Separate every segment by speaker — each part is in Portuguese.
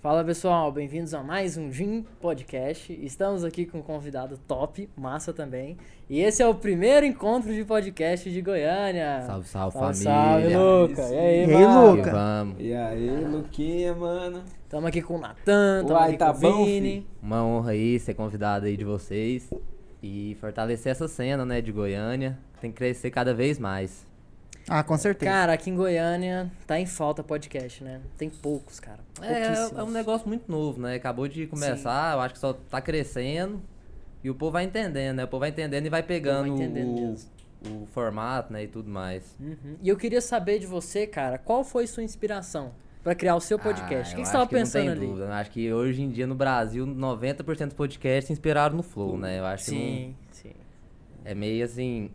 Speaker 1: Fala pessoal, bem-vindos a mais um Gin Podcast. Estamos aqui com um convidado top, massa também. E esse é o primeiro encontro de podcast de Goiânia.
Speaker 2: Salve, salve,
Speaker 1: Salve,
Speaker 2: família.
Speaker 1: salve, Luca.
Speaker 3: Isso.
Speaker 1: E aí,
Speaker 4: E aí,
Speaker 1: mano?
Speaker 4: Luca?
Speaker 2: Vamos.
Speaker 3: E aí, Luquinha, mano?
Speaker 1: Tamo aqui com o Natan, tamo
Speaker 3: Uai,
Speaker 1: aqui
Speaker 3: tá
Speaker 1: com o
Speaker 3: bom,
Speaker 1: Vini.
Speaker 2: Uma honra aí ser convidado aí de vocês e fortalecer essa cena, né, de Goiânia. Tem que crescer cada vez mais.
Speaker 4: Ah, com certeza.
Speaker 1: Cara, aqui em Goiânia tá em falta podcast, né? Tem poucos, cara. Pouquíssimos.
Speaker 2: É, é um negócio muito novo, né? Acabou de começar, eu acho que só tá crescendo e o povo vai entendendo, né? O povo vai entendendo e vai pegando
Speaker 1: entendendo mesmo.
Speaker 2: o, o formato, né, e tudo mais.
Speaker 1: Uhum. E eu queria saber de você, cara, qual foi sua inspiração pra criar o seu podcast?
Speaker 2: Ah,
Speaker 1: o que,
Speaker 2: eu
Speaker 1: que você tava
Speaker 2: acho
Speaker 1: pensando
Speaker 2: não tem
Speaker 1: ali?
Speaker 2: Dúvida. Eu Acho que hoje em dia no Brasil, 90% dos podcasts se inspiraram no Flow, né? Eu acho que não-
Speaker 1: Sim, sim.
Speaker 2: É meio assim.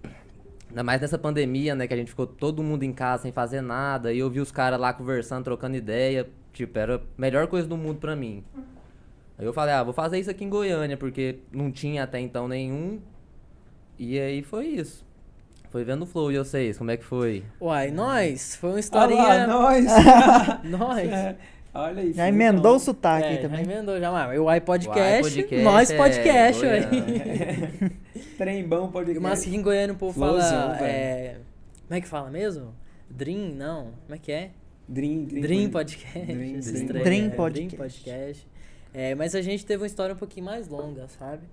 Speaker 2: Ainda mais nessa pandemia, né? Que a gente ficou todo mundo em casa sem fazer nada. E eu vi os caras lá conversando, trocando ideia. Tipo, era a melhor coisa do mundo pra mim. Aí eu falei, ah, vou fazer isso aqui em Goiânia, porque não tinha até então nenhum. E aí foi isso. Foi vendo o flow e vocês, como é que foi?
Speaker 1: Uai, nós, foi uma
Speaker 3: Olha lá,
Speaker 1: historinha.
Speaker 3: nós!
Speaker 1: Nós.
Speaker 3: É, Olha então. aí.
Speaker 4: Já emendou o
Speaker 3: filho,
Speaker 4: sotaque
Speaker 1: É,
Speaker 4: aí também.
Speaker 1: Já emendou, já, mas o iPodcast,
Speaker 2: Uai, podcast,
Speaker 1: nós
Speaker 2: é,
Speaker 1: podcast, ué.
Speaker 2: Goiânia.
Speaker 3: não. É. Trembão pode
Speaker 1: E assim, Mas aqui em Goiânia o povo
Speaker 3: Flowzão,
Speaker 1: fala,
Speaker 3: velho.
Speaker 1: é, como é que fala mesmo? Dream, não, como é que é?
Speaker 3: Dream,
Speaker 1: Dream, Podcast.
Speaker 3: Dream,
Speaker 1: esses
Speaker 3: Dream
Speaker 1: três,
Speaker 4: Dream
Speaker 1: é,
Speaker 4: Podcast.
Speaker 1: Podcast. É, mas a gente teve uma história um pouquinho mais longa, sabe?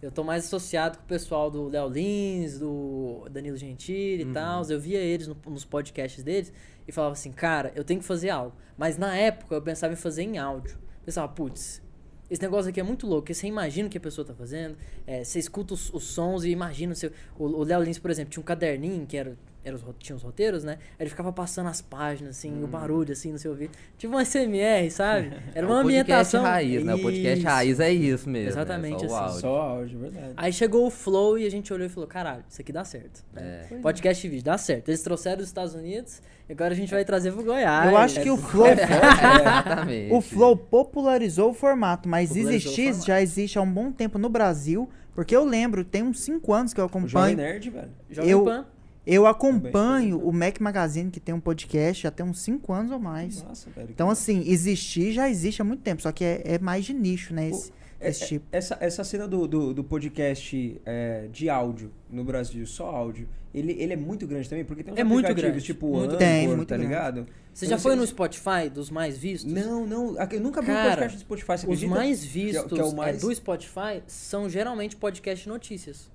Speaker 1: Eu tô mais associado com o pessoal do Léo Lins, do Danilo Gentili e tal. Eu via eles no- nos podcasts deles e falava assim, cara, eu tenho que fazer algo. Mas na época eu pensava em fazer em áudio. Pensava, putz, esse negócio aqui é muito louco, porque você imagina o que a pessoa tá fazendo, é, você escuta os, os sons e imagina o seu. O o Léo Lins, por exemplo, tinha um caderninho que era, era os, ro- tinha os roteiros, né? Aí Ele ficava passando as páginas, assim, o barulho, assim, no seu ouvido. Tipo uma CMR, sabe? Era uma
Speaker 2: o
Speaker 1: ambientação.
Speaker 2: É um Podcast raiz, né? O podcast
Speaker 1: Isso.
Speaker 2: raiz é isso mesmo. né?
Speaker 1: Exatamente
Speaker 2: Só o
Speaker 1: assim.
Speaker 2: áudio.
Speaker 3: Só áudio, verdade.
Speaker 1: Aí chegou o Flow e a gente olhou e falou: caralho, isso aqui dá certo.
Speaker 2: É.
Speaker 1: né?
Speaker 4: Ah,
Speaker 1: Podcast e vídeo, dá certo. Eles trouxeram dos Estados Unidos e agora a gente vai trazer pro Goiás. É.
Speaker 4: Eu acho que o Flow, né?
Speaker 2: É, exatamente.
Speaker 4: o Flow popularizou o formato, mas
Speaker 1: Popularizou o
Speaker 4: existir
Speaker 1: formato.
Speaker 4: já existe há um bom tempo no Brasil, porque eu lembro, tem uns 5 anos que eu
Speaker 3: O Jovem
Speaker 4: acompanho.
Speaker 3: Nerd, velho.
Speaker 1: Jovem
Speaker 4: eu-
Speaker 1: Pan.
Speaker 4: Eu acompanho o Mac Magazine, que tem um podcast, já tem uns 5 anos ou mais.
Speaker 3: Nossa, velho.
Speaker 4: Então, assim, existir já existe há muito tempo, só que é, é mais de nicho, né? Esse,
Speaker 3: É-
Speaker 4: esse
Speaker 3: é-
Speaker 4: tipo.
Speaker 3: Essa, essa cena do, do, do podcast é, de áudio no Brasil, só áudio, ele, ele é muito grande também, porque tem uns
Speaker 1: É muito
Speaker 3: aplicativos
Speaker 1: grande,
Speaker 3: tipo
Speaker 1: muito
Speaker 3: Anchor,
Speaker 4: grande. Tem, muito
Speaker 3: tá
Speaker 4: grande.
Speaker 3: ligado? Então,
Speaker 1: Você
Speaker 3: Eu
Speaker 1: já
Speaker 3: não
Speaker 1: foi
Speaker 3: sei
Speaker 1: no
Speaker 3: se-
Speaker 1: Spotify dos mais vistos?
Speaker 3: Não, não, eu nunca vi um
Speaker 1: Cara,
Speaker 3: podcast do Spotify, você
Speaker 1: Os
Speaker 3: acredita?
Speaker 1: mais
Speaker 3: que é
Speaker 1: vistos é
Speaker 3: o mais-
Speaker 1: do Spotify são geralmente podcast de notícias.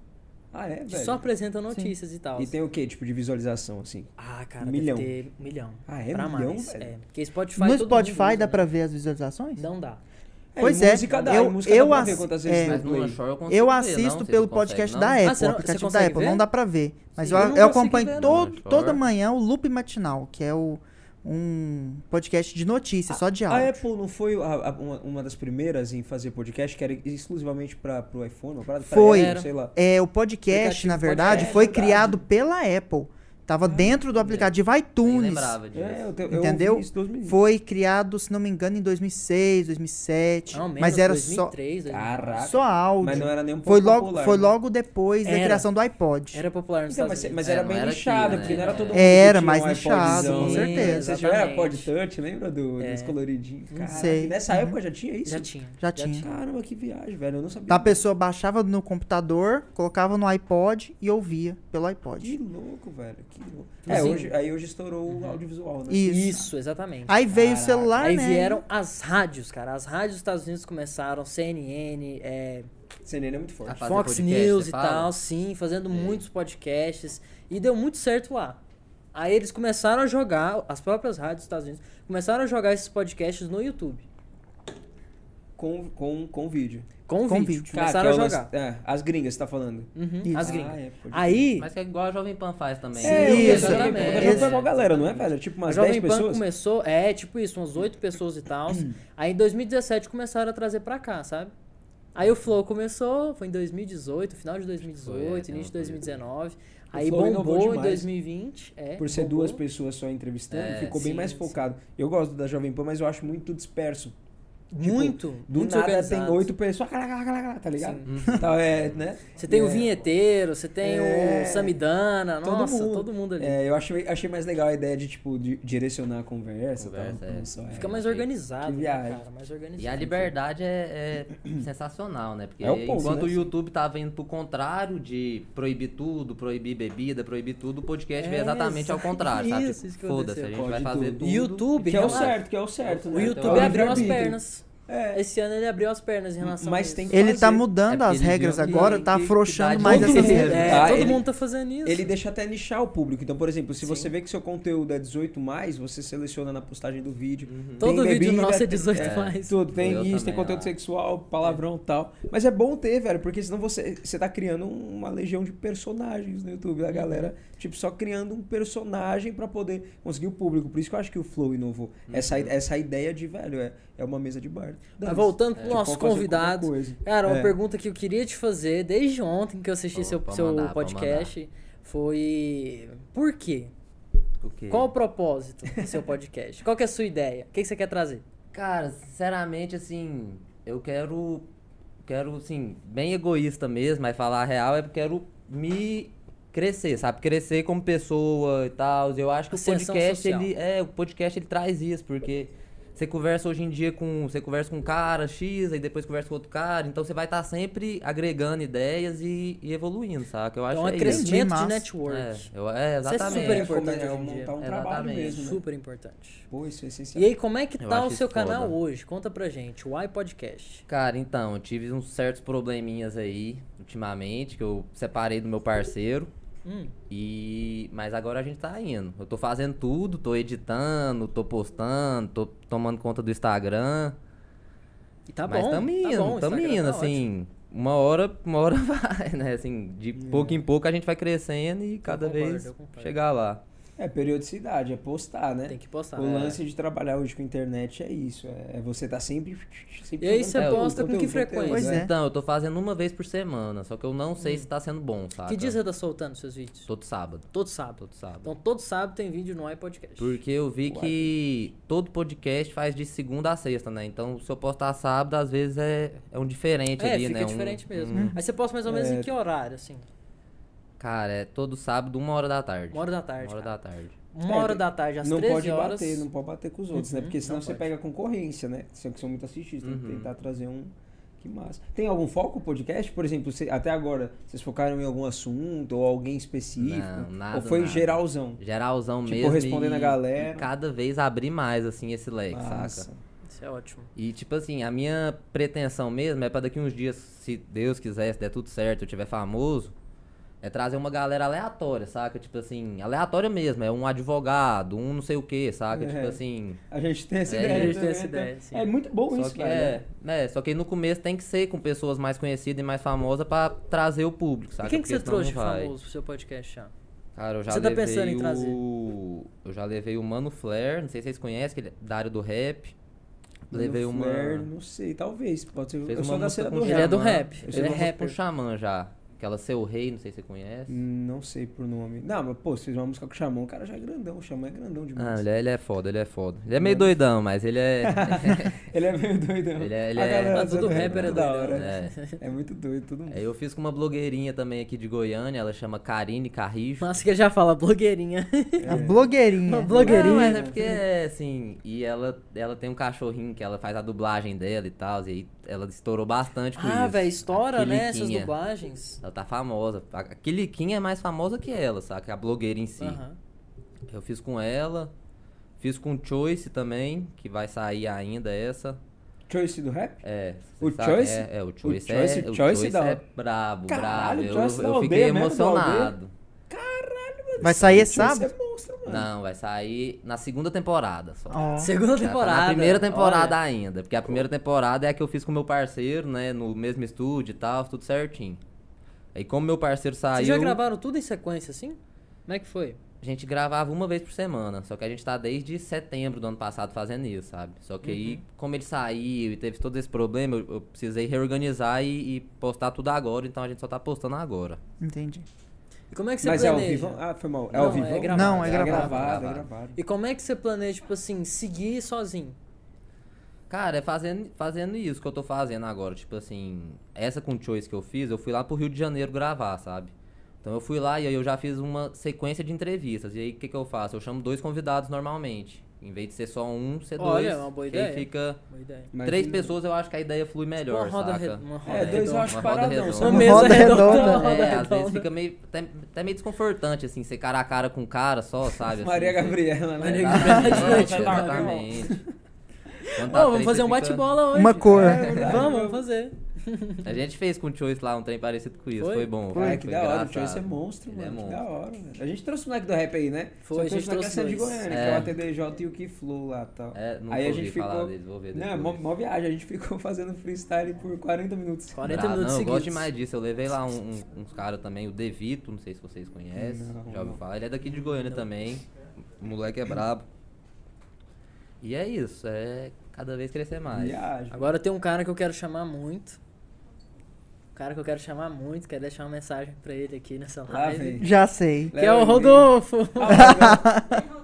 Speaker 3: Ah, é,
Speaker 1: que
Speaker 3: velho?
Speaker 1: só apresenta notícias e tal.
Speaker 3: E tem o que, tipo, de visualização, assim?
Speaker 1: Ah, cara,
Speaker 3: Milhão.
Speaker 1: deve ter milhão.
Speaker 3: Ah, é?
Speaker 1: pra
Speaker 3: Milhão,
Speaker 1: mais.
Speaker 3: velho?
Speaker 1: É. Porque Spotify.
Speaker 4: No
Speaker 1: todo mundo
Speaker 4: Spotify
Speaker 1: usa,
Speaker 4: dá
Speaker 1: né?
Speaker 4: pra ver as visualizações?
Speaker 1: Não dá.
Speaker 4: Pois
Speaker 3: e
Speaker 4: é,
Speaker 3: música dá,
Speaker 4: eu-
Speaker 3: e música
Speaker 4: eu
Speaker 3: dá pra ver
Speaker 4: ass-
Speaker 3: quantas
Speaker 4: é,
Speaker 3: vezes
Speaker 2: Mas
Speaker 3: dá
Speaker 2: no
Speaker 3: play.
Speaker 2: Anchor eu consigo
Speaker 4: Eu
Speaker 2: ver, não,
Speaker 4: assisto
Speaker 2: vocês
Speaker 4: pelo
Speaker 2: não conseguem,
Speaker 4: podcast
Speaker 2: não?
Speaker 4: da
Speaker 1: Ah,
Speaker 4: Apple,
Speaker 1: você
Speaker 4: o
Speaker 1: não-
Speaker 4: aplicativo
Speaker 1: você
Speaker 4: da
Speaker 1: consegue
Speaker 4: Apple,
Speaker 1: ver?
Speaker 4: não dá pra ver. Mas
Speaker 1: Sim,
Speaker 4: eu,
Speaker 1: eu não
Speaker 4: eu
Speaker 1: consegui
Speaker 4: acompanho
Speaker 1: ver, não,
Speaker 4: todo,
Speaker 2: acho.
Speaker 4: toda manhã o Loop Matinal, que é o, um podcast de notícias, só de
Speaker 3: Ah, A
Speaker 4: áudio.
Speaker 3: Apple não foi a- a- uma, uma das primeiras em fazer podcast que era exclusivamente para o iPhone? Uma parada?
Speaker 4: Foi.
Speaker 3: Era, sei lá.
Speaker 4: É, o podcast,
Speaker 1: Aplicativo Ah,
Speaker 4: na verdade,
Speaker 3: podcast,
Speaker 4: foi
Speaker 3: é verdade.
Speaker 4: criado pela Apple. Tava dentro do aplicativo
Speaker 2: Nem
Speaker 4: iTunes.
Speaker 2: lembrava disso.
Speaker 3: É, eu, te- eu
Speaker 4: Entendeu?
Speaker 3: ouvi Isso, dois mil- um.
Speaker 4: Foi criado, se não me engano, em 2006, 2007.
Speaker 1: Não, menos
Speaker 4: mas era
Speaker 1: 2003, dois mil-
Speaker 3: Caraca.
Speaker 4: só, só áudio.
Speaker 3: Mas não era nem um pouco
Speaker 4: foi, logo,
Speaker 3: popular,
Speaker 4: foi
Speaker 3: né?
Speaker 4: logo depois da
Speaker 1: Era.
Speaker 4: criação do iPod.
Speaker 1: Era popular nos
Speaker 3: Então, mas,
Speaker 1: Estados Unidos.
Speaker 3: mas
Speaker 2: É,
Speaker 3: era
Speaker 2: não
Speaker 3: bem
Speaker 2: era aqui,
Speaker 3: nichado,
Speaker 2: né?
Speaker 3: porque não era todo mundo que
Speaker 4: Era
Speaker 3: tinha
Speaker 4: mais
Speaker 3: um
Speaker 4: nichado, com
Speaker 3: iPodzinho.
Speaker 4: certouch.
Speaker 3: Você já era
Speaker 1: Exatamente.
Speaker 3: iPod Touch, lembra do, dos coloridinhos? Caraca,
Speaker 4: Sei. Uhum.
Speaker 3: nessa época já tinha é isso?
Speaker 1: É, Já tinha.
Speaker 4: Já tinha.
Speaker 3: Caramba, que viagem, velho. Eu não sabia.
Speaker 1: Tá
Speaker 4: Então a pessoa baixava no computador, colocava no iPod e ouvia pelo
Speaker 3: Que
Speaker 4: iPod.
Speaker 3: louco, velho. Que louco.
Speaker 1: Mas,
Speaker 3: é,
Speaker 1: assim,
Speaker 3: hoje, aí hoje estourou o audiovisual, né?
Speaker 4: Isso.
Speaker 1: Isso, exatamente.
Speaker 4: Aí veio o
Speaker 3: Caraca.
Speaker 4: celular,
Speaker 1: Aí
Speaker 4: né?
Speaker 1: vieram as rádios, cara. As rádios dos Estados Unidos começaram, CNN, é,
Speaker 3: CNN é muito forte.
Speaker 2: Ah, Fazer
Speaker 1: Fox
Speaker 2: podcast,
Speaker 1: News
Speaker 2: você
Speaker 1: e
Speaker 2: fala? É.
Speaker 1: tal, sim, fazendo muitos podcasts. E deu muito certo lá. Aí eles começaram a jogar, as próprias rádios dos Estados Unidos, começaram a jogar esses podcasts no YouTube. Ah.
Speaker 3: Com, com, com vídeo.
Speaker 1: Com,
Speaker 4: Com
Speaker 1: vídeo.
Speaker 4: vídeo.
Speaker 1: Começaram
Speaker 3: que é o
Speaker 1: a
Speaker 3: lance-
Speaker 1: jogar.
Speaker 3: é, as gringas, você tá falando.
Speaker 1: Uhum,
Speaker 4: Isso.
Speaker 1: as gringas.
Speaker 3: Ah, é, pode
Speaker 1: Aí,
Speaker 2: Mas que é igual a Jovem Pan faz também.
Speaker 3: É, eu
Speaker 4: Sim,
Speaker 3: vi a
Speaker 4: isso,
Speaker 3: Jovem Pan.
Speaker 4: exatamente.
Speaker 3: A Jovem Pan é uma
Speaker 1: Isso.
Speaker 3: galera, não é, velho? Tipo
Speaker 1: a
Speaker 3: umas 10
Speaker 1: Jovem Pan
Speaker 3: pessoas. Hum.
Speaker 1: começou, é, tipo isso, umas oito pessoas e tal. Aí em 2017 começaram a trazer pra cá, sabe? Aí o Flow começou, foi em 2018, final de 2018,
Speaker 2: Foi, é,
Speaker 1: início de
Speaker 2: tem uma
Speaker 1: 2019.
Speaker 3: O
Speaker 1: Aí
Speaker 3: Flow inovou
Speaker 1: bombou em
Speaker 3: demais.
Speaker 1: 2020. É,
Speaker 3: Por ser
Speaker 1: bombou.
Speaker 3: duas pessoas só entrevistando,
Speaker 2: É,
Speaker 3: ficou bem
Speaker 1: sim,
Speaker 3: mais
Speaker 1: sim.
Speaker 3: focado. Eu gosto da Jovem Pan, mas eu acho muito disperso.
Speaker 1: Muito,
Speaker 3: Tipo, Do
Speaker 1: muito
Speaker 3: nada
Speaker 1: organizado.
Speaker 3: tem oito pessoas, caraca, caraca, caraca, tá ligado?
Speaker 1: Sim.
Speaker 3: Então, é, né?
Speaker 1: Você tem o
Speaker 3: É.
Speaker 1: vinheteiro, você tem
Speaker 3: É.
Speaker 1: o Samidana,
Speaker 3: Todo
Speaker 1: nossa,
Speaker 3: mundo.
Speaker 1: todo mundo ali.
Speaker 3: É, eu achei, achei mais legal a ideia de, tipo, de direcionar a conversa.
Speaker 2: Conversa,
Speaker 3: tal,
Speaker 2: é.
Speaker 3: não só,
Speaker 1: Fica
Speaker 2: É,
Speaker 1: mais
Speaker 2: que-
Speaker 1: organizado,
Speaker 3: que
Speaker 1: né,
Speaker 3: viagem.
Speaker 1: cara, mais organizado.
Speaker 2: E a liberdade é, é sensacional, né? Porque
Speaker 3: É o ponto,
Speaker 2: enquanto
Speaker 3: né?
Speaker 2: o YouTube tava indo pro contrário de proibir tudo, proibir bebida, proibir tudo, o podcast veio
Speaker 1: É,
Speaker 2: exatamente ao
Speaker 1: exa-
Speaker 2: contrário, sabe?
Speaker 1: isso,
Speaker 2: Tipo,
Speaker 1: isso que
Speaker 2: Foda-se,
Speaker 1: aconteceu.
Speaker 2: a gente
Speaker 3: Pode
Speaker 2: vai fazer
Speaker 3: tudo.
Speaker 2: tudo.
Speaker 1: YouTube,
Speaker 3: Que é o
Speaker 1: relaxa.
Speaker 3: certo, que é o certo,
Speaker 1: O
Speaker 3: né?
Speaker 1: YouTube
Speaker 2: é o
Speaker 1: abriu as
Speaker 3: livre-arbítrio.
Speaker 1: pernas.
Speaker 3: É.
Speaker 1: Esse ano ele abriu as pernas em relação
Speaker 3: Mas
Speaker 1: a isso.
Speaker 3: tem que-
Speaker 4: Ele tá
Speaker 3: fazer.
Speaker 4: mudando
Speaker 2: É
Speaker 4: as
Speaker 2: porque
Speaker 4: regras
Speaker 2: eles viram
Speaker 4: agora,
Speaker 2: que-
Speaker 4: tá
Speaker 2: que
Speaker 4: afrouxando
Speaker 2: dá
Speaker 4: mais
Speaker 3: dinheiro.
Speaker 4: essas regras.
Speaker 1: É,
Speaker 3: Tá,
Speaker 1: todo
Speaker 3: ele-
Speaker 1: mundo tá fazendo isso.
Speaker 3: Ele deixa até nichar o público. Então, por exemplo, se você
Speaker 1: Sim.
Speaker 3: vê que seu conteúdo é 18, você seleciona na postagem do vídeo.
Speaker 1: Todo
Speaker 3: Tem
Speaker 1: vídeo
Speaker 3: bebida,
Speaker 1: nosso é
Speaker 3: tem-
Speaker 1: 18
Speaker 2: é.
Speaker 1: mais.
Speaker 3: Tudo, tem
Speaker 2: Uhum. Eu
Speaker 3: isso, tem
Speaker 2: também
Speaker 3: conteúdo
Speaker 2: acho.
Speaker 3: sexual, palavrão e tal. Mas é bom ter, velho, porque senão você, você tá criando uma legião de personagens no YouTube. A
Speaker 1: Uhum.
Speaker 3: galera, tipo, só criando um personagem pra poder conseguir o público. Por isso que eu acho que o Flow inovou.
Speaker 2: Uhum.
Speaker 3: Essa, essa ideia de, velho, é, é uma mesa de bar.
Speaker 1: Mas
Speaker 2: É.
Speaker 1: voltando pro
Speaker 3: Tipo,
Speaker 1: nosso
Speaker 3: fazer
Speaker 1: convidado.
Speaker 3: qualquer coisa.
Speaker 1: Cara, uma
Speaker 3: É.
Speaker 1: pergunta que eu queria te fazer desde ontem que eu assisti
Speaker 2: Pô,
Speaker 1: seu,
Speaker 2: pode
Speaker 1: seu
Speaker 2: mandar, pode
Speaker 1: podcast foi. Por quê?
Speaker 2: O quê?
Speaker 1: Qual o propósito do seu podcast? Qual que é a sua ideia? O que, que você quer trazer?
Speaker 2: Cara, sinceramente, assim, eu quero. Quero, assim, bem egoísta mesmo, mas falar a real é porque eu quero me crescer, sabe? Crescer como pessoa e tal. Eu acho que o
Speaker 1: Ascensão
Speaker 2: podcast,
Speaker 1: social.
Speaker 2: ele. É, o podcast ele traz isso, porque você conversa hoje em dia com. Você conversa com um cara X, aí depois conversa com outro cara. Então você vai estar sempre agregando ideias e, e evoluindo, sabe? Eu acho
Speaker 1: então é
Speaker 2: que é isso.
Speaker 1: crescimento de
Speaker 4: Massa.
Speaker 1: network.
Speaker 2: É, eu- é,
Speaker 1: Isso é
Speaker 2: exatamente.
Speaker 1: super
Speaker 3: É, como
Speaker 1: importante
Speaker 3: é,
Speaker 1: hoje em dia.
Speaker 3: montar um
Speaker 2: Exatamente.
Speaker 3: trabalho mesmo, né?
Speaker 1: Super importante.
Speaker 3: Pô, isso é essencial.
Speaker 1: E aí, como é que
Speaker 2: É. Eu
Speaker 1: tá
Speaker 2: acho
Speaker 1: o
Speaker 2: isso
Speaker 1: seu canal
Speaker 2: foda.
Speaker 1: hoje? Conta pra gente. Why Podcast?
Speaker 2: Cara, então, eu tive uns certos probleminhas aí, ultimamente, que eu separei do meu parceiro.
Speaker 1: Hum,
Speaker 2: E. Mas agora a gente tá indo. Eu tô fazendo tudo, tô editando, tô postando, tô tomando conta do Instagram.
Speaker 1: e tá
Speaker 2: mas
Speaker 1: bom.
Speaker 2: tamo indo,
Speaker 1: tá bom, o
Speaker 2: tamo
Speaker 1: Instagram
Speaker 2: indo,
Speaker 1: tá ótimo.
Speaker 2: assim. Uma hora, uma hora vai, né? Assim, de pouco em pouco a gente vai crescendo e cada
Speaker 1: concordo,
Speaker 2: vez
Speaker 1: eu concordo.
Speaker 2: chegar lá.
Speaker 3: É periodicidade, é postar, né?
Speaker 1: Tem que postar.
Speaker 3: O
Speaker 1: É.
Speaker 3: lance de trabalhar hoje com internet é isso. É você tá sempre. sempre
Speaker 1: E aí
Speaker 3: jogando
Speaker 1: você
Speaker 3: conteúdo,
Speaker 1: posta com que
Speaker 3: conteúdo,
Speaker 1: frequência?
Speaker 3: conteúdo,
Speaker 4: Pois
Speaker 3: né?
Speaker 4: é.
Speaker 2: Então, eu tô fazendo uma vez por semana, só que eu não sei se tá sendo bom, sabe?
Speaker 1: Hum. Que dia você tá soltando seus vídeos?
Speaker 2: Todo sábado.
Speaker 1: Todo sábado.
Speaker 2: Todo sábado.
Speaker 1: Então todo sábado tem vídeo no iPodcast.
Speaker 2: Porque eu vi
Speaker 3: Uai.
Speaker 2: que todo podcast faz de segunda a sexta, né? Então, se eu postar sábado, às vezes é, é um diferente
Speaker 1: É,
Speaker 2: ali,
Speaker 1: fica
Speaker 2: né? Um-
Speaker 1: diferente mesmo.
Speaker 2: um-
Speaker 1: Aí você posta mais ou menos em
Speaker 3: É.
Speaker 1: que horário, assim?
Speaker 2: Cara, é todo sábado, uma hora da tarde.
Speaker 1: Uma hora da tarde,
Speaker 2: Uma hora
Speaker 1: cara.
Speaker 2: da tarde.
Speaker 1: Uma
Speaker 3: É,
Speaker 1: hora da tarde, às
Speaker 3: não
Speaker 1: 13
Speaker 3: pode
Speaker 1: horas.
Speaker 3: bater, não pode bater com os outros, né?
Speaker 1: Uhum,
Speaker 3: Porque senão
Speaker 1: não
Speaker 3: você
Speaker 1: pode.
Speaker 3: pega a concorrência, né? São que são muito assistidos, tem que
Speaker 2: Uhum.
Speaker 3: tentar trazer um. Que massa. Tem algum foco o podcast? Por exemplo, você- até agora, vocês focaram em algum assunto ou alguém específico?
Speaker 2: Não, nada,
Speaker 3: ou foi
Speaker 2: nada.
Speaker 3: geralzão?
Speaker 2: Geralzão
Speaker 3: Tipo,
Speaker 2: mesmo.
Speaker 3: respondendo
Speaker 2: e-
Speaker 3: a galera.
Speaker 2: E cada vez abrir mais, assim, esse leque,
Speaker 3: Massa.
Speaker 2: saca?
Speaker 1: Isso é ótimo.
Speaker 2: E, tipo assim, a minha pretensão mesmo é pra daqui uns dias, se Deus quiser, se der tudo certo, eu tiver famoso, é trazer uma galera aleatória, saca? Tipo assim, aleatória mesmo. É um advogado, um não sei o quê, saca?
Speaker 3: É.
Speaker 2: Tipo assim.
Speaker 3: A gente tem essa
Speaker 2: É,
Speaker 3: ideia.
Speaker 2: a gente
Speaker 1: tem
Speaker 3: também,
Speaker 1: essa
Speaker 3: então.
Speaker 1: ideia, sim.
Speaker 3: É muito bom
Speaker 2: Só
Speaker 3: isso,
Speaker 2: que,
Speaker 3: cara.
Speaker 2: é, né, só que aí no começo tem que ser com pessoas mais conhecidas e mais famosas pra trazer o público, sabe?
Speaker 1: e quem que você trouxe de famoso pro seu podcast já?
Speaker 2: Cara, eu já
Speaker 1: Você tá
Speaker 2: levei
Speaker 1: pensando em trazer?
Speaker 2: o... Eu já levei o Mano Flair, não sei se vocês conhecem, que ele é da área do rap.
Speaker 3: Mano
Speaker 2: levei uma...
Speaker 3: Flair, Não sei, talvez. Pode ser.
Speaker 2: Fez
Speaker 3: eu sou
Speaker 2: uma
Speaker 3: da
Speaker 2: música
Speaker 3: cena
Speaker 2: com
Speaker 3: do
Speaker 2: o
Speaker 1: Ele é do
Speaker 2: Xamã.
Speaker 1: rap,
Speaker 2: Eu
Speaker 1: ele
Speaker 2: fiz
Speaker 1: é
Speaker 2: uma música com
Speaker 1: rapper. Hum.
Speaker 2: o Xamã já. Aquela Seu Rei, não sei se você conhece.
Speaker 3: Não sei por nome. Não, mas pô, você fez uma música com o Xamã, o cara já é grandão. O Xamã é grandão
Speaker 2: Ah,
Speaker 3: demais.
Speaker 2: ele é, ele é foda, ele é foda. Ele é meio doidão, mas ele é...
Speaker 3: Ele é meio doidão.
Speaker 2: Ele é- ele
Speaker 3: a
Speaker 2: é-
Speaker 3: galera
Speaker 2: Mas
Speaker 3: do
Speaker 1: todo
Speaker 3: rap é
Speaker 1: rapper é
Speaker 3: muito da
Speaker 1: doidão,
Speaker 3: hora.
Speaker 2: né?
Speaker 3: É muito doido, todo mundo.
Speaker 2: Aí eu fiz com uma blogueirinha também aqui de Goiânia, ela chama Karine Carrijo.
Speaker 1: Nossa, que ele já fala, blogueirinha.
Speaker 4: A
Speaker 1: Uma
Speaker 4: blogueirinha.
Speaker 1: blogueirinha.
Speaker 2: Não, mas é
Speaker 1: Uhum.
Speaker 2: porque é assim. E ela, ela tem um cachorrinho que ela faz a dublagem dela e tal. E aí ela estourou bastante com Tipo isso.
Speaker 1: ah, velho, estoura,
Speaker 2: A
Speaker 1: né? Essas
Speaker 2: Quiliquinha.
Speaker 1: dublagens.
Speaker 2: Ela tá famosa. A a Quiliquinha é mais famosa que ela, saca? A blogueira em si.
Speaker 1: Aham.
Speaker 2: Eu fiz com ela. Fiz com o Choice também, que vai sair ainda essa.
Speaker 3: Choice do rap?
Speaker 2: É.
Speaker 3: O
Speaker 2: cê sabe-
Speaker 3: Choice?
Speaker 2: É, é, o
Speaker 3: O
Speaker 2: Choice,
Speaker 3: Choice-
Speaker 2: é, o
Speaker 3: Choice
Speaker 2: Choice
Speaker 3: da-
Speaker 2: é brabo,
Speaker 3: Caralho,
Speaker 2: brabo. Eu,
Speaker 3: Choice da
Speaker 2: eu
Speaker 3: aldeia
Speaker 2: fiquei
Speaker 3: mesmo, da
Speaker 2: emocionado.
Speaker 3: Caralho, mano.
Speaker 4: Vai sair esse
Speaker 3: esse Choice
Speaker 4: sábado?
Speaker 3: é monstro, mano.
Speaker 2: Não, vai sair na segunda temporada só.
Speaker 4: Ó.
Speaker 1: Segunda
Speaker 2: Já tá
Speaker 1: temporada.
Speaker 2: Na primeira temporada
Speaker 1: Olha,
Speaker 2: ainda, porque a primeira temporada é a que eu fiz com meu parceiro, né, no mesmo estúdio e tal, tudo certinho. Aí como meu parceiro saiu,
Speaker 1: Vocês já gravaram tudo em sequência, assim? Como é que foi?
Speaker 2: a gente gravava uma vez por semana, só que a gente tá desde setembro do ano passado fazendo isso, sabe? Só que
Speaker 1: Uhum.
Speaker 2: aí, como ele saiu e teve todo esse problema, eu, eu precisei reorganizar e, e postar tudo agora, então a gente só tá postando agora.
Speaker 4: Entendi.
Speaker 1: E como é que você
Speaker 3: Mas é ao
Speaker 1: planeja?
Speaker 3: vivo? Ah, foi mal. É
Speaker 1: Não,
Speaker 3: ao vivo?
Speaker 1: é gravado.
Speaker 4: Não, é
Speaker 3: É
Speaker 4: gravado.
Speaker 3: gravado, é
Speaker 2: Gravado.
Speaker 3: gravado.
Speaker 1: E como é que você planeja, tipo assim, seguir sozinho?
Speaker 2: Cara, é fazendo, fazendo isso que eu tô fazendo agora. Tipo assim, essa com Choice que eu fiz, eu fui lá pro Rio de Janeiro gravar, sabe? Então eu fui lá e aí eu já fiz uma sequência de entrevistas. E aí o que, que eu faço? Eu chamo dois convidados normalmente. Em vez de ser só um, ser
Speaker 1: Olha,
Speaker 2: dois.
Speaker 1: é uma boa
Speaker 2: que aí
Speaker 1: ideia.
Speaker 2: fica.
Speaker 1: Boa ideia.
Speaker 3: Mas
Speaker 2: Três
Speaker 3: não-
Speaker 2: pessoas eu acho que a ideia flui melhor.
Speaker 1: Uma roda
Speaker 2: saca?
Speaker 1: re- uma roda
Speaker 3: É, dois eu
Speaker 1: redonda.
Speaker 3: acho
Speaker 2: Uma roda
Speaker 3: paradão.
Speaker 2: redonda.
Speaker 3: Só
Speaker 1: Uma
Speaker 3: uma
Speaker 1: mesa
Speaker 4: roda
Speaker 1: redonda,
Speaker 4: redonda.
Speaker 1: uma roda
Speaker 2: É, às vezes
Speaker 1: redonda.
Speaker 2: fica meio. Até, até meio desconfortante, assim, ser cara a cara com o cara só, sabe? assim,
Speaker 3: Maria
Speaker 2: você-
Speaker 3: Gabriela, né?
Speaker 1: Maria
Speaker 2: Ah,
Speaker 1: Gabriela.
Speaker 2: exatamente, Exatamente. Quando tá
Speaker 1: Ô, vamos
Speaker 2: três,
Speaker 1: fazer
Speaker 2: você
Speaker 1: um
Speaker 2: fica-
Speaker 1: bate-bola hoje.
Speaker 4: Uma cor.
Speaker 1: né?
Speaker 3: É verdade.
Speaker 1: Vamos, vamos fazer.
Speaker 2: A gente fez com o Choice lá um trem parecido com isso.
Speaker 1: Foi?
Speaker 2: Foi, bom.
Speaker 3: Cara,
Speaker 2: Foi,
Speaker 3: que
Speaker 2: foi
Speaker 3: da hora, o
Speaker 2: engraçado.
Speaker 3: Choice é monstro,
Speaker 2: Ele é
Speaker 3: mano. que da
Speaker 2: monstro.
Speaker 3: hora, velho. A gente trouxe o moleque do rap aí, né?
Speaker 1: Foi,
Speaker 3: Só
Speaker 1: a
Speaker 3: que
Speaker 1: gente
Speaker 3: tá com
Speaker 1: trouxe
Speaker 3: cena de
Speaker 1: dois.
Speaker 3: Goiânia,
Speaker 2: É.
Speaker 3: que é o ATDJ e o Key Flow lá e tal.
Speaker 2: É, nunca
Speaker 3: aí a
Speaker 2: ouvi
Speaker 3: gente
Speaker 2: falar
Speaker 3: ficou.
Speaker 2: deles, vou ver
Speaker 3: Não, é
Speaker 2: depois.
Speaker 3: mó, mó viagem, a gente ficou fazendo freestyle por 40 minutos.
Speaker 1: 40
Speaker 2: Bravo.
Speaker 1: minutos
Speaker 2: Ah, Não, eu
Speaker 1: seguidos.
Speaker 2: gosto demais disso. Eu levei lá um- um- uns caras também, o Devito, não sei se vocês conhecem.
Speaker 3: Não,
Speaker 2: já ouviu
Speaker 3: não.
Speaker 2: falar? Ele é daqui de Goiânia também. O moleque é brabo. E é isso, é cada vez crescer mais.
Speaker 3: Viagem.
Speaker 1: Agora tem um cara que eu quero chamar muito. Um cara que eu quero chamar muito, quero deixar uma mensagem pra ele aqui nessa
Speaker 3: Lá
Speaker 1: live.
Speaker 3: vem.
Speaker 4: Já sei.
Speaker 1: que é o Rodolfo.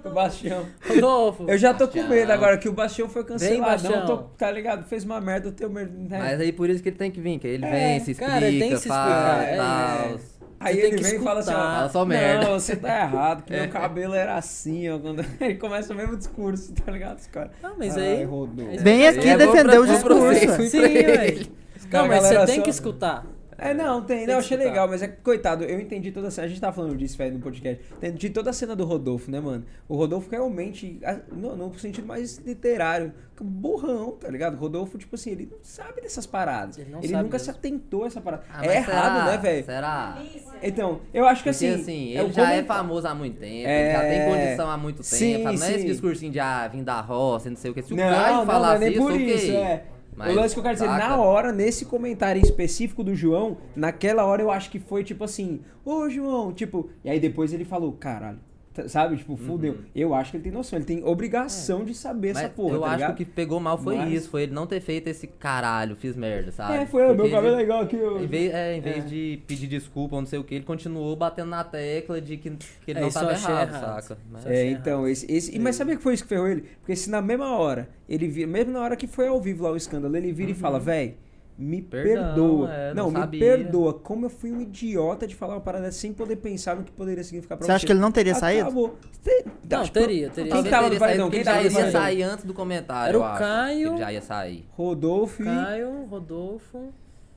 Speaker 3: o Bastião.
Speaker 1: Rodolfo.
Speaker 3: Tá Eu já tô com
Speaker 2: Bastião.
Speaker 3: medo agora que o Bastião foi cancelado.
Speaker 1: Bastião.
Speaker 3: Não, tô, tá ligado? Fez uma merda, eu tenho medo. Né?
Speaker 2: Mas aí por isso que ele tem que vir, que ele
Speaker 3: É,
Speaker 2: vem, se explica,
Speaker 1: cara, ele tem que se
Speaker 2: fala
Speaker 1: explicar,
Speaker 2: e
Speaker 1: é,
Speaker 2: tal.
Speaker 3: Aí
Speaker 1: tem
Speaker 3: ele
Speaker 1: que
Speaker 3: vem e fala assim, ó,
Speaker 1: escutar. É.
Speaker 2: Fala só merda.
Speaker 3: Não, você tá errado, que meu cabelo era assim, ó. Quando... Ele começa o mesmo discurso, tá ligado? Os caras.
Speaker 1: Não, mas
Speaker 3: Ai,
Speaker 1: aí.
Speaker 3: rodou.
Speaker 1: aí-
Speaker 4: Vem aqui
Speaker 1: é bom
Speaker 4: defender
Speaker 1: pra-
Speaker 4: o
Speaker 1: bom pra
Speaker 4: discurso,
Speaker 1: você.
Speaker 4: ué.
Speaker 1: Sim, velho. Não,
Speaker 3: Cara,
Speaker 1: mas
Speaker 3: galera,
Speaker 1: você tem
Speaker 3: só-
Speaker 1: que escutar.
Speaker 3: É, não, tem.
Speaker 1: que
Speaker 3: Não, achei
Speaker 1: escutar.
Speaker 3: legal, mas é coitado, eu entendi toda a cena. A gente tava falando disso, velho, no podcast. Entendi toda a cena do Rodolfo, né, mano? O Rodolfo realmente, a- no, no sentido mais literário, que burrão, tá ligado? O Rodolfo, tipo assim, ele não sabe dessas paradas.
Speaker 1: Ele
Speaker 3: Ele,
Speaker 1: não sabe
Speaker 3: nunca
Speaker 1: mesmo.
Speaker 3: se atentou a essa parada.
Speaker 2: Ah, mas
Speaker 3: é errado,
Speaker 2: será?
Speaker 3: né, velho?
Speaker 2: Será?
Speaker 3: Então, eu acho que
Speaker 2: Porque
Speaker 3: assim.
Speaker 2: assim,
Speaker 3: é
Speaker 2: ele
Speaker 3: o
Speaker 2: já é
Speaker 3: comentário.
Speaker 2: famoso há muito tempo,
Speaker 3: É.
Speaker 2: ele já tem condição há muito tempo. sabe?
Speaker 3: Sim,
Speaker 2: não é
Speaker 3: sim.
Speaker 2: esse discursinho de ah, vim da roça, não sei o que. Se o
Speaker 3: não,
Speaker 2: Caio
Speaker 3: não,
Speaker 2: falasse
Speaker 3: não é nem
Speaker 2: isso,
Speaker 3: por
Speaker 2: ok.
Speaker 3: isso, é.
Speaker 2: Mas,
Speaker 3: o lance que eu quero dizer,
Speaker 2: saca?
Speaker 3: na hora, nesse comentário em específico do João, naquela hora eu acho que foi tipo assim, ô João, tipo, e aí depois ele falou, caralho, tá- sabe, tipo,
Speaker 2: Uhum.
Speaker 3: fudeu. Eu acho que ele tem noção, ele tem obrigação de saber
Speaker 2: É. Mas
Speaker 3: essa porra,
Speaker 2: eu
Speaker 3: tá
Speaker 2: acho
Speaker 3: ligado?
Speaker 2: que o que pegou mal foi
Speaker 3: Mas-
Speaker 2: isso, foi ele não ter feito esse caralho, fiz merda, sabe?
Speaker 3: É, foi, o
Speaker 2: Porque
Speaker 3: meu cabelo é
Speaker 2: ele-
Speaker 3: legal aqui, eu...
Speaker 2: Em vez, é, em vez
Speaker 3: É.
Speaker 2: de pedir desculpa ou não sei o que, ele continuou batendo na tecla de que, que ele
Speaker 1: É,
Speaker 2: não
Speaker 1: isso eu
Speaker 2: tava
Speaker 1: achei
Speaker 2: errado,
Speaker 1: errado.
Speaker 2: saca? Mas-
Speaker 1: Isso eu achei
Speaker 3: É, então, esse, esse, e- mas sabia que foi isso que ferrou ele? Porque se na mesma hora, ele vira, mesmo na hora que foi ao vivo lá o escândalo, ele vira e
Speaker 1: Uhum.
Speaker 3: fala, véi, me
Speaker 2: Perdão,
Speaker 3: perdoa.
Speaker 2: é,
Speaker 3: não,
Speaker 2: não
Speaker 3: me
Speaker 2: sabia."
Speaker 3: perdoa. Como eu fui um idiota de falar uma parada sem poder pensar no que poderia significar pra Ah, tá
Speaker 4: Você acha que ele não teria saído?
Speaker 3: Acabou. Te-
Speaker 1: Não,
Speaker 3: acho que-
Speaker 1: teria, teria.
Speaker 3: tá, tipo,
Speaker 2: Talvez
Speaker 3: Quem tava
Speaker 2: ele
Speaker 3: no
Speaker 2: ia sair,
Speaker 3: paredão?
Speaker 2: porque
Speaker 3: Quem
Speaker 2: ele
Speaker 3: tava
Speaker 2: já
Speaker 3: no
Speaker 2: iria
Speaker 3: paredão?
Speaker 2: sair antes do comentário,
Speaker 1: Era o
Speaker 2: eu acho, que
Speaker 1: Caio-
Speaker 2: Ele já ia sair.
Speaker 3: Rodolfo e-
Speaker 1: Caio, Rodolfo.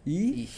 Speaker 3: e...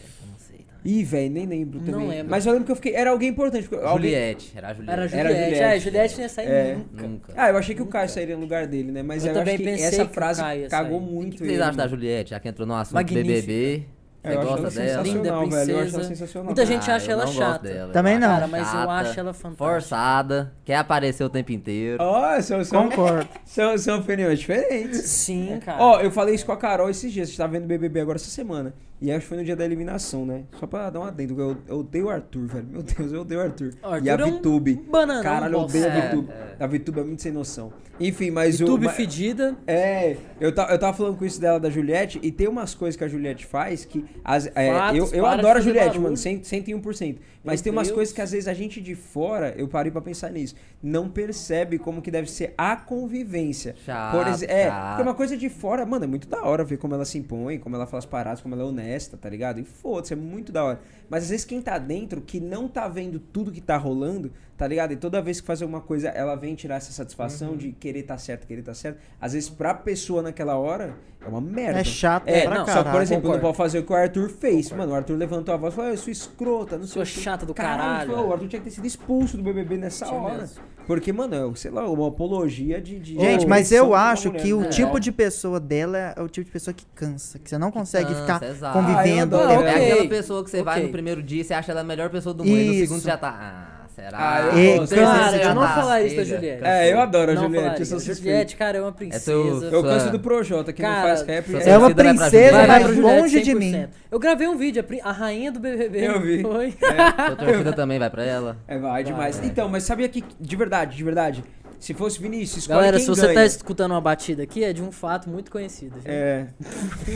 Speaker 2: Eu não sei, tá?
Speaker 3: Ih, velho, nem lembro
Speaker 1: Não
Speaker 3: também.
Speaker 1: lembro.
Speaker 3: Mas eu lembro que eu fiquei... Era alguém importante. Porque alguém...
Speaker 2: Juliette, era a Juliette.
Speaker 1: Era a
Speaker 3: Era a
Speaker 1: Juliette.
Speaker 3: Juliette.
Speaker 1: É, a Juliette né? não ia sair
Speaker 3: É.
Speaker 1: nunca.
Speaker 2: Nunca.
Speaker 3: Ah, eu achei que o Caio sairia no lugar dele, né? Mas
Speaker 1: Eu
Speaker 3: eu,
Speaker 1: também
Speaker 3: acho que
Speaker 1: pensei
Speaker 3: essa
Speaker 1: que o
Speaker 3: frase
Speaker 1: Caio ia
Speaker 3: cagou
Speaker 1: sair.
Speaker 2: O
Speaker 3: muito
Speaker 2: que vocês
Speaker 3: ele,
Speaker 2: acham da
Speaker 3: mano.
Speaker 2: Juliette? Já que entrou no assunto
Speaker 1: Magnífica.
Speaker 2: BBB. Você
Speaker 3: Eu acho
Speaker 2: gosta
Speaker 3: ela
Speaker 2: dela?
Speaker 3: sensacional,
Speaker 1: Linda,
Speaker 3: velho. Eu acho
Speaker 1: princesa.
Speaker 3: ela sensacional.
Speaker 1: Muita gente
Speaker 2: Ah,
Speaker 1: acha
Speaker 2: eu
Speaker 1: ela
Speaker 2: não gosto
Speaker 1: chata. Tá.
Speaker 2: dela, eu
Speaker 4: Também
Speaker 2: acho
Speaker 4: não.
Speaker 2: ela é
Speaker 1: Cara, mas eu
Speaker 2: chata,
Speaker 1: acho ela fantástica.
Speaker 2: Forçada, quer aparecer o tempo inteiro.
Speaker 3: Ó, são, são,
Speaker 4: Concordo.
Speaker 3: são, são opiniões diferentes.
Speaker 1: Sim, cara.
Speaker 3: Ó, eu falei isso com a Carol esses dias. A gente tá vendo BBB agora essa semana. E acho que foi no dia da eliminação, né? Só pra dar um adendo. Eu, eu odeio o Arthur, velho. Meu Deus, eu odeio o Arthur.
Speaker 1: Arthur
Speaker 3: e a
Speaker 1: é um
Speaker 3: VTube.
Speaker 1: bananão
Speaker 3: Caralho, eu
Speaker 1: bosta.
Speaker 3: odeio a
Speaker 2: É,
Speaker 3: VTube.
Speaker 2: é.
Speaker 3: A VTube é muito sem noção. Enfim, mas o.
Speaker 1: Tube
Speaker 3: ma-
Speaker 1: fedida.
Speaker 3: É, eu, ta- eu tava falando com isso dela da Juliette, e tem umas coisas que a Juliette faz que. As, é,
Speaker 1: Fatos,
Speaker 3: eu eu
Speaker 1: para de
Speaker 3: adoro a
Speaker 1: fazer
Speaker 3: Juliette,
Speaker 1: barulho.
Speaker 3: mano, 100, 101%. Mas
Speaker 1: Meu
Speaker 3: tem umas
Speaker 1: Deus.
Speaker 3: coisas que às vezes a gente de fora, eu parei pra pensar nisso, não percebe como que deve ser a convivência.
Speaker 2: Chato,
Speaker 3: Por exemplo, é,
Speaker 2: chato.
Speaker 3: porque uma coisa de fora, mano, é muito da hora ver como ela se impõe, como ela fala as paradas, como ela é honesta, tá ligado? E foda-se, é muito da hora. Mas às vezes quem tá dentro, que não tá vendo tudo que tá rolando, tá ligado? E toda vez que faz alguma coisa, ela vem tirar essa satisfação
Speaker 1: Uhum.
Speaker 3: de querer tá certo, querer tá certo. Às vezes pra pessoa naquela hora, é uma merda.
Speaker 4: É chato
Speaker 3: É,
Speaker 4: pra
Speaker 3: não, só que,
Speaker 4: caralho.
Speaker 3: por exemplo,
Speaker 1: Concordo.
Speaker 3: não pode fazer o que o Arthur fez. Mano, o Arthur levantou a voz e falou, "Ah, eu sou escrota, não sei
Speaker 1: Sua
Speaker 3: o quê."
Speaker 1: chata do
Speaker 3: Caralho,
Speaker 1: caralho. é.
Speaker 3: o Arthur tinha que ter sido expulso do BBB nessa
Speaker 1: Tinha
Speaker 3: hora.
Speaker 1: mesmo.
Speaker 3: Porque, mano, é, sei lá, uma apologia de. de-
Speaker 4: Gente,
Speaker 3: de
Speaker 4: mas
Speaker 3: são
Speaker 4: eu
Speaker 3: oh, uma
Speaker 4: acho
Speaker 3: mulher,
Speaker 4: que o
Speaker 3: né?
Speaker 4: tipo de pessoa dela é o tipo de pessoa que cansa, que você não consegue
Speaker 2: cansa,
Speaker 4: ficar
Speaker 2: exato.
Speaker 4: convivendo.
Speaker 3: Ah, eu
Speaker 4: o
Speaker 3: adoro.
Speaker 4: tempo
Speaker 2: É
Speaker 1: Ok,
Speaker 2: aquela pessoa que você vai
Speaker 1: ok.
Speaker 2: no primeiro dia e você acha ela a melhor pessoa do mundo. E no
Speaker 4: Isso.
Speaker 2: segundo já tá. Ah, será?
Speaker 3: Ah, eu
Speaker 2: No
Speaker 4: gosto.
Speaker 2: terceiro
Speaker 4: Cara,
Speaker 2: você
Speaker 4: eu
Speaker 2: já
Speaker 1: não
Speaker 2: tá,
Speaker 1: falar isso da
Speaker 2: chega,
Speaker 1: Juliette.
Speaker 2: cansou.
Speaker 3: É, eu adoro a
Speaker 1: Não
Speaker 3: Juliette,
Speaker 1: falaria.
Speaker 3: eu sou suspeito.
Speaker 1: Juliette, cara, é uma princesa.
Speaker 2: seu-
Speaker 3: Eu
Speaker 2: Sua-
Speaker 3: canso do Projota, que não
Speaker 1: Cara, um
Speaker 3: faz rap.
Speaker 2: sua
Speaker 3: é-
Speaker 2: torcida
Speaker 4: É uma
Speaker 2: vai pra
Speaker 4: princesa,
Speaker 2: Juliette.
Speaker 1: Vai
Speaker 4: mas
Speaker 1: pra é Juliette,
Speaker 4: longe de mim.
Speaker 1: 100%. Eu gravei um vídeo, a, pri- a rainha do BBB.
Speaker 3: Eu vi.
Speaker 1: Foi.
Speaker 2: Sua torcida também vai pra ela.
Speaker 3: É, vai demais.
Speaker 2: vai.
Speaker 3: Então, mas sabia que, de verdade, de verdade, Se fosse Vinícius, escolhe
Speaker 1: Galera,
Speaker 3: quem
Speaker 1: se você
Speaker 3: ganha.
Speaker 1: tá escutando uma batida aqui, é de um fato muito conhecido. viu?
Speaker 3: É.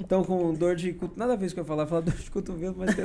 Speaker 3: então, com dor de cotovelo. Nada a ver com o que eu ia falar, eu ia falar dor de cotovelo, mas. eu-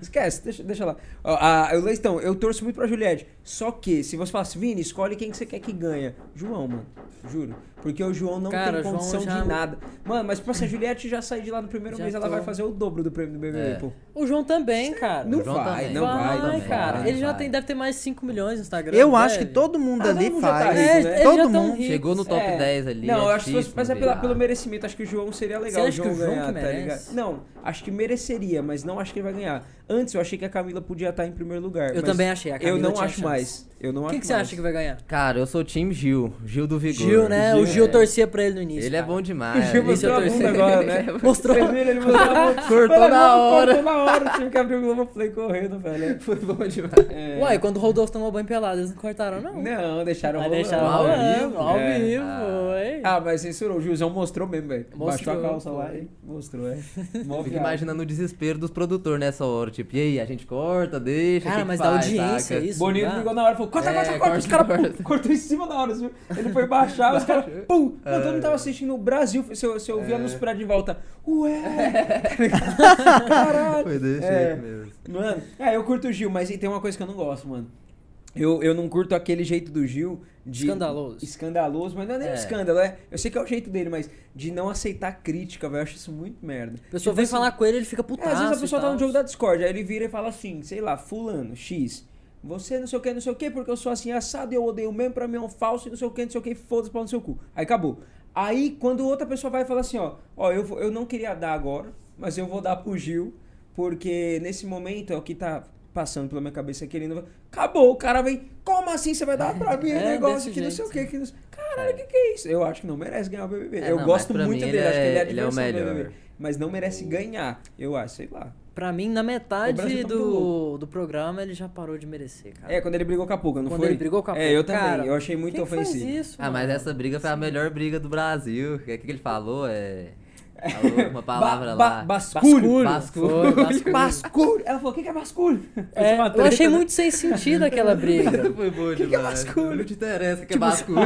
Speaker 3: Esquece, deixa, deixa lá. Ó, a- eu, então, eu torço muito pra Juliette. Só que, se você falasse, Vini, escolhe quem que você quer que ganha. João, mano. Juro. Porque o João não
Speaker 1: Cara,
Speaker 3: tem
Speaker 1: João
Speaker 3: condição
Speaker 1: já-
Speaker 3: de nada. Mano, mas, pô, se a Juliette já sair de lá no primeiro
Speaker 1: Já
Speaker 3: mês, ela
Speaker 1: tô.
Speaker 3: vai fazer o dobro do prêmio do BBB,
Speaker 2: É.
Speaker 3: pô.
Speaker 1: O João também, cara.
Speaker 3: Não
Speaker 2: O João
Speaker 3: vai,
Speaker 2: também.
Speaker 3: É, não vai, não vai,
Speaker 1: cara.
Speaker 2: não
Speaker 1: ele já
Speaker 2: vai.
Speaker 1: tem, deve ter mais 5 milhões no Instagram. né,
Speaker 4: Eu
Speaker 1: não
Speaker 4: acho que
Speaker 1: deve?
Speaker 4: todo mundo
Speaker 3: Ah,
Speaker 4: ali
Speaker 3: todo mundo já tá
Speaker 4: faz.
Speaker 3: rico,
Speaker 1: É,
Speaker 3: né?
Speaker 1: eles já
Speaker 4: Todo
Speaker 1: tão
Speaker 4: mundo.
Speaker 1: ricos.
Speaker 2: Chegou no top
Speaker 3: É.
Speaker 2: 10 ali.
Speaker 3: Não, eu
Speaker 2: é
Speaker 3: acho que se fosse-
Speaker 2: difícil
Speaker 3: mas é
Speaker 2: não
Speaker 3: pela,
Speaker 2: virar.
Speaker 3: pelo merecimento. Acho que o João seria legal
Speaker 1: Você
Speaker 3: o
Speaker 1: acha
Speaker 3: João
Speaker 1: que o João
Speaker 3: ganhar,
Speaker 1: que
Speaker 3: tá
Speaker 1: merece?
Speaker 3: ligado? Não, acho que mereceria, mas não acho que ele vai ganhar. Antes eu achei que a Camila podia estar em primeiro lugar.
Speaker 1: Eu
Speaker 3: mas
Speaker 1: também achei. A
Speaker 3: Eu
Speaker 1: Camila
Speaker 3: não
Speaker 1: tinha
Speaker 3: acho
Speaker 1: chance.
Speaker 3: mais. Eu não acho
Speaker 1: Quem que você
Speaker 3: mais.
Speaker 1: acha que vai ganhar?
Speaker 2: Cara, eu sou o time Gil. Gil do Vigor.
Speaker 1: Gil, né? o
Speaker 3: Gil,
Speaker 1: Gil
Speaker 3: é.
Speaker 1: torcia pra ele no início.
Speaker 2: Ele é
Speaker 1: cara.
Speaker 2: bom demais.
Speaker 1: Gil
Speaker 2: Esse
Speaker 1: mostrou
Speaker 2: eu
Speaker 1: a bunda
Speaker 2: torci.
Speaker 3: agora, né?
Speaker 1: Mostrou.
Speaker 3: Vocês viram ele mostrou a mão?
Speaker 2: Cortou
Speaker 3: Mano,
Speaker 2: na
Speaker 3: Cortou
Speaker 2: hora.
Speaker 3: na hora. Tive que abrir o Globoplay correndo, velho. Foi bom demais. É.
Speaker 1: Uai, quando o Rodolfo tomou banho pelado, eles não cortaram, não.
Speaker 3: Não, deixaram
Speaker 1: Mas
Speaker 3: rolando.
Speaker 1: deixaram
Speaker 2: Ao
Speaker 1: rolando,
Speaker 2: vivo.
Speaker 1: né? ao
Speaker 3: É.
Speaker 1: vivo,
Speaker 2: Ah.
Speaker 1: ué.
Speaker 3: Ah, mas censurou. O Gilzão mostrou mesmo, velho. Baixou a
Speaker 1: Mostrou,
Speaker 3: calça
Speaker 1: pô.
Speaker 3: lá e mostrou, é. Mó
Speaker 2: Fico
Speaker 3: viado.
Speaker 2: imaginando o desespero dos produtores nessa hora. Tipo, e aí, a gente corta, deixa.
Speaker 1: Cara,
Speaker 2: que
Speaker 1: mas
Speaker 2: que
Speaker 1: dá
Speaker 2: faz,
Speaker 1: audiência
Speaker 2: saca?
Speaker 1: isso. né?
Speaker 3: Bonito
Speaker 1: não dá?
Speaker 3: ligou na hora e falou: corta,
Speaker 2: É,
Speaker 3: corta, corta. Os
Speaker 2: corta,
Speaker 3: caras pum,
Speaker 2: corta.
Speaker 3: cortou em cima da hora. assim. Ele foi baixar, os caras. Pum! Mano,
Speaker 2: É.
Speaker 3: todo mundo tava assistindo o Brasil. Se eu, se eu via nos prédios de volta, ué! Caralho!
Speaker 2: Foi desse
Speaker 3: É.
Speaker 2: jeito mesmo.
Speaker 3: Mano, é, eu curto o Gil, mas tem uma coisa que eu não gosto, mano. Eu, eu não curto aquele jeito do Gil de.
Speaker 1: Escandaloso.
Speaker 3: Escandaloso, mas não é nem um
Speaker 2: É.
Speaker 3: escândalo, é. Eu sei que é o jeito dele, mas de não aceitar crítica, velho, eu acho isso muito merda.
Speaker 1: A pessoa vem falar com ele, ele fica
Speaker 3: É,
Speaker 1: putaço.
Speaker 3: às vezes a
Speaker 1: e
Speaker 3: pessoa tá
Speaker 1: tal.
Speaker 3: no jogo da Discord, aí ele vira e fala assim, sei lá, fulano, X, você não sei o que, não sei o que, porque eu sou assim assado e eu odeio mesmo, pra mim é um falso e não sei o que, não sei o que, foda-se pau no seu cu. Aí acabou. Aí quando outra pessoa vai e fala assim, ó, ó, eu, vou- eu não queria dar agora, mas eu vou dar pro Gil, porque nesse momento é o que tá passando pela minha cabeça aqui, ele não vai... Acabou, o cara vem, como assim você vai dar pra mim
Speaker 1: É,
Speaker 3: é,
Speaker 1: desse
Speaker 3: negócio que não sei
Speaker 1: jeito.
Speaker 3: o que, que não sei... Caralho, o que que é isso? Eu acho que não merece ganhar o BBB.
Speaker 2: É,
Speaker 3: eu
Speaker 2: não, mas
Speaker 3: gosto
Speaker 2: pra
Speaker 3: muito
Speaker 2: mim
Speaker 3: dele,
Speaker 2: ele
Speaker 3: acho que ele é a
Speaker 2: é- ele é o
Speaker 3: diversão do
Speaker 2: melhor.
Speaker 3: BBB, Mas não merece ganhar, eu acho, sei lá.
Speaker 1: Pra mim, na
Speaker 3: O Brasil
Speaker 1: metade
Speaker 3: tá muito
Speaker 1: do, do programa, ele já parou de merecer, cara.
Speaker 3: É, quando ele brigou com a Puga, não
Speaker 1: Tá. Quando
Speaker 3: foi?
Speaker 1: ele brigou com a
Speaker 3: É, eu
Speaker 1: Puga,
Speaker 3: também.
Speaker 1: cara,
Speaker 3: eu achei muito
Speaker 1: Quem que faz
Speaker 3: ofensivo. é,
Speaker 1: isso,
Speaker 2: Ah, mas
Speaker 1: mano?
Speaker 2: essa briga foi a melhor briga do Brasil. O que, que ele falou? É. Falou uma
Speaker 3: Ba-
Speaker 2: palavra
Speaker 3: ba-
Speaker 2: lá.
Speaker 3: basculho.
Speaker 2: Basculho.
Speaker 1: Foi, basculho.
Speaker 3: Basculho. Ela falou, o que que é basculho?
Speaker 1: É, eu achei
Speaker 3: né?
Speaker 1: muito sem sentido aquela briga.
Speaker 2: Foi boa demais.
Speaker 3: que é basculho?
Speaker 2: Não te interessa o que é basculho.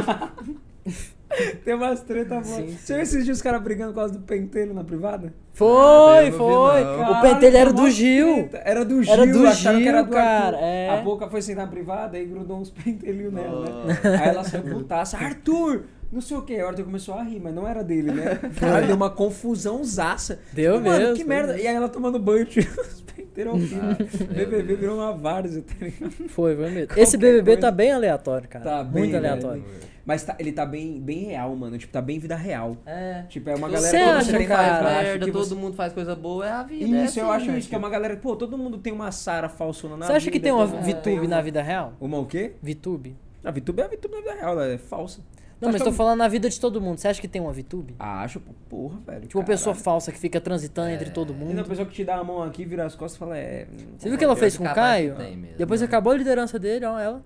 Speaker 3: Tem umas treta boa. Você
Speaker 1: Sim,
Speaker 3: viu esses dias os caras brigando por causa do pentelho na privada?
Speaker 2: Ah,
Speaker 1: Foi,
Speaker 2: mas eu não
Speaker 1: foi.
Speaker 2: vi, não.
Speaker 1: o
Speaker 3: Caralho,
Speaker 1: pentelho era
Speaker 3: foi mó
Speaker 1: do Gil.
Speaker 3: treta. Era do Gil.
Speaker 1: Era do
Speaker 3: acharam que era
Speaker 1: Gil,
Speaker 3: do Arthur.
Speaker 1: cara, é.
Speaker 3: A boca foi sentar na privada e grudou uns pentelhos nela, né? Aí ela saiu putaça. Arthur! Não sei o que, o Arthur começou a rir, mas não era dele, né? Cara, deu uma confusão zaça.
Speaker 1: Deu
Speaker 3: Mano,
Speaker 1: mesmo,
Speaker 3: que
Speaker 1: foi
Speaker 3: merda.
Speaker 1: mesmo.
Speaker 3: E aí ela tomando banho, tirando os assim, penteiros ao vivo.
Speaker 2: meu
Speaker 3: BBB
Speaker 2: Deus.
Speaker 3: virou uma várzea, tá ligado?
Speaker 1: Foi, foi mesmo.
Speaker 3: Qualquer
Speaker 1: Esse BBB
Speaker 3: coisa.
Speaker 1: tá bem aleatório, cara.
Speaker 3: Tá bem,
Speaker 1: Muito
Speaker 3: né?
Speaker 1: aleatório.
Speaker 3: Mas tá- ele tá bem, bem real, mano. Tipo, tá bem vida real.
Speaker 1: É.
Speaker 3: Tipo, é uma
Speaker 2: Todo
Speaker 3: galera
Speaker 1: Cê
Speaker 2: mundo
Speaker 3: todo
Speaker 1: acha,
Speaker 3: mundo tem
Speaker 1: cara?
Speaker 3: vários, né?
Speaker 2: merda,
Speaker 3: Acho que
Speaker 2: todo
Speaker 3: você-
Speaker 2: mundo faz coisa boa, é a vida. é
Speaker 3: Isso, eu
Speaker 2: assim,
Speaker 3: acho
Speaker 2: né,
Speaker 3: isso, que é uma galera. Pô, todo mundo tem uma Sara falsona na
Speaker 1: Você acha que
Speaker 3: vida,
Speaker 1: tem uma
Speaker 3: todo mundo
Speaker 1: VTube
Speaker 3: tem um
Speaker 1: na vida real?
Speaker 3: Uma o quê?
Speaker 1: VTube?
Speaker 3: A VTube é a VTube na vida real, ela é falsa.
Speaker 1: Não,
Speaker 3: Acho
Speaker 1: mas
Speaker 3: que
Speaker 1: tô
Speaker 3: é um-
Speaker 1: falando na vida de todo mundo. Você acha que tem uma VTube?
Speaker 3: Ah, acho, porra, velho.
Speaker 1: Tipo, uma
Speaker 3: caralho.
Speaker 1: pessoa falsa que fica transitando entre todo
Speaker 3: E uma
Speaker 1: mundo.
Speaker 3: pessoa que te dá a mão aqui, vira as costas e fala, é.
Speaker 1: Você viu o que ela
Speaker 2: Eu
Speaker 1: fez
Speaker 2: acho
Speaker 1: com o
Speaker 2: capaz que
Speaker 1: Caio?
Speaker 2: tem mesmo,
Speaker 1: Depois
Speaker 2: né?
Speaker 1: acabou a liderança dele, ó, ela.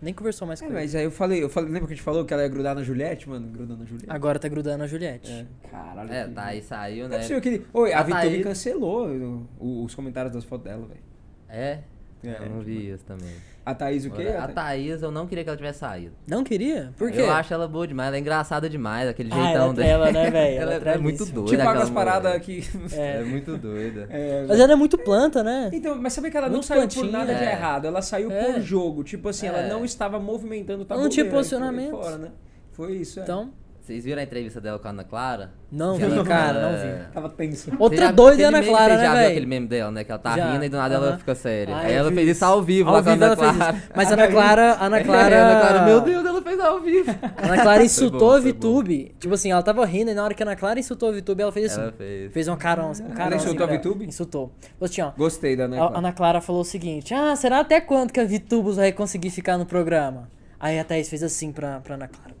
Speaker 1: Nem conversou mais com
Speaker 3: É,
Speaker 1: ele.
Speaker 3: mas aí eu falei, eu falei, lembra que a gente falou que ela ia grudar na Juliette, mano? Grudou na Juliette.
Speaker 1: Agora tá grudando a Juliette.
Speaker 3: É, caralho.
Speaker 2: É,
Speaker 3: que-
Speaker 2: tá aí saiu,
Speaker 3: Não é
Speaker 2: né?
Speaker 3: possível que ele. Oi, a
Speaker 2: Ela tá
Speaker 3: VTube
Speaker 2: aí.
Speaker 3: cancelou o- o- os comentários das fotos dela, velho.
Speaker 2: É?
Speaker 3: É,
Speaker 2: Eu não vi isso também.
Speaker 3: A Thaís o quê?
Speaker 2: A Thaís, eu não queria que ela tivesse saído.
Speaker 1: Não queria? Por quê?
Speaker 2: Eu acho ela boa demais, ela é engraçada demais, aquele
Speaker 1: Ah, ela
Speaker 2: jeitão
Speaker 1: é
Speaker 2: dela.
Speaker 1: trela, né, velho? Ela
Speaker 2: ela,
Speaker 1: é
Speaker 2: é muito
Speaker 1: trelíssima.
Speaker 2: doida.
Speaker 3: Tipo,
Speaker 2: aquela
Speaker 3: as paradas
Speaker 2: mulher.
Speaker 3: aqui.
Speaker 2: Ela
Speaker 1: É.
Speaker 2: é muito doida.
Speaker 3: É,
Speaker 1: Mas ela é muito planta, né?
Speaker 3: Então, mas sabe que ela não
Speaker 1: Muito
Speaker 3: saiu por
Speaker 1: plantinha.
Speaker 3: nada de
Speaker 2: É.
Speaker 3: errado, ela saiu
Speaker 1: É.
Speaker 3: por jogo. Tipo assim, ela
Speaker 2: É.
Speaker 3: não estava movimentando o
Speaker 1: Ela
Speaker 3: tabuleiro.
Speaker 1: não tinha
Speaker 3: aí foi
Speaker 1: posicionamento.
Speaker 3: Fora, né? Foi isso, é.
Speaker 1: Então,
Speaker 2: Vocês viram a entrevista dela com a Ana Clara?
Speaker 1: não
Speaker 2: Que
Speaker 1: vi,
Speaker 2: ela-
Speaker 1: cara, não vi.
Speaker 3: Tava tenso.
Speaker 2: Você
Speaker 1: Outra
Speaker 2: já-
Speaker 1: doida é a
Speaker 2: aquele
Speaker 1: Ana
Speaker 2: meme-
Speaker 1: Clara,
Speaker 2: Você já
Speaker 1: né,
Speaker 2: viu
Speaker 1: velho?
Speaker 2: aquele meme dela, né? Que ela tá
Speaker 1: Já.
Speaker 2: rindo e do nada
Speaker 1: Aham.
Speaker 2: ela fica séria.
Speaker 1: Ah,
Speaker 2: Aí
Speaker 1: eu
Speaker 2: ela
Speaker 1: vi
Speaker 2: fez isso ao vivo
Speaker 1: Ao
Speaker 2: lá com a
Speaker 1: vivo
Speaker 2: Ana
Speaker 1: ela fez isso.
Speaker 2: Clara.
Speaker 1: Mas a Ana Clara, a Ana Clara,
Speaker 2: É, a Ana Clara, meu Deus, ela fez ao vivo.
Speaker 1: A Ana Clara insultou
Speaker 2: bom,
Speaker 1: a
Speaker 2: foi bom.
Speaker 1: VTube. Tipo assim, ela tava rindo e na hora que a Ana Clara insultou a VTube, ela fez assim.
Speaker 2: Ela fez.
Speaker 1: Fez um carão, um carão. assim
Speaker 3: insultou a
Speaker 1: pra ela.
Speaker 3: VTube?
Speaker 1: Insultou. Falou assim, ó.
Speaker 3: Gostei da Ana
Speaker 1: A a Ana Clara falou o seguinte: Ah, será até quando que a Vitubus vai conseguir ficar no programa? Aí a Thaís fez assim pra, pra Ana Clara.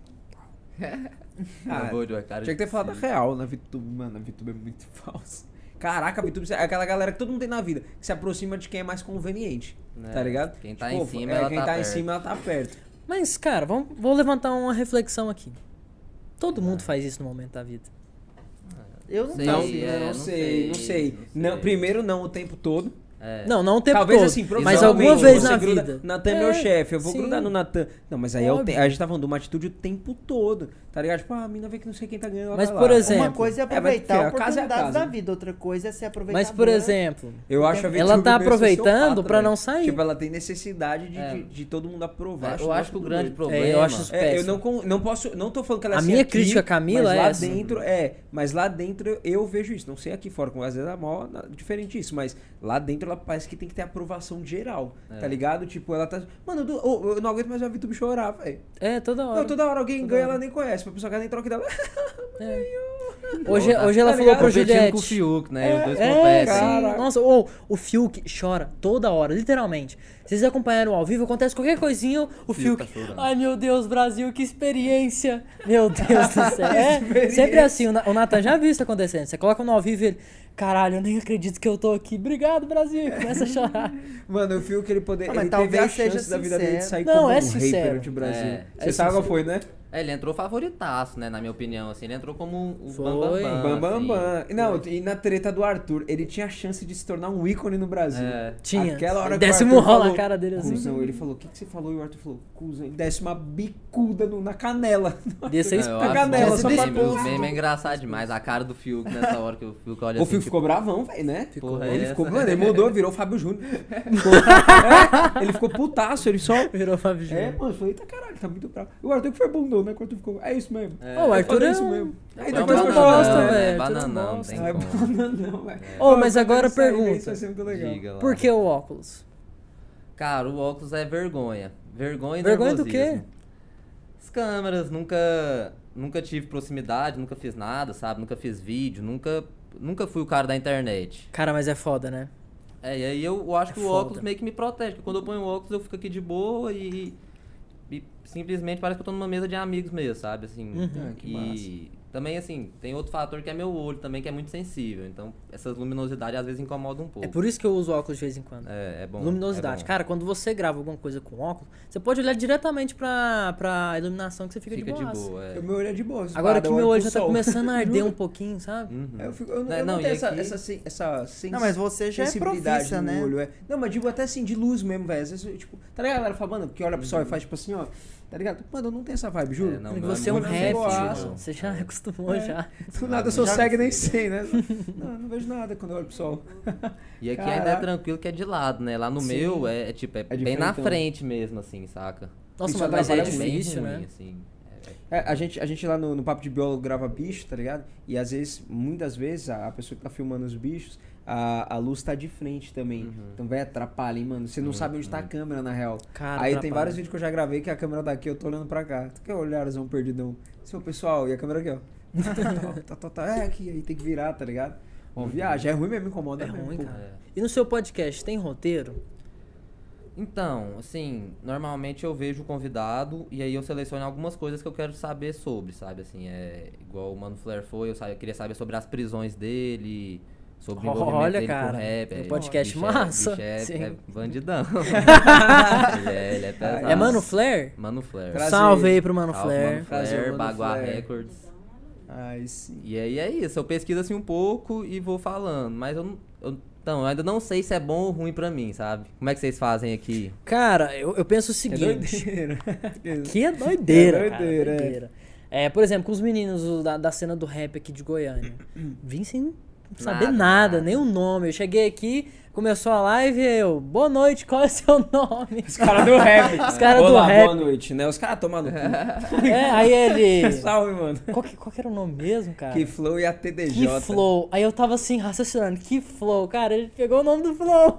Speaker 3: Ah,
Speaker 2: Acabou é de uma cara
Speaker 3: Tinha que ter
Speaker 2: de
Speaker 3: falado a
Speaker 2: sim.
Speaker 3: real na VTube, mano. A VTube é muito falsa. Caraca, a VTube é aquela galera que todo mundo tem na vida, que se aproxima de quem é mais conveniente.
Speaker 2: É,
Speaker 3: Tá ligado?
Speaker 2: quem tá em cima,
Speaker 3: é,
Speaker 2: ela
Speaker 3: quem
Speaker 2: tá
Speaker 3: tá, em
Speaker 2: perto.
Speaker 3: cima, ela tá perto.
Speaker 1: Mas, cara, vamos, vou levantar uma reflexão aqui. Todo
Speaker 2: É.
Speaker 1: mundo faz isso no momento da vida.
Speaker 4: Eu não
Speaker 2: Sei.
Speaker 4: faço.
Speaker 2: é,
Speaker 3: não,
Speaker 2: não
Speaker 3: sei,
Speaker 2: sei,
Speaker 3: Então, não sei.
Speaker 2: não
Speaker 3: Não-
Speaker 2: sei.
Speaker 3: primeiro, não o tempo todo.
Speaker 2: É.
Speaker 1: Não, não o tempo
Speaker 3: Talvez
Speaker 1: todo,
Speaker 3: assim,
Speaker 1: mas
Speaker 3: provavelmente
Speaker 1: alguma vez
Speaker 3: você
Speaker 1: na
Speaker 3: gruda,
Speaker 1: vida.
Speaker 3: Natan é meu
Speaker 1: É,
Speaker 3: chefe, eu vou
Speaker 1: sim.
Speaker 3: grudar no Natan. Não, mas aí é o
Speaker 1: Óbvio.
Speaker 3: te- a gente tá falando de uma atitude o tempo todo, tá ligado? Tipo, ah, a mina vê que não sei quem tá ganhando. ela
Speaker 1: Mas,
Speaker 3: tá
Speaker 1: por
Speaker 3: lá.
Speaker 1: exemplo,
Speaker 4: Uma coisa é
Speaker 3: mas,
Speaker 4: aproveitar
Speaker 3: filho, a casa é a
Speaker 4: oportunidades
Speaker 3: casa,
Speaker 4: da
Speaker 3: né?
Speaker 4: vida, outra coisa é ser aproveitar.
Speaker 1: Mas, por exemplo,
Speaker 3: Eu acho a
Speaker 1: Ela
Speaker 3: Vitube
Speaker 1: tá
Speaker 3: meio
Speaker 1: aproveitando
Speaker 3: sociopata,
Speaker 1: pra
Speaker 3: velho.
Speaker 1: não sair. É,
Speaker 3: Tipo, ela tem necessidade de,
Speaker 2: É.
Speaker 3: de- de todo mundo aprovar.
Speaker 2: Eu acho que o
Speaker 3: tudo
Speaker 2: grande
Speaker 3: doido.
Speaker 2: problema.
Speaker 1: eu acho isso
Speaker 3: É, eu
Speaker 1: péssimo.
Speaker 3: não, con- não posso, não tô falando que ela é
Speaker 1: A
Speaker 3: assim
Speaker 1: minha
Speaker 3: aqui,
Speaker 1: crítica à Camila
Speaker 3: mas
Speaker 1: é
Speaker 3: lá
Speaker 1: essa.
Speaker 3: dentro, é, mas lá dentro eu, eu vejo isso, não sei aqui fora, como às vezes é mó na- diferente isso, mas lá dentro ela parece que tem que ter aprovação geral,
Speaker 1: É.
Speaker 3: tá ligado? Tipo, ela tá, mano, eu, do- eu- eu não aguento mais ver a VTube chorar, velho.
Speaker 1: é toda hora.
Speaker 3: Não, toda hora alguém
Speaker 1: Toda
Speaker 3: ganha,
Speaker 1: hora.
Speaker 3: ela nem conhece, mas a pessoa que ela nem troca ideia.
Speaker 1: É. Hoje, hoje ela
Speaker 3: Tá
Speaker 1: falou
Speaker 3: ligado?
Speaker 1: pra
Speaker 2: Competindo
Speaker 1: Juliette.
Speaker 2: com o Fiuk, né? Os dois
Speaker 1: É,
Speaker 2: competem.
Speaker 3: cara.
Speaker 1: sim. Nossa, ou o Fiuk chora toda hora, literalmente. Vocês acompanharam ao vivo, acontece qualquer coisinha, o Fiuk.
Speaker 2: Fiuk tá chorando.
Speaker 1: Ai meu Deus, Brasil, que experiência! Meu Deus do céu. É,
Speaker 3: Experiência.
Speaker 1: sempre assim, o Na- o Nathan já viu isso acontecendo. Você coloca no ao vivo e ele. Caralho, eu nem acredito que eu tô aqui. Obrigado, Brasil! E Começa a chorar.
Speaker 3: Mano, eu fio que ele poder,
Speaker 4: Ah, mas
Speaker 3: ele teve
Speaker 4: talvez
Speaker 3: a chance
Speaker 4: seja
Speaker 3: da vida dele de
Speaker 4: sincero.
Speaker 3: sair
Speaker 1: Não,
Speaker 3: como
Speaker 1: é
Speaker 3: um
Speaker 1: sincero.
Speaker 3: hater de Brasil.
Speaker 2: É,
Speaker 3: Você
Speaker 1: é
Speaker 3: sabe qual
Speaker 1: sincero.
Speaker 3: foi, né?
Speaker 2: É, ele entrou favoritaço, né? Na minha opinião, assim. Ele entrou como o
Speaker 1: Foi.
Speaker 2: Bambambam.
Speaker 3: Bam, bam,
Speaker 2: assim.
Speaker 3: bam. Não, e na treta do Arthur, ele tinha a chance de se tornar um ícone no Brasil.
Speaker 2: É.
Speaker 1: Tinha.
Speaker 3: Aquela hora que o
Speaker 1: Décimo
Speaker 3: Arthur
Speaker 1: rolo na
Speaker 3: falou,
Speaker 1: cara dele assim.
Speaker 3: Cusão, ele falou, o que, que você falou? E o Arthur falou, cuzão. Ele desce uma bicuda no- na canela.
Speaker 1: Devia ser
Speaker 2: Não,
Speaker 1: esp-
Speaker 2: eu
Speaker 3: pra
Speaker 2: acho
Speaker 3: canela,
Speaker 2: que
Speaker 3: só
Speaker 2: esse
Speaker 3: pra
Speaker 2: meme,
Speaker 3: pôr.
Speaker 2: o meme é engraçado demais. A cara do Fiuk nessa hora que o Fiuk olha
Speaker 3: o
Speaker 2: assim,
Speaker 3: Fiuk ficou bravão, velho, né?
Speaker 2: Ficou.
Speaker 3: Porra,
Speaker 2: É
Speaker 3: ele
Speaker 2: essa.
Speaker 3: ficou, mano, ele mudou, virou Fábio Júnior. É, ele ficou putaço, ele só...
Speaker 1: Virou Fábio
Speaker 3: É,
Speaker 1: Júnior.
Speaker 3: mano, eu falei, tá caralho, tá muito bravo. E o Arthur que foi bundão, né? Que o Arthur ficou, é isso mesmo.
Speaker 2: É.
Speaker 1: Ô, o
Speaker 3: Eu
Speaker 1: Arthur
Speaker 3: falei
Speaker 1: é
Speaker 3: isso
Speaker 1: um-
Speaker 3: mesmo. Aí
Speaker 2: É um
Speaker 3: depois
Speaker 1: bananão,
Speaker 3: eu
Speaker 1: gosta,
Speaker 2: né?
Speaker 3: gosto,
Speaker 1: velho.
Speaker 2: É
Speaker 1: Todo
Speaker 2: bananão,
Speaker 1: gosta. É
Speaker 2: tem
Speaker 3: Ai,
Speaker 2: como.
Speaker 3: bananão, velho.
Speaker 1: Ô, mas agora
Speaker 3: sair daí,
Speaker 1: pergunta.
Speaker 3: Isso vai ser muito legal.
Speaker 2: Diga lá.
Speaker 1: Por que o óculos?
Speaker 2: Cara, o óculos é vergonha. Vergonha e
Speaker 1: Vergonha do
Speaker 2: É nervosismo. assim.
Speaker 1: quê?
Speaker 2: As câmeras, nunca, nunca tive proximidade, nunca fiz nada, sabe? Nunca fiz vídeo, nunca, nunca fui o cara da internet.
Speaker 1: Cara, mas é foda, né?
Speaker 2: É, e aí eu, eu acho
Speaker 1: É
Speaker 2: que o
Speaker 1: foda.
Speaker 2: óculos meio que me protege. Porque quando eu ponho o óculos, eu fico aqui de boa e, e simplesmente parece que eu tô numa mesa de amigos mesmo, sabe? Assim,
Speaker 1: Uhum.
Speaker 3: Ah, que
Speaker 2: e também, assim, tem outro fator que é meu olho também, que é muito sensível. Então, essa luminosidade às vezes incomoda um pouco.
Speaker 1: É por isso que eu uso óculos de vez em quando.
Speaker 2: É, é bom.
Speaker 1: Luminosidade.
Speaker 2: é bom.
Speaker 1: Cara, quando você grava alguma coisa com óculos, você pode olhar diretamente pra, pra iluminação que você fica,
Speaker 2: fica
Speaker 1: de,
Speaker 2: de
Speaker 1: boaça.
Speaker 2: boa. é.
Speaker 3: O meu olho é de boa. se
Speaker 1: Agora
Speaker 3: parada,
Speaker 1: que
Speaker 3: eu
Speaker 1: meu
Speaker 3: olho
Speaker 1: olho
Speaker 3: pro
Speaker 1: já tá
Speaker 3: sol.
Speaker 1: começando a arder um pouquinho, sabe?
Speaker 2: Uhum.
Speaker 3: Eu, fico, eu, não-
Speaker 2: Né,
Speaker 3: eu não,
Speaker 2: não, e
Speaker 3: tenho essa,
Speaker 2: aqui-
Speaker 3: essa, sen- essa sens...
Speaker 4: Não, mas você já é
Speaker 3: sensibilidade
Speaker 4: profissa,
Speaker 3: no
Speaker 4: né?
Speaker 3: olho. É. Não, mas digo até assim, de luz mesmo, velho. Às vezes, eu, tipo, tá ligado? A galera fala, mano, que olha pro sol e faz tipo assim, ó. Tá ligado? Mano, eu não tenho essa vibe, juro.
Speaker 2: Uhum. É, não,
Speaker 1: Porque
Speaker 2: meu
Speaker 1: você é um
Speaker 2: muito
Speaker 1: rap,
Speaker 3: boaço.
Speaker 1: Júlio. Você já acostumou
Speaker 3: É.
Speaker 1: já.
Speaker 3: tipo, Do
Speaker 2: Ah,
Speaker 3: nada eu sou cego e nem sei, né? não, eu não vejo nada quando eu olho pro sol.
Speaker 2: E aqui ainda é
Speaker 3: Caraca.
Speaker 2: tranquilo que é de lado, né? Lá no
Speaker 3: Sim.
Speaker 2: meu é, é tipo, é, bem
Speaker 3: diferentão.
Speaker 2: na frente mesmo, assim, saca?
Speaker 1: Nossa,
Speaker 3: Isso
Speaker 1: mas, mas é
Speaker 3: atrapalha muito,
Speaker 1: difícil,
Speaker 2: bem ruim,
Speaker 1: né?
Speaker 2: assim. É, é-
Speaker 3: É, a, gente, a gente lá no, no Papo de Biólogo grava bicho, tá ligado? E às vezes, muitas vezes, a, a pessoa que tá filmando os bichos, a, a luz tá de frente também. Então, vai atrapalha, hein, mano? Você não sabe onde tá a câmera, na real.
Speaker 1: Cara,
Speaker 3: Aí tem
Speaker 1: atrapalha.
Speaker 3: vários vídeos que eu já gravei que a câmera daqui eu tô olhando pra cá. Tu quer olharzão perdidão? Seu pessoal, e a câmera aqui, ó. Tá, tá, tá, tá, tá. É aqui, aí tem que virar, tá ligado? Bom, viagem. É ruim mesmo, incomoda.
Speaker 1: É
Speaker 3: mesmo,
Speaker 1: ruim,
Speaker 3: pô.
Speaker 1: cara.
Speaker 2: é.
Speaker 1: E no seu podcast tem roteiro?
Speaker 2: Então, assim, normalmente eu vejo o convidado e aí eu seleciono algumas coisas que eu quero saber sobre, sabe? Assim, é igual o Mano Flair foi, eu, sa- eu queria saber sobre as prisões dele, sobre o envolvimento
Speaker 1: Olha,
Speaker 2: dele
Speaker 1: cara,
Speaker 2: com rap.
Speaker 1: um
Speaker 2: é,
Speaker 1: podcast
Speaker 2: bicho é-
Speaker 1: massa.
Speaker 2: bicho é,
Speaker 1: Sim.
Speaker 2: é bandidão. ele é, ele é pesado.
Speaker 1: É Mano Flair?
Speaker 2: Mano Flair.
Speaker 3: Prazer.
Speaker 1: Salve aí pro Mano
Speaker 2: Salve,
Speaker 1: Flair.
Speaker 2: Mano Flair,
Speaker 3: Prazer, Mano
Speaker 2: Baguá
Speaker 3: Flair.
Speaker 2: Records.
Speaker 3: Ai, sim.
Speaker 2: E aí é isso, eu pesquiso assim um pouco e vou falando, mas eu, não- eu, então, eu ainda não sei se é bom ou ruim pra mim, sabe? Como é que vocês fazem aqui?
Speaker 1: Cara, eu, eu penso o
Speaker 3: É
Speaker 1: seguinte.
Speaker 3: doideira.
Speaker 1: Que é doideira,
Speaker 3: É
Speaker 1: cara,
Speaker 3: doideira, é.
Speaker 1: doideira. É, por exemplo, com os meninos o da, da cena do rap aqui de Goiânia. Vim sem saber nada,
Speaker 2: Nada, nada.
Speaker 1: nem o nome. Eu cheguei aqui, começou a live e eu, boa noite, qual é seu nome?
Speaker 3: Os caras do rap.
Speaker 1: Os cara do
Speaker 3: Olá,
Speaker 1: rap.
Speaker 3: boa noite, né? Os caras tomando cu.
Speaker 1: é, aí ele.
Speaker 3: Salve, mano.
Speaker 1: Qual que, qual que era o nome mesmo, cara?
Speaker 3: Que flow e a TDJ.
Speaker 1: Que flow. Aí eu tava assim, raciocinando, que flow, cara, ele pegou o nome do flow.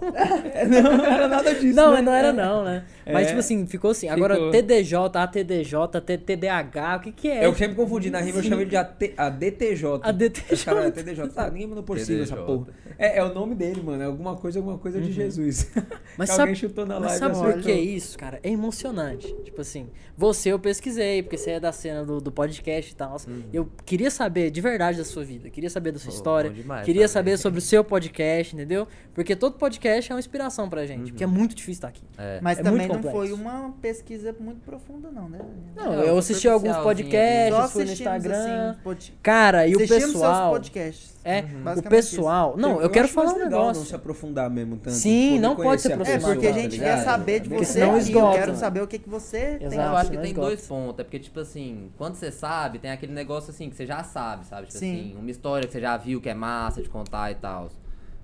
Speaker 3: É, Não, não era nada disso.
Speaker 1: Não,
Speaker 3: né?
Speaker 1: mas não era não, né? Mas
Speaker 3: É.
Speaker 1: tipo assim, ficou assim. Agora
Speaker 3: Ficou.
Speaker 1: TDJ, ATDJ, T- TDH, o que que é?
Speaker 3: Eu sempre confundi. Na rima eu chamei de AT, a DTJ.
Speaker 1: A DTJ.
Speaker 3: Os caras, TDJ. Tá, ninguém mandou por cima essa
Speaker 2: TDJ.
Speaker 3: porra. É, é o nome dele, mano. É alguma coisa, alguma coisa de Jesus.
Speaker 1: Uhum. Mas
Speaker 3: Que
Speaker 1: sabe-
Speaker 3: alguém chutou na
Speaker 1: Mas
Speaker 3: live.
Speaker 1: sabe
Speaker 3: assim,
Speaker 1: por que isso, cara? É emocionante. Tipo assim, você eu pesquisei, porque você é da cena do, do podcast e tal. Eu queria saber de verdade da sua vida, queria saber da sua
Speaker 2: Pô,
Speaker 1: história,
Speaker 2: bom demais
Speaker 1: queria
Speaker 2: também.
Speaker 1: saber sobre o seu podcast, entendeu? Porque todo podcast é uma inspiração pra gente, porque é muito difícil estar aqui.
Speaker 2: É.
Speaker 4: Mas
Speaker 1: É
Speaker 4: também
Speaker 1: muito
Speaker 4: não foi
Speaker 1: complexo.
Speaker 4: uma pesquisa muito profunda, não, né? Daniel?
Speaker 1: Não,
Speaker 2: É,
Speaker 1: eu
Speaker 2: um
Speaker 1: assisti alguns
Speaker 2: superficialzinho
Speaker 1: podcasts, fui
Speaker 2: ali.
Speaker 1: É, no
Speaker 4: assistimos,
Speaker 1: Instagram.
Speaker 4: assim, pod-
Speaker 1: Cara, e o
Speaker 4: assistimos seus
Speaker 1: pessoal.
Speaker 4: podcasts.
Speaker 1: É, o
Speaker 4: Basicamente
Speaker 1: pessoal. Não, eu, quero
Speaker 3: acho
Speaker 1: falar
Speaker 3: mais
Speaker 1: um
Speaker 3: legal não se
Speaker 1: negócio.
Speaker 3: aprofundar mesmo tanto.
Speaker 1: Sim,
Speaker 3: poder
Speaker 1: não pode
Speaker 3: conhecer
Speaker 1: se
Speaker 4: É,
Speaker 1: aproximar,
Speaker 3: pessoa,
Speaker 4: porque a
Speaker 3: tá
Speaker 4: gente
Speaker 3: ligado?
Speaker 4: quer saber de
Speaker 1: Porque
Speaker 4: você
Speaker 1: senão
Speaker 4: e eu
Speaker 1: esgota.
Speaker 4: quero saber o que, que você tem.
Speaker 1: Exato.
Speaker 2: Eu acho que
Speaker 1: né,
Speaker 2: tem
Speaker 1: esgota.
Speaker 2: dois pontos. É porque, tipo assim, quando você sabe, tem aquele negócio assim que você já sabe, sabe? Tipo
Speaker 4: Sim.
Speaker 2: assim, uma história que você já viu que é massa de contar e tal.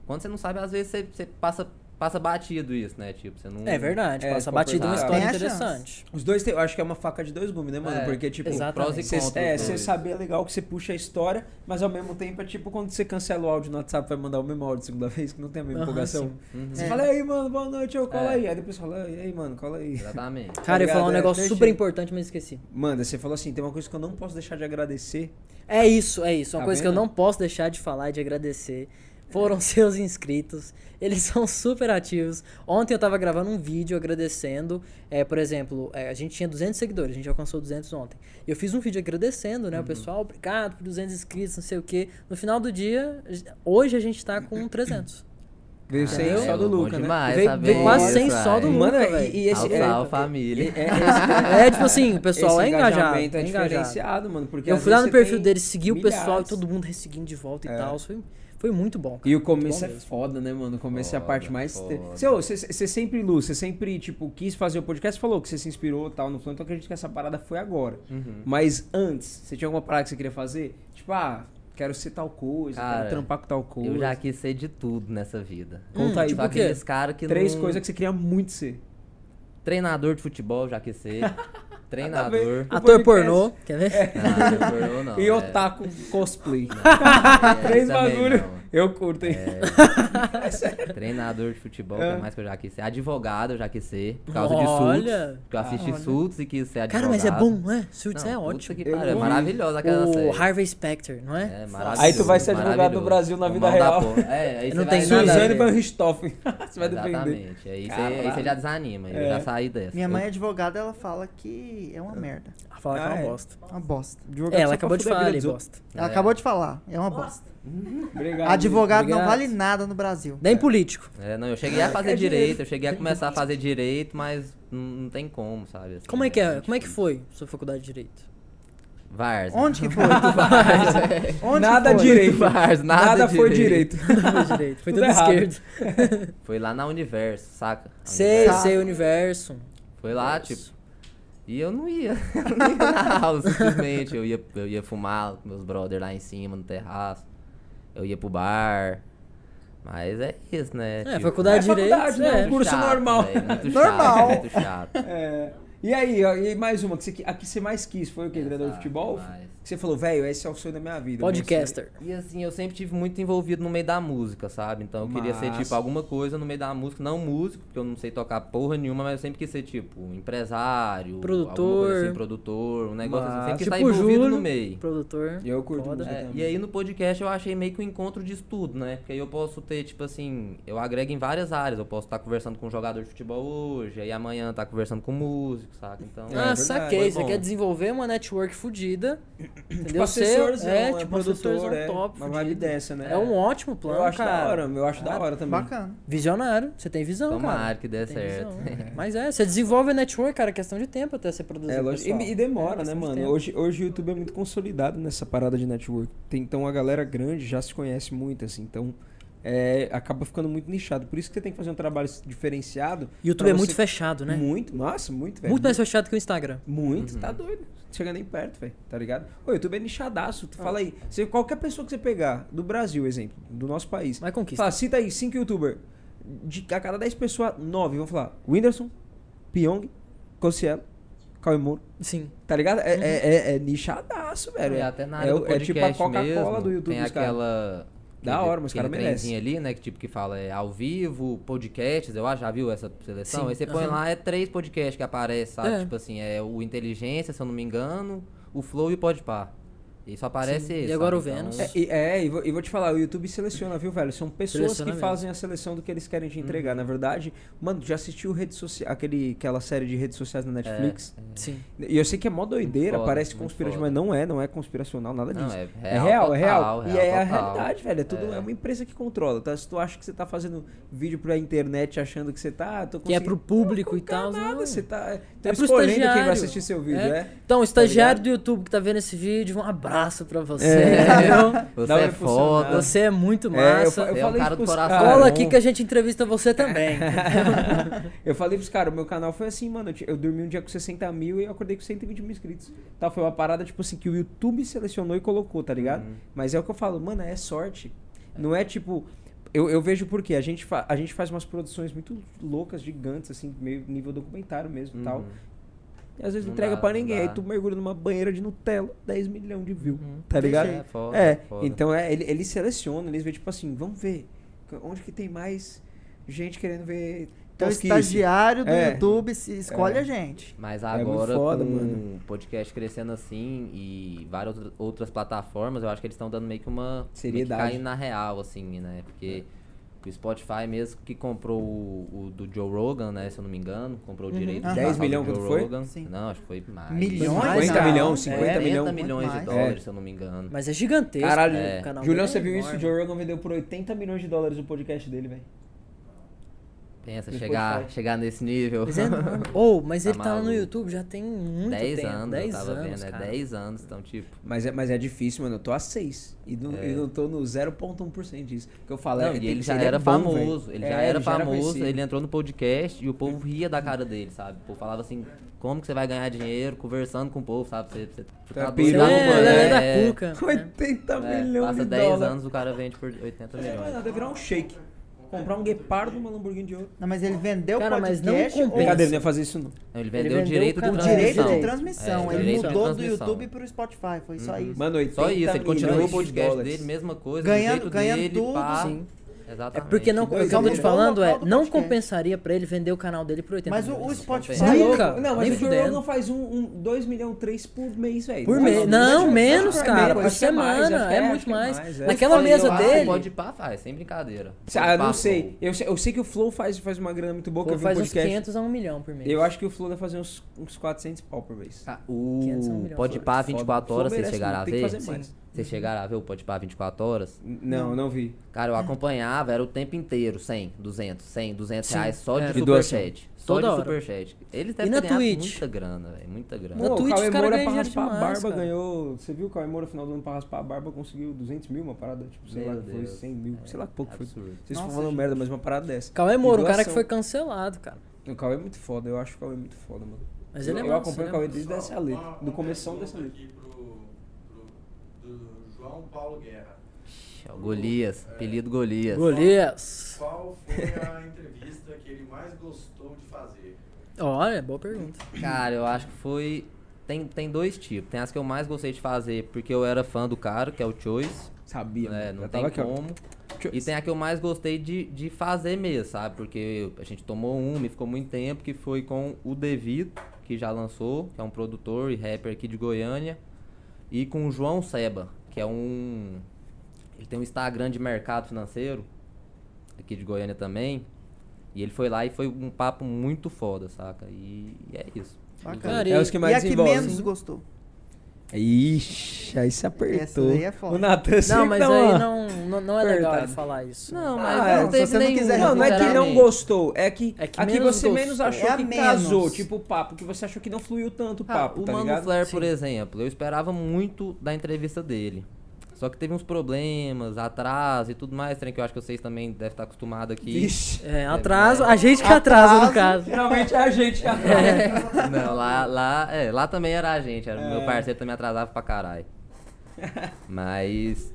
Speaker 2: Quando você não sabe, às vezes você, você passa, passa batido isso, né? Tipo, você não.
Speaker 1: É verdade,
Speaker 3: É,
Speaker 1: passa
Speaker 3: concordo.
Speaker 1: batido uma
Speaker 2: Tem
Speaker 1: história
Speaker 4: a chance.
Speaker 1: interessante.
Speaker 3: Os dois, tem, eu acho que é uma faca de dois gumes, né, mano?
Speaker 2: É,
Speaker 3: porque, tipo,
Speaker 1: exatamente.
Speaker 2: Prós e
Speaker 1: Cê-
Speaker 3: Cê-
Speaker 2: contras.
Speaker 3: é,
Speaker 2: dos
Speaker 3: você
Speaker 2: dois.
Speaker 3: saber é legal que você puxa a história, mas ao mesmo tempo é tipo quando você cancela o áudio no WhatsApp, vai mandar o mesmo áudio segunda vez, que não tem a mesma
Speaker 1: Aham,
Speaker 3: empolgação.
Speaker 1: Ah, sim.
Speaker 2: Uhum.
Speaker 3: Você
Speaker 4: É.
Speaker 3: fala, "E aí, mano, boa noite, eu cola
Speaker 2: É.
Speaker 3: aí. Aí depois fala, e aí, mano, cola aí.
Speaker 2: Exatamente.
Speaker 1: Cara, eu ia falar um
Speaker 3: ligado? É,
Speaker 1: negócio
Speaker 3: deixa-
Speaker 1: super importante, mas esqueci.
Speaker 3: Manda, você falou assim, tem uma coisa que eu não posso deixar de agradecer.
Speaker 1: É isso, é isso. Uma
Speaker 3: Tá
Speaker 1: coisa que eu
Speaker 3: vendo?
Speaker 1: não posso deixar de falar e de agradecer. Foram seus inscritos. Eles são super ativos. Ontem eu tava gravando um vídeo agradecendo. É, por exemplo, é, a gente tinha 200 seguidores, a gente alcançou 200 ontem. Eu fiz um vídeo agradecendo,
Speaker 3: Uhum.
Speaker 1: né? O pessoal, obrigado por 200 inscritos, não sei o quê. No final do dia, hoje a gente tá com 300.
Speaker 3: Veio sem
Speaker 1: Entendeu?
Speaker 3: só do
Speaker 2: É, bom
Speaker 3: Luca, né?
Speaker 2: demais
Speaker 1: Veio-
Speaker 2: saber
Speaker 1: veio quase
Speaker 2: isso,
Speaker 1: sem
Speaker 2: véi.
Speaker 1: só do Luca.
Speaker 3: Mano, e,
Speaker 1: velho.
Speaker 3: e esse,
Speaker 2: Salve,
Speaker 3: é,
Speaker 2: salve, família.
Speaker 3: é- esse-
Speaker 1: É, tipo assim, o pessoal
Speaker 3: esse
Speaker 1: é engajado.
Speaker 3: engajamento
Speaker 1: é
Speaker 3: é
Speaker 1: engajado.
Speaker 3: diferenciado, mano. Porque
Speaker 1: Eu
Speaker 3: às
Speaker 1: fui lá no
Speaker 3: vezes você
Speaker 1: perfil
Speaker 3: tem
Speaker 1: dele, segui o pessoal e
Speaker 3: milhares.
Speaker 1: todo mundo resseguindo de volta
Speaker 3: É.
Speaker 1: e tal. Foi, foi muito bom. cara.
Speaker 3: E o começo
Speaker 1: Muito
Speaker 3: é
Speaker 1: bom mesmo.
Speaker 3: foda, né, mano? O começo é a
Speaker 2: Foda,
Speaker 3: parte mais.
Speaker 2: foda.
Speaker 3: Seu, você sempre, Lu, você sempre, tipo, quis fazer o podcast, falou que você se inspirou e tal no plano, então eu acredito que essa parada foi agora.
Speaker 2: Uhum.
Speaker 3: Mas antes, você tinha alguma parada que você queria fazer? Tipo, ah, quero ser tal coisa,
Speaker 2: Cara,
Speaker 3: quero trampar com tal coisa.
Speaker 2: Eu já quis ser de tudo nessa vida.
Speaker 3: Conta aí,
Speaker 2: Tipo
Speaker 1: tipo o quê?
Speaker 2: aqueles caras que
Speaker 3: Três
Speaker 2: não-
Speaker 3: coisas que você queria muito ser.
Speaker 2: Treinador de futebol, já quis ser. Treinador.
Speaker 3: Ah,
Speaker 1: Ator
Speaker 3: podcast. É.
Speaker 1: pornô, quer ver?
Speaker 2: Não, não, não, não,
Speaker 3: e
Speaker 2: é.
Speaker 3: otaku cosplay.
Speaker 2: É,
Speaker 3: Três
Speaker 2: também
Speaker 3: bagulho.
Speaker 2: não.
Speaker 3: Eu curto, hein?
Speaker 2: Treinador de futebol,
Speaker 3: É.
Speaker 2: que é mais que eu já quis ser. Advogado, eu já quis ser. Por causa de
Speaker 1: Olha.
Speaker 2: Suits. Que eu assisti
Speaker 4: Olha.
Speaker 2: Suits e quis ser advogado.
Speaker 1: Cara, mas é bom, não é? Suits
Speaker 2: Não,
Speaker 1: é
Speaker 2: puta
Speaker 1: ótimo.
Speaker 2: que
Speaker 3: Eu
Speaker 2: pariu, é
Speaker 3: não vi.
Speaker 2: maravilhosa aquela
Speaker 1: O
Speaker 2: série.
Speaker 1: Harvey Specter, não é?
Speaker 2: É
Speaker 1: Nossa.
Speaker 2: maravilhoso.
Speaker 3: Aí tu vai ser advogado
Speaker 2: maravilhoso.
Speaker 3: no Brasil na
Speaker 2: Mão
Speaker 3: vida
Speaker 2: da
Speaker 3: real.
Speaker 2: porra. É, aí
Speaker 1: Não
Speaker 2: você
Speaker 1: tem
Speaker 2: vai...
Speaker 1: nada a
Speaker 3: Suzane
Speaker 1: ver.
Speaker 3: Van Richthofen. né? você vai depender.
Speaker 2: Exatamente. Aí você,
Speaker 3: Caralho.
Speaker 2: aí você já desanima. Eu
Speaker 3: É.
Speaker 2: já saí dessa.
Speaker 4: Minha
Speaker 2: Eu-
Speaker 4: mãe é advogada, ela fala que é uma merda.
Speaker 1: Ah, Falar que é
Speaker 3: Ah, é.
Speaker 1: uma bosta.
Speaker 4: Uma bosta.
Speaker 1: É, ela acabou de falar ali, bosta.
Speaker 4: Ela
Speaker 2: É.
Speaker 4: acabou de falar, é uma bosta.
Speaker 3: Obrigado.
Speaker 4: Advogado não
Speaker 1: Obrigado.
Speaker 4: vale nada no Brasil.
Speaker 1: Nem político.
Speaker 2: É, não, eu cheguei a fazer
Speaker 3: É direito.
Speaker 2: direito, eu cheguei a começar a fazer direito, mas não, não tem como, sabe? assim,
Speaker 1: Como é que é? Como é que
Speaker 2: difícil.
Speaker 1: foi sua faculdade de Direito?
Speaker 2: Várzea.
Speaker 4: Onde que foi?
Speaker 2: é.
Speaker 4: Onde
Speaker 3: Nada
Speaker 4: que foi?
Speaker 3: direito.
Speaker 2: Várzea,
Speaker 3: Nada,
Speaker 2: nada,
Speaker 3: foi direito.
Speaker 1: Faculdade de direito. Foi
Speaker 3: Tudo
Speaker 1: tudo
Speaker 3: errado.
Speaker 1: esquerdo.
Speaker 2: Foi lá na Universo, saca? A
Speaker 1: Sei,
Speaker 2: Universo.
Speaker 1: sei, universo.
Speaker 2: Foi lá,
Speaker 1: Universo.
Speaker 2: tipo. E eu não ia. Eu não ia na aula, simplesmente. Eu ia, eu ia fumar com meus brother lá em cima, no terraço. Eu ia pro bar. Mas é isso, né?
Speaker 1: É, faculdade de
Speaker 3: É
Speaker 1: direito.
Speaker 3: faculdade, né?
Speaker 1: é.
Speaker 3: Um curso normal.
Speaker 2: velho, é, muito
Speaker 4: Normal.
Speaker 2: Chato, muito chato.
Speaker 3: É. E aí, ó, e mais uma, que você, a que você mais quis foi o quê? Treinador de
Speaker 2: Exato,
Speaker 3: é futebol?
Speaker 2: mas-
Speaker 3: Que você falou, velho, esse é o sonho da minha vida.
Speaker 1: Podcaster.
Speaker 2: E assim, eu sempre tive muito envolvido no meio da música, sabe? Então eu queria ser,
Speaker 3: Massa.
Speaker 2: tipo, alguma coisa no meio da música, não músico, porque eu não sei tocar porra nenhuma, mas eu sempre quis ser, tipo, empresário, alguma coisa
Speaker 1: Produtor.
Speaker 2: assim, produtor, um negócio assim. Sempre quis
Speaker 1: Tipo
Speaker 2: estar
Speaker 1: o
Speaker 2: envolvido
Speaker 1: Júlio,
Speaker 2: no meio.
Speaker 1: produtor.
Speaker 3: E eu curto
Speaker 1: Foda.
Speaker 3: música
Speaker 2: É,
Speaker 3: também.
Speaker 2: e aí no podcast eu achei meio que um encontro de estudo, né? Porque aí eu posso ter, tipo assim, eu agrego em várias áreas. Eu posso estar conversando com um jogador de futebol hoje, aí amanhã tá conversando com músico, saca? Então.
Speaker 3: É,
Speaker 1: Ah,
Speaker 3: verdade.
Speaker 1: saquei.
Speaker 2: Foi
Speaker 1: Você
Speaker 2: bom.
Speaker 1: quer desenvolver uma network fodida.
Speaker 3: Tipo
Speaker 1: Entendeu? Você-
Speaker 3: assessorzão,
Speaker 1: é,
Speaker 3: é,
Speaker 1: tipo,
Speaker 3: produtor,
Speaker 1: produtorzão
Speaker 3: é,
Speaker 1: top.
Speaker 3: uma vibe
Speaker 1: fudido.
Speaker 3: dessa, né?
Speaker 1: É um ótimo plano,
Speaker 3: eu acho
Speaker 1: cara. Ah,
Speaker 3: da hora, eu acho da hora também.
Speaker 4: Bacana.
Speaker 1: Visionário, você tem
Speaker 3: então,
Speaker 1: visão,
Speaker 2: Tomara
Speaker 1: cara.
Speaker 2: que dê
Speaker 1: Tem
Speaker 2: certo.
Speaker 1: visão.
Speaker 3: né?
Speaker 1: Mas é, você desenvolve a network, cara, é questão de tempo até você produzir.
Speaker 3: É,
Speaker 1: pro
Speaker 3: lógico.
Speaker 1: pessoal.
Speaker 3: E, e demora,
Speaker 1: É
Speaker 3: né,
Speaker 1: questão de
Speaker 3: mano?
Speaker 1: tempo.
Speaker 3: Hoje, hoje o YouTube é muito consolidado nessa parada de network. Tem, então a galera grande já se conhece muito, assim. Então é, acaba ficando muito nichado. Por isso que você tem que fazer um trabalho diferenciado.
Speaker 1: YouTube
Speaker 3: pra
Speaker 1: é muito
Speaker 3: você-
Speaker 1: fechado, né? Muito,
Speaker 3: Muito, nossa, muito, velho.
Speaker 1: mais fechado que o Instagram.
Speaker 2: Uhum.
Speaker 3: Muito, tá doido. Não Chega nem perto, velho, tá ligado? O YouTube é nichadaço.
Speaker 2: Ah.
Speaker 3: Tu fala aí, se qualquer pessoa que você pegar, do Brasil, exemplo, do nosso país,
Speaker 1: Mas conquista.
Speaker 3: fala, cita aí, cinco youtubers. De, a cada 10 pessoas, 9 vão falar Whindersson, Pyong, Cossielo, Cauê Moro,
Speaker 1: Sim.
Speaker 3: tá ligado? É, é, é- é nichadaço, velho.
Speaker 2: É, Uhum. até na área
Speaker 3: é,
Speaker 2: do
Speaker 3: o- é tipo a
Speaker 2: podcast
Speaker 3: Coca-Cola
Speaker 2: mesmo,
Speaker 3: do YouTube,
Speaker 2: Tem
Speaker 3: dos caras.
Speaker 2: aquela...
Speaker 3: Da
Speaker 2: aquele-
Speaker 3: hora, mas os caras
Speaker 2: aquele
Speaker 3: merecem.
Speaker 2: trenzinho ali, né? Que tipo que fala é ao vivo, podcasts, eu acho, já viu essa seleção?
Speaker 1: Sim,
Speaker 2: Aí você põe
Speaker 1: aham.
Speaker 2: lá, é três podcasts que aparecem, sabe?
Speaker 1: É.
Speaker 2: Tipo assim, é o Inteligência, se eu não me engano, o Flow e o Podpar. E só aparece
Speaker 1: Sim. E
Speaker 2: esse.
Speaker 1: agora
Speaker 2: sabe?
Speaker 1: o Vênus.
Speaker 2: Então,
Speaker 3: É, e, é, e vou, e vou te falar, o YouTube seleciona, viu, velho? São pessoas
Speaker 1: Seleciona
Speaker 3: que
Speaker 1: mesmo.
Speaker 3: fazem a seleção do que eles querem te entregar. Na verdade, mano, tu já assistiu rede socia- aquele, aquela série de redes sociais na Netflix?
Speaker 1: Sim.
Speaker 3: E eu sei que é mó doideira,
Speaker 2: foda,
Speaker 3: parece
Speaker 2: muito
Speaker 3: conspirativo, mas
Speaker 2: foda.
Speaker 3: não é, não é conspiracional, nada
Speaker 2: Não,
Speaker 3: disso.
Speaker 2: é
Speaker 3: É
Speaker 2: real,
Speaker 3: real, é real.
Speaker 2: total,
Speaker 3: e é a
Speaker 2: total.
Speaker 3: realidade, velho. É, tudo, é. uma empresa que controla. Tá? Se tu acha que você tá fazendo vídeo pra internet achando que você tá. ah, Tô
Speaker 1: Que é pro
Speaker 3: conseguindo-
Speaker 1: público e
Speaker 3: Não,
Speaker 1: tal.
Speaker 3: nada,
Speaker 1: não.
Speaker 3: você tá. Tô
Speaker 1: É pro
Speaker 3: escolhendo quem vai
Speaker 1: estagiário.
Speaker 3: assistir seu vídeo,
Speaker 1: É.
Speaker 3: é?
Speaker 1: Então, o estagiário
Speaker 3: ligado?
Speaker 1: do YouTube que tá vendo esse vídeo, um abraço pra você.
Speaker 3: É.
Speaker 1: entendeu?
Speaker 2: Você
Speaker 3: Dá uma
Speaker 2: é foda.
Speaker 3: impulsionada.
Speaker 1: Você é muito
Speaker 3: É, eu
Speaker 1: massa.
Speaker 3: fa- eu
Speaker 2: é um
Speaker 3: falei
Speaker 2: cara do
Speaker 3: pros
Speaker 2: coração.
Speaker 3: caras-
Speaker 1: Cola
Speaker 2: Cara,
Speaker 1: aqui que a gente entrevista você também.
Speaker 3: Eu falei pros caras, o meu canal foi assim, mano. eu ti- Eu dormi um dia com 60 mil e eu acordei com 120 mil inscritos. Tá, foi uma parada, tipo assim, que o YouTube selecionou e colocou, tá ligado?
Speaker 2: Uhum.
Speaker 3: Mas é o que eu falo, mano, é sorte. Não é tipo. Eu, eu vejo porque a gente, fa- a gente faz umas produções muito loucas, gigantes, assim, meio nível documentário mesmo e
Speaker 2: Uhum.
Speaker 3: tal. E às vezes não,
Speaker 2: Não
Speaker 3: entrega
Speaker 2: dá,
Speaker 3: pra
Speaker 2: não
Speaker 3: ninguém.
Speaker 2: dá.
Speaker 3: Aí tu mergulha numa banheira de Nutella, 10 milhões de views,
Speaker 2: Uhum.
Speaker 3: tá ligado?
Speaker 2: É, foda,
Speaker 3: É,
Speaker 2: foda.
Speaker 3: então é, ele, ele seleciona, eles vê tipo assim, vamos ver onde que tem mais gente querendo ver
Speaker 1: um
Speaker 4: Então, o
Speaker 3: tosquice.
Speaker 4: estagiário do
Speaker 3: É.
Speaker 4: YouTube se escolhe a gente.
Speaker 2: Mas
Speaker 3: muito
Speaker 2: agora,
Speaker 3: foda,
Speaker 2: com
Speaker 3: mano.
Speaker 2: o podcast crescendo assim e várias outra- outras plataformas, eu acho que eles estão dando meio que uma...
Speaker 3: Seriedade.
Speaker 2: Meio que caindo na real, assim, né? Porque o Spotify mesmo que comprou o, o do Joe Rogan, né? Se eu não me engano, comprou o direito.
Speaker 4: Aham.
Speaker 2: de
Speaker 4: 10
Speaker 2: passar o do
Speaker 3: milhão,
Speaker 2: Joe
Speaker 3: quanto foi?
Speaker 2: Rogan.
Speaker 4: Sim.
Speaker 2: Não, acho que foi mais.
Speaker 4: Milhões?
Speaker 3: 50
Speaker 4: não.
Speaker 3: milhões,
Speaker 4: É.
Speaker 3: 50 milhões.
Speaker 2: milhões
Speaker 4: Muito
Speaker 2: de
Speaker 4: mais.
Speaker 2: dólares,
Speaker 3: É.
Speaker 2: se eu não me engano.
Speaker 1: Mas é gigantesco.
Speaker 3: Caralho,
Speaker 1: né?
Speaker 2: é.
Speaker 1: O canal
Speaker 3: Julião,
Speaker 1: dele
Speaker 3: você
Speaker 1: é
Speaker 3: viu isso? O
Speaker 1: enorme.
Speaker 3: Joe Rogan vendeu por 80 milhões de dólares o podcast dele, velho.
Speaker 2: Pensa,
Speaker 3: No
Speaker 2: chegar,
Speaker 3: Spotify.
Speaker 2: chegar nesse nível.
Speaker 1: Mas é enorme. Ou, mas
Speaker 2: Tá
Speaker 1: ele tá lá no
Speaker 2: maluco.
Speaker 1: YouTube já tem muito
Speaker 2: 10
Speaker 1: tempo.
Speaker 2: anos,
Speaker 1: 10
Speaker 2: eu tava
Speaker 1: anos,
Speaker 2: vendo,
Speaker 1: cara.
Speaker 2: é 10 anos, então tipo...
Speaker 3: Mas é, mas é difícil, mano. Eu tô a 6. E não,
Speaker 2: É.
Speaker 3: eu não tô no 0,1% disso. O Que eu falo é,
Speaker 2: Não,
Speaker 3: tem
Speaker 2: e ele
Speaker 3: que-
Speaker 2: já
Speaker 3: é
Speaker 2: era
Speaker 3: bom,
Speaker 2: famoso,
Speaker 3: velho.
Speaker 2: ele
Speaker 3: É,
Speaker 2: já era famoso,
Speaker 3: conhecido.
Speaker 1: é
Speaker 2: ele entrou no podcast e o povo ria da cara dele, sabe? O povo falava assim, como que você vai ganhar dinheiro conversando com o povo, sabe? Você, você
Speaker 3: Tá
Speaker 1: Você
Speaker 3: pirando,
Speaker 1: é,
Speaker 3: mano.
Speaker 1: é, da
Speaker 2: é,
Speaker 1: Cuca. né?
Speaker 3: 80
Speaker 2: é,
Speaker 3: milhões
Speaker 2: passa
Speaker 3: Um de
Speaker 2: 10
Speaker 3: dólares.
Speaker 2: anos, o cara vende por 80
Speaker 3: É,
Speaker 2: milhões.
Speaker 3: mano, deve virar um shake. Comprar um guepardo numa Lamborghini de ouro.
Speaker 4: Não, mas ele vendeu
Speaker 1: Cara,
Speaker 4: o
Speaker 1: mas não
Speaker 4: podcast ou-
Speaker 1: compensa.
Speaker 3: Brincadeira, não ia fazer isso não.
Speaker 2: Não, Ele vendeu
Speaker 1: vendeu
Speaker 2: o direito
Speaker 1: o
Speaker 2: de
Speaker 4: o
Speaker 1: canal.
Speaker 4: direito
Speaker 2: transmissão.
Speaker 4: de transmissão.
Speaker 2: É,
Speaker 4: ele
Speaker 2: direito de
Speaker 4: mudou do
Speaker 2: transmissão.
Speaker 4: YouTube pro Spotify, foi só isso.
Speaker 3: Uhum. Mano, 80
Speaker 2: Só isso, ele continuou o
Speaker 3: milhões de
Speaker 2: podcast
Speaker 3: dólares.
Speaker 2: dele, mesma coisa,
Speaker 4: Ganhando-
Speaker 2: do jeito
Speaker 4: ganhando
Speaker 2: dele,
Speaker 4: tudo,
Speaker 2: pá.
Speaker 1: sim. É
Speaker 2: Exatamente. Tipo,
Speaker 1: porque não, o que eu tô
Speaker 4: Dois
Speaker 1: te
Speaker 4: anos.
Speaker 1: falando é,
Speaker 4: Local do
Speaker 1: não
Speaker 4: podcast.
Speaker 1: compensaria pra ele vender o canal dele por 80
Speaker 4: Mas o,
Speaker 1: milhões.
Speaker 4: o Spotify. é
Speaker 3: Tá louco?
Speaker 1: Nunca,
Speaker 3: Não, mas
Speaker 1: nem
Speaker 3: o Joe
Speaker 1: fudendo.
Speaker 3: Rogan faz um, um 2 milhão, 3 por mês, velho.
Speaker 1: Por
Speaker 3: Não,
Speaker 1: mês. Não,
Speaker 3: acho-
Speaker 1: menos,
Speaker 3: acho que é
Speaker 1: cara.
Speaker 3: menos,
Speaker 1: Por
Speaker 3: acho que é mais, acho
Speaker 1: semana.
Speaker 3: que
Speaker 1: É
Speaker 3: acho
Speaker 1: muito
Speaker 3: que
Speaker 1: mais.
Speaker 3: é.
Speaker 1: Naquela
Speaker 4: Mas
Speaker 1: mesa
Speaker 4: fala,
Speaker 1: dele.
Speaker 2: Pode pá, faz, sem brincadeira.
Speaker 3: Ah, eu não
Speaker 2: Pá,
Speaker 3: sei. Eu, sei. eu sei que o Flow faz, faz uma grana muito boa, que
Speaker 1: Pô,
Speaker 3: eu vi um
Speaker 1: faz uns
Speaker 3: podcast.
Speaker 1: 500 a 1 milhão por mês.
Speaker 3: Eu acho que o Flow deve fazer uns, uns 400 pau por mês.
Speaker 2: Ah,
Speaker 1: 500 é um
Speaker 2: O
Speaker 1: milhão.
Speaker 2: Podpah 24
Speaker 3: Foda.
Speaker 2: horas,
Speaker 3: Só
Speaker 2: vocês
Speaker 3: merece,
Speaker 2: chegaram a
Speaker 3: tem que
Speaker 2: ver?
Speaker 3: fazer mais.
Speaker 2: Sim. Vocês chegaram a ver o Podpah 24 horas?
Speaker 3: N- Não, não
Speaker 1: Tá.
Speaker 3: vi.
Speaker 2: Cara, eu acompanhava, era o tempo inteiro, 100, 200, 100, 200
Speaker 1: Sim,
Speaker 2: reais só
Speaker 1: é.
Speaker 2: de
Speaker 3: E doação.
Speaker 2: superchat. Só
Speaker 1: Toda
Speaker 2: de
Speaker 1: hora.
Speaker 2: superchat. Eles
Speaker 1: na
Speaker 2: devem ter ganhado
Speaker 1: Twitch?
Speaker 2: muita grana, velho, muita grana.
Speaker 1: Na
Speaker 3: Pô,
Speaker 1: Twitch,
Speaker 3: o Cauê
Speaker 1: os caras
Speaker 3: Moura pra
Speaker 1: ganham dinheiro
Speaker 3: raspar a
Speaker 1: demais,
Speaker 3: barba
Speaker 1: cara.
Speaker 3: ganhou... Você viu o Cauê Moura no final do ano pra raspar a barba conseguiu 200 mil, uma parada? Tipo, sei
Speaker 2: Meu
Speaker 3: lá, foi
Speaker 2: Deus.
Speaker 3: 100 mil, sei lá
Speaker 1: É
Speaker 3: pouco foi.
Speaker 2: Absurdo.
Speaker 3: Vocês estão
Speaker 4: Nossa,
Speaker 3: falando
Speaker 4: gente.
Speaker 3: merda, mas uma parada dessa.
Speaker 1: Cauê Moura, o cara que
Speaker 3: Doação.
Speaker 1: foi cancelado, cara.
Speaker 3: O Cauê é muito foda, eu acho o Cauê muito foda, mano.
Speaker 1: Mas
Speaker 3: eu,
Speaker 1: ele é
Speaker 3: eu
Speaker 1: massa,
Speaker 3: acompanho
Speaker 1: né?
Speaker 3: o Cauê desde essa
Speaker 5: Ah,
Speaker 3: letra, do começão dessa letra.
Speaker 6: aqui pro, pro do João Paulo Guerra.
Speaker 2: É o Golias, apelido Golias.
Speaker 1: Golias.
Speaker 6: Qual foi a entrevista que ele mais gostou de fazer?
Speaker 1: Olha, boa pergunta.
Speaker 2: Cara, eu acho que foi. Tem, tem dois tipos. Tem as que eu mais gostei de fazer porque eu era fã do cara, que é o Choice.
Speaker 3: Sabia,
Speaker 2: É,
Speaker 3: mano.
Speaker 2: não
Speaker 3: Eu
Speaker 2: tem
Speaker 3: tava aqui, ó.
Speaker 2: como.
Speaker 3: Tchau.
Speaker 2: E tem a que eu mais gostei de, de fazer mesmo, sabe? Porque eu- a gente tomou uma e ficou muito tempo, que foi com o Devito, que já lançou, que é um produtor e rapper aqui de Goiânia. E com o João Seba, que é um. Ele tem um Instagram de mercado financeiro, aqui de Goiânia também. E ele foi lá e foi um papo muito foda, saca? E, e é isso.
Speaker 1: Cara,
Speaker 4: Bacana.
Speaker 1: e-
Speaker 3: É os que mais
Speaker 4: e a que
Speaker 3: desenvolvem.
Speaker 4: menos um. gostou?
Speaker 3: Ixi, aí se
Speaker 4: Essa
Speaker 3: apertou.
Speaker 4: daí é foda.
Speaker 3: O Natan se
Speaker 1: Não, mas
Speaker 3: dá uma-
Speaker 1: aí não, não, não é legal ele
Speaker 3: Apertado.
Speaker 1: falar isso.
Speaker 2: Não, mas
Speaker 3: Ah,
Speaker 2: não
Speaker 4: se
Speaker 2: teve
Speaker 4: você não
Speaker 2: nenhum,
Speaker 4: quiser
Speaker 3: Não, não é que não
Speaker 2: sinceramente.
Speaker 3: gostou, é que,
Speaker 1: É que
Speaker 3: a que
Speaker 1: menos
Speaker 3: você menos
Speaker 1: gostou.
Speaker 3: achou
Speaker 4: É a
Speaker 3: que
Speaker 4: menos.
Speaker 3: casou, tipo o papo, que você achou que não fluiu tanto o
Speaker 2: Ah,
Speaker 3: papo,
Speaker 2: o
Speaker 3: tá
Speaker 2: Mano
Speaker 3: ligado?
Speaker 2: Flair, por exemplo, eu esperava muito da entrevista dele. Só que teve uns problemas, atraso e tudo mais, trem que eu acho que vocês também devem estar acostumados aqui.
Speaker 3: Vixe,
Speaker 1: É, atraso. A gente que atrasa, no caso.
Speaker 3: finalmente é a gente que atrasa.
Speaker 2: Não, lá, lá, é, lá também era a gente, era, meu
Speaker 3: É.
Speaker 2: parceiro também atrasava pra caralho. Mas.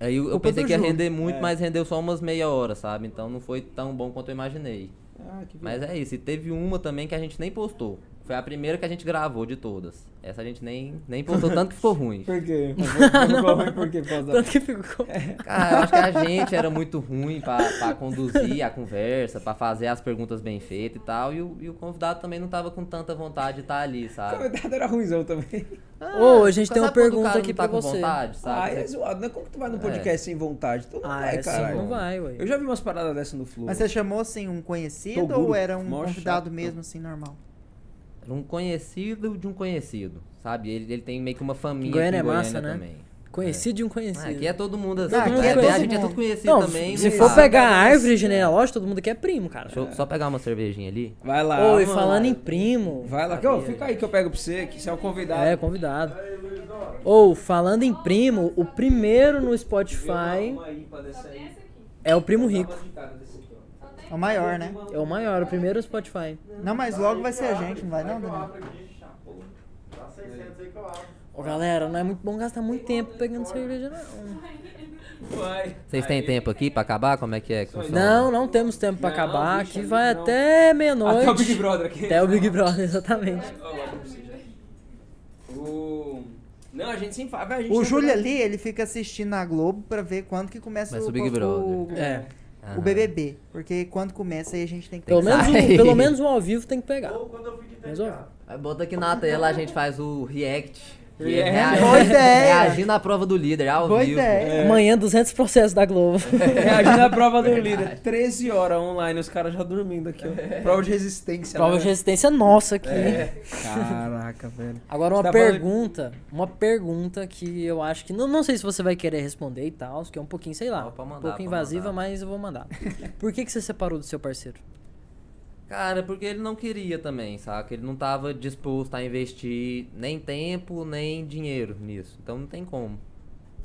Speaker 2: Aí eu, eu
Speaker 1: Culpa
Speaker 2: pensei
Speaker 1: do
Speaker 2: que ia
Speaker 1: Ju.
Speaker 2: render muito,
Speaker 3: É.
Speaker 2: mas rendeu só umas meia hora, sabe? Então não foi tão bom quanto eu imaginei.
Speaker 3: Ah, que
Speaker 2: Mas
Speaker 3: viado.
Speaker 2: é isso, e teve uma também que a gente nem postou. Foi a primeira que a gente gravou de todas. Essa a gente nem, nem postou, tanto que ficou ruim.
Speaker 3: Por quê? Ficou ruim por quê? Por causa da-
Speaker 1: Tanto que ficou.
Speaker 2: Cara, eu acho que a gente era muito ruim pra, pra conduzir a conversa, pra fazer as perguntas bem feitas e tal. E o, e o convidado também não tava com tanta vontade de estar ali,
Speaker 3: O
Speaker 2: sabe?
Speaker 3: convidado era ruimzão também.
Speaker 1: Ah, Ô, a gente tem uma
Speaker 2: Sabe quando o
Speaker 1: pergunta
Speaker 2: cara não
Speaker 1: aqui
Speaker 2: tá
Speaker 1: pra
Speaker 2: com
Speaker 1: você.
Speaker 2: vontade,
Speaker 3: Ah,
Speaker 2: sabe?
Speaker 3: é zoado, né? Como que tu vai no podcast sem vontade? Tu não
Speaker 1: Ah,
Speaker 3: vai,
Speaker 1: é assim,
Speaker 3: caralho.
Speaker 1: não vai, ué.
Speaker 3: Eu já vi umas paradas dessas no Flow.
Speaker 4: Mas você chamou assim um conhecido
Speaker 3: Toguro,
Speaker 4: ou era um
Speaker 3: mó
Speaker 4: convidado
Speaker 3: chato.
Speaker 4: mesmo, assim, normal?
Speaker 2: Era um conhecido de um conhecido, sabe? Ele, ele tem meio que uma família
Speaker 1: Goiânia
Speaker 2: aqui em
Speaker 1: é massa,
Speaker 2: Goiânia
Speaker 1: né?
Speaker 2: também.
Speaker 1: Conhecido de um
Speaker 2: Ah,
Speaker 1: conhecido.
Speaker 2: aqui é todo mundo assim.
Speaker 4: Não, aqui
Speaker 2: né?
Speaker 4: é todo
Speaker 2: a gente é
Speaker 4: mundo.
Speaker 2: tudo conhecido
Speaker 1: não,
Speaker 2: também. né? Ah,
Speaker 1: se
Speaker 2: não
Speaker 1: for
Speaker 2: sabe.
Speaker 1: pegar a árvore genealógica, todo mundo aqui é primo, cara.
Speaker 2: Deixa eu só pegar uma cervejinha ali.
Speaker 3: Vai lá.
Speaker 1: Ô, e
Speaker 3: mano.
Speaker 1: falando em primo.
Speaker 3: Vai lá, que, ô, fica aí que eu pego pra você, que você é o convidado.
Speaker 1: É, convidado.
Speaker 6: Aí, Luizão,
Speaker 1: Ou, falando em primo, o primeiro no Spotify
Speaker 3: então.
Speaker 1: é o Primo Rico.
Speaker 4: É o maior, né?
Speaker 1: É o maior, o primeiro no Spotify.
Speaker 4: Não, mas logo vai ser a gente, não vai não, Danilo?
Speaker 6: Dá 600 Tá aí que eu abro.
Speaker 1: Ô, galera, não é muito bom gastar muito tempo pegando cerveja, não.
Speaker 2: Vocês têm tempo aqui pra acabar? Como é que é? que funciona?
Speaker 1: Não, não temos tempo pra
Speaker 3: Não,
Speaker 1: acabar.
Speaker 3: bicho,
Speaker 1: Aqui vai até
Speaker 3: não. Até Ah, o Big
Speaker 1: meia-noite.
Speaker 3: Brother aqui.
Speaker 1: Até o Big Brother, exatamente.
Speaker 3: O... Não, a gente sempre fala. a gente
Speaker 4: O
Speaker 3: tá
Speaker 4: Júlio
Speaker 3: pegando-
Speaker 4: ali, ele fica assistindo a Globo pra ver quando que começa
Speaker 2: Começa
Speaker 4: o,
Speaker 2: o Big
Speaker 4: o-
Speaker 2: Brother.
Speaker 1: É.
Speaker 2: Aham.
Speaker 4: o BBB. Porque quando começa aí a gente tem que
Speaker 1: Pelo
Speaker 4: pensar.
Speaker 1: menos, um,
Speaker 2: sair.
Speaker 1: pelo menos um ao vivo tem que pegar.
Speaker 6: Ou quando eu fico
Speaker 1: Mas, ó,
Speaker 6: entediado.
Speaker 2: Aí Bota aqui na tela, a gente faz o react.
Speaker 3: React.
Speaker 2: Reagindo-
Speaker 4: Boa
Speaker 3: é.
Speaker 4: ideia.
Speaker 2: Reagindo à prova do líder, ao
Speaker 4: Boa
Speaker 2: vivo.
Speaker 4: ideia.
Speaker 1: Amanhã, 200 processos da Globo.
Speaker 3: É. Reagindo à prova do líder. 13 horas online, os caras já dormindo aqui, ó. É. Prova de resistência. né? É.
Speaker 1: Prova de resistência nossa aqui.
Speaker 3: Caraca, velho.
Speaker 1: Agora
Speaker 3: Você
Speaker 1: uma
Speaker 3: tá falando-
Speaker 1: pergunta, uma pergunta que eu acho que não, não sei se você vai querer responder e tal, que é um pouquinho, sei lá,
Speaker 2: Não, pode mandar,
Speaker 1: um pouco
Speaker 2: pode
Speaker 1: invasiva,
Speaker 2: mandar.
Speaker 1: mas eu vou mandar. Por que que você separou do seu parceiro?
Speaker 2: Cara, porque ele não queria também, saca? Ele não tava disposto a investir nem tempo, nem dinheiro nisso. Então não tem como.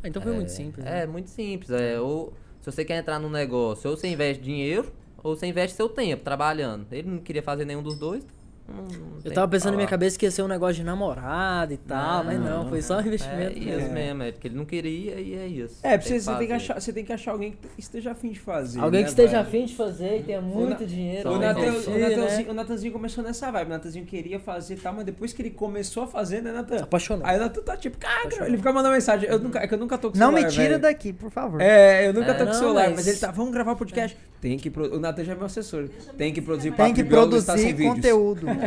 Speaker 1: Ah, então foi
Speaker 2: É,
Speaker 1: muito simples. né?
Speaker 2: É, muito simples. É, ou se você quer entrar num negócio, ou você investe dinheiro, ou você investe seu tempo trabalhando. Ele não queria fazer nenhum dos dois. então não- não
Speaker 1: eu
Speaker 2: tem
Speaker 1: tava
Speaker 2: o que
Speaker 1: pensando na minha
Speaker 2: falar.
Speaker 1: cabeça que ia ser um negócio de namorada e tal, mas não, foi só um
Speaker 2: É
Speaker 1: investimento. mesmo.
Speaker 2: isso mesmo, é que ele não queria e é isso.
Speaker 3: É, pra você, você, tem que
Speaker 2: fazer.
Speaker 3: achar, você tem que achar alguém que esteja afim de fazer.
Speaker 1: Alguém
Speaker 3: né,
Speaker 1: que esteja
Speaker 3: velho?
Speaker 1: afim de fazer e tenha muito
Speaker 3: Na-
Speaker 1: dinheiro.
Speaker 3: O,
Speaker 2: Só
Speaker 1: pra
Speaker 3: Natan-
Speaker 2: investir,
Speaker 3: o, Natanzinho,
Speaker 1: né?
Speaker 3: o Natanzinho começou nessa vibe. O Natanzinho queria fazer e tal, mas depois que ele começou a fazer, né, Natan?
Speaker 1: Apaixonado.
Speaker 3: Aí o Natan tá tipo, cara, ele fica mandando mensagem. Eu nunca, é que eu nunca tô com
Speaker 4: Não
Speaker 3: celular,
Speaker 4: me tira
Speaker 3: velho.
Speaker 4: daqui, por favor.
Speaker 3: É, eu nunca
Speaker 2: É,
Speaker 3: tô com
Speaker 1: não,
Speaker 3: celular, mas...
Speaker 1: mas
Speaker 3: ele tá, vamos gravar podcast. Tem que, pro- o Natan já é meu assessor. Tem que produzir
Speaker 4: tem
Speaker 3: papo
Speaker 4: que
Speaker 3: de biólogo, está sem
Speaker 4: produzir
Speaker 3: vídeos. É.
Speaker 4: conteúdo.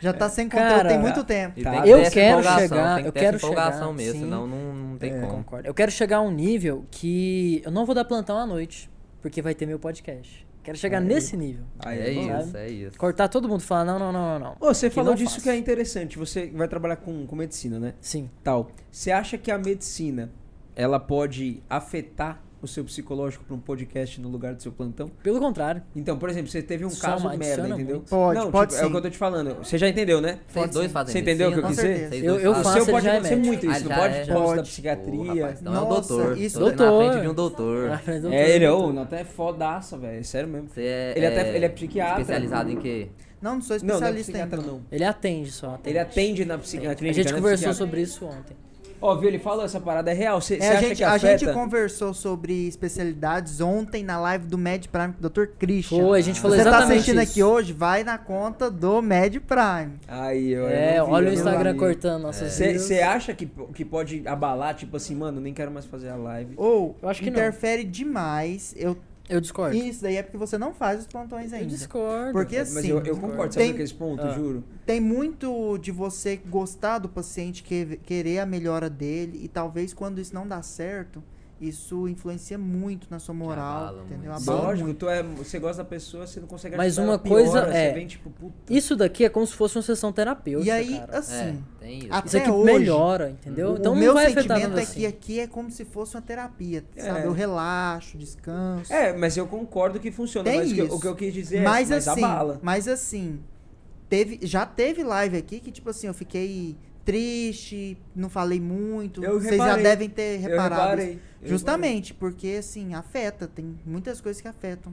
Speaker 4: Já tá sem
Speaker 1: Cara,
Speaker 4: conteúdo tem muito tempo.
Speaker 2: E
Speaker 3: Tá.
Speaker 2: tem que
Speaker 1: Eu
Speaker 2: ter essa
Speaker 1: quero
Speaker 2: empolgação,
Speaker 1: chegar-
Speaker 2: tem que
Speaker 1: eu
Speaker 2: ter essa
Speaker 1: quero
Speaker 2: empolgação
Speaker 1: chegar,
Speaker 2: mesmo,
Speaker 1: sim.
Speaker 2: senão não, não tem
Speaker 1: É,
Speaker 2: como.
Speaker 1: concordo. Eu quero chegar a um nível que eu não vou dar plantão à noite, porque vai ter meu podcast. Quero
Speaker 3: É.
Speaker 1: chegar nesse nível.
Speaker 3: Aí,
Speaker 2: é
Speaker 3: bom.
Speaker 2: isso, é isso.
Speaker 1: Cortar todo mundo e falar, não, não, não, não, não.
Speaker 3: Ô, você
Speaker 1: Que
Speaker 3: falou
Speaker 1: não
Speaker 3: disso
Speaker 1: faço.
Speaker 3: que é interessante. Você vai trabalhar com, com medicina, né?
Speaker 1: Sim.
Speaker 3: Tal. Você acha que a medicina ela pode afetar o seu psicológico pra um podcast no lugar do seu plantão?
Speaker 1: Pelo contrário.
Speaker 3: Então, por exemplo, você teve um
Speaker 1: Só
Speaker 3: caso
Speaker 1: uma-
Speaker 3: merda,
Speaker 1: adiciona
Speaker 3: entendeu?
Speaker 1: muito.
Speaker 4: Pode,
Speaker 3: Não,
Speaker 4: pode
Speaker 3: tipo, é o
Speaker 4: sim.
Speaker 3: que eu tô te falando. Você já entendeu, né?
Speaker 2: Vocês dois fazem
Speaker 3: Você entendeu o que eu
Speaker 2: medicina?
Speaker 3: quis
Speaker 4: Com
Speaker 3: dizer?
Speaker 4: certeza.
Speaker 2: Vocês
Speaker 1: Eu-
Speaker 2: dois
Speaker 1: eu
Speaker 2: fazem?
Speaker 3: o
Speaker 1: faço,
Speaker 3: seu
Speaker 1: ele
Speaker 3: pode
Speaker 1: já é
Speaker 3: acontecer
Speaker 1: médico.
Speaker 3: muito isso,
Speaker 2: Ah,
Speaker 3: não
Speaker 2: já
Speaker 3: pode?
Speaker 2: é, já.
Speaker 3: Por causa da
Speaker 4: Pode.
Speaker 2: Ô,
Speaker 3: psiquiatria.
Speaker 2: rapaz, então é um
Speaker 4: Nossa,
Speaker 2: doutor.
Speaker 4: isso-
Speaker 2: Tô na
Speaker 1: Doutor.
Speaker 2: frente de um doutor.
Speaker 1: Na frente do
Speaker 3: é, ele é,
Speaker 1: outro.
Speaker 3: ô, o Natan é fodaça, velho. é Sério mesmo.
Speaker 2: Você é,
Speaker 3: Ele até- ele é psiquiatra.
Speaker 2: Especializado em quê?
Speaker 4: Não, não sou
Speaker 3: Não, não é
Speaker 4: especialista
Speaker 3: psiquiatra,
Speaker 4: ainda.
Speaker 3: não.
Speaker 1: Ele atende só. atende.
Speaker 3: Ele atende na, psiqui- na
Speaker 1: A
Speaker 3: clínica,
Speaker 1: gente
Speaker 3: né,
Speaker 1: conversou
Speaker 3: psiquiatra.
Speaker 1: sobre isso ontem.
Speaker 3: Ó, viu, ele falou essa parada, é real. Você
Speaker 4: É, a,
Speaker 3: acha
Speaker 4: gente,
Speaker 3: que
Speaker 4: a
Speaker 3: afeta?
Speaker 4: gente conversou sobre especialidades ontem na live do Med Prime com o Dr. Christian.
Speaker 1: Foi, a gente falou
Speaker 4: Você tá
Speaker 1: exatamente
Speaker 4: assistindo
Speaker 1: isso.
Speaker 4: aqui hoje, vai na conta do Med Prime.
Speaker 3: Aí, ó, eu
Speaker 1: É,
Speaker 3: não vi,
Speaker 1: olha
Speaker 3: eu
Speaker 1: o
Speaker 3: não
Speaker 1: Instagram
Speaker 3: vi.
Speaker 1: cortando nossas views.
Speaker 3: Você acha que, po- que pode abalar, tipo assim, mano, nem quero mais fazer a live?
Speaker 4: Ou
Speaker 1: Eu acho que não.
Speaker 4: interfere demais. Eu,
Speaker 1: Eu discordo.
Speaker 4: isso daí é porque você não faz os plantões
Speaker 1: Eu
Speaker 4: ainda.
Speaker 1: discordo.
Speaker 4: Porque
Speaker 3: Mas
Speaker 4: assim,
Speaker 3: eu, eu concordo, sabe
Speaker 4: Tem-
Speaker 3: aqueles pontos,
Speaker 1: Ah.
Speaker 3: juro?
Speaker 4: tem muito de você gostar do paciente, que- querer a melhora dele, e talvez quando isso não dá certo, isso influencia muito na sua moral,
Speaker 2: abala
Speaker 4: entendeu?
Speaker 2: muito.
Speaker 4: Abala
Speaker 3: Lógico, tu é, você gosta da pessoa, você não consegue
Speaker 1: tá Mas
Speaker 3: ajudar,
Speaker 1: uma
Speaker 3: ela piora,
Speaker 1: coisa
Speaker 3: você
Speaker 1: é-
Speaker 3: vem, tipo, puta.
Speaker 1: Isso daqui é como se fosse uma sessão
Speaker 3: é
Speaker 1: terapêutica,
Speaker 4: E aí,
Speaker 1: cara.
Speaker 4: assim,
Speaker 2: É, tem isso.
Speaker 4: até
Speaker 1: Isso aqui
Speaker 4: hoje,
Speaker 1: melhora, entendeu?
Speaker 4: o
Speaker 1: então não
Speaker 4: meu
Speaker 1: vai afetar
Speaker 4: sentimento
Speaker 1: nada
Speaker 4: é
Speaker 1: assim.
Speaker 4: que aqui é como se fosse uma terapia,
Speaker 3: É.
Speaker 4: sabe? Eu relaxo, descanso.
Speaker 3: É, mas eu concordo que funciona.
Speaker 4: Tem
Speaker 3: mas o que eu-
Speaker 4: isso.
Speaker 3: o que eu quis dizer
Speaker 4: mas,
Speaker 3: é, mas
Speaker 4: assim,
Speaker 3: abala.
Speaker 4: mas assim, teve, já teve live aqui que tipo assim, eu fiquei triste, não falei muito.
Speaker 3: Eu
Speaker 4: Vocês já
Speaker 3: reparei.
Speaker 4: devem ter
Speaker 3: Eu
Speaker 4: reparado. isso.
Speaker 3: reparei, eu
Speaker 4: Justamente, porque assim, afeta, tem muitas coisas que afetam.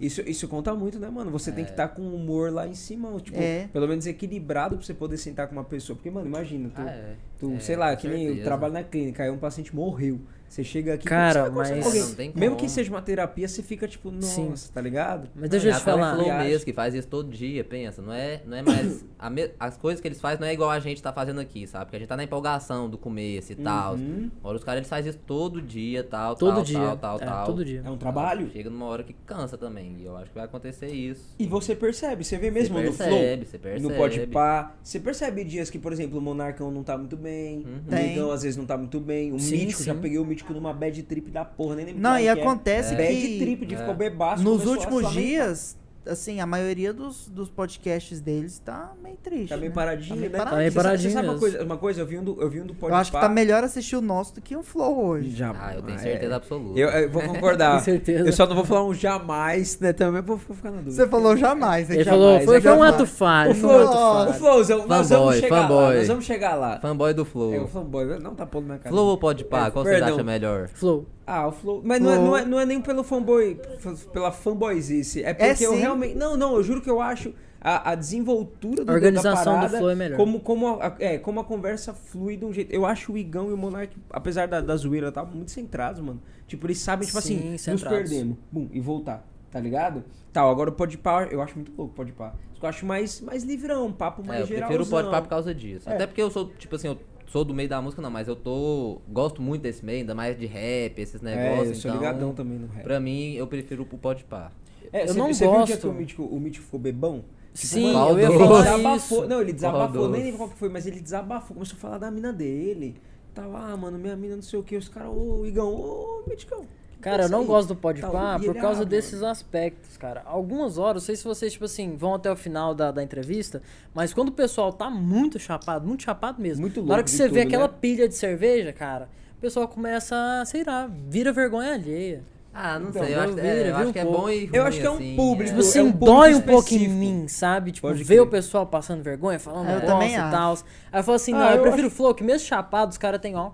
Speaker 3: Isso, isso conta muito, né, mano? Você
Speaker 1: É.
Speaker 3: tem que estar com o humor lá em cima, tipo,
Speaker 4: É.
Speaker 3: pelo menos equilibrado pra você poder sentar com uma pessoa. Porque, mano, imagina, tu,
Speaker 2: Ah, é.
Speaker 3: tu
Speaker 2: É,
Speaker 3: sei lá,
Speaker 2: com
Speaker 3: que nem eu
Speaker 2: certeza.
Speaker 3: trabalho na clínica, aí um paciente morreu. Você chega aqui,
Speaker 1: Cara,
Speaker 3: você vai conversar
Speaker 1: mas-
Speaker 3: com alguém.
Speaker 2: É, não tem
Speaker 3: Mesmo
Speaker 2: como.
Speaker 3: que seja uma terapia, você fica tipo, nossa,
Speaker 1: Sim.
Speaker 3: tá ligado?
Speaker 4: é
Speaker 1: Mas deixa eu
Speaker 2: Já
Speaker 1: te
Speaker 2: tá um
Speaker 1: falar.
Speaker 2: Flow
Speaker 3: Eu acho.
Speaker 2: mesmo, que faz isso todo dia, pensa. Não é, não é mais. a me- As coisas que eles fazem não é igual a gente tá fazendo aqui, sabe? Porque a gente tá na empolgação do começo e tal.
Speaker 3: Uhum.
Speaker 2: Agora os caras eles fazem isso todo dia, tal,
Speaker 1: Todo
Speaker 2: tal,
Speaker 1: dia.
Speaker 2: tal, tal,
Speaker 1: é,
Speaker 2: tal.
Speaker 1: todo dia.
Speaker 3: É um trabalho.
Speaker 2: Chega numa hora que cansa também. E eu acho que vai acontecer isso.
Speaker 3: E você percebe, você vê mesmo
Speaker 2: Você
Speaker 3: no
Speaker 2: percebe,
Speaker 3: flow,
Speaker 2: você percebe.
Speaker 3: no pode pá, você percebe dias que, por exemplo, o Monarcão não tá muito bem,
Speaker 2: Uhum.
Speaker 3: o
Speaker 4: Tem.
Speaker 3: Negão às vezes não tá muito bem, o
Speaker 1: Sim,
Speaker 3: Mítico, já
Speaker 1: sim.
Speaker 3: peguei o Mítico numa bad trip da porra, nem lembro
Speaker 4: Não,
Speaker 3: quem
Speaker 4: e
Speaker 3: que é.
Speaker 4: acontece
Speaker 3: Bad
Speaker 4: que
Speaker 2: É.
Speaker 3: trip de ficou bebaço.
Speaker 4: nos
Speaker 3: começou a
Speaker 4: últimos
Speaker 3: sua-
Speaker 4: dias assim, a maioria dos, dos podcasts deles tá meio triste.
Speaker 3: Tá meio
Speaker 4: né?
Speaker 3: paradinho,
Speaker 4: Tá meio
Speaker 3: né?
Speaker 4: paradinho.
Speaker 1: Tá meio
Speaker 3: Você sabe-
Speaker 1: paradinho
Speaker 3: Você sabe uma
Speaker 1: mesmo.
Speaker 3: coisa, uma coisa? Eu vi um do, eu vi um do
Speaker 4: Eu acho que
Speaker 3: Podpah-
Speaker 4: tá melhor assistir o nosso do que o Flow hoje.
Speaker 3: Já-
Speaker 2: Ah, eu tenho
Speaker 3: é.
Speaker 2: certeza absoluta.
Speaker 3: Eu, eu vou concordar.
Speaker 1: Com certeza.
Speaker 3: Eu só não vou falar um jamais, né? Também vou ficar na dúvida.
Speaker 4: Você falou jamais. é
Speaker 1: Ele
Speaker 4: que
Speaker 1: falou,
Speaker 4: jamais,
Speaker 1: foi,
Speaker 4: é
Speaker 1: foi um
Speaker 4: jamais.
Speaker 1: ato falho.
Speaker 3: O
Speaker 1: foi um
Speaker 3: Flow,
Speaker 1: ato
Speaker 4: Nossa.
Speaker 3: o Flowzão, nós vamos
Speaker 2: Fanboy,
Speaker 3: chegar lá.
Speaker 2: fanboy.
Speaker 3: Nós vamos chegar lá.
Speaker 2: Fanboy do Flow.
Speaker 3: É, o fanboy, não tá pondo na cara.
Speaker 2: Flow ou pode
Speaker 3: É,
Speaker 2: pá? Qual
Speaker 3: perdão.
Speaker 2: vocês acham melhor?
Speaker 1: Flow.
Speaker 3: Ah, o Flow. Mas Não, é,
Speaker 4: Flow.
Speaker 3: não, é, não é nem pelo fanboy, f- pela fanboyzice. É porque eu
Speaker 4: sim.
Speaker 3: realmente. Não, não, eu juro que eu acho a, a desenvoltura do
Speaker 1: A organização
Speaker 3: da
Speaker 1: do
Speaker 3: parada,
Speaker 1: Flow é melhor.
Speaker 3: Como, como, a, é, como a conversa flui de um jeito. Eu acho o Igão e o Monark, apesar da, da zoeira, tá muito centrados, mano. Tipo, eles sabem, tipo
Speaker 1: Sim,
Speaker 3: assim,
Speaker 1: centrados.
Speaker 3: nos perdemos. Bum, e voltar. Tá ligado? Tal, agora o pode par, eu acho muito louco o pode par. Eu acho mais, mais livrão, um papo mais
Speaker 2: É, eu
Speaker 3: geral.
Speaker 2: prefiro o pode pá por causa disso.
Speaker 3: É.
Speaker 2: Até porque eu sou, tipo assim, eu sou do meio da música, não, mas eu tô. Gosto muito desse meio, ainda mais de rap, esses
Speaker 3: É,
Speaker 2: negócios.
Speaker 3: eu sou
Speaker 2: então,
Speaker 3: ligadão também no rap.
Speaker 2: Pra mim, eu prefiro o pode pá.
Speaker 3: É,
Speaker 1: Eu
Speaker 3: cê-
Speaker 1: não
Speaker 3: cê viu o dia
Speaker 1: gosto.
Speaker 3: que o Mítico, o Mítico ficou bebão?
Speaker 1: Sim,
Speaker 2: mano,
Speaker 1: eu ia
Speaker 2: Paulo
Speaker 1: falar
Speaker 3: desabafou.
Speaker 1: isso.
Speaker 3: Não, ele desabafou,
Speaker 2: Rodolfo.
Speaker 3: nem lembro qual que foi, mas ele desabafou, começou a falar da mina dele. Tava, ah, mano, minha mina não sei o que, os caras, ô Igão, ô Míticão.
Speaker 1: Cara, eu não gosto do pode
Speaker 3: Tá,
Speaker 1: pá
Speaker 3: e
Speaker 1: por
Speaker 3: ele
Speaker 1: causa
Speaker 4: né,
Speaker 3: abre,
Speaker 1: desses aspectos, cara. Algumas horas, não sei se vocês, tipo assim, vão até o final da, da entrevista, mas quando o pessoal tá muito chapado, muito chapado mesmo,
Speaker 3: Muito
Speaker 1: na hora
Speaker 3: louco
Speaker 1: que
Speaker 3: de
Speaker 1: você vê
Speaker 3: tudo,
Speaker 1: aquela
Speaker 3: né?
Speaker 1: pilha de cerveja, cara, o pessoal começa, a, sei lá, vira vergonha alheia.
Speaker 2: Ah, não
Speaker 1: Então,
Speaker 2: sei, eu acho,
Speaker 1: vira,
Speaker 2: é, eu
Speaker 1: vira
Speaker 2: acho
Speaker 1: um
Speaker 2: que é
Speaker 1: pouco.
Speaker 2: bom e ruim,
Speaker 3: Eu acho que é um
Speaker 2: assim,
Speaker 3: público.
Speaker 1: Tipo
Speaker 2: é.
Speaker 1: assim,
Speaker 3: um público
Speaker 1: dói um pouco em
Speaker 3: específico.
Speaker 1: mim, sabe? Tipo,
Speaker 3: Pode
Speaker 1: ver
Speaker 3: crer.
Speaker 1: o pessoal passando vergonha, falando
Speaker 4: É, eu
Speaker 1: bosta
Speaker 4: também
Speaker 1: e
Speaker 4: acho.
Speaker 1: tal. Aí eu falo assim,
Speaker 3: Ah,
Speaker 1: não, eu,
Speaker 3: eu
Speaker 1: prefiro flow, que mesmo chapado, os caras tem, ó.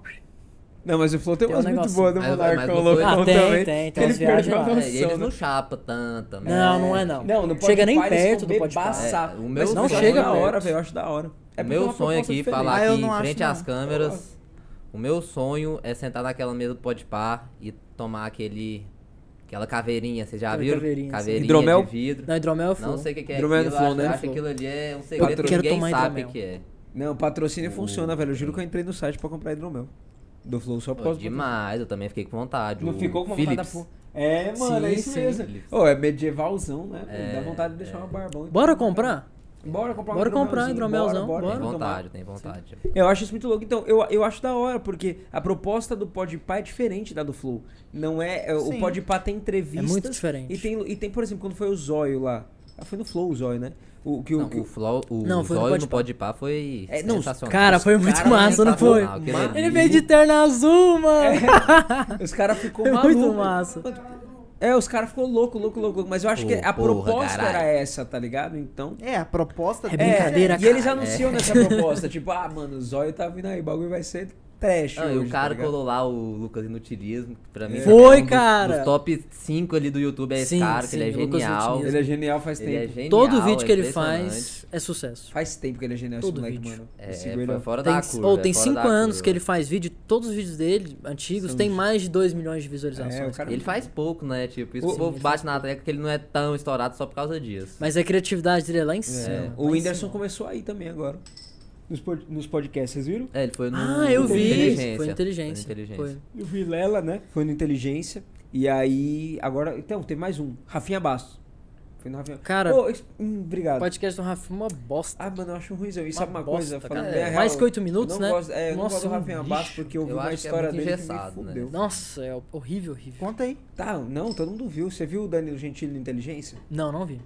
Speaker 3: Não, mas o Flow tem
Speaker 1: Tem um
Speaker 3: umas muito
Speaker 1: negocinho.
Speaker 3: boas do
Speaker 2: Mas- mas
Speaker 3: Monarcão
Speaker 2: não
Speaker 3: loucão
Speaker 2: foi-
Speaker 1: Ah, tem, tem,
Speaker 3: também.
Speaker 1: tem
Speaker 3: que
Speaker 1: umas
Speaker 3: ele perdeu
Speaker 1: viagens
Speaker 3: a
Speaker 1: lá.
Speaker 2: É, e
Speaker 3: noção,
Speaker 2: eles
Speaker 3: né?
Speaker 2: não chapa tanto também.
Speaker 1: Não, não é não.
Speaker 3: Não, no Pode um
Speaker 1: Chega nem
Speaker 3: Pá, eles
Speaker 1: perto
Speaker 3: são
Speaker 1: do pode pá.
Speaker 3: bebaça.
Speaker 2: É, o meu
Speaker 3: Mas
Speaker 1: não
Speaker 3: eu acho
Speaker 1: chega
Speaker 3: da hora,
Speaker 1: perto.
Speaker 3: velho, eu acho da hora. É porque é
Speaker 2: meu
Speaker 3: uma
Speaker 2: sonho
Speaker 3: proposta
Speaker 2: aqui,
Speaker 3: diferente.
Speaker 2: falar
Speaker 4: Ah, eu
Speaker 2: aqui
Speaker 4: não
Speaker 2: em
Speaker 4: acho,
Speaker 2: frente
Speaker 4: não.
Speaker 2: às câmeras. O meu sonho é sentar naquela mesa do Podpah e tomar aquele... Aquela caveirinha, vocês já
Speaker 1: Aquela
Speaker 2: viram?
Speaker 1: caveirinha, sim.
Speaker 3: Hidromel?
Speaker 2: de vidro.
Speaker 1: Não, hidromel é flow.
Speaker 2: Não sei o que, que é
Speaker 3: Hidromel do
Speaker 2: aquilo,
Speaker 3: Flow,
Speaker 2: acho,
Speaker 3: né?
Speaker 2: acho que aquilo ali é um segredo que
Speaker 1: Quero
Speaker 2: ninguém
Speaker 1: tomar
Speaker 2: sabe o
Speaker 1: hidromel.
Speaker 2: que é.
Speaker 3: Não, patrocínio funciona, velho. Eu juro que eu entrei no site pra comprar hidromel. Do Flow só por
Speaker 2: Pô,
Speaker 3: causa do
Speaker 2: demais, eu também fiquei com vontade.
Speaker 3: Não
Speaker 2: o
Speaker 3: ficou com vontade da
Speaker 2: Philips.
Speaker 3: porra. É, mano, é
Speaker 1: Sim,
Speaker 3: isso
Speaker 1: sim.
Speaker 3: mesmo.
Speaker 2: Philips.
Speaker 3: Ô, é medievalzão, né? pô?
Speaker 2: É,
Speaker 3: Dá vontade de deixar uma barbão. e- né?
Speaker 1: Bora comprar?
Speaker 3: Bora comprar um
Speaker 1: Bora comprar um
Speaker 3: hidromelzinho,
Speaker 1: hidromelzão,
Speaker 2: Tem
Speaker 1: bora.
Speaker 3: tomar.
Speaker 2: vontade, tem vontade.
Speaker 3: Eu acho isso muito louco. Então, eu, eu acho da hora, porque a proposta do Podpah é diferente da do Flow. Não é... é, o
Speaker 4: Sim.
Speaker 3: Podpah tem entrevistas...
Speaker 1: É muito diferente.
Speaker 3: E tem, e tem, por exemplo, quando foi o Zóio lá. Ah, Foi no Flow o Zóio, né? O, que, o-
Speaker 2: Não,
Speaker 3: que,
Speaker 2: o Flow, o
Speaker 1: Não, foi no
Speaker 2: Zóio no
Speaker 1: Podpah.
Speaker 2: Podpah foi
Speaker 3: É, não, os
Speaker 2: sensacional.
Speaker 1: Cara, foi muito
Speaker 2: caras
Speaker 1: massa, não foi?
Speaker 2: sensacional, aquele ali.
Speaker 1: Ele veio de terna azul, mano.
Speaker 3: Os caras ficou
Speaker 1: É
Speaker 3: maluco.
Speaker 1: muito massa.
Speaker 3: É, os caras ficou louco, louco, louco, louco. Mas eu acho
Speaker 2: Pô,
Speaker 3: que a
Speaker 2: porra,
Speaker 3: proposta
Speaker 2: caralho.
Speaker 3: era essa, tá ligado? Então...
Speaker 4: É, a proposta
Speaker 1: É
Speaker 4: deles
Speaker 1: brincadeira,
Speaker 3: e eles
Speaker 2: né?
Speaker 1: caralho.
Speaker 3: anunciam nessa proposta, tipo, ah, mano, o Zóio tá vindo aí, o bagulho vai ser trash.
Speaker 2: Não, Ah, e
Speaker 3: hoje,
Speaker 2: o cara
Speaker 3: tá ligado? É.
Speaker 2: colou lá o Lucas Inutilismo, que pra mim
Speaker 1: Foi,
Speaker 2: também um dos-
Speaker 1: cara!
Speaker 2: Dos top 5 ali do YouTube é esse
Speaker 1: Sim,
Speaker 2: cara, que
Speaker 1: sim,
Speaker 2: ele é
Speaker 1: Lucas
Speaker 2: genial.
Speaker 1: Inutilismo.
Speaker 3: Ele é genial faz
Speaker 2: Ele é
Speaker 3: tempo.
Speaker 2: genial.
Speaker 1: Todo vídeo que
Speaker 2: é
Speaker 1: ele
Speaker 2: impressionante.
Speaker 1: faz é sucesso.
Speaker 3: Faz tempo que ele é genial esse
Speaker 1: Todo
Speaker 3: moleque,
Speaker 1: vídeo.
Speaker 3: mano. Eu
Speaker 2: É,
Speaker 3: sigo ele,
Speaker 2: foi
Speaker 3: ó.
Speaker 2: fora
Speaker 1: Tem,
Speaker 2: da curva.
Speaker 1: ou
Speaker 2: é
Speaker 1: tem
Speaker 2: fora
Speaker 1: 5
Speaker 2: da
Speaker 1: anos
Speaker 2: curva.
Speaker 1: que ele faz vídeo, todos os vídeos dele, antigos, tem mais de 2 milhões de visualizações.
Speaker 3: É, o
Speaker 1: cara.
Speaker 3: cara...
Speaker 2: Ele faz pouco, né? Tipo, isso
Speaker 3: O-
Speaker 2: o povo bate na tecla que ele não é tão estourado só por causa disso.
Speaker 1: Mas a criatividade dele é lá em cima.
Speaker 2: né?
Speaker 3: É,
Speaker 1: lá
Speaker 3: O
Speaker 1: em
Speaker 3: Whindersson
Speaker 1: cima.
Speaker 3: começou aí também agora. Nos, pod- nos podcasts, vocês viram?
Speaker 2: É, ele foi no.
Speaker 1: Ah, eu
Speaker 2: no
Speaker 1: vi.
Speaker 2: Inteligência.
Speaker 1: Foi inteligência.
Speaker 2: Foi no inteligência.
Speaker 3: E O Vilela, né? Foi no Inteligência. E aí, agora... Então, teve mais um. Rafinha Bastos. Foi no Rafinha...
Speaker 1: Cara,
Speaker 3: Pô, ex- hum, obrigado.
Speaker 1: O podcast do Rafa é uma bosta.
Speaker 3: Ah, mano, eu acho ruimzão. E
Speaker 1: Uma
Speaker 3: sabe uma coisa?
Speaker 1: bosta,
Speaker 3: Falando
Speaker 2: cara.
Speaker 3: bem a
Speaker 2: É,
Speaker 1: mais
Speaker 3: real,
Speaker 1: que oito minutos,
Speaker 3: eu não
Speaker 1: né?
Speaker 3: Gosto, é,
Speaker 1: Nossa,
Speaker 3: eu não gosto do
Speaker 1: um
Speaker 3: Rafinha
Speaker 1: lixo.
Speaker 3: Bastos porque eu vi
Speaker 2: Eu
Speaker 3: uma
Speaker 2: acho que é
Speaker 3: história
Speaker 2: muito
Speaker 3: dele que me
Speaker 2: engessado, né?
Speaker 3: fudeu.
Speaker 1: Nossa, é horrível, horrível.
Speaker 4: Conta aí.
Speaker 3: Tá, não, todo mundo viu. Você viu o Danilo Gentili no Inteligência?
Speaker 1: Não, não vi.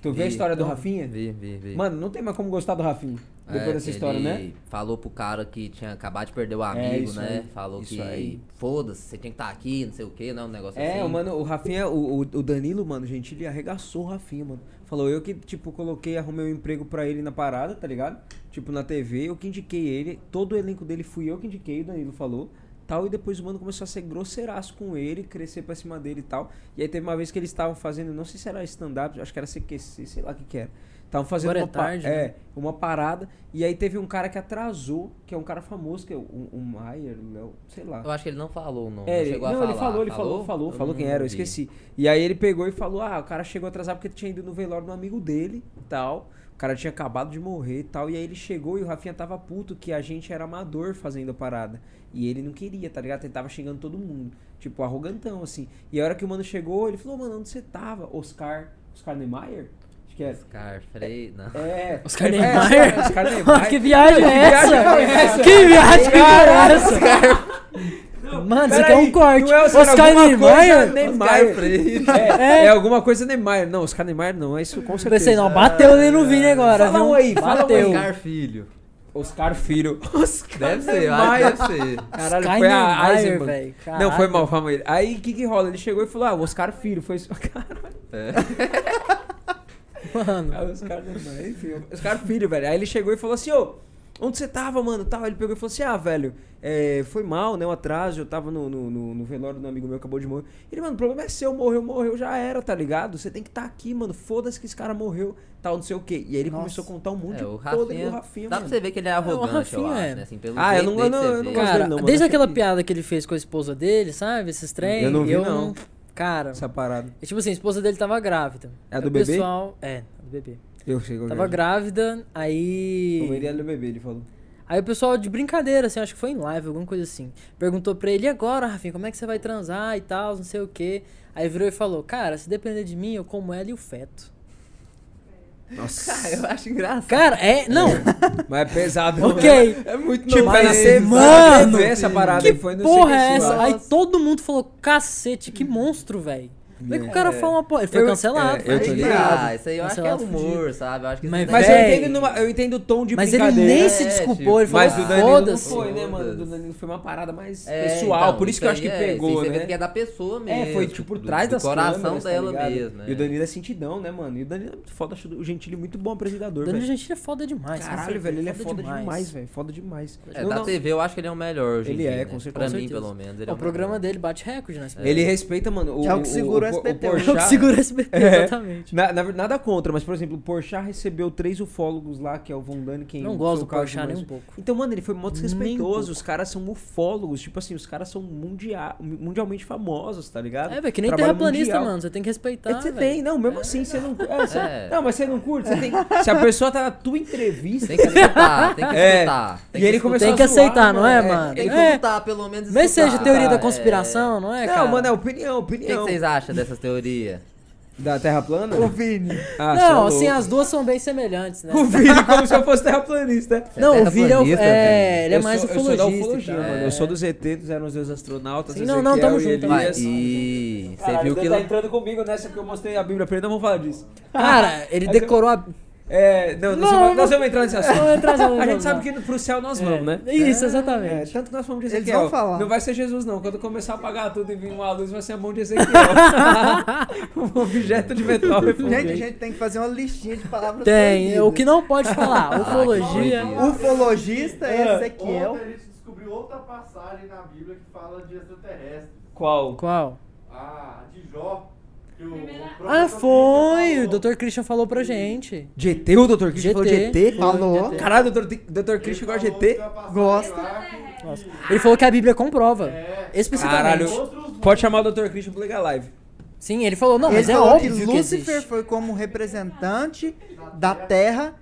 Speaker 3: Tu viu a
Speaker 2: Vi.
Speaker 3: história do Rafinha?
Speaker 2: Vi, vi, vi.
Speaker 3: Mano, não tem mais como gostar do Rafinha. Depois
Speaker 2: É,
Speaker 3: dessa
Speaker 2: que
Speaker 3: história, né? É,
Speaker 2: ele Falou pro cara que tinha acabado de perder o amigo,
Speaker 3: isso
Speaker 2: né?
Speaker 3: aí,
Speaker 2: Falou
Speaker 3: isso
Speaker 2: que
Speaker 3: aí.
Speaker 2: foda-se, você tinha que estar aqui, não sei o que, não, um negócio assim.
Speaker 3: É, o mano, o Rafinha, o, o- o Danilo, mano, gente, ele arregaçou o Rafinha, mano. Falou, eu que, tipo, coloquei, arrumei um emprego pra ele na parada, tá ligado? Tipo, na TV, eu que indiquei ele, todo o elenco dele fui eu que indiquei, o Danilo falou, tal, e depois o mano começou a ser grosseiraço com ele, crescer pra cima dele e tal. E aí teve uma vez que eles estavam fazendo, não sei se era stand-up, acho que era CQC, sei lá o que que era. Estavam fazendo
Speaker 1: Agora é
Speaker 3: uma, pa-
Speaker 1: tarde,
Speaker 3: é,
Speaker 1: né?
Speaker 3: uma parada, e aí teve um cara que atrasou, que é um cara famoso, que é o, o Maier, Léo, sei lá.
Speaker 2: Eu acho que ele não falou, não.
Speaker 3: É,
Speaker 2: não
Speaker 3: ele-
Speaker 2: chegou a
Speaker 3: não,
Speaker 2: falar.
Speaker 3: ele falou, ele falou, falou,
Speaker 2: Eu
Speaker 3: falou
Speaker 2: não
Speaker 3: quem era, eu
Speaker 2: vi.
Speaker 3: esqueci. E aí ele pegou e falou: ah, o cara chegou atrasado porque tinha ido no velório de um amigo dele e tal. O cara tinha acabado de morrer e tal. E aí ele chegou e o Rafinha tava puto que a gente era amador fazendo a parada. E ele não queria, tá ligado? Ele tava xingando todo mundo. Tipo, arrogantão, assim. E a hora que o mano chegou, ele falou: mano, onde você tava? Oscar. Oscar Niemeyer? Acho que era.
Speaker 2: Oscar Frei, não.
Speaker 3: É.
Speaker 1: Oscar
Speaker 3: É,
Speaker 1: Niemeyer?
Speaker 3: É, Oscar Niemeyer.
Speaker 1: que viagem é
Speaker 3: Que viagem
Speaker 1: essa?
Speaker 3: foi essa?
Speaker 1: Que viagem é essa?
Speaker 3: Não,
Speaker 1: Mano, isso
Speaker 3: Pera
Speaker 1: aqui é
Speaker 3: aí,
Speaker 1: um corte.
Speaker 3: não é Oscar
Speaker 1: Oscar
Speaker 3: alguma coisa,
Speaker 1: Niemeyer?
Speaker 3: né?
Speaker 2: Oscar
Speaker 3: Neymar.
Speaker 2: Freire.
Speaker 3: É, é alguma coisa Neymar. Não, Oscar Neymar não, é isso com certeza.
Speaker 1: Pensei, não, bateu ali no Vini agora.
Speaker 3: Fala
Speaker 1: viu?
Speaker 3: um aí, fala um
Speaker 1: bateu.
Speaker 2: Oscar Filho.
Speaker 3: Oscar Filho.
Speaker 2: Deve ser, acho que deve ser.
Speaker 3: Caralho,
Speaker 1: Oscar
Speaker 3: foi a
Speaker 1: Niemeyer,
Speaker 3: Eisenbahn.
Speaker 1: velho,
Speaker 3: Não, foi
Speaker 1: caralho.
Speaker 3: mal, foi mal. Aí o que que rola? Ele chegou e falou, ah, o Oscar Filho, foi isso. Caralho,
Speaker 2: É.
Speaker 1: Mano,
Speaker 3: o Oscar Neymar, enfim. o Oscar Filho, velho. Aí ele chegou e falou assim, ô, onde você tava, mano, tal? Ele pegou e falou assim, ah, velho, é, foi mal, né, um atraso, eu tava no, no, no, no velório de um amigo meu, acabou de morrer. Ele, mano, o problema é seu, morreu, morreu, já era, tá ligado? Você tem que estar tá aqui, mano, foda-se que esse cara morreu, tal, não sei o quê. E aí ele
Speaker 4: Nossa.
Speaker 3: começou a contar um monte
Speaker 2: É,
Speaker 3: de
Speaker 2: o
Speaker 3: podre do
Speaker 2: Rafinha.
Speaker 3: Rafinha,
Speaker 2: Dá
Speaker 3: mano.
Speaker 2: pra você ver que ele é
Speaker 1: o
Speaker 2: arrogante, eu
Speaker 1: Rafinha
Speaker 2: acho,
Speaker 1: é.
Speaker 2: né? Assim, pelo
Speaker 3: Ah, eu
Speaker 2: jeito
Speaker 3: não- eu
Speaker 2: dele
Speaker 3: não-
Speaker 2: que você
Speaker 3: eu não
Speaker 2: vê.
Speaker 3: gosto
Speaker 1: cara,
Speaker 3: dele não, mano,
Speaker 1: desde
Speaker 3: acho
Speaker 1: aquela
Speaker 3: que-
Speaker 1: piada que ele fez com a esposa dele, sabe? Esses trem.
Speaker 3: Eu não vi, não.
Speaker 1: Cara,
Speaker 3: Essa parada.
Speaker 1: e tipo assim, a esposa dele tava grávida.
Speaker 3: É a
Speaker 1: Aí
Speaker 3: do
Speaker 1: o
Speaker 3: bebê?
Speaker 1: pessoal- É, a do bebê.
Speaker 3: Eu sei qual que
Speaker 1: Tava
Speaker 3: é.
Speaker 1: grávida, aí.
Speaker 3: Comeria do bebê, ele é falou.
Speaker 1: Aí o pessoal, de brincadeira, assim, acho que foi em live, alguma coisa assim, perguntou pra ele, e agora, Rafinha, como é que você vai transar e tal, não sei o quê. Aí virou e falou, cara, se depender de mim, eu como ela e o feto.
Speaker 2: Cara, eu acho engraçado.
Speaker 1: Cara, é, não,
Speaker 3: Mas é pesado.
Speaker 1: ok.
Speaker 2: É muito
Speaker 3: Tipo,
Speaker 1: Mas,
Speaker 3: é na TV,
Speaker 1: mano,
Speaker 3: na TV essa parada
Speaker 1: Que
Speaker 3: aí foi no
Speaker 1: porra é
Speaker 3: CQC,
Speaker 1: essa?
Speaker 3: lá.
Speaker 1: Aí todo mundo falou, cacete, que monstro, velho. Como é que o cara fala uma porra? Ele foi
Speaker 3: Eu-
Speaker 1: cancelado.
Speaker 3: é, eu tô
Speaker 1: velho.
Speaker 3: ligado.
Speaker 2: Ah, isso aí eu acho que é
Speaker 1: Cancelado
Speaker 2: humor, sabe? Eu acho que
Speaker 1: Mas
Speaker 2: isso
Speaker 3: Mas
Speaker 2: daí-
Speaker 3: eu
Speaker 1: Véi.
Speaker 3: entendo, numa- eu entendo o tom de
Speaker 1: Mas ele
Speaker 3: brincadeira.
Speaker 1: nem se
Speaker 2: É,
Speaker 1: desculpou, ele
Speaker 2: tipo,
Speaker 1: falou,
Speaker 3: Mas o Danilo não
Speaker 1: foda-se.
Speaker 3: foi, né, mano?
Speaker 2: Foda-se.
Speaker 3: Do Danilo foi uma parada mais
Speaker 2: É,
Speaker 3: pessoal,
Speaker 2: então,
Speaker 3: por isso que eu acho que
Speaker 2: aí é,
Speaker 3: pegou,
Speaker 2: assim, você vê
Speaker 3: né?
Speaker 2: que é da pessoa mesmo.
Speaker 3: É, foi tipo por
Speaker 2: do-
Speaker 3: trás
Speaker 2: do
Speaker 3: das
Speaker 2: coração
Speaker 3: câmeras, tá
Speaker 2: dela
Speaker 3: ligado?
Speaker 2: mesmo.
Speaker 3: E
Speaker 2: é.
Speaker 3: o Danilo é sentidão, né, mano? E o Danilo é foda, acho o Gentili muito bom apresentador,
Speaker 1: Danilo
Speaker 3: velho.
Speaker 1: Gentili é foda demais. com
Speaker 3: Caralho,
Speaker 1: certeza,
Speaker 3: velho, ele é foda demais, velho. Foda demais.
Speaker 2: É,
Speaker 3: Não,
Speaker 2: da
Speaker 3: não.
Speaker 2: TV eu acho que ele é o melhor hoje em
Speaker 3: Ele
Speaker 2: dia,
Speaker 3: é,
Speaker 2: né?
Speaker 3: com cer-
Speaker 2: Pra
Speaker 1: com
Speaker 2: mim,
Speaker 1: certeza.
Speaker 2: pelo menos. ele
Speaker 1: Pô,
Speaker 2: é
Speaker 1: O programa
Speaker 2: melhor.
Speaker 1: dele bate recorde né? na SBT.
Speaker 3: Ele respeita, mano, o
Speaker 4: É o que segura o SBT
Speaker 3: SPT.
Speaker 1: É o que segura esse SBT,
Speaker 3: É.
Speaker 1: exatamente.
Speaker 3: Na- na- nada contra, mas, por exemplo, o Porchat recebeu três ufólogos lá, que é o Von Daniken.
Speaker 1: Não
Speaker 3: o
Speaker 1: gosto
Speaker 3: seu
Speaker 1: do
Speaker 3: caso,
Speaker 1: Porchat nem um
Speaker 3: mas-
Speaker 1: pouco.
Speaker 3: Então, mano, ele foi mó
Speaker 1: Nem um pouco.
Speaker 3: desrespeitoso. Os caras são ufólogos. Tipo assim, os caras são mundia mundialmente famosos, tá ligado?
Speaker 1: É, tá, velho, que nem
Speaker 3: Trabalho
Speaker 1: terraplanista,
Speaker 3: mundial.
Speaker 1: mano. Você tem que respeitar.
Speaker 3: É que Você tem, não, mesmo assim, você não. é, você-
Speaker 2: É.
Speaker 3: Não, mas você não curte? Você tem... Se a pessoa tá na tua entrevista.
Speaker 2: Tem que escutar, tem que
Speaker 3: É.
Speaker 2: escutar. tem
Speaker 3: E
Speaker 2: que
Speaker 3: ele
Speaker 2: escutar.
Speaker 3: começou
Speaker 1: Tem que
Speaker 3: a zoar,
Speaker 1: aceitar, não é,
Speaker 3: mano? É,
Speaker 1: mano?
Speaker 2: Tem que
Speaker 1: É.
Speaker 2: escutar, pelo menos
Speaker 1: Mas seja
Speaker 2: escutar.
Speaker 1: teoria da
Speaker 2: É.
Speaker 1: conspiração, não é,
Speaker 3: não,
Speaker 1: cara?
Speaker 3: mano, é opinião,
Speaker 2: O que que
Speaker 3: opinião.
Speaker 2: vocês acham dessas teorias?
Speaker 3: Da Terra plana?
Speaker 4: O Vini.
Speaker 3: Ah, você é
Speaker 1: Não,
Speaker 3: louco.
Speaker 1: assim, as duas são bem semelhantes, né?
Speaker 3: O Vini como se eu fosse terraplanista.
Speaker 1: Não, o Vini é, o-
Speaker 2: terraplanista,
Speaker 1: é,
Speaker 2: velho.
Speaker 1: ele é
Speaker 3: Eu
Speaker 1: mais
Speaker 3: sou- eu sou da
Speaker 1: ufologista.
Speaker 3: ufologia,
Speaker 1: e tal.
Speaker 3: mano.
Speaker 1: É.
Speaker 3: Eu sou dos ET, dos Eram os Deus Astronautas.
Speaker 1: Sim, não, é não,
Speaker 3: Ezequiel
Speaker 1: tamo
Speaker 3: e
Speaker 1: junto, tamo
Speaker 2: Vai,
Speaker 3: Elias.
Speaker 2: e você
Speaker 3: Caralho,
Speaker 2: viu
Speaker 3: o Dan
Speaker 2: que...
Speaker 3: tá entrando comigo nessa que eu mostrei a Bíblia pra ele, não vamos falar disso.
Speaker 1: Cara, ele decorou a.
Speaker 3: É, não, nós,
Speaker 1: Não,
Speaker 3: vamos,
Speaker 1: não-
Speaker 3: nós vamos entrar né? nesse assunto.
Speaker 1: Vamos entrar, vamos
Speaker 3: a
Speaker 1: entrar,
Speaker 3: gente sabe
Speaker 1: vamos.
Speaker 3: que pro céu nós vamos, né?
Speaker 1: É, Isso,
Speaker 3: É,
Speaker 1: exatamente.
Speaker 3: tanto que nós fomos de
Speaker 4: Eles
Speaker 3: Ezequiel.
Speaker 4: vão falar.
Speaker 3: Não vai ser Jesus, não. Quando começar a apagar tudo e vir uma luz, vai ser a mão de Ezequiel. um objeto de metal
Speaker 4: Gente, a
Speaker 3: refulgente.
Speaker 4: gente tem que fazer uma listinha de palavras
Speaker 1: É. Tem, o que
Speaker 4: proibidas.
Speaker 1: não pode falar.
Speaker 2: Ah, que
Speaker 1: Ufologia.
Speaker 2: doideira.
Speaker 4: Ufologista
Speaker 3: Ah,
Speaker 4: é Ezequiel.
Speaker 6: Ontem a gente descobriu outra passagem na Bíblia que fala de extraterrestres.
Speaker 3: Qual?
Speaker 1: Qual?
Speaker 6: Ah, de Jó. Que o, o
Speaker 1: Ah,
Speaker 6: próprio
Speaker 1: foi! O
Speaker 6: falou.
Speaker 1: Dr. Christian falou pra gente.
Speaker 3: De ET, o Dr. Christian falou de
Speaker 1: GT.
Speaker 3: ET?
Speaker 4: Falou.
Speaker 1: Foi,
Speaker 3: Caralho, o Dr. T- Dr.
Speaker 6: Ele
Speaker 3: Christian gosta de
Speaker 6: falou
Speaker 3: ET?
Speaker 6: que a passagem
Speaker 4: Gosta.
Speaker 6: lá que- É.
Speaker 1: Ele falou que a Bíblia comprova.
Speaker 5: É.
Speaker 1: Especificamente.
Speaker 3: Caralho. Pode chamar o Dr. Christian pra ligar a live.
Speaker 1: Sim, ele falou, não, mas
Speaker 4: Ele
Speaker 1: é
Speaker 4: falou que
Speaker 1: óbvio que
Speaker 4: Lúcifer
Speaker 1: existe.
Speaker 4: foi como representante da Terra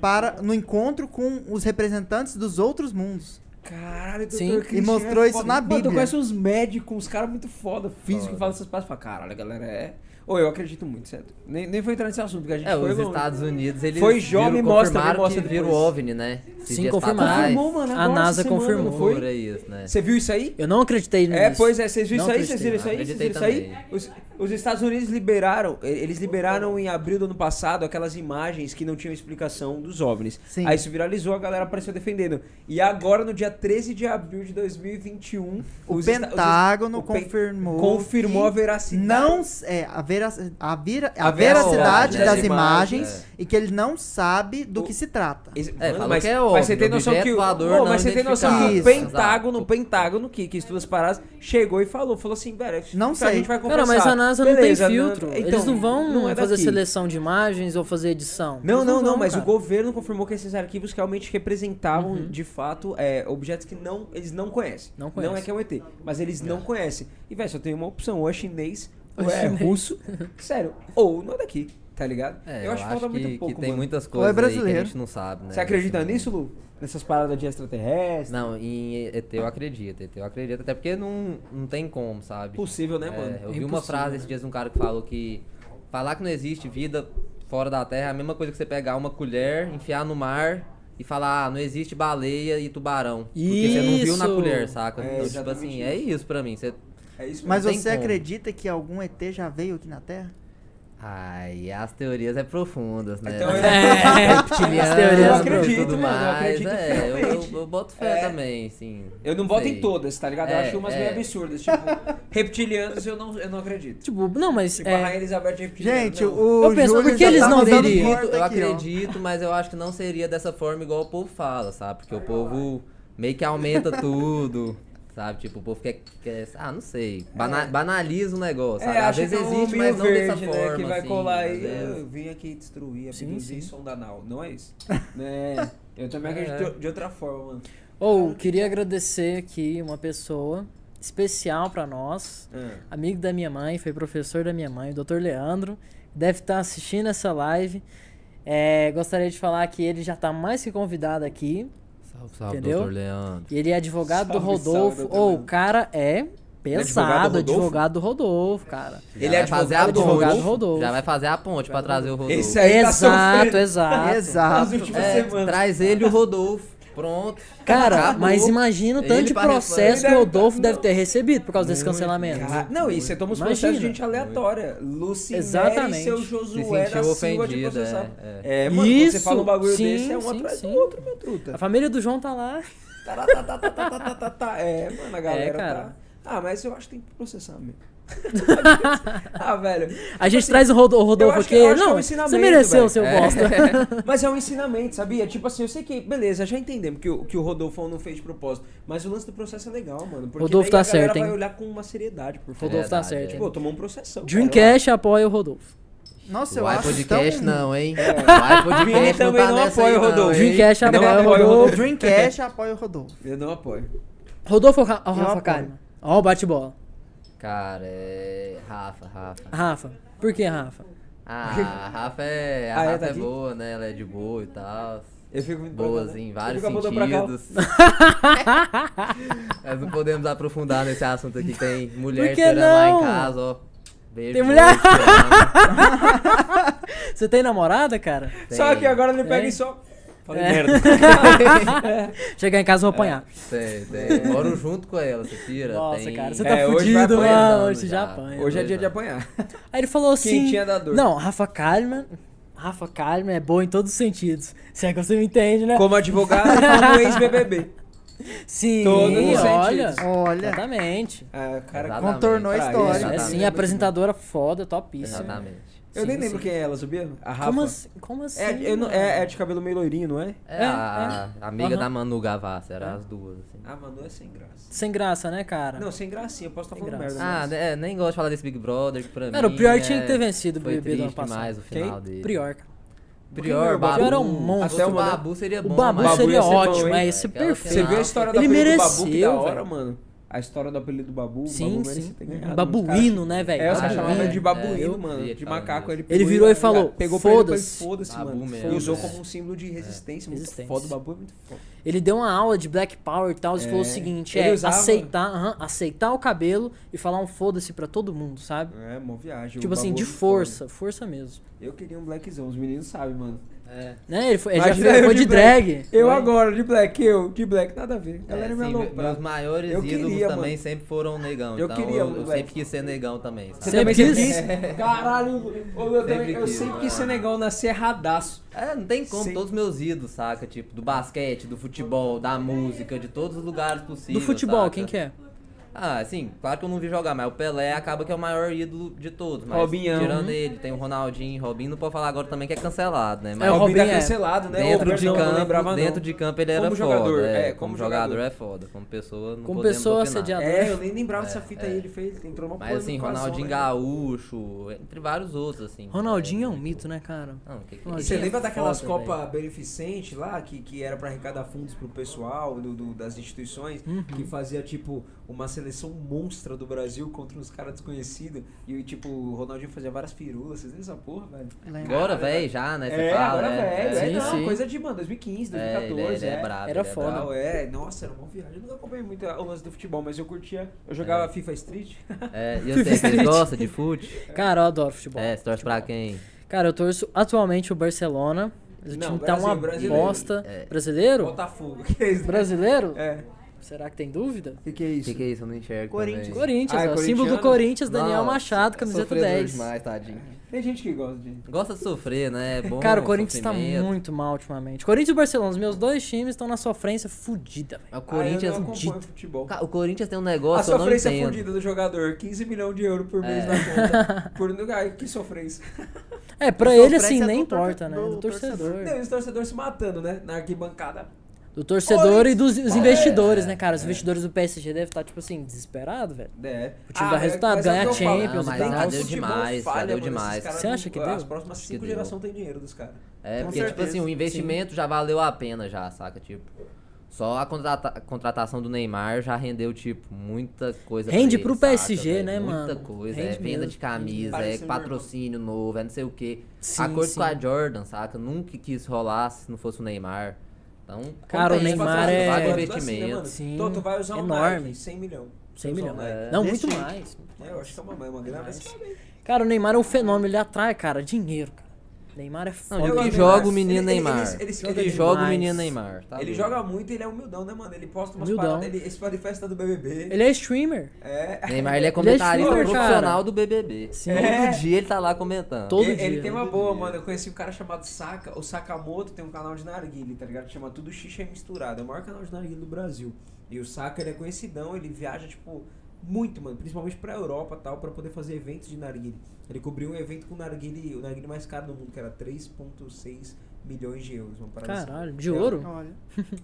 Speaker 4: para no encontro com os representantes dos outros mundos.
Speaker 3: Caralho, Dr.
Speaker 1: Sim, e
Speaker 3: Christian.
Speaker 4: mostrou
Speaker 3: é
Speaker 4: isso
Speaker 3: foda.
Speaker 4: na
Speaker 3: Mano, eu
Speaker 4: Bíblia.
Speaker 3: conheço uns médicos, uns caras muito foda, físico, que
Speaker 2: Foda.
Speaker 3: falam essas paradas. Fala, caralho, galera, é. Ou eu acredito muito, certo? Nem, nem vou entrar nesse assunto, porque a gente
Speaker 2: É,
Speaker 3: foi
Speaker 2: os
Speaker 3: longe.
Speaker 2: Estados Unidos, eles
Speaker 3: Foi Jó, me
Speaker 2: viram-
Speaker 3: mostra, me
Speaker 2: confirmaram
Speaker 3: mostra
Speaker 2: que vira o
Speaker 3: depois.
Speaker 2: OVNI, né? Esses
Speaker 1: Sim,
Speaker 2: dias
Speaker 1: confirmaram.
Speaker 2: pra trás.
Speaker 3: tá Confirmou, mano,
Speaker 1: A
Speaker 3: agora essa
Speaker 1: NASA
Speaker 3: semana,
Speaker 1: confirmou.
Speaker 3: não
Speaker 2: Por
Speaker 3: foi?
Speaker 2: isso, né?
Speaker 3: Você viu isso aí?
Speaker 1: Eu não acreditei nisso.
Speaker 3: É, pois é, vocês viram
Speaker 1: Não
Speaker 3: isso aí? Vocês viram isso aí?
Speaker 2: acreditei,
Speaker 3: Vocês viram isso
Speaker 2: não
Speaker 3: aí? Os, os Estados Unidos liberaram, eh, eles liberaram em abril do ano passado aquelas imagens que não tinham explicação dos OVNIs.
Speaker 4: Sim.
Speaker 3: Aí isso viralizou, a galera apareceu defendendo. E agora, no dia 13 de abril de 2021,
Speaker 4: O
Speaker 3: os esta- os-
Speaker 4: Pentágono
Speaker 3: o Pen-
Speaker 4: confirmou
Speaker 3: confirmou a
Speaker 4: que
Speaker 3: veracidade.
Speaker 4: não s- é, a, vera, a, vira- a
Speaker 3: A
Speaker 4: veracidade
Speaker 3: veracidade
Speaker 4: das
Speaker 3: das
Speaker 4: imagens
Speaker 2: imagens,
Speaker 4: e que ele não sabe do
Speaker 3: O-
Speaker 4: que se trata.
Speaker 3: Esse-
Speaker 2: É, falou
Speaker 3: mas,
Speaker 2: que é
Speaker 3: mas
Speaker 2: óbvio,
Speaker 3: você tem noção
Speaker 2: objeto
Speaker 3: que o,
Speaker 2: voador
Speaker 3: Pô,
Speaker 2: não
Speaker 3: mas você tem noção que o
Speaker 4: identificado.
Speaker 3: Pentágono,
Speaker 2: Exato.
Speaker 3: o Pentágono que, que estuda as paradas, chegou e falou, falou assim, velho,
Speaker 4: Não
Speaker 3: a
Speaker 4: sei.
Speaker 3: gente vai
Speaker 1: Cara,
Speaker 3: conversar.
Speaker 1: mas a NASA não
Speaker 3: Beleza,
Speaker 1: tem filtro.
Speaker 3: então,
Speaker 1: Eles não vão
Speaker 3: não é
Speaker 1: fazer
Speaker 3: daqui.
Speaker 1: seleção de imagens ou fazer edição.
Speaker 3: Não,
Speaker 1: Eles
Speaker 3: não, não,
Speaker 1: vão,
Speaker 3: mas
Speaker 1: cara. Uhum.
Speaker 3: o governo confirmou que esses arquivos realmente representavam, de fato, é, objetos que não, eles não conhecem.
Speaker 1: Não conhecem. É.
Speaker 3: é que é um ET, mas eles não conhecem. E, velho, só tem uma opção, ou é chinês,
Speaker 1: Ou
Speaker 3: ou
Speaker 1: é
Speaker 3: é
Speaker 1: chinês.
Speaker 3: russo, sério, ou não é daqui, tá ligado?
Speaker 2: É, eu, acho que
Speaker 3: falta
Speaker 2: falta
Speaker 3: muito pouco,
Speaker 2: que tem
Speaker 3: mano.
Speaker 2: muitas coisas
Speaker 4: Ou é
Speaker 2: aí que a
Speaker 4: brasileiro.
Speaker 2: gente não sabe, né?
Speaker 3: Você acredita
Speaker 2: Assim,
Speaker 3: nisso, Lu? Nessas paradas de extraterrestre?
Speaker 2: Não, em ET eu acredito, ET eu acredito, até porque não, não tem como, sabe?
Speaker 3: Possível, né, mano?
Speaker 2: É, eu
Speaker 3: É
Speaker 2: vi uma
Speaker 3: impossível,
Speaker 2: frase
Speaker 3: né?
Speaker 2: esses dias de um cara que falou que falar que não existe vida fora da Terra é a mesma coisa que você pegar uma colher, enfiar no mar e falar, ah, não existe baleia e tubarão. Porque você não viu na
Speaker 1: Isso!
Speaker 2: colher, saca?
Speaker 3: É,
Speaker 2: então, tipo
Speaker 3: exatamente
Speaker 2: assim, é isso pra mim. Você...
Speaker 3: É isso
Speaker 4: Mas
Speaker 2: Não
Speaker 4: você
Speaker 2: tem como.
Speaker 4: acredita que algum ET já veio aqui na Terra?
Speaker 2: Ai, as teorias é profundas, né?
Speaker 3: Então,
Speaker 2: As
Speaker 1: É,
Speaker 2: reptilianas
Speaker 1: as teorias
Speaker 3: eu
Speaker 2: e
Speaker 3: acredito,
Speaker 2: tudo
Speaker 3: mano, eu
Speaker 2: mais.
Speaker 3: acredito
Speaker 2: é, eu,
Speaker 3: fielmente.
Speaker 2: eu- eu boto fé
Speaker 3: É.
Speaker 2: também, sim.
Speaker 3: Eu não boto em
Speaker 2: Sei.
Speaker 3: todas, tá ligado? eu
Speaker 2: É,
Speaker 3: acho umas
Speaker 2: é.
Speaker 3: meio absurdas. Tipo, reptilianos eu não, eu não acredito.
Speaker 1: Tipo, não, mas.
Speaker 3: Tipo,
Speaker 1: é,
Speaker 3: a Rainha Elizabeth é reptiliana.
Speaker 4: Gente,
Speaker 3: não.
Speaker 4: o
Speaker 1: Eu penso,
Speaker 4: Júlio
Speaker 1: por que
Speaker 4: já
Speaker 1: eles
Speaker 4: tá
Speaker 1: não
Speaker 4: mandando
Speaker 2: eu
Speaker 1: veriam?
Speaker 4: corta
Speaker 2: acredito, eu
Speaker 4: aqui, ó.
Speaker 2: acredito, mas eu acho que não seria dessa forma igual o povo fala, sabe? Porque o povo meio que aumenta tudo, sabe? Tipo, o povo quer. quer ah, não sei. bana- banaliza o negócio, sabe?
Speaker 3: É,
Speaker 2: Às
Speaker 3: acho
Speaker 2: vezes
Speaker 3: que é um
Speaker 2: existe,
Speaker 3: milho
Speaker 2: mas não
Speaker 3: verde,
Speaker 2: dessa
Speaker 3: né,
Speaker 2: forma.
Speaker 3: que vai
Speaker 2: assim,
Speaker 3: colar
Speaker 2: às
Speaker 3: e "Ah,
Speaker 2: vezes.
Speaker 3: eu vim aqui destruir,
Speaker 1: Sim,
Speaker 3: abduzir
Speaker 1: sim.
Speaker 3: sonda anal. Não é isso? né? Eu também
Speaker 2: É.
Speaker 3: acredito de outra forma, mano.
Speaker 1: Ou queria agradecer aqui uma pessoa especial pra nós,
Speaker 3: Ah.
Speaker 1: amigo da minha mãe, foi professor da minha mãe, o Dr. Leandro, deve estar assistindo essa live. É, gostaria de falar que ele já tá mais que convidado aqui.
Speaker 2: Salve, salve,
Speaker 1: Entendeu?
Speaker 2: doutor Leandro.
Speaker 1: E ele é advogado do
Speaker 3: Salve, salve,
Speaker 1: Rodolfo.
Speaker 3: doutor
Speaker 1: Ou o
Speaker 3: Leandro.
Speaker 1: cara é
Speaker 3: advogado do
Speaker 1: pesado,
Speaker 3: Rodolfo?
Speaker 1: advogado do Rodolfo, cara.
Speaker 2: Já
Speaker 3: Ele é
Speaker 2: vai fazer a
Speaker 3: advogado do
Speaker 2: ponte.
Speaker 1: Rodolfo? Rodolfo.
Speaker 2: Já vai fazer a ponte pra trazer o Rodolfo.
Speaker 3: Esse aí tá
Speaker 1: exato,
Speaker 3: sofrendo.
Speaker 1: exato.
Speaker 3: Nas
Speaker 4: Exato.
Speaker 3: últimas
Speaker 2: É,
Speaker 3: semanas.
Speaker 2: traz ele e o Rodolfo. Pronto.
Speaker 1: Cara,
Speaker 2: Acabou.
Speaker 1: mas imagina o tanto
Speaker 2: Ele
Speaker 1: de
Speaker 2: pra responder.
Speaker 1: processo que
Speaker 3: Ele é um
Speaker 1: o
Speaker 3: deve-
Speaker 1: Rodolfo deve
Speaker 3: não.
Speaker 1: ter recebido por causa desse cancelamento.
Speaker 3: Ca- Não, e você toma os
Speaker 1: Imagina.
Speaker 3: processos de gente aleatória. Lucinelli
Speaker 1: Exatamente.
Speaker 3: e seu
Speaker 2: Se
Speaker 3: Josué da
Speaker 2: sentiu
Speaker 3: Silva de
Speaker 2: ofendido.
Speaker 3: processar.
Speaker 2: É, é.
Speaker 3: É, mano, quando você
Speaker 1: Isso,
Speaker 3: fala um bagulho
Speaker 1: sim,
Speaker 3: desse, é um
Speaker 1: sim,
Speaker 3: atrás
Speaker 1: sim.
Speaker 3: do outro, meu
Speaker 1: A
Speaker 3: truta.
Speaker 1: família do João tá lá.
Speaker 3: Tá, tá, tá, tá, tá, tá, tá, tá. É, mano, a galera
Speaker 1: cara.
Speaker 3: tá... Ah, mas eu acho que tem que processar mesmo. ah, velho. Tipo assim,
Speaker 1: A gente traz o Rodo- o Rodolfo
Speaker 3: eu acho
Speaker 1: aqui.
Speaker 3: que- eu acho que é um
Speaker 1: Não,
Speaker 3: ensinamento,
Speaker 1: você mereceu,
Speaker 3: velho. É.
Speaker 1: seu
Speaker 2: É.
Speaker 1: bosta.
Speaker 3: Mas é um ensinamento, sabia? Tipo assim, eu sei que, beleza, já entendemos que o, que o Rodolfo não fez de propósito, mas o lance do processo é legal, mano. Porque
Speaker 1: Rodolfo
Speaker 3: daí
Speaker 1: tá
Speaker 3: a galera
Speaker 1: certo, hein?
Speaker 3: vai olhar com uma seriedade, por favor.
Speaker 1: Rodolfo tá
Speaker 2: Verdade,
Speaker 1: certo.
Speaker 2: é.
Speaker 1: hein?
Speaker 3: Pô, tomou um processão. cara.
Speaker 1: Dreamcast apoia o Rodolfo.
Speaker 4: Nossa, eu
Speaker 2: O
Speaker 4: acho
Speaker 2: iPodcast
Speaker 4: tão...
Speaker 2: não, hein? O
Speaker 3: É. Vini
Speaker 2: iPodcast não
Speaker 3: também
Speaker 2: tá
Speaker 3: não
Speaker 2: nessa
Speaker 3: apoia
Speaker 2: aí,
Speaker 3: o Rodolfo.
Speaker 2: não, hein?
Speaker 1: Dreamcast
Speaker 3: Não
Speaker 1: apoia o
Speaker 3: apoia o
Speaker 1: Rodolfo.
Speaker 4: O Dreamcast apoia o Rodolfo.
Speaker 3: Eu não apoio.
Speaker 1: Rodolfo ou Ra- ou
Speaker 4: Eu
Speaker 1: Rafa
Speaker 4: apoio.
Speaker 1: Kalimann? Ó, o bate-bola.
Speaker 2: Cara, é... Rafa, Rafa.
Speaker 1: Rafa. Por que Rafa?
Speaker 2: Ah, a Rafa é, a
Speaker 3: Ah, é,
Speaker 2: Rafa
Speaker 3: tá
Speaker 2: é
Speaker 3: aqui?
Speaker 2: boa, né? Ela é de boa e tal.
Speaker 3: Eu fico muito
Speaker 2: Boas em vários
Speaker 3: botou pra cá, ó.
Speaker 2: sentidos. Mas não podemos aprofundar nesse assunto aqui. Tem mulher
Speaker 1: Por que
Speaker 2: esperando lá em
Speaker 1: não?
Speaker 2: casa, ó. Beijo,
Speaker 1: Tem mulher?
Speaker 2: esperando.
Speaker 1: Você tem namorada, cara?
Speaker 3: Só
Speaker 2: Tem.
Speaker 3: que agora ele pega
Speaker 1: Tem.
Speaker 3: e só. Falei
Speaker 1: É.
Speaker 3: merda. É.
Speaker 1: Chegar em casa eu vou apanhar.
Speaker 2: Tem, tem. Moro junto com ela, você tira.
Speaker 1: Nossa,
Speaker 2: tem...
Speaker 1: cara, você
Speaker 3: É,
Speaker 1: tá
Speaker 3: hoje vai
Speaker 1: fudido,
Speaker 3: apanhar.
Speaker 1: mano.
Speaker 2: Dois
Speaker 1: Hoje já
Speaker 2: anos já.
Speaker 1: apanha.
Speaker 3: Hoje é dia de apanhar.
Speaker 1: Aí ele falou assim.
Speaker 3: Quentinha da dor.
Speaker 1: Não, Rafa Kalimann. Rafa Kalimann é boa em todos os sentidos. Se é que você me entende, né?
Speaker 3: Como advogado e como ex-BBB.
Speaker 1: Sim,
Speaker 3: Todos os
Speaker 1: olha.
Speaker 3: sentidos.
Speaker 1: Tá
Speaker 4: Olha,
Speaker 1: Exatamente.
Speaker 3: Ah, cara,
Speaker 2: Exatamente.
Speaker 4: contornou a
Speaker 3: Pra
Speaker 4: história.
Speaker 3: isso,
Speaker 1: É
Speaker 2: Exatamente.
Speaker 1: sim, apresentadora foda, topíssima.
Speaker 2: Exatamente.
Speaker 3: eu nem
Speaker 1: Sim,
Speaker 3: lembro
Speaker 1: sim.
Speaker 3: quem é ela, sabia? A Rafa.
Speaker 1: Como assim? Como assim?
Speaker 3: É, eu não- é- é de cabelo meio loirinho, não é?
Speaker 1: É,
Speaker 2: É, a amiga
Speaker 1: Aham. É.
Speaker 2: da Manu Gavassi, era as duas, assim.
Speaker 3: Ah, Manu é sem graça.
Speaker 1: Sem graça, né, cara?
Speaker 3: Não, sem gracinha, eu posso estar
Speaker 1: Sem
Speaker 3: falando
Speaker 1: graça.
Speaker 3: merda.
Speaker 2: Ah,
Speaker 3: mas-
Speaker 2: né, nem gosto de falar desse Big Brother, que pra
Speaker 1: Cara,
Speaker 2: mim.
Speaker 1: o Prior
Speaker 2: é,
Speaker 1: tinha que ter vencido o
Speaker 2: foi
Speaker 1: BBB do ano
Speaker 2: triste
Speaker 1: passado.
Speaker 2: demais o final
Speaker 3: Quem?
Speaker 2: dele.
Speaker 1: Prior, cara.
Speaker 2: Prior, Babu.
Speaker 1: Prior era um monstro.
Speaker 2: Até o
Speaker 3: Selma, né?
Speaker 2: Babu seria
Speaker 1: O
Speaker 2: bom,
Speaker 1: Babu
Speaker 2: mas-
Speaker 1: seria
Speaker 3: ia ser bom,
Speaker 1: ótimo,
Speaker 3: hein?
Speaker 1: é esse
Speaker 2: Aquela
Speaker 1: perfeito.
Speaker 3: Você
Speaker 2: Não,
Speaker 3: viu a história do
Speaker 1: Ele
Speaker 3: apelido
Speaker 1: mereceu,
Speaker 3: do Babu? Que um da hora,
Speaker 1: velho.
Speaker 3: mano. A história do apelido do Babu. o
Speaker 1: Sim,
Speaker 3: Babu merecia
Speaker 1: sim.
Speaker 3: ter ganhado,
Speaker 1: Babuíno,
Speaker 3: mano,
Speaker 1: né,
Speaker 3: os
Speaker 1: velho?
Speaker 3: caras- É, os
Speaker 2: Ah,
Speaker 3: caras chamavam
Speaker 1: Babuíno.
Speaker 3: ele de
Speaker 2: é,
Speaker 3: babuíno,
Speaker 2: eu
Speaker 3: mano.
Speaker 2: vi
Speaker 3: De
Speaker 2: falando
Speaker 3: macaco.
Speaker 2: isso.
Speaker 3: Ele,
Speaker 1: Ele
Speaker 3: pegou
Speaker 1: virou e
Speaker 3: cara,
Speaker 1: falou,
Speaker 3: Pegou pra ele e falou,
Speaker 1: "Foda-se."
Speaker 3: foda-se,
Speaker 2: Babu
Speaker 3: mano.
Speaker 2: mesmo,
Speaker 3: E usou
Speaker 2: é.
Speaker 3: como um símbolo de resistência. Muito
Speaker 1: Resistência.
Speaker 3: foda. O Babu é muito foda.
Speaker 1: Ele deu uma aula de Black Power e tal, e
Speaker 3: É.
Speaker 1: falou o seguinte,
Speaker 3: Ele
Speaker 1: é
Speaker 3: usava-
Speaker 1: aceitar, aham, aceitar o cabelo e falar um foda-se pra todo mundo, sabe?
Speaker 3: É, mó viagem. o
Speaker 1: tipo assim,
Speaker 3: Babu
Speaker 1: de
Speaker 3: é muito
Speaker 1: força, força mesmo.
Speaker 3: foda. Eu queria um blackzão. Os meninos sabem, mano.
Speaker 2: É,
Speaker 1: Né? Ele foi, ele já
Speaker 3: Imagina
Speaker 1: foi,
Speaker 3: eu
Speaker 1: foi
Speaker 3: de
Speaker 1: de drag.
Speaker 3: Eu
Speaker 1: Foi.
Speaker 3: agora, de black. Eu, de black. Nada a ver. A galera
Speaker 2: É,
Speaker 3: me
Speaker 2: sim,
Speaker 3: aloprava.
Speaker 2: meus maiores
Speaker 3: Eu
Speaker 2: ídolos
Speaker 3: queria,
Speaker 2: também
Speaker 3: mano.
Speaker 2: sempre foram negão.
Speaker 3: Eu
Speaker 2: então
Speaker 3: queria,
Speaker 2: eu, eu
Speaker 3: moleque.
Speaker 2: sempre quis ser negão também.
Speaker 3: Você
Speaker 2: Sabe?
Speaker 1: Sempre
Speaker 3: também sempre
Speaker 1: quis?
Speaker 3: quis? Caralho, eu, eu, também- eu
Speaker 2: É. quis,
Speaker 3: sempre quis ser
Speaker 2: mano.
Speaker 3: negão, nasci erradaço.
Speaker 2: É, não tem como,
Speaker 3: Sempre.
Speaker 2: todos meus ídolos, saca? Tipo, do basquete, do futebol, da música, de todos os lugares
Speaker 1: Do
Speaker 2: possíveis.
Speaker 1: futebol,
Speaker 2: saca?
Speaker 1: quem que é?
Speaker 2: Ah, assim, claro que eu não vi jogar, mas o Pelé acaba que é o maior ídolo de todos. Mas
Speaker 3: Robinhão.
Speaker 1: Uhum.
Speaker 2: tirando ele, tem o Robinho, Robinho não pode falar agora também que é cancelado, né? Mas
Speaker 1: É, o
Speaker 3: Robinho tá
Speaker 1: Robinho é-
Speaker 3: cancelado, né? Ô,
Speaker 2: dentro de
Speaker 3: perdão, eu não
Speaker 2: campo,
Speaker 3: lembrava, não.
Speaker 2: dentro de campo ele era
Speaker 3: Como
Speaker 2: foda.
Speaker 3: jogador,
Speaker 2: é,
Speaker 3: é,
Speaker 2: como,
Speaker 3: como
Speaker 2: jogador,
Speaker 3: jogador.
Speaker 2: é foda, como pessoa não
Speaker 1: Como
Speaker 2: podemos
Speaker 1: pessoa
Speaker 2: opinar.
Speaker 1: assediadora.
Speaker 3: É, eu nem lembrava dessa fita
Speaker 2: é.
Speaker 3: aí, ele fez, entrou numa
Speaker 2: Mas assim,
Speaker 3: polêmicação,
Speaker 2: Ronaldinho
Speaker 3: né?
Speaker 2: Gaúcho, entre vários outros, assim.
Speaker 1: Ronaldinho é um mito, né, cara?
Speaker 2: Não, que que é
Speaker 1: Ronaldinho.
Speaker 3: E
Speaker 2: isso?
Speaker 3: você lembra daquelas
Speaker 1: Foda,
Speaker 3: Copa Beneficente lá, que, que era pra arrecadar fundos pro pessoal, do, do- das instituições,
Speaker 2: Uhum.
Speaker 3: que fazia, tipo, uma seleção monstra do Brasil contra uns caras desconhecidos. E, tipo, o Ronaldinho fazia várias firulas. Vocês lembram dessa porra, velho?
Speaker 1: é um
Speaker 4: lembra?
Speaker 2: Agora, velho, já, né? Você
Speaker 3: É,
Speaker 2: fala,
Speaker 3: agora,
Speaker 2: né?
Speaker 3: velho.
Speaker 2: É,
Speaker 3: É,
Speaker 1: Sim,
Speaker 3: não,
Speaker 1: sim.
Speaker 3: coisa de, mano, 2015,
Speaker 2: É, ele,
Speaker 3: 2014.
Speaker 2: é- ele é
Speaker 3: é.
Speaker 2: brabo.
Speaker 1: né? Era
Speaker 2: ele é
Speaker 1: foda.
Speaker 2: brabo.
Speaker 3: Tal, é, nossa, era uma viagem. Eu nunca acompanhei muito o lance do futebol, mas eu curtia. Eu jogava FIFA Street.
Speaker 2: É, e você, vocês gostam de fute?
Speaker 3: É.
Speaker 1: Cara, eu adoro futebol.
Speaker 2: É, você torce pra quem?
Speaker 1: Cara, eu torço atualmente o Barcelona. Mas o
Speaker 3: Não,
Speaker 1: time tá uma
Speaker 3: Brasil, brasileiro.
Speaker 1: bosta. Brasileiro?
Speaker 3: Botafogo. Que é isso?
Speaker 1: Brasileiro?
Speaker 3: É.
Speaker 1: Será que tem dúvida?
Speaker 3: O que, que é isso?
Speaker 2: Que que é isso? Eu não enxergo.
Speaker 4: Corinthians.
Speaker 2: também.
Speaker 1: Corinthians,
Speaker 3: Ah, é
Speaker 1: ó, símbolo do
Speaker 3: corintiano?
Speaker 1: Corinthians, Daniel
Speaker 2: Nossa, é
Speaker 1: Machado, camiseta
Speaker 2: sofredor
Speaker 1: 10.
Speaker 2: demais, tadinho.
Speaker 3: Tem gente que gosta de.
Speaker 2: Gosta de sofrer, né? É bom.
Speaker 1: Cara, o Corinthians tá
Speaker 2: sofrimento.
Speaker 1: muito mal ultimamente. Corinthians e Barcelona, os meus dois times estão na sofrência é fudida, velho.
Speaker 2: É, O Corinthians, um
Speaker 3: ah, eu não acompanho
Speaker 2: fudido.
Speaker 3: futebol.
Speaker 2: Ca- o Corinthians tem um
Speaker 3: A
Speaker 2: negócio, eu não
Speaker 3: sofrência
Speaker 2: entendo.
Speaker 3: fudida do jogador, 15 milhões de euros por mês
Speaker 2: É.
Speaker 3: na conta. Por lugar, que sofrência.
Speaker 1: É, pra
Speaker 4: A
Speaker 1: ele
Speaker 4: sofrência
Speaker 1: assim,
Speaker 4: é
Speaker 1: nem
Speaker 4: do torce-
Speaker 1: importa, né?
Speaker 4: do
Speaker 1: Do torcedor.
Speaker 3: Não, e os torcedores se matando, né? Na arquibancada.
Speaker 1: Do torcedor
Speaker 3: Oi,
Speaker 1: e dos os
Speaker 3: é,
Speaker 1: investidores, né, cara? Os investidores do PSG devem estar, tipo assim, desesperados, velho.
Speaker 3: É.
Speaker 1: O time dá
Speaker 3: mas-
Speaker 1: resultado,
Speaker 3: mas é o
Speaker 1: ganha
Speaker 3: que eu falo,
Speaker 1: Champions
Speaker 3: cara,
Speaker 1: e tal.
Speaker 3: tem-
Speaker 1: Ah,
Speaker 2: deu
Speaker 3: futebol
Speaker 2: demais,
Speaker 3: falha,
Speaker 2: deu
Speaker 3: mano, esses
Speaker 2: demais.
Speaker 3: caras
Speaker 1: Você
Speaker 3: não-
Speaker 1: acha que
Speaker 3: As
Speaker 1: deu?
Speaker 3: próximas
Speaker 2: Acho que
Speaker 3: cinco
Speaker 2: deu.
Speaker 3: gerações tem dinheiro dos caras.
Speaker 2: É,
Speaker 4: Com
Speaker 2: porque, tipo
Speaker 4: certeza,
Speaker 2: assim, o investimento já valeu a pena já, saca? Tipo, só a, contrata- a contratação do Neymar já rendeu, tipo, muita coisa. pra
Speaker 1: Rende
Speaker 2: ele,
Speaker 1: pro
Speaker 2: saca,
Speaker 1: PSG,
Speaker 2: velho?
Speaker 1: né,
Speaker 2: Muita
Speaker 1: mano?
Speaker 2: coisa. é
Speaker 1: Rende
Speaker 2: venda
Speaker 1: mesmo,
Speaker 2: de camisa, é
Speaker 3: Pareceu meu
Speaker 2: patrocínio novo, é não sei o quê.
Speaker 1: Sim,
Speaker 2: Acordo
Speaker 1: sim.
Speaker 2: com a Jordan, saca? Nunca quis rolar se não fosse o Neymar. Então,
Speaker 1: Cara, o
Speaker 2: compensa,
Speaker 1: Neymar
Speaker 2: saca?
Speaker 1: é-
Speaker 2: Vale o
Speaker 3: Assim, né, mano?
Speaker 2: investimento.
Speaker 1: Sim.
Speaker 3: Então, tu vai usar um
Speaker 1: Enorme.
Speaker 3: Nike, 100 milhões.
Speaker 1: 100
Speaker 3: Você usa um
Speaker 1: milhões.
Speaker 2: É.
Speaker 1: Não, muito
Speaker 4: Desse
Speaker 1: mais.
Speaker 3: Nike. É, eu acho que é uma, é uma grana, mas tá bem.
Speaker 1: Cara, o Neymar é um fenômeno, ele atrai, cara, dinheiro, cara. Neymar é
Speaker 2: Não,
Speaker 1: foda.
Speaker 3: Eu
Speaker 2: ele
Speaker 3: gosto
Speaker 2: que
Speaker 3: do
Speaker 2: joga o
Speaker 3: Neymar.
Speaker 2: menino
Speaker 3: assim, né? Ele- ele-
Speaker 2: Neymar.
Speaker 3: ele- ele- ele-
Speaker 2: Ele
Speaker 3: ele-
Speaker 2: joga o
Speaker 1: demais.
Speaker 2: menino Neymar. tá
Speaker 3: ele
Speaker 2: doido.
Speaker 3: joga muito e ele é humildão, né, mano? Ele posta umas
Speaker 1: Humildão.
Speaker 3: paradas, ele, esse de festa do BBB.
Speaker 1: Ele é streamer.
Speaker 3: É.
Speaker 2: Neymar, ele é
Speaker 1: Ele é
Speaker 2: comentarista
Speaker 1: streamer,
Speaker 2: profissional
Speaker 1: cara.
Speaker 2: do BBB.
Speaker 1: Sim.
Speaker 3: É.
Speaker 2: Todo dia ele tá lá comentando.
Speaker 1: Todo
Speaker 3: ele,
Speaker 1: dia.
Speaker 3: ele tem uma
Speaker 6: Todo
Speaker 3: boa,
Speaker 6: dia.
Speaker 3: mano. Eu conheci um cara chamado Saka. O Sakamoto tem um canal de narguile, tá ligado? Que chama Tudo Xixa Misturado. É o maior canal de narguile do Brasil. E o Saka, ele é conhecidão. Ele viaja, tipo, muito, mano. Principalmente pra Europa e tal, pra poder fazer eventos de narguile. Ele cobriu um evento com o narguile, o narguile mais caro do mundo, que era 3,6 milhões de euros. Uma parada assim.
Speaker 1: Caralho, de
Speaker 3: É,
Speaker 1: ouro?
Speaker 4: Olha.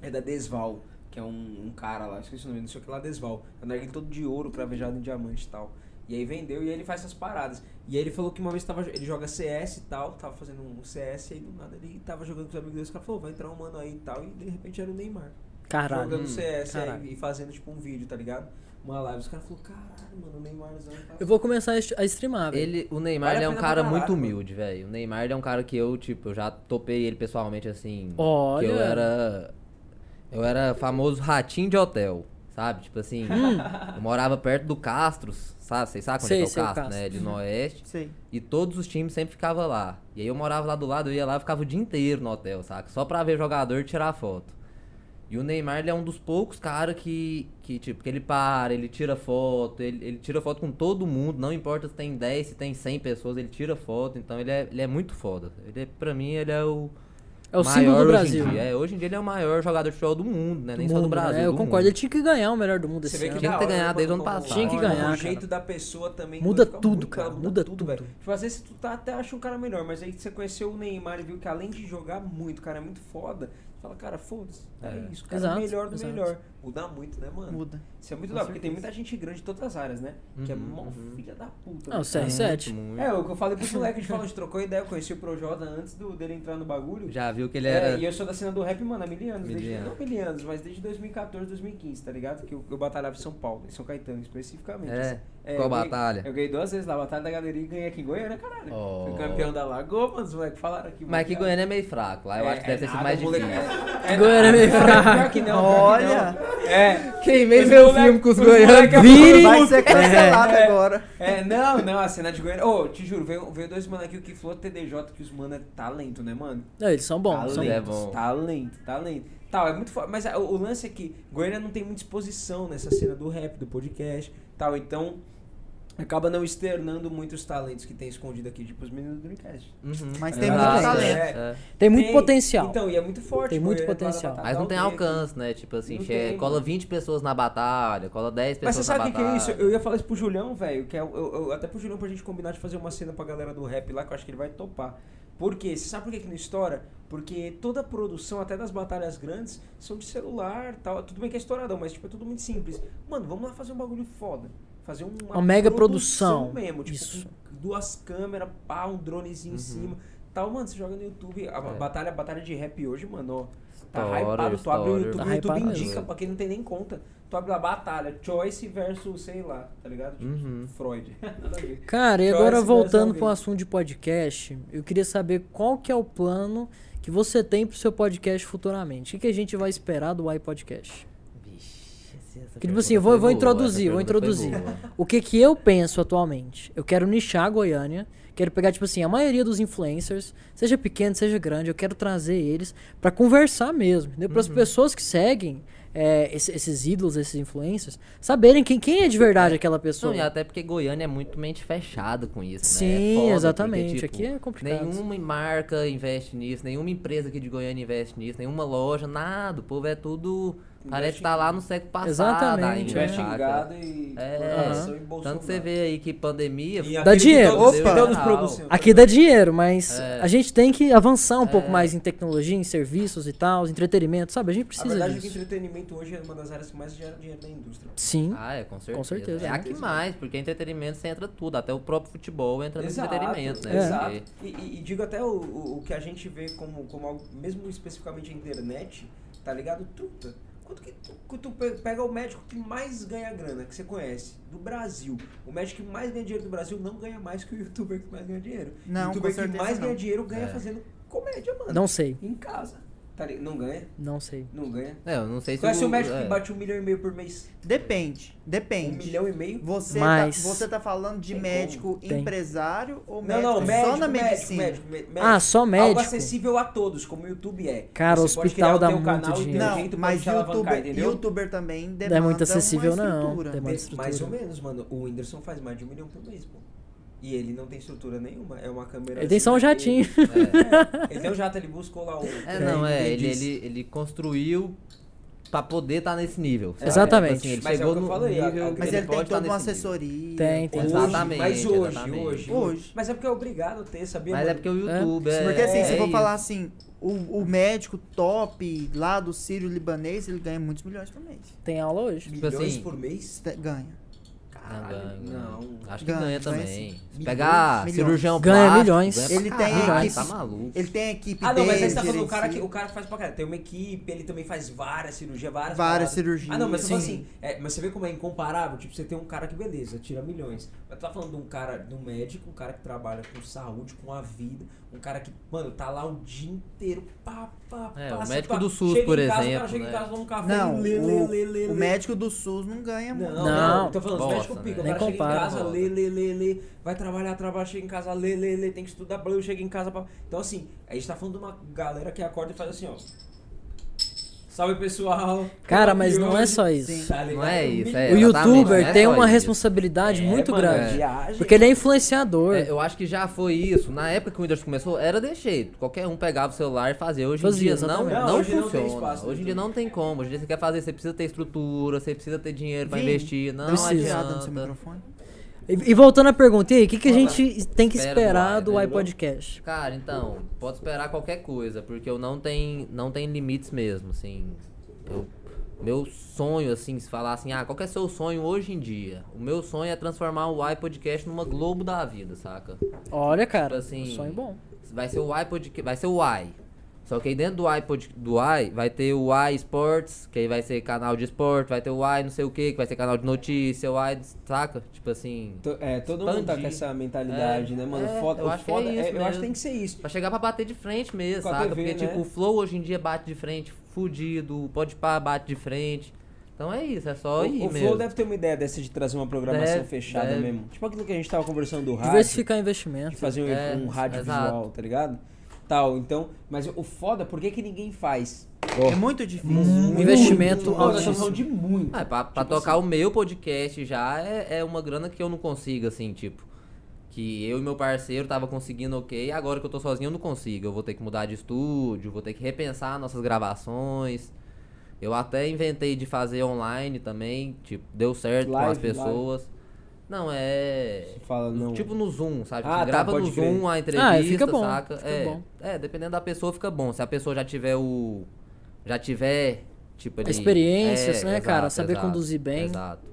Speaker 3: É da Desval, que é um, um cara lá, esqueci o nome, não sei o que lá, Desval. É um narguilé todo de ouro, cravejado em diamante e tal. E aí vendeu e aí ele faz essas paradas. E aí ele falou que uma vez tava, ele joga CS e tal, tava fazendo um CS e aí do nada ele tava jogando com os amigos dele, o cara falou, vai entrar um mano aí e tal, e de repente era o Neymar.
Speaker 1: Caralho. Hum.
Speaker 3: jogando CS aí
Speaker 1: caralho.
Speaker 3: e fazendo tipo um vídeo, tá ligado? Uma live. Os caras falaram, caralho, mano, o Neymarzão tá...
Speaker 1: Eu vou começar a est- a streamar, velho.
Speaker 2: Ele, o Neymar
Speaker 3: Vale a
Speaker 2: ele é um
Speaker 3: pena pra
Speaker 2: cara
Speaker 3: caralho,
Speaker 2: muito
Speaker 3: mano.
Speaker 2: humilde, velho. O Neymar ele é um cara que eu, tipo, eu já topei ele pessoalmente assim.
Speaker 1: Olha.
Speaker 2: Que eu era. Eu era famoso ratinho de hotel, sabe? Tipo assim, eu morava perto do Castros, sabe? Vocês sabem onde é
Speaker 1: Sei,
Speaker 2: que é o
Speaker 1: sei o
Speaker 2: Castro,
Speaker 1: Castros.
Speaker 2: né? De no Oeste.
Speaker 4: Sei.
Speaker 2: E todos os times sempre ficavam lá. E aí eu morava lá do lado, eu ia lá e ficava o dia inteiro no hotel, saca? Só pra ver jogador e tirar foto. E o Neymar, ele é um dos poucos caras que, que, tipo, que ele para, ele tira foto, ele, ele tira foto com todo mundo, não importa se tem 10, se tem 100 pessoas, ele tira foto, então ele é, ele é muito foda. Ele é, pra mim, ele é o
Speaker 1: É o
Speaker 2: maior
Speaker 1: símbolo do
Speaker 2: hoje em
Speaker 1: Brasil.
Speaker 2: dia. É, hoje em dia ele é o maior jogador de futebol do mundo, né? Nem
Speaker 1: Do
Speaker 2: só do
Speaker 1: mundo,
Speaker 2: Brasil,
Speaker 1: né? Eu
Speaker 2: do
Speaker 1: concordo,
Speaker 2: mundo.
Speaker 1: ele tinha que ganhar o melhor do mundo esse ano.
Speaker 2: Tinha
Speaker 3: da
Speaker 2: que ter
Speaker 3: hora, né,
Speaker 2: ganhado
Speaker 3: mano,
Speaker 2: desde o ano
Speaker 3: como-
Speaker 2: passado.
Speaker 1: Tinha que
Speaker 3: como
Speaker 1: ganhar,
Speaker 3: um O
Speaker 1: cara.
Speaker 3: jeito da pessoa também.
Speaker 1: Muda
Speaker 3: modifica
Speaker 1: tudo,
Speaker 3: muito,
Speaker 1: cara,
Speaker 3: ela
Speaker 1: muda tudo.
Speaker 3: velho. Tipo, às vezes tu tá, até acha um cara melhor, mas aí você conheceu o Neymar e viu que além de jogar muito, o cara é muito foda. tu Fala, cara, foda-se. É,
Speaker 2: É.
Speaker 3: isso, o cara é
Speaker 1: Exato,
Speaker 3: o melhor do
Speaker 1: exato.
Speaker 3: melhor. Muda muito, né, mano?
Speaker 4: Muda.
Speaker 3: Isso é muito
Speaker 4: Com
Speaker 3: legal, porque tem
Speaker 4: certeza.
Speaker 3: muita gente grande de todas as áreas, né? Que é
Speaker 2: Uhum,
Speaker 3: mó
Speaker 2: uhum.
Speaker 3: filha da puta.
Speaker 1: Ah,
Speaker 3: né?
Speaker 1: o CR7.
Speaker 2: Muito, muito.
Speaker 3: É, o que eu falei pros moleques, a gente falou, a gente trocou ideia, eu conheci o Projota antes do, dele entrar no bagulho.
Speaker 2: Já viu que ele
Speaker 3: É,
Speaker 2: era...
Speaker 3: e eu sou da cena do rap, mano, há mil anos.
Speaker 2: Mil
Speaker 3: desde,
Speaker 2: anos.
Speaker 3: não mil anos, mas desde 2014, 2015, tá ligado? Que eu, eu batalhava em São Paulo, em São Caetano, especificamente.
Speaker 2: É,
Speaker 3: É,
Speaker 2: qual
Speaker 3: eu ganhei-
Speaker 2: batalha?
Speaker 3: Eu ganhei duas vezes lá, a batalha da galeria e ganhei aqui em Goiânia, caralho.
Speaker 2: Oh.
Speaker 3: Fui campeão da Lagoa, mano, os moleques falaram aqui.
Speaker 2: Mas aqui
Speaker 3: mano,
Speaker 2: Goiânia é meio fraco, lá eu
Speaker 3: É,
Speaker 2: acho que deve
Speaker 3: é
Speaker 2: ter sido
Speaker 3: nada,
Speaker 2: mais
Speaker 3: moleque.
Speaker 2: difícil. né?
Speaker 3: É,
Speaker 1: Goiânia é meio
Speaker 3: Pior que não, pior que
Speaker 4: Olha.
Speaker 3: não. É.
Speaker 2: Queimei
Speaker 3: Os
Speaker 2: meu
Speaker 3: moleque-
Speaker 2: filme com os
Speaker 3: os moleque
Speaker 2: goianos.
Speaker 3: é
Speaker 2: Vire!
Speaker 4: Vai ser cancelado
Speaker 3: É.
Speaker 4: agora.
Speaker 3: É, não, não, a cena de Goiânia. Ô, te juro, veio, veio dois mano aqui, o que falou TDJ, que os mano é talento, né, mano?
Speaker 1: Não, eles são bons.
Speaker 3: talento,
Speaker 1: são
Speaker 2: Ele é
Speaker 1: bons.
Speaker 2: bom.
Speaker 3: tá talento, talento. Tal, é muito forte. Mas ah, o, o lance é que Goiânia não tem muita exposição nessa cena do rap, do podcast, tal. Então, acaba não externando muito os talentos que tem escondido aqui, tipo os meninos do Dreamcast.
Speaker 2: Uhum.
Speaker 4: Mas
Speaker 3: É
Speaker 4: tem
Speaker 3: verdade,
Speaker 4: muito
Speaker 3: é.
Speaker 4: talento.
Speaker 1: Tem muito potencial.
Speaker 3: Então, e é muito forte.
Speaker 1: Tem muito
Speaker 3: Goiânia é
Speaker 1: potencial.
Speaker 3: pra- pra- pra-
Speaker 2: Mas não tem
Speaker 3: alguém
Speaker 2: alcance, né? Tipo assim,
Speaker 3: Não
Speaker 2: che-
Speaker 3: tem,
Speaker 2: cola
Speaker 3: mano.
Speaker 2: 20 pessoas na batalha, cola 10
Speaker 3: Mas
Speaker 2: pessoas
Speaker 3: você
Speaker 2: na
Speaker 3: sabe o que, que
Speaker 2: batalha.
Speaker 3: é isso? Eu ia falar isso pro Julião, velho, que é, eu, eu- até pro Julião pra gente combinar de fazer uma cena pra galera do rap lá, que eu acho que ele vai topar. Por quê? Você sabe por que, que não estoura? Porque toda a produção, até das batalhas grandes, são de celular tal. Tudo bem que é estouradão, mas tipo, é tudo muito simples. Mano, vamos lá fazer um bagulho foda. Fazer uma,
Speaker 1: Uma mega produção.
Speaker 3: mesmo. Tipo,
Speaker 1: Isso.
Speaker 3: com duas câmeras, pá, um dronezinho em cima. Tal, mano, você joga no YouTube. A, a
Speaker 2: É.
Speaker 3: batalha, a batalha de rap hoje, mano, ó. Tá
Speaker 2: Estoura,
Speaker 3: hypado, tu abre o
Speaker 2: estoura.
Speaker 3: YouTube,
Speaker 1: Tá
Speaker 3: o YouTube
Speaker 1: hypado
Speaker 3: indica
Speaker 2: mesmo.
Speaker 3: pra quem não tem nem conta. Tu abre a batalha, Choice versus, sei lá, tá ligado? Tipo,
Speaker 2: Uhum.
Speaker 3: Freud. Nada a ver.
Speaker 1: Cara, e
Speaker 3: Então,
Speaker 1: agora
Speaker 3: essa versão
Speaker 1: voltando
Speaker 3: dele.
Speaker 1: para um assunto de podcast, eu queria saber qual que é o plano que você tem pro seu podcast futuramente. O que, que a gente vai esperar do iPodcast?
Speaker 2: Vixe, esse- Essa
Speaker 1: Que, tipo
Speaker 2: pergunta
Speaker 1: assim, eu vou-
Speaker 2: foi
Speaker 1: eu vou
Speaker 2: boa, essa
Speaker 1: introduzir, vou
Speaker 2: pergunta foi
Speaker 1: introduzir.
Speaker 2: boa.
Speaker 1: O que que eu penso atualmente? Eu quero nichar a Goiânia, quero pegar, tipo assim, a maioria dos influencers, seja pequeno, seja grande, eu quero trazer eles pra conversar mesmo, entendeu? Para as
Speaker 3: Uhum.
Speaker 1: pessoas que seguem é, esse- esses ídolos, esses influencers, saberem quem, quem é de verdade aquela pessoa.
Speaker 2: Não, e até porque Goiânia é muito mente fechada com isso, né? É
Speaker 1: Sim,
Speaker 2: foda, porque,
Speaker 1: exatamente.
Speaker 2: tipo,
Speaker 1: Aqui é complicado.
Speaker 2: Nenhuma marca investe nisso, nenhuma empresa aqui de Goiânia investe nisso, nenhuma loja, nada. O povo é tudo. Parece que tá lá no século passado.
Speaker 1: Exatamente, é.
Speaker 2: ainda,
Speaker 1: Investe
Speaker 3: Investe
Speaker 1: em
Speaker 3: em
Speaker 2: saca?
Speaker 3: gado é e
Speaker 2: É, tanto que você vê aí que pandemia.
Speaker 1: Dá dinheiro.
Speaker 2: Opa.
Speaker 3: Todos
Speaker 2: Real.
Speaker 3: produção.
Speaker 1: Aqui dá dinheiro, mas
Speaker 2: É.
Speaker 1: a gente tem que avançar um pouco
Speaker 2: É.
Speaker 1: mais em tecnologia, em serviços e tal, entretenimento, sabe? A gente
Speaker 3: A
Speaker 1: precisa
Speaker 3: verdade é que
Speaker 1: disso.
Speaker 3: entretenimento hoje é uma das áreas que mais gera dinheiro na indústria.
Speaker 4: Hum?
Speaker 1: Sim.
Speaker 2: Ah, é, com certeza.
Speaker 1: certeza.
Speaker 2: É aqui mais, porque entretenimento você entra tudo, até o próprio futebol entra no
Speaker 3: Exato,
Speaker 2: entretenimento, né?
Speaker 3: Exato.
Speaker 2: Porque-
Speaker 3: E, e- e digo até o, o- o que a gente vê como, como algo, mesmo especificamente a internet, tá ligado? Truta. Quanto que tu, que tu pe- pega o médico que mais ganha grana, que você conhece, do Brasil. O médico que mais ganha dinheiro do Brasil não ganha mais que o youtuber que mais ganha dinheiro.
Speaker 4: Não,
Speaker 3: o youtuber
Speaker 4: com
Speaker 3: que
Speaker 4: certeza
Speaker 3: mais
Speaker 4: não.
Speaker 3: ganha dinheiro ganha
Speaker 2: É.
Speaker 3: fazendo comédia, mano.
Speaker 1: Não sei,
Speaker 3: Em casa. Tá ligado? Não ganha?
Speaker 1: não sei.
Speaker 3: Não ganha.
Speaker 2: É, eu não sei se.
Speaker 3: Conhece o médico
Speaker 2: é.
Speaker 3: que bate um milhão e meio por mês?
Speaker 4: Depende,
Speaker 3: Um
Speaker 4: depende.
Speaker 3: milhão e meio?
Speaker 4: Você,
Speaker 1: Mas-
Speaker 4: tá, você tá falando de
Speaker 3: Tem
Speaker 4: médico
Speaker 1: Tem.
Speaker 4: empresário ou
Speaker 3: Não,
Speaker 4: médico,
Speaker 3: não, médico,
Speaker 4: só na
Speaker 3: médico,
Speaker 4: medicina?
Speaker 3: médico, mé- médico.
Speaker 1: Ah, só
Speaker 3: Algo
Speaker 1: médico?
Speaker 3: acessível a todos, como o YouTube é.
Speaker 1: Cara,
Speaker 3: Você pode
Speaker 1: hospital
Speaker 3: criar o
Speaker 1: dá
Speaker 3: teu
Speaker 1: muito
Speaker 3: canal e teu
Speaker 1: dinheiro.
Speaker 4: Não,
Speaker 3: jeito pode
Speaker 4: mas é-
Speaker 3: te alavancar,
Speaker 4: youtuber,
Speaker 3: entendeu?
Speaker 4: youtuber também demanda
Speaker 1: Não é muito
Speaker 4: uma
Speaker 1: acessível, não.
Speaker 4: é estrutura.
Speaker 1: Demanda
Speaker 3: De- Mais ou
Speaker 1: estrutura.
Speaker 3: menos, mano. O Whindersson faz mais de um milhão por mês, pô. E ele não tem estrutura nenhuma. É uma câmera.
Speaker 1: Ele tem
Speaker 3: assim,
Speaker 1: só um
Speaker 3: ele-
Speaker 1: jatinho.
Speaker 3: Ele tem um jato, ele buscou lá o.
Speaker 2: É, não, é. Ele,
Speaker 3: disse.
Speaker 2: ele, ele construiu pra poder estar nesse nível. sabe?
Speaker 1: Exatamente.
Speaker 2: Tipo assim, ele
Speaker 3: Mas é
Speaker 2: chegou
Speaker 3: o que eu
Speaker 2: no
Speaker 3: falei, a- a
Speaker 2: nível.
Speaker 3: grande-
Speaker 4: Mas
Speaker 2: que
Speaker 4: ele,
Speaker 2: pode
Speaker 4: tem
Speaker 2: estar
Speaker 3: tá
Speaker 4: toda uma
Speaker 2: nesse nível.
Speaker 4: assessoria.
Speaker 1: Tem, tem.
Speaker 3: Hoje,
Speaker 2: Exatamente,
Speaker 3: Mas hoje,
Speaker 2: exatamente.
Speaker 3: hoje.
Speaker 4: Hoje.
Speaker 3: Mas é porque é obrigado a ter, sabia?
Speaker 2: Mas
Speaker 3: mano?
Speaker 2: é porque o YouTube é.
Speaker 4: Porque assim,
Speaker 2: é
Speaker 4: se for
Speaker 2: isso.
Speaker 4: falar assim, o, o médico top lá do Sírio Libanês, ele ganha muitos milhões por mês.
Speaker 1: Tem aula hoje?
Speaker 2: tipo
Speaker 3: milhões
Speaker 2: assim,
Speaker 3: por mês?
Speaker 4: Te- Ganha.
Speaker 2: Ah, Não, ganha, ganha.
Speaker 3: Ah, Não.
Speaker 2: Acho que
Speaker 4: Ganha,
Speaker 2: ganha,
Speaker 4: ganha
Speaker 2: também.
Speaker 4: sim.
Speaker 2: Se pegar
Speaker 4: Milhões.
Speaker 2: cirurgião
Speaker 1: Ganha
Speaker 2: plástico,
Speaker 1: milhões.
Speaker 2: ganha pra
Speaker 4: Ele tem
Speaker 2: caralho,
Speaker 4: equipe-
Speaker 2: Tá maluco.
Speaker 4: Ele tem a equipe
Speaker 3: Ah, não, mas
Speaker 4: dele,
Speaker 3: aí você tá falando o cara, que,
Speaker 4: gerencia.
Speaker 3: o cara faz pra caralho. Tem uma equipe, ele também faz várias cirurgias, várias
Speaker 4: Várias
Speaker 3: paradas.
Speaker 4: cirurgias,
Speaker 3: Ah, não, mas você fala
Speaker 4: sim.
Speaker 3: assim, é, mas você vê como é incomparável? Tipo, você tem um cara que, beleza, tira milhões. Mas tu tá falando de um cara, de um médico, um cara que trabalha com saúde, com a vida, um cara que, mano, tá lá o dia inteiro, pá, pá,
Speaker 2: É,
Speaker 3: pá,
Speaker 2: o
Speaker 3: você
Speaker 2: médico
Speaker 3: pá,
Speaker 2: do SUS,
Speaker 3: chega em
Speaker 2: por
Speaker 3: casa, O
Speaker 2: exemplo,
Speaker 3: cara chega
Speaker 2: né?
Speaker 3: em casa, toma um café,
Speaker 4: Não,
Speaker 3: lê, lê, lê, lê,
Speaker 4: o, o
Speaker 3: lê.
Speaker 4: médico do SUS não ganha muito.
Speaker 3: Não,
Speaker 1: Não.
Speaker 3: não, É tô falando,
Speaker 2: Bosta,
Speaker 3: os médicos pica,
Speaker 2: né?
Speaker 3: o cara
Speaker 1: Nem
Speaker 3: chega
Speaker 1: compara.
Speaker 3: em casa, lê, lê, lê, lê, vai trabalhar, trabalha, chega em casa, lê, lê, lê, tem que estudar, blá, chega em casa, pra... então assim, a gente tá falando de uma galera que acorda e faz assim, ó, salve pessoal,
Speaker 1: Cara,
Speaker 3: Tô
Speaker 1: mas
Speaker 3: aqui
Speaker 1: não é
Speaker 3: hoje.
Speaker 1: só isso.
Speaker 3: Tá ligado?
Speaker 2: Não é isso, é.
Speaker 1: O
Speaker 2: exatamente,
Speaker 1: youtuber
Speaker 2: não é
Speaker 1: tem
Speaker 2: só
Speaker 1: uma
Speaker 2: isso.
Speaker 1: responsabilidade
Speaker 3: É,
Speaker 1: muito
Speaker 3: mano,
Speaker 1: grande.
Speaker 3: viagem,
Speaker 1: Porque ele é
Speaker 3: mano.
Speaker 1: influenciador.
Speaker 2: É, eu acho que já foi isso. Na época que o Windows começou, era desse jeito. Qualquer um pegava o celular e fazia. Hoje em
Speaker 1: Fazia,
Speaker 2: dia não,
Speaker 1: exatamente.
Speaker 2: não,
Speaker 3: Não, hoje não tem
Speaker 2: funciona.
Speaker 3: espaço né, no
Speaker 2: hoje em dia
Speaker 3: YouTube.
Speaker 2: não tem como. Hoje em dia você quer fazer, você precisa ter estrutura, você precisa ter dinheiro pra
Speaker 4: Vim,
Speaker 2: investir. Não
Speaker 4: Dá uma
Speaker 1: Precisa.
Speaker 4: tirada no seu
Speaker 2: adianta.
Speaker 4: microfone.
Speaker 1: E, e voltando à pergunta, e aí, o que, que a gente tem que
Speaker 2: Espera né?
Speaker 1: esperar
Speaker 2: do
Speaker 1: do
Speaker 2: ar,
Speaker 1: iPodcast?
Speaker 2: Cara, então, pode esperar qualquer coisa, porque eu não tenho, não tenho limites mesmo, assim. Eu- meu sonho, assim, se falar assim, ah, qual que é seu sonho hoje em dia? O meu sonho é transformar o iPodcast numa Globo da vida, saca?
Speaker 1: Olha, cara,
Speaker 2: Tipo assim,
Speaker 1: um sonho bom.
Speaker 2: Vai ser o iPod, que- vai ser o i. Só que aí dentro do iPod do i vai ter o i Sports, que aí vai ser canal de esporte, vai ter o i não sei o que, que vai ser canal de notícia, o i, saca? Tipo assim,
Speaker 3: To- É, todo mundo tá
Speaker 2: Expandir.
Speaker 3: com essa mentalidade,
Speaker 2: É,
Speaker 3: né, mano?
Speaker 2: é,
Speaker 3: foda,
Speaker 2: eu
Speaker 3: o
Speaker 2: acho que é
Speaker 3: foda-
Speaker 2: isso
Speaker 3: eu acho
Speaker 2: mesmo.
Speaker 3: que tem que ser isso.
Speaker 2: pra chegar pra bater de frente mesmo,
Speaker 3: Com a
Speaker 2: saca?
Speaker 3: TV,
Speaker 2: Porque tipo,
Speaker 3: né?
Speaker 2: o Flow hoje em dia bate de frente, fudido, o Podpah bate de frente. Então é isso, é só ir
Speaker 3: o o
Speaker 2: mesmo.
Speaker 3: Flow deve ter uma ideia dessa de trazer uma programação
Speaker 2: Deve,
Speaker 3: fechada
Speaker 2: deve.
Speaker 3: mesmo. Tipo aquilo que a gente tava conversando do rádio.
Speaker 1: Diversificar
Speaker 2: tipo,
Speaker 3: de
Speaker 1: investimento.
Speaker 3: fazer um,
Speaker 2: É,
Speaker 3: um rádio
Speaker 2: exato.
Speaker 3: visual, tá ligado? Tal, então, mas o foda, por que que ninguém faz?
Speaker 4: É muito difícil.
Speaker 3: Uhum.
Speaker 1: Um investimento
Speaker 3: Não, nós estamos
Speaker 1: altíssimo.
Speaker 3: falando de muito.
Speaker 2: Ah, pra, pra
Speaker 3: Tipo
Speaker 2: tocar
Speaker 3: assim.
Speaker 2: o meu podcast já é, é uma grana que eu não consigo, assim, tipo. Que eu e meu parceiro tava conseguindo ok, agora que eu tô sozinho eu não consigo. Eu vou ter que mudar de estúdio, vou ter que repensar nossas gravações. Eu até inventei de fazer online também, tipo, deu certo com as
Speaker 3: Live, live.
Speaker 2: pessoas. Não, é.
Speaker 3: Fala, não.
Speaker 2: Tipo no Zoom, sabe?
Speaker 3: Ah,
Speaker 2: Você
Speaker 3: tá,
Speaker 2: grava no
Speaker 3: pode crer.
Speaker 2: Zoom a entrevista,
Speaker 1: Ah, fica bom,
Speaker 2: saca?
Speaker 1: fica
Speaker 2: é,
Speaker 1: bom.
Speaker 2: é, dependendo da pessoa fica bom. Se a pessoa já tiver o. Já tiver, tipo, ali,
Speaker 1: Experiências,
Speaker 2: é,
Speaker 1: né, cara?
Speaker 2: exato,
Speaker 1: Saber
Speaker 2: exato,
Speaker 1: conduzir bem.
Speaker 2: Exato.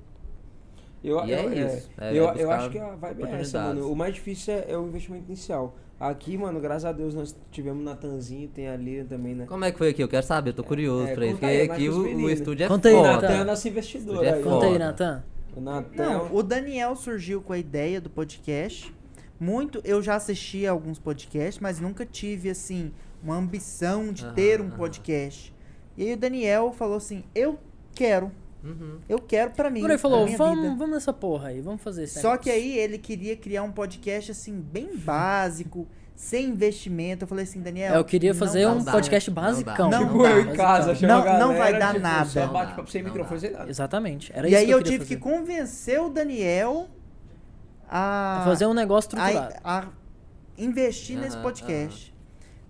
Speaker 3: eu,
Speaker 2: e é
Speaker 3: eu-
Speaker 2: isso. É,
Speaker 3: eu
Speaker 2: vai
Speaker 3: eu
Speaker 2: buscar
Speaker 3: acho que a vibe é essa,
Speaker 2: oportunidades.
Speaker 3: mano. O mais difícil é, é o investimento inicial. Aqui, mano, graças a Deus, nós tivemos Natanzinho, tem a Lira também, né?
Speaker 2: Como é que foi aqui? Eu quero saber, eu tô curioso
Speaker 3: é,
Speaker 2: pra isso.
Speaker 3: conta
Speaker 2: Porque
Speaker 3: aí, mais
Speaker 2: aqui
Speaker 3: pros
Speaker 2: o, o
Speaker 3: meninos.
Speaker 2: estúdio é
Speaker 1: Conta aí,
Speaker 3: O
Speaker 2: foda.
Speaker 3: Natan é nosso
Speaker 2: Ele
Speaker 3: investidor
Speaker 2: é
Speaker 3: aí.
Speaker 1: Conta aí,
Speaker 2: foda.
Speaker 1: Natan.
Speaker 3: O Natan. é um
Speaker 4: Não, o Daniel surgiu com a ideia do podcast. Muito, eu já assisti a alguns podcasts, mas nunca tive assim uma ambição de
Speaker 2: Aham,
Speaker 4: ter um
Speaker 2: aham.
Speaker 4: podcast. E aí o Daniel falou assim: "Eu quero".
Speaker 2: Uhum.
Speaker 4: Eu quero pra mim.
Speaker 1: Agora ele falou,
Speaker 4: pra minha
Speaker 1: vamos,
Speaker 4: vida."
Speaker 1: vamos nessa porra aí, vamos fazer isso.
Speaker 4: Só que aí ele queria criar um podcast assim, bem básico, sem investimento. Eu falei assim, Daniel.
Speaker 1: Eu queria
Speaker 4: não
Speaker 1: fazer
Speaker 4: dá. né?
Speaker 1: um
Speaker 2: dá.
Speaker 1: podcast
Speaker 2: Não dá.
Speaker 1: basicão. Tipo,
Speaker 4: Não
Speaker 3: Chegou eu em
Speaker 1: basicão.
Speaker 3: casa, chama
Speaker 4: Não-
Speaker 3: a galera,
Speaker 4: não vai dar
Speaker 3: tipo,
Speaker 4: nada.
Speaker 3: Só bate papo sem
Speaker 2: Não
Speaker 3: microfone,
Speaker 2: dá.
Speaker 3: sem nada.
Speaker 1: Exatamente, era
Speaker 4: e
Speaker 1: isso
Speaker 4: aí
Speaker 1: que eu,
Speaker 4: eu,
Speaker 1: queria
Speaker 4: tive
Speaker 1: fazer.
Speaker 4: que convencer o Daniel a.
Speaker 1: É fazer um negócio estruturado.
Speaker 4: a, a investir nesse
Speaker 2: Aham,
Speaker 4: podcast.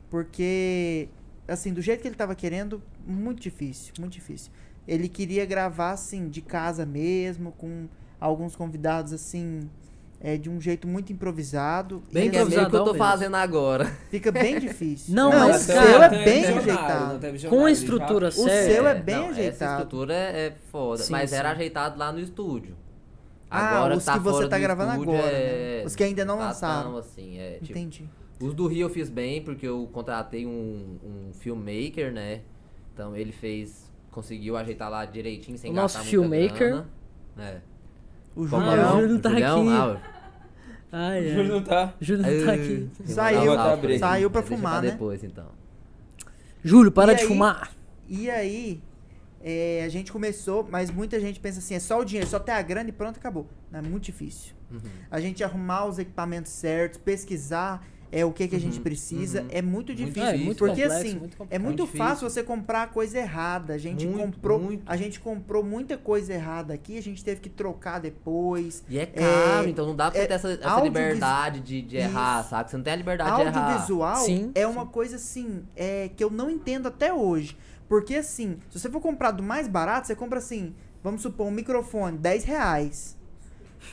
Speaker 4: Porque, assim, do jeito que ele tava querendo, muito difícil, muito difícil. Ele queria gravar, assim, de casa mesmo, com alguns convidados, assim, é, de um jeito muito improvisado.
Speaker 2: Bem
Speaker 4: Ele
Speaker 2: que é meio que eu tô
Speaker 1: improvisadão mesmo.
Speaker 2: fazendo agora.
Speaker 4: Fica bem difícil.
Speaker 1: Não, mas, tá,
Speaker 4: o
Speaker 1: cara,
Speaker 4: seu é
Speaker 1: tem
Speaker 4: bem
Speaker 1: visionário,
Speaker 4: ajeitado.
Speaker 1: Com a estrutura
Speaker 4: tá O
Speaker 1: certa.
Speaker 4: seu é bem
Speaker 2: não, Essa
Speaker 4: ajeitado.
Speaker 2: estrutura é, é foda,
Speaker 1: Sim,
Speaker 2: mas era
Speaker 1: sim.
Speaker 2: ajeitado lá no estúdio.
Speaker 4: Ah,
Speaker 2: Agora
Speaker 4: os
Speaker 2: tá
Speaker 4: que você
Speaker 2: fora
Speaker 4: tá
Speaker 2: do
Speaker 4: gravando
Speaker 2: estúdio
Speaker 4: agora,
Speaker 2: é-
Speaker 4: né? Os que ainda não
Speaker 2: tá
Speaker 4: lançaram.
Speaker 2: tão assim, é, tipo,
Speaker 4: Entendi.
Speaker 2: Os do Rio eu fiz bem, porque eu contratei um, um filmmaker, né? Então ele fez. Conseguiu ajeitar lá direitinho, sem
Speaker 1: O
Speaker 2: gastar
Speaker 1: nosso
Speaker 2: muita
Speaker 1: filmmaker.
Speaker 2: grana. É.
Speaker 4: O
Speaker 2: Qual que
Speaker 1: Ah,
Speaker 2: é
Speaker 1: o
Speaker 2: nome?
Speaker 4: Julião
Speaker 1: Júlio não tá
Speaker 2: Julião?
Speaker 1: aqui.
Speaker 2: Ah,
Speaker 1: Ai,
Speaker 3: O Júlio
Speaker 1: ai.
Speaker 3: não tá.
Speaker 1: Júlio não tá
Speaker 2: ah,
Speaker 1: aqui.
Speaker 2: eu vou
Speaker 4: Saiu-
Speaker 2: dar um salve pra ele.
Speaker 4: saiu pra
Speaker 2: Deixa
Speaker 4: fumar, né?
Speaker 2: depois, então.
Speaker 1: Júlio, para
Speaker 4: E
Speaker 1: de
Speaker 4: aí-
Speaker 1: fumar.
Speaker 4: E aí, é, a gente começou, mas muita gente pensa assim, é só o dinheiro, só ter a grana e pronto, acabou. Não, é muito difícil. A gente arrumar os equipamentos certos, pesquisar é, o que, que a gente
Speaker 2: Uhum,
Speaker 4: precisa,
Speaker 2: uhum.
Speaker 4: é muito
Speaker 2: Muito
Speaker 4: difícil.
Speaker 1: É, muito
Speaker 4: porque
Speaker 1: complexo,
Speaker 4: assim,
Speaker 1: muito complexo.
Speaker 4: é muito
Speaker 2: difícil.
Speaker 4: fácil você comprar a coisa errada. A gente
Speaker 2: Muito,
Speaker 4: comprou,
Speaker 2: muito.
Speaker 4: a gente comprou muita coisa errada aqui, a gente teve que trocar depois.
Speaker 2: E é caro, então não dá pra você
Speaker 4: é
Speaker 2: ter essa, essa
Speaker 4: audiovis-
Speaker 2: liberdade de, de errar,
Speaker 4: Isso.
Speaker 2: sabe? Você não tem a liberdade de errar.
Speaker 4: Audiovisual
Speaker 1: Sim,
Speaker 4: é uma coisa assim, é, que eu não entendo até hoje. Porque assim, se você for comprar do mais barato, você compra assim, vamos supor, um microfone, 10 reais.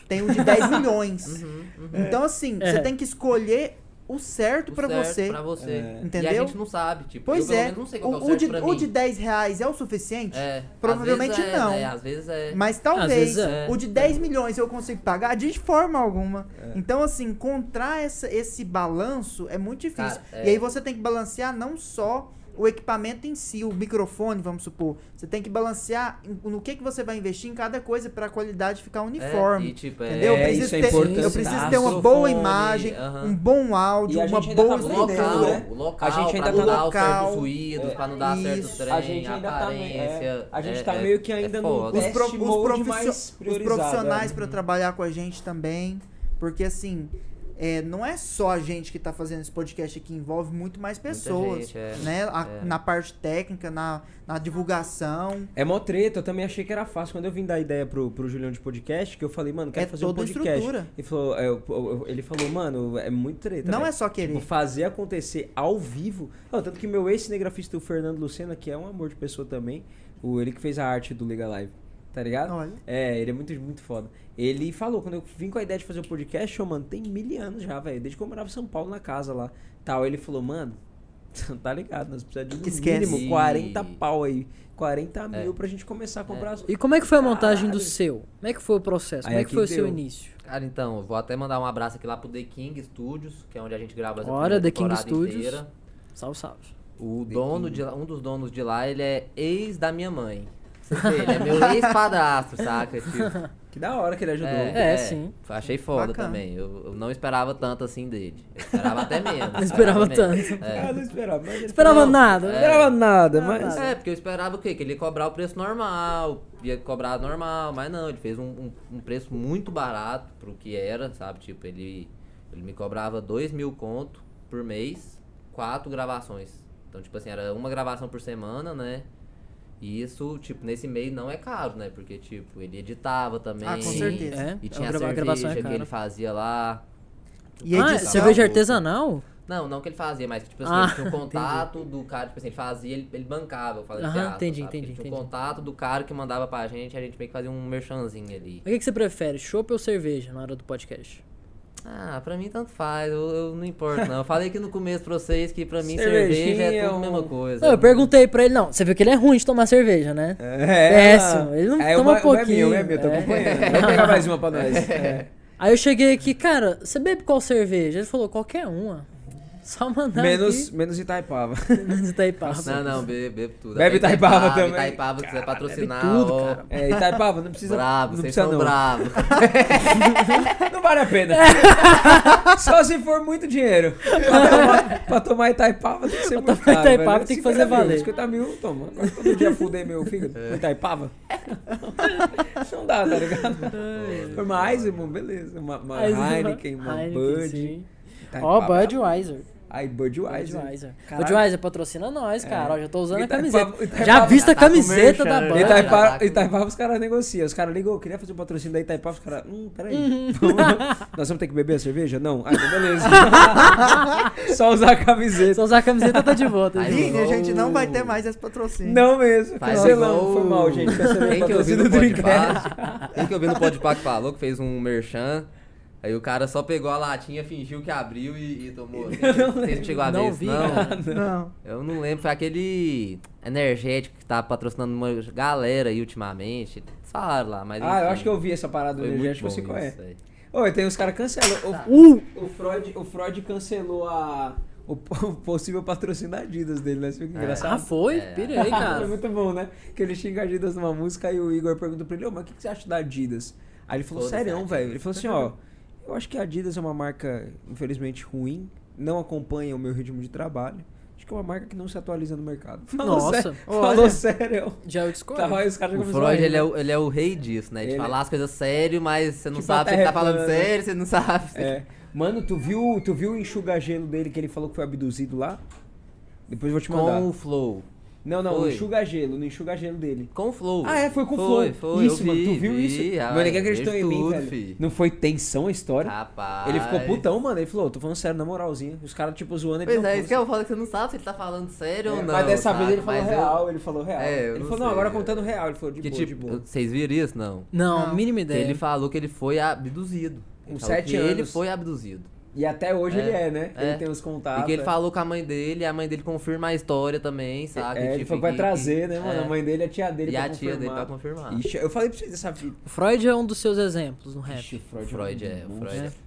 Speaker 4: Tem um de 10 milhões.
Speaker 2: Uhum.
Speaker 4: Então assim,
Speaker 1: É.
Speaker 4: você tem que escolher o certo
Speaker 2: O
Speaker 4: pra
Speaker 2: certo
Speaker 4: você.
Speaker 2: Pra você.
Speaker 3: É.
Speaker 4: Entendeu?
Speaker 2: E a gente não sabe, tipo,
Speaker 4: Pois
Speaker 2: eu pelo
Speaker 4: é,
Speaker 2: menos não sei qual que é o
Speaker 4: o, o
Speaker 2: certo
Speaker 4: de,
Speaker 2: pra
Speaker 4: o
Speaker 2: mim.
Speaker 4: de 10 reais é o suficiente?
Speaker 2: É,
Speaker 4: Provavelmente
Speaker 2: às vezes é,
Speaker 4: não.
Speaker 2: né? Às vezes é.
Speaker 4: Mas
Speaker 1: vezes
Speaker 4: talvez
Speaker 1: é.
Speaker 4: o de 10 milhões eu consigo pagar de forma alguma. Então, assim, encontrar essa- esse balanço é muito difícil.
Speaker 2: Cara, é.
Speaker 4: E aí você tem que balancear não só o equipamento em si, o microfone, vamos supor. Você tem que balancear em- no que, que você vai investir em cada coisa para a qualidade ficar
Speaker 2: É,
Speaker 4: uniforme.
Speaker 2: e, tipo, é-
Speaker 4: Entendeu? eu,
Speaker 3: É,
Speaker 4: preciso
Speaker 3: isso é
Speaker 4: ter,
Speaker 3: importante,
Speaker 4: eu preciso
Speaker 3: tá?
Speaker 4: ter uma boa
Speaker 2: Microfone,
Speaker 4: imagem,
Speaker 2: aham.
Speaker 4: um bom áudio,
Speaker 3: E a
Speaker 4: uma
Speaker 3: gente ainda tá
Speaker 4: boa
Speaker 2: O
Speaker 3: aprendendo,
Speaker 4: estrutura.
Speaker 2: local,
Speaker 3: né?
Speaker 2: o local,
Speaker 3: A gente ainda
Speaker 2: pra
Speaker 3: tá-
Speaker 2: não dar o
Speaker 4: Local. É.
Speaker 2: certo ruído, pra não dar certo
Speaker 4: Isso.
Speaker 2: trem,
Speaker 3: A gente ainda tá meio- é,
Speaker 2: aparência.
Speaker 3: a gente
Speaker 2: é,
Speaker 3: tá
Speaker 2: é-
Speaker 3: meio que ainda
Speaker 2: é
Speaker 3: no-
Speaker 2: foda.
Speaker 4: os,
Speaker 3: Teste
Speaker 4: pro- os
Speaker 3: mode
Speaker 4: proficio-
Speaker 3: mais
Speaker 4: os
Speaker 3: priorizado,
Speaker 4: profissionais
Speaker 3: é.
Speaker 4: pra trabalhar com a gente também, porque assim, é, não é só a gente que tá fazendo esse podcast aqui, envolve muito mais pessoas,
Speaker 2: gente, é.
Speaker 4: né? A-
Speaker 2: É.
Speaker 4: Na parte técnica, na, na divulgação,
Speaker 3: É mó treta, eu também achei que era fácil. Quando eu vim dar ideia pro, pro Julião de podcast, que eu falei, mano, quero
Speaker 4: É
Speaker 3: fazer um
Speaker 4: toda a
Speaker 3: podcast.
Speaker 4: estrutura.
Speaker 3: Ele falou, é, eu- eu- ele falou, mano, é muito treta.
Speaker 4: não
Speaker 3: velho.
Speaker 4: é só querer.
Speaker 3: Tipo, fazer acontecer ao vivo. Não, tanto que meu ex-cinegrafista, o Fernando Lucena, que é um amor de pessoa também, o, ele que fez a arte do Liga Live, tá ligado?
Speaker 4: Olha.
Speaker 3: É, ele é muito, muito foda. Ele falou, quando eu vim com a ideia de fazer o podcast, eu, mano, tem mil anos já, velho. Desde que eu morava em São Paulo na casa lá. Tal, ele falou, mano, você não tá ligado, nós precisamos de no
Speaker 4: Esquece.
Speaker 3: mínimo 40 pau aí. 40 mil pra gente começar a comprar as
Speaker 1: E como é que foi a montagem do seu? Como é que foi o processo?
Speaker 3: Aí
Speaker 1: Como é que
Speaker 3: aqui
Speaker 1: foi o
Speaker 3: deu.
Speaker 1: seu início?
Speaker 2: Cara, então, eu vou até mandar um abraço aqui lá pro The King Studios, que é onde a gente grava essa
Speaker 1: Ora,
Speaker 2: primeira
Speaker 1: The King
Speaker 2: temporada
Speaker 1: Studios.
Speaker 2: inteira.
Speaker 1: Salve, salve.
Speaker 2: O dono de lá, um dos donos de lá, ele é ex da minha mãe. Você vê, Ele é meu ex-padrasto, saca? Tipo,
Speaker 3: Que da hora que ele ajudou.
Speaker 1: É, sim.
Speaker 2: Achei foda
Speaker 4: Bacana.
Speaker 2: também. Eu, eu não esperava tanto assim dele. Eu esperava até menos. Não
Speaker 1: esperava tanto.
Speaker 3: Ah,
Speaker 2: É.
Speaker 3: não esperava. Mas ele
Speaker 1: Esperava
Speaker 3: falou,
Speaker 1: nada. né?
Speaker 3: Não esperava nada, mas...
Speaker 2: É, porque eu esperava o quê? Que ele ia cobrar o preço normal, ia cobrar normal, mas não, ele fez um, um- um preço muito barato pro que era, sabe? Tipo, ele, ele me cobrava dois mil conto por mês, quatro gravações. Então, tipo assim, era uma gravação por semana, né? E isso, tipo, nesse meio não é caro, né? Porque, tipo, ele editava também.
Speaker 4: Ah, com
Speaker 1: Sim,
Speaker 4: certeza.
Speaker 1: é.
Speaker 2: E
Speaker 1: a
Speaker 2: tinha a
Speaker 1: grava- a
Speaker 2: cerveja
Speaker 1: gravação é
Speaker 2: que ele
Speaker 1: cara.
Speaker 2: fazia lá.
Speaker 4: E
Speaker 1: ah,
Speaker 4: edição.
Speaker 1: cerveja artesanal?
Speaker 2: Não, não que ele fazia, mas que, tipo assim,
Speaker 1: Ah,
Speaker 2: ele tinha um contato do cara, tipo assim, ele fazia, ele, ele bancava, eu falei
Speaker 1: Aham,
Speaker 2: de teatro,
Speaker 1: entendi,
Speaker 2: sabe?
Speaker 1: entendi,
Speaker 2: Ele tinha
Speaker 1: entendi.
Speaker 2: um contato do cara que mandava pra gente, a gente meio que fazia um merchanzinho ali.
Speaker 1: O que, que você prefere, chopp ou cerveja na hora do podcast?
Speaker 2: Ah, pra mim tanto faz, eu, eu não importo não. Eu falei aqui no começo pra vocês que pra mim
Speaker 3: Cervejinha,
Speaker 2: cerveja é tudo a mesma
Speaker 3: um-
Speaker 2: coisa.
Speaker 1: Não, eu perguntei pra ele, não. Você viu que ele é ruim de tomar cerveja, né?
Speaker 3: É,
Speaker 1: Péssimo, ele não
Speaker 3: é,
Speaker 1: toma
Speaker 3: uma-
Speaker 1: pouquinho,
Speaker 3: É meu, é meu, tô
Speaker 1: é.
Speaker 3: acompanhando. Vamos pegar mais uma pra nós. É.
Speaker 1: Aí eu cheguei aqui, cara, você bebe qual cerveja? Ele falou, qualquer uma. Só mandar
Speaker 3: Menos,
Speaker 1: aqui.
Speaker 3: menos Itaipava.
Speaker 1: Menos Itaipava.
Speaker 2: Não, não, bebe, bebe tudo.
Speaker 3: Bebe
Speaker 2: Até
Speaker 3: Itaipava também.
Speaker 2: Itaipava, se quiser patrocinar,
Speaker 1: tudo,
Speaker 2: ó,
Speaker 1: cara.
Speaker 3: É, Itaipava, não precisa.
Speaker 2: Bravo,
Speaker 3: não
Speaker 2: vocês
Speaker 3: precisa
Speaker 2: são
Speaker 3: não.
Speaker 2: bravos.
Speaker 3: Não vale a pena. Só se for muito dinheiro. Pra tomar, pra tomar Itaipava tem que ser
Speaker 1: Pra tomar
Speaker 3: muito caro,
Speaker 1: Itaipava
Speaker 3: velho.
Speaker 1: tem que fazer
Speaker 3: 50 mil,
Speaker 1: valer.
Speaker 3: 50 mil, toma. Agora todo dia fudei meu fígado
Speaker 2: É.
Speaker 3: com Itaipava. Não dá, tá ligado?
Speaker 2: É.
Speaker 3: Foi uma Eisenman, beleza. Uma, uma Heineken, uma Bud.
Speaker 1: sim. Ó,
Speaker 3: Itaipava.
Speaker 1: Budweiser.
Speaker 3: Aí Budweiser.
Speaker 1: Budweiser.
Speaker 3: é. Caralho.
Speaker 1: Budweiser patrocina nós, cara.
Speaker 3: É.
Speaker 1: Ó, já tô usando a
Speaker 3: Itaipava-
Speaker 1: camiseta.
Speaker 3: Itaipava-
Speaker 1: Já vista a
Speaker 2: Tá com
Speaker 1: camiseta
Speaker 2: merchan,
Speaker 1: da
Speaker 2: né?
Speaker 1: banda.
Speaker 2: Itaipava-
Speaker 3: Itaipava,
Speaker 2: Caraca.
Speaker 3: Itaipava os caras negociam. Os caras ligam, eu queria fazer um patrocínio da Itaipava. Os caras, hum, peraí.
Speaker 2: Uhum.
Speaker 3: Vamos- Nós vamos ter que beber a cerveja? Não. Ah, então beleza. Só usar a camiseta.
Speaker 1: Se eu usar a camiseta, tá de volta.
Speaker 2: Aí,
Speaker 1: viu?
Speaker 4: Vini, a gente não vai ter mais esse patrocínio.
Speaker 3: Não mesmo.
Speaker 2: Faz
Speaker 3: Cancelamos.
Speaker 2: igual
Speaker 3: Foi
Speaker 2: o-
Speaker 3: mal, gente. Tá Cancelei
Speaker 2: Quem
Speaker 3: o
Speaker 2: que eu vi no
Speaker 3: patrocínio do Dreamcast.
Speaker 2: Podpah? Quem que eu vi no Podpah que falou que fez um merchan? Aí o cara só pegou a latinha, fingiu que abriu e, e tomou. Vocês chegou a ver
Speaker 1: Não
Speaker 2: isso,
Speaker 1: vi,
Speaker 2: não?
Speaker 4: Não.
Speaker 2: Eu não lembro, foi aquele energético que tá patrocinando uma galera aí ultimamente. Eles Falaram lá, mas.
Speaker 3: Ah, eu
Speaker 2: enfim,
Speaker 3: acho que eu vi essa parada do
Speaker 2: foi muito
Speaker 3: energético.
Speaker 2: bom
Speaker 3: Eu sei qual é.
Speaker 2: isso aí. Ah.
Speaker 3: Oi, tem uns caras cancelam. O,
Speaker 1: Uh!
Speaker 3: o, Freud, o Freud cancelou a, o, o possível patrocínio da Adidas dele, né? Isso fica engraçado.
Speaker 1: Ah, foi?
Speaker 2: É.
Speaker 1: Pirei,
Speaker 3: Foi
Speaker 1: cara.
Speaker 3: muito bom, né? Que ele xinga a Adidas numa música e o Igor pergunta pra ele, ô, mas o que, que você acha da Adidas? Aí ele falou,
Speaker 2: Foda-se, é
Speaker 3: sério,
Speaker 2: Adidas."
Speaker 3: velho. Ele falou assim, ó, eu acho que a Adidas é uma marca, infelizmente, ruim, não acompanha o meu ritmo de trabalho. Acho que é uma marca que não se atualiza no mercado. Falou
Speaker 1: Nossa,
Speaker 3: sério,
Speaker 4: olha.
Speaker 3: falou sério.
Speaker 1: Já eu discordo.
Speaker 3: Tá, aí os caras
Speaker 2: O
Speaker 3: já começaram a
Speaker 2: Freud,
Speaker 3: rir,
Speaker 2: ele
Speaker 3: né?
Speaker 2: é, o, ele é o rei disso, né? De
Speaker 3: Ele-
Speaker 2: falar as coisas sério, mas você não
Speaker 3: Tipo,
Speaker 2: sabe se ele tá
Speaker 3: até
Speaker 2: falando
Speaker 3: refã, né?
Speaker 2: sério, você não sabe.
Speaker 3: É. Mano, tu viu, tu viu o enxuga-gelo dele que ele falou que foi abduzido lá? Depois eu vou te mandar.
Speaker 2: Com o flow.
Speaker 3: Não, não,
Speaker 2: Foi.
Speaker 3: enxuga-gelo, no enxuga-gelo dele.
Speaker 2: Com o flow.
Speaker 3: Ah, é, foi com o
Speaker 2: Foi,
Speaker 3: Flow.
Speaker 2: foi,
Speaker 3: isso,
Speaker 2: eu
Speaker 3: mano, tu
Speaker 2: vi,
Speaker 3: viu
Speaker 2: vi,
Speaker 3: isso?
Speaker 2: ah,
Speaker 3: mano, ninguém acreditou
Speaker 2: vejo
Speaker 3: em mim,
Speaker 2: tudo,
Speaker 3: velho.
Speaker 2: fi.
Speaker 3: Não foi tensão a história?
Speaker 2: Rapaz.
Speaker 3: Ele ficou putão, mano. Ele falou, "Ô, tô falando sério, na moralzinha. Os caras, tipo, zoando ele.
Speaker 2: Pois
Speaker 3: não,
Speaker 2: é,
Speaker 3: pô,
Speaker 2: isso que eu falo que você não sabe se ele tá falando sério ou
Speaker 3: É,
Speaker 2: não.
Speaker 3: Mas dessa
Speaker 2: sabe?
Speaker 3: vez ele falou
Speaker 2: Mas eu-
Speaker 3: real, ele falou real.
Speaker 2: É, eu
Speaker 3: ele
Speaker 2: não
Speaker 3: falou, não,
Speaker 2: sei,
Speaker 3: agora
Speaker 2: é.
Speaker 3: contando real. Ele falou, de
Speaker 2: Que
Speaker 3: boa, de
Speaker 2: tipo,
Speaker 3: boa.
Speaker 2: vocês viram isso? Não.
Speaker 1: Não,
Speaker 4: Não.
Speaker 1: mínima
Speaker 2: Que
Speaker 1: ideia.
Speaker 2: ele falou que ele foi abduzido. Ele
Speaker 3: Com
Speaker 2: falou
Speaker 3: sete
Speaker 2: que Ele
Speaker 3: anos.
Speaker 2: foi abduzido.
Speaker 3: E até hoje
Speaker 2: É,
Speaker 3: ele é, né?
Speaker 2: é.
Speaker 3: Ele tem os contatos.
Speaker 2: e que ele
Speaker 3: é.
Speaker 2: falou com a mãe dele, e a mãe dele confirma a história também, sabe?
Speaker 3: É, ele
Speaker 2: Tipo,
Speaker 3: falou que vai
Speaker 2: que-
Speaker 3: trazer, né, mano?
Speaker 2: é.
Speaker 3: A mãe dele, a tia dele
Speaker 2: E
Speaker 3: pra
Speaker 2: a tia dele pra
Speaker 3: confirmar.
Speaker 2: confirmar.
Speaker 3: Ixi, eu falei pra vocês dessa vida.
Speaker 1: O Freud é um dos seus exemplos no rap.
Speaker 3: Ixi, o
Speaker 2: O
Speaker 3: Freud,
Speaker 2: Freud é, o
Speaker 3: um
Speaker 2: Freud
Speaker 3: monstro.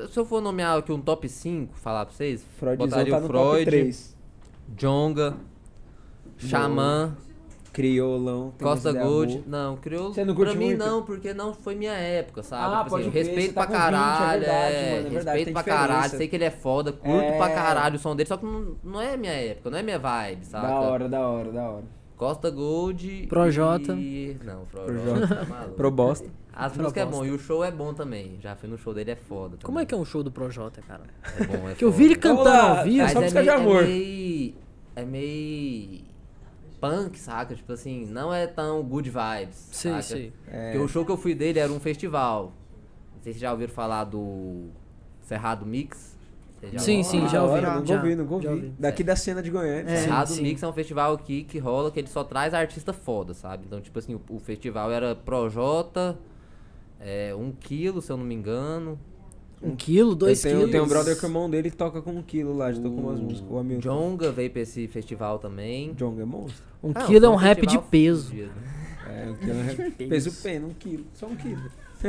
Speaker 2: é. Se- Se eu for nomear aqui um top 5, falar pra vocês,
Speaker 3: Freudzão
Speaker 2: botaria
Speaker 3: tá
Speaker 2: o
Speaker 3: no top
Speaker 2: Freud,
Speaker 3: 3.
Speaker 2: Jonga, Xamã,
Speaker 3: Criolão. tem
Speaker 2: Costa
Speaker 3: uns de
Speaker 2: Gold.
Speaker 3: amor.
Speaker 2: Não, criou.
Speaker 3: Você não
Speaker 2: pra
Speaker 3: curte
Speaker 2: mim
Speaker 3: muito?
Speaker 2: não, porque não foi minha época, sabe?
Speaker 3: Ah,
Speaker 2: Tipo assim,
Speaker 3: pode
Speaker 2: eu
Speaker 3: crer,
Speaker 2: respeito
Speaker 3: você
Speaker 2: pra
Speaker 3: tá com 20, é
Speaker 2: caralho,
Speaker 3: verdade, mano, é verdade,
Speaker 2: respeito
Speaker 3: tem
Speaker 2: pra
Speaker 3: diferença.
Speaker 2: caralho, sei que ele é foda, curto
Speaker 3: É.
Speaker 2: pra caralho o som dele, só que não, não é minha época, não é minha vibe, sabe?
Speaker 3: Da hora, da hora, da hora.
Speaker 2: Costa Gold
Speaker 1: Projota.
Speaker 2: e... Não, Projota,
Speaker 3: Projota.
Speaker 2: tá maluco.
Speaker 3: Probosta.
Speaker 2: As músicas é
Speaker 1: Proposta.
Speaker 2: bom e o show é bom também. Já fui no show dele, é foda.
Speaker 1: Como é que é um show do Projota, cara?
Speaker 2: é? É bom, é
Speaker 1: Que eu vi ele
Speaker 2: foda.
Speaker 1: cantando
Speaker 3: Vamos lá,
Speaker 1: ao vivo.
Speaker 3: é
Speaker 2: Mas
Speaker 3: só
Speaker 2: é
Speaker 3: música de
Speaker 2: meio,
Speaker 3: amor.
Speaker 2: É meio, é meio punk, saca? Tipo assim, não é tão good vibes,
Speaker 1: Sei,
Speaker 2: saca?
Speaker 1: sei.
Speaker 2: Porque o show que eu fui dele era um festival. Não sei se já ouviram falar do Cerrado Mix. Vocês já
Speaker 1: Sim,
Speaker 2: ouviram
Speaker 1: sim,
Speaker 2: falar?
Speaker 1: já
Speaker 3: Da
Speaker 1: ouvi.
Speaker 3: hora, Nunca
Speaker 1: já,
Speaker 3: ouvi, nunca
Speaker 1: já
Speaker 3: ouvi.
Speaker 1: ouvi.
Speaker 3: Daqui da cena de Goiânia.
Speaker 4: É.
Speaker 3: sim.
Speaker 2: Cerrado
Speaker 1: sim.
Speaker 2: Mix Ah, é um festival aqui que rola que ele só traz artista foda, sabe? Então, tipo assim, o, o festival era Projota, é, um quilo, se eu não me engano.
Speaker 1: Um quilo, dois
Speaker 3: eu tenho,
Speaker 1: quilos.
Speaker 3: Tem um brother que o irmão dele toca com um quilo lá, já tocou
Speaker 2: Hum.
Speaker 3: umas músicas. O amigo.
Speaker 2: Jonga veio pra esse festival também.
Speaker 3: Jong é monstro.
Speaker 1: Um
Speaker 2: Ah,
Speaker 1: quilo é
Speaker 2: foi
Speaker 1: um rap de
Speaker 2: festival
Speaker 1: peso.
Speaker 2: fudido.
Speaker 3: É, o quilo é peso pena, um quilo. Só um quilo.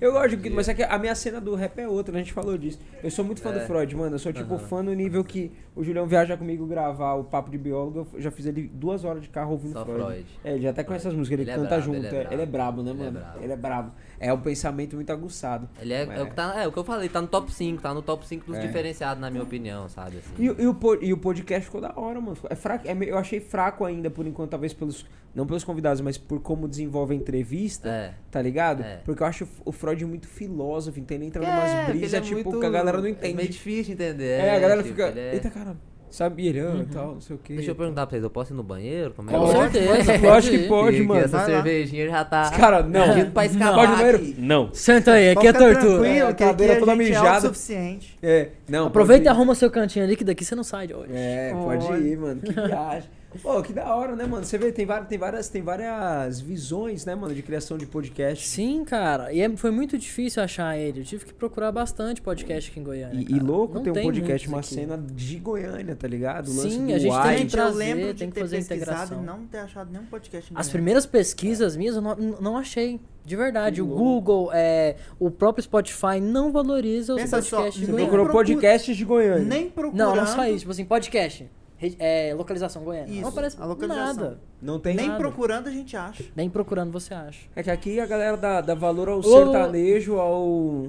Speaker 3: eu gosto de um quilo, mas é que a minha cena do rap é outra, a gente falou disso. Eu sou muito fã do
Speaker 2: É.
Speaker 3: Freud, mano. Eu sou tipo fã no nível que o Julião viaja comigo gravar o papo de biólogo. Eu já fiz ele duas horas de carro ouvindo
Speaker 2: Só
Speaker 3: Freud.
Speaker 2: Freud.
Speaker 3: É, ele já até conhece as músicas, ele,
Speaker 2: Ele é
Speaker 3: canta
Speaker 2: brabo,
Speaker 3: junto.
Speaker 2: ele
Speaker 3: Ele
Speaker 2: é
Speaker 3: é,
Speaker 2: brabo.
Speaker 3: ele é brabo, né,
Speaker 2: Ele é
Speaker 3: mano?
Speaker 2: brabo.
Speaker 3: Ele é brabo. É um pensamento muito aguçado.
Speaker 2: Ele é,
Speaker 3: Mas
Speaker 2: é o que tá, é o que eu falei, tá no top 5, tá no top 5 dos
Speaker 3: É.
Speaker 2: diferenciados, na minha opinião, sabe? assim.
Speaker 3: E, e o, po- e o podcast ficou da hora, mano. É fraco, é meio- eu achei fraco ainda, por enquanto, talvez pelos. Não pelos convidados, mas por como desenvolve a entrevista,
Speaker 2: É.
Speaker 3: tá ligado?
Speaker 2: É.
Speaker 3: Porque eu acho o Freud muito filósofo, entende? Ele Entra
Speaker 2: É,
Speaker 3: numas
Speaker 2: porque
Speaker 3: brisas,
Speaker 2: ele é
Speaker 3: tipo,
Speaker 2: muito-
Speaker 3: que a galera não
Speaker 2: É meio
Speaker 3: entende.
Speaker 2: difícil de entender.
Speaker 3: É, a galera
Speaker 2: tipo,
Speaker 3: fica.
Speaker 2: ele é- Uhum.
Speaker 3: Eita, caramba. Sabe, Irã e tal, não sei o quê.
Speaker 2: Deixa eu perguntar pra vocês, eu posso ir no banheiro? Como é
Speaker 1: Com
Speaker 2: que-
Speaker 1: certeza.
Speaker 3: Lógico que
Speaker 1: pode.
Speaker 3: pode,
Speaker 2: que
Speaker 3: mano.
Speaker 2: Essa
Speaker 4: Vai lá.
Speaker 2: cervejinha já tá.
Speaker 3: Cara, não.
Speaker 2: Pedindo pra escalar
Speaker 3: Pode no banheiro?
Speaker 2: aqui.
Speaker 3: Não.
Speaker 1: Senta aí, aqui é
Speaker 4: Pode ficar
Speaker 1: tortura.
Speaker 4: Tranquilo,
Speaker 3: É, a
Speaker 4: que aqui
Speaker 3: cadeira
Speaker 4: a
Speaker 3: toda
Speaker 4: gente é
Speaker 3: mijada.
Speaker 4: autossuficiente.
Speaker 3: É, não.
Speaker 1: Aproveita e
Speaker 3: pode ir.
Speaker 1: arruma seu cantinho ali, que daqui você não sai de hoje.
Speaker 3: É, pode
Speaker 4: Olha.
Speaker 3: ir, mano. Que viagem. Pô, que da hora, né, mano? Você vê, tem várias, tem várias, tem várias visões, né, mano, de criação de podcast.
Speaker 1: Sim, cara. E é- foi muito difícil achar ele. Eu tive que procurar bastante podcast aqui em Goiânia.
Speaker 3: E, e
Speaker 1: cara.
Speaker 3: louco
Speaker 1: Não
Speaker 3: tem um podcast,
Speaker 1: muitos
Speaker 3: uma
Speaker 1: aqui.
Speaker 3: cena de Goiânia, tá ligado? O lance
Speaker 1: Sim,
Speaker 3: do
Speaker 1: a gente tem
Speaker 3: Uai.
Speaker 1: que
Speaker 4: Gente, eu
Speaker 1: trazer,
Speaker 4: lembro de
Speaker 1: tem que
Speaker 4: ter
Speaker 1: fazer a
Speaker 4: pesquisado e
Speaker 1: integração.
Speaker 4: não ter achado nenhum podcast em
Speaker 1: As
Speaker 3: É.
Speaker 4: Goiânia.
Speaker 1: primeiras pesquisas minhas eu não, não achei. De verdade. O
Speaker 3: Que
Speaker 1: Google, é, o próprio Spotify não valoriza os
Speaker 4: Pensa só,
Speaker 1: podcasts de
Speaker 4: nem
Speaker 1: Goiânia.
Speaker 3: Procurou
Speaker 4: procura-
Speaker 3: podcasts de Goiânia.
Speaker 4: Nem procurando.
Speaker 1: Não, não só isso. Tipo assim, podcast. re- é, localização Goiânia.
Speaker 4: Isso,
Speaker 1: não aparece
Speaker 4: a localização.
Speaker 1: nada.
Speaker 3: Não tem
Speaker 4: Nem
Speaker 1: nada.
Speaker 4: procurando a gente acha.
Speaker 1: Nem procurando você acha.
Speaker 3: É que aqui a galera dá, dá valor ao
Speaker 1: Ô.
Speaker 3: sertanejo, ao.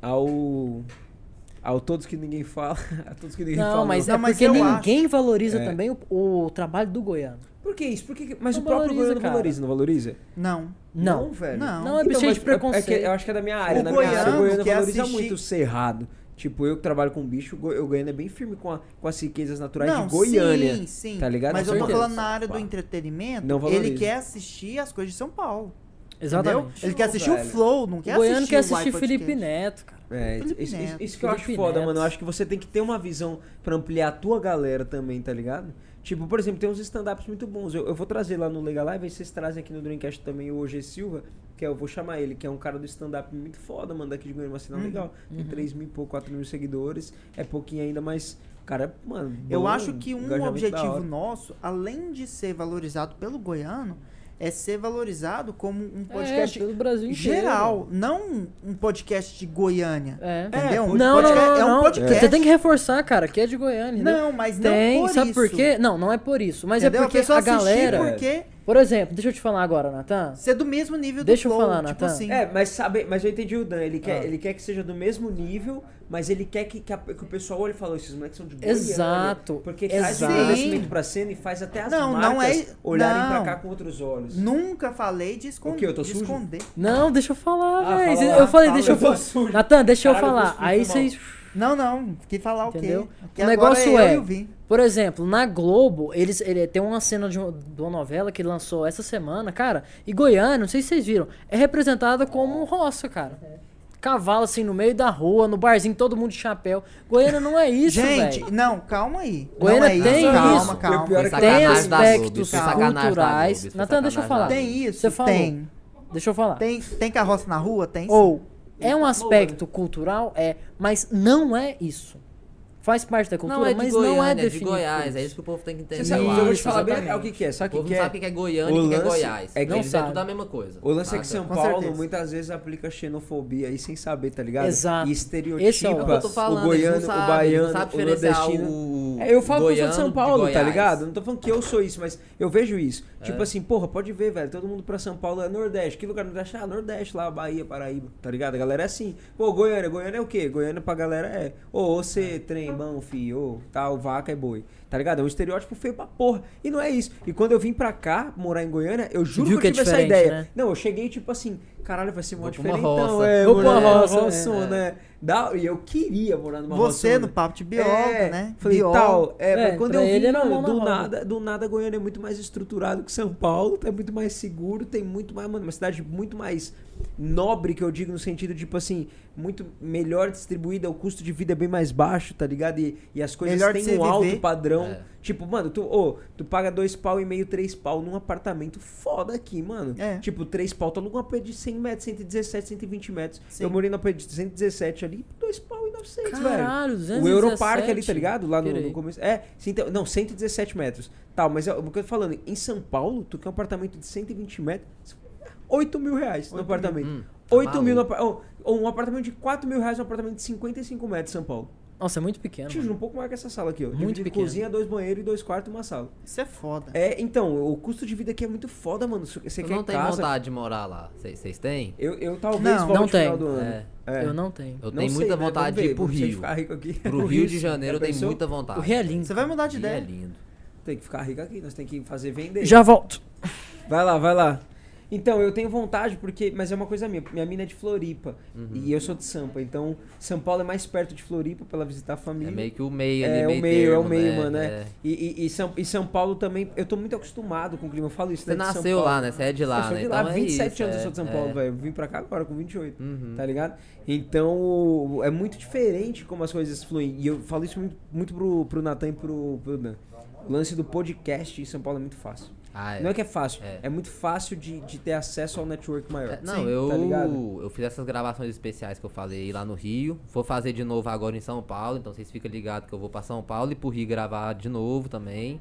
Speaker 3: ao. ao todos que ninguém fala. A todos que ninguém fala.
Speaker 1: Não, mas
Speaker 4: não.
Speaker 1: é
Speaker 4: Não, mas
Speaker 1: porque
Speaker 4: eu
Speaker 1: ninguém valoriza
Speaker 3: É.
Speaker 1: também o, o trabalho do goiano.
Speaker 3: Por que isso? Por que... Mas
Speaker 1: Não
Speaker 3: o próprio
Speaker 1: valoriza,
Speaker 3: goiano
Speaker 1: cara.
Speaker 3: valoriza, não valoriza?
Speaker 4: Não.
Speaker 1: Não.
Speaker 3: velho.
Speaker 4: Não.
Speaker 1: Não, é cheio
Speaker 3: mas
Speaker 1: de preconceito.
Speaker 3: é que eu acho que é da minha área.
Speaker 4: O
Speaker 3: na minha área,
Speaker 4: goiano
Speaker 3: o goiano
Speaker 4: quer
Speaker 3: valoriza
Speaker 4: assistir-
Speaker 3: muito o cerrado. Tipo, eu que trabalho com bicho, o go- o goiano é bem firme com, a- com as riquezas naturais
Speaker 4: não,
Speaker 3: de Goiânia.
Speaker 4: Sim, sim.
Speaker 3: tá ligado?
Speaker 4: Mas
Speaker 3: Com
Speaker 4: eu tô
Speaker 3: certeza.
Speaker 4: falando na área do
Speaker 3: Pá.
Speaker 4: entretenimento.
Speaker 3: Não valoriza.
Speaker 4: ele quer assistir as coisas de São Paulo.
Speaker 1: Exatamente.
Speaker 4: Entendeu? Ele quer assistir
Speaker 3: Velho.
Speaker 4: o Flow, não
Speaker 1: O
Speaker 4: quer
Speaker 1: goiano
Speaker 4: assistir
Speaker 1: quer
Speaker 4: o Live
Speaker 1: assistir
Speaker 4: Podcast.
Speaker 1: Felipe Neto, cara.
Speaker 3: É, isso,
Speaker 4: Felipe
Speaker 3: isso-
Speaker 4: Neto.
Speaker 3: isso que eu acho
Speaker 1: Felipe
Speaker 3: foda,
Speaker 1: Neto.
Speaker 3: mano. Eu acho que você tem que ter uma visão pra ampliar a tua galera também, tá ligado? Tipo, por exemplo, tem uns stand-ups muito bons. Eu, eu vou trazer lá no Legal Live, aí vocês trazem aqui no Dreamcast também o OG Silva, que é, eu vou chamar ele, que é um cara do stand-up muito foda, mano, daqui de Goiânia, uma
Speaker 4: Uhum.
Speaker 3: cena legal. Tem 3 mil e pouco, 4 mil seguidores, é pouquinho ainda, mas, cara, mano...
Speaker 4: Eu
Speaker 3: bom,
Speaker 4: acho que um
Speaker 3: engajamento da
Speaker 4: objetivo
Speaker 3: hora.
Speaker 4: nosso, além de ser valorizado pelo goiano, é ser valorizado como um
Speaker 1: Podcast
Speaker 4: podcast
Speaker 1: do É, Brasil inteiro.
Speaker 4: geral, não um podcast de Goiânia.
Speaker 1: É.
Speaker 4: Entendeu? Um
Speaker 1: Não, não,
Speaker 4: podcast-
Speaker 1: não,
Speaker 4: é um
Speaker 1: não.
Speaker 4: podcast.
Speaker 1: Você tem que reforçar, cara, que é de Goiânia. entendeu?
Speaker 4: Não, mas
Speaker 1: Tem,
Speaker 4: não por
Speaker 1: sabe
Speaker 4: isso.
Speaker 1: por quê? Não, não é por isso. Mas
Speaker 4: Entendeu?
Speaker 1: é porque
Speaker 4: a pessoa
Speaker 1: a
Speaker 4: assistir
Speaker 1: galera.
Speaker 4: porque
Speaker 1: Por exemplo, deixa eu te falar agora, Natan.
Speaker 4: ser do mesmo nível do
Speaker 1: Deixa eu
Speaker 4: Flow,
Speaker 1: falar,
Speaker 4: tipo
Speaker 1: Natan.
Speaker 4: assim.
Speaker 3: É, mas sabe, mas eu entendi o Dan, ele quer,
Speaker 1: Ah.
Speaker 3: ele quer que seja do mesmo nível, mas ele quer que, que, a- que o pessoal olhe e fale, esses moleques são de Goiânia.
Speaker 1: Exato,
Speaker 3: Porque traz o
Speaker 1: exato.
Speaker 3: conhecimento pra cena e faz até as
Speaker 4: Não,
Speaker 3: marcas
Speaker 4: não é-
Speaker 3: olharem
Speaker 4: não.
Speaker 3: pra cá com outros olhos.
Speaker 4: Nunca falei de, escon-
Speaker 3: O quê? Eu tô
Speaker 4: de
Speaker 3: sujo?
Speaker 4: esconder.
Speaker 1: Não, deixa eu falar,
Speaker 3: Ah,
Speaker 1: velho.
Speaker 3: fala
Speaker 1: Cê-
Speaker 3: lá,
Speaker 1: eu falei,
Speaker 3: fala.
Speaker 1: deixa eu
Speaker 3: Eu tô
Speaker 1: falar.
Speaker 3: sujo.
Speaker 1: Natan, deixa
Speaker 3: Caralho,
Speaker 1: eu
Speaker 3: eu
Speaker 1: falar.
Speaker 3: cuspi,
Speaker 1: Aí
Speaker 3: foi mal.
Speaker 1: vocês.
Speaker 4: Não, não. Que falar o
Speaker 1: Entendeu?
Speaker 4: quê? Que
Speaker 1: O
Speaker 4: agora
Speaker 1: negócio
Speaker 4: eu
Speaker 1: é-
Speaker 4: e o Vin.
Speaker 1: Por exemplo, na Globo, eles, ele tem uma cena de, um- de uma novela que lançou essa semana, cara. E Goiânia, não sei se vocês viram, é representada como um roça, cara. Cavalo assim no meio da rua, no barzinho, todo mundo de chapéu. Goiânia não é isso, velho.
Speaker 4: Gente, não, calma aí.
Speaker 1: Goiânia
Speaker 4: não é
Speaker 1: tem
Speaker 4: isso. Calma,
Speaker 1: isso.
Speaker 4: calma.
Speaker 3: O pior é
Speaker 2: Foi
Speaker 3: que-
Speaker 1: Tem
Speaker 2: sacanagem da Globo,
Speaker 1: aspectos
Speaker 2: foi sacanagem da Globo,
Speaker 1: culturais.
Speaker 2: foi
Speaker 1: Nathan, deixa eu
Speaker 2: sacanagem da
Speaker 1: falar.
Speaker 4: Tem isso?
Speaker 1: Você falou.
Speaker 4: Tem.
Speaker 1: Deixa eu falar.
Speaker 4: Tem, tem carroça na rua? Tem sim.
Speaker 1: Ou é um aspecto cultural, é, mas não é isso. Faz parte da cultura,
Speaker 2: não, é de
Speaker 1: mas
Speaker 2: Goiânia,
Speaker 1: não é
Speaker 2: é de
Speaker 1: definido. por
Speaker 2: Goiás, é isso que o povo tem que entender.
Speaker 3: Você sabe,
Speaker 2: eu
Speaker 3: eu vou te
Speaker 2: acho,
Speaker 3: falar bem
Speaker 2: exatamente.
Speaker 3: o que que é,
Speaker 2: O
Speaker 3: sabe o
Speaker 2: povo
Speaker 3: que
Speaker 2: não
Speaker 3: é?
Speaker 2: sabe o que que é Ah, Goiânia
Speaker 3: O
Speaker 2: e o que é
Speaker 3: lance
Speaker 2: Goiás.
Speaker 3: é que
Speaker 2: Eles
Speaker 1: não sabe.
Speaker 2: é tudo a mesma coisa.
Speaker 3: O lance é que
Speaker 2: saca?
Speaker 3: São
Speaker 4: Com
Speaker 3: Paulo
Speaker 4: certeza.
Speaker 3: muitas vezes aplica xenofobia aí sem saber, tá ligado?
Speaker 1: Exato.
Speaker 3: E estereotipa
Speaker 1: Esse é o-
Speaker 2: É o que eu tô falando,
Speaker 3: o
Speaker 2: eles não
Speaker 3: goiano, o
Speaker 2: sabem,
Speaker 3: baiano,
Speaker 2: não sabe
Speaker 3: o
Speaker 2: diferenciar
Speaker 3: nordestino.
Speaker 2: o-
Speaker 3: É, eu falo que eu sou de
Speaker 2: goiano
Speaker 3: São
Speaker 2: de
Speaker 3: Paulo, tá
Speaker 2: Goiás.
Speaker 3: ligado? Não tô falando que eu sou isso, mas eu vejo isso.
Speaker 1: É.
Speaker 3: Tipo assim, porra, pode ver, velho. Todo mundo pra São Paulo é Nordeste. Que lugar Nordeste? Ah, Nordeste, lá, Bahia, Paraíba, tá ligado? A galera é assim. Pô, Goiânia, Goiânia é o quê? Goiânia pra galera é. Ô, você, trem, mão, fio, ô, tal, vaca é boi. Tá ligado? É um estereótipo feio pra porra. E não é isso. E quando eu vim pra cá, morar em Goiânia, eu juro
Speaker 1: Viu
Speaker 3: que eu
Speaker 1: que é
Speaker 3: tive essa
Speaker 1: diferente,
Speaker 3: ideia.
Speaker 1: né?
Speaker 3: Não, eu cheguei tipo assim, caralho, vai ser mó
Speaker 2: Vou pra uma
Speaker 3: diferentão.
Speaker 2: roça.
Speaker 3: É,
Speaker 1: Vou pra
Speaker 3: morar
Speaker 1: uma
Speaker 3: numa
Speaker 1: roça,
Speaker 3: roçona, né? Da- E eu queria morar numa
Speaker 4: Você
Speaker 3: roçona.
Speaker 4: no papo de biólogo,
Speaker 3: né? É,
Speaker 4: né?
Speaker 3: Falei,
Speaker 4: Biólogo.
Speaker 3: tal, é,
Speaker 1: É,
Speaker 3: mas quando
Speaker 1: pra
Speaker 3: eu vi,
Speaker 1: ele era
Speaker 3: mano,
Speaker 1: mão na
Speaker 3: do
Speaker 1: roda.
Speaker 3: nada, do nada Goiânia é muito mais estruturado que São Paulo, é muito mais seguro, tem muito mais, mano, uma cidade muito mais nobre, que eu digo no sentido, tipo assim, muito melhor distribuída, o custo de vida é bem mais baixo, tá ligado? E, e as coisas
Speaker 4: Melhor de
Speaker 3: têm
Speaker 4: se
Speaker 3: um alto
Speaker 4: viver.
Speaker 3: padrão.
Speaker 2: É.
Speaker 3: Tipo, mano, tu, ô, tu paga dois pau e meio, três pau num apartamento foda aqui, mano.
Speaker 4: É.
Speaker 3: Tipo, três pau, tu aluga um AP de 100 metros, 117, 120 metros.
Speaker 4: Sim.
Speaker 3: Eu morei no AP de 117 ali, dois pau e 900, velho.
Speaker 1: Caralho, 217.
Speaker 3: O Europark ali, tá ligado? Lá no,
Speaker 1: Peraí.
Speaker 3: no começo. É, sim, então- não, 117 metros. Tal, mas é o que eu tô falando, em São Paulo, tu quer um apartamento de 120 metros, 8 mil reais no apartamento.
Speaker 2: Hum, tá
Speaker 3: 8 mil no
Speaker 2: maluco.
Speaker 3: apartamento. um apartamento de 4 mil reais, um apartamento de 55 metros em São Paulo.
Speaker 1: Nossa, é muito
Speaker 2: Tá
Speaker 1: pequeno.
Speaker 3: Tio,
Speaker 1: mano.
Speaker 3: um pouco mais que essa sala aqui, ó.
Speaker 1: Muito
Speaker 3: Dividido
Speaker 1: pequeno.
Speaker 3: cozinha, dois banheiros e dois quartos e uma sala.
Speaker 2: Tá.
Speaker 4: Isso é foda.
Speaker 3: É, então, o custo de vida aqui é muito foda, mano. Você
Speaker 2: Eu
Speaker 3: quer
Speaker 2: não tenho
Speaker 3: casa.
Speaker 2: vontade de morar lá. Vocês têm?
Speaker 3: Eu, eu talvez
Speaker 4: Não,
Speaker 3: volte
Speaker 1: não
Speaker 3: no final
Speaker 1: tenho.
Speaker 3: do ano.
Speaker 2: É.
Speaker 3: É.
Speaker 1: Eu não tenho.
Speaker 2: Eu
Speaker 3: Não
Speaker 2: tenho
Speaker 3: sei,
Speaker 2: muita
Speaker 3: né?
Speaker 2: vontade
Speaker 3: Vamos
Speaker 2: de
Speaker 3: ver,
Speaker 2: ir pro
Speaker 3: vamos ver se
Speaker 2: Rio.
Speaker 3: ficar rico aqui. É
Speaker 2: Pro Rio de Janeiro eu tenho muita vontade.
Speaker 1: O Rio é lindo.
Speaker 4: Você vai mudar de
Speaker 2: Rio é
Speaker 4: ideia.
Speaker 2: lindo.
Speaker 3: Tem que ficar rico aqui, nós tem que fazer vender.
Speaker 1: Já volto.
Speaker 3: Vai lá, vai lá. Então, eu tenho vontade, porque. Mas é uma coisa minha. Minha mina é de Floripa.
Speaker 2: Uhum.
Speaker 3: E eu sou de Sampa. Então, São Paulo é mais perto de Floripa pra ela visitar a família.
Speaker 2: É meio que o meio ali,
Speaker 3: É, o
Speaker 2: meio
Speaker 3: meio, é o
Speaker 2: termo,
Speaker 3: meio,
Speaker 2: né?
Speaker 3: mano.
Speaker 2: É.
Speaker 3: É. E, e, e São, e São Paulo também. Eu tô muito acostumado com o clima. Eu falo isso,
Speaker 2: Você
Speaker 3: né, de São
Speaker 2: nasceu
Speaker 3: Paulo.
Speaker 2: lá, né? Você é de
Speaker 3: Eu
Speaker 2: lá,
Speaker 3: sou
Speaker 2: né?
Speaker 3: de lá,
Speaker 2: Então é
Speaker 3: 27
Speaker 2: isso,
Speaker 3: anos
Speaker 2: é,
Speaker 3: eu sou de São Paulo,
Speaker 2: é.
Speaker 3: velho. Eu vim pra cá agora com 28.
Speaker 2: Uhum.
Speaker 3: Tá ligado? Então, o- é muito diferente como as coisas fluem. E eu falo isso muito, muito pro, pro Natan e pro, pro Dan. O lance do podcast em São Paulo é muito fácil.
Speaker 2: Ah, é.
Speaker 3: Não é que é fácil,
Speaker 2: É.
Speaker 3: é, muito fácil de, de ter acesso ao network maior.
Speaker 2: É, não,
Speaker 4: Sim,
Speaker 2: eu,
Speaker 3: tá ligado?
Speaker 2: eu fiz essas gravações especiais que eu falei lá no Rio. Vou fazer de novo agora em São Paulo, então vocês ficam ligados que eu vou pra São Paulo e pro Rio gravar de novo também.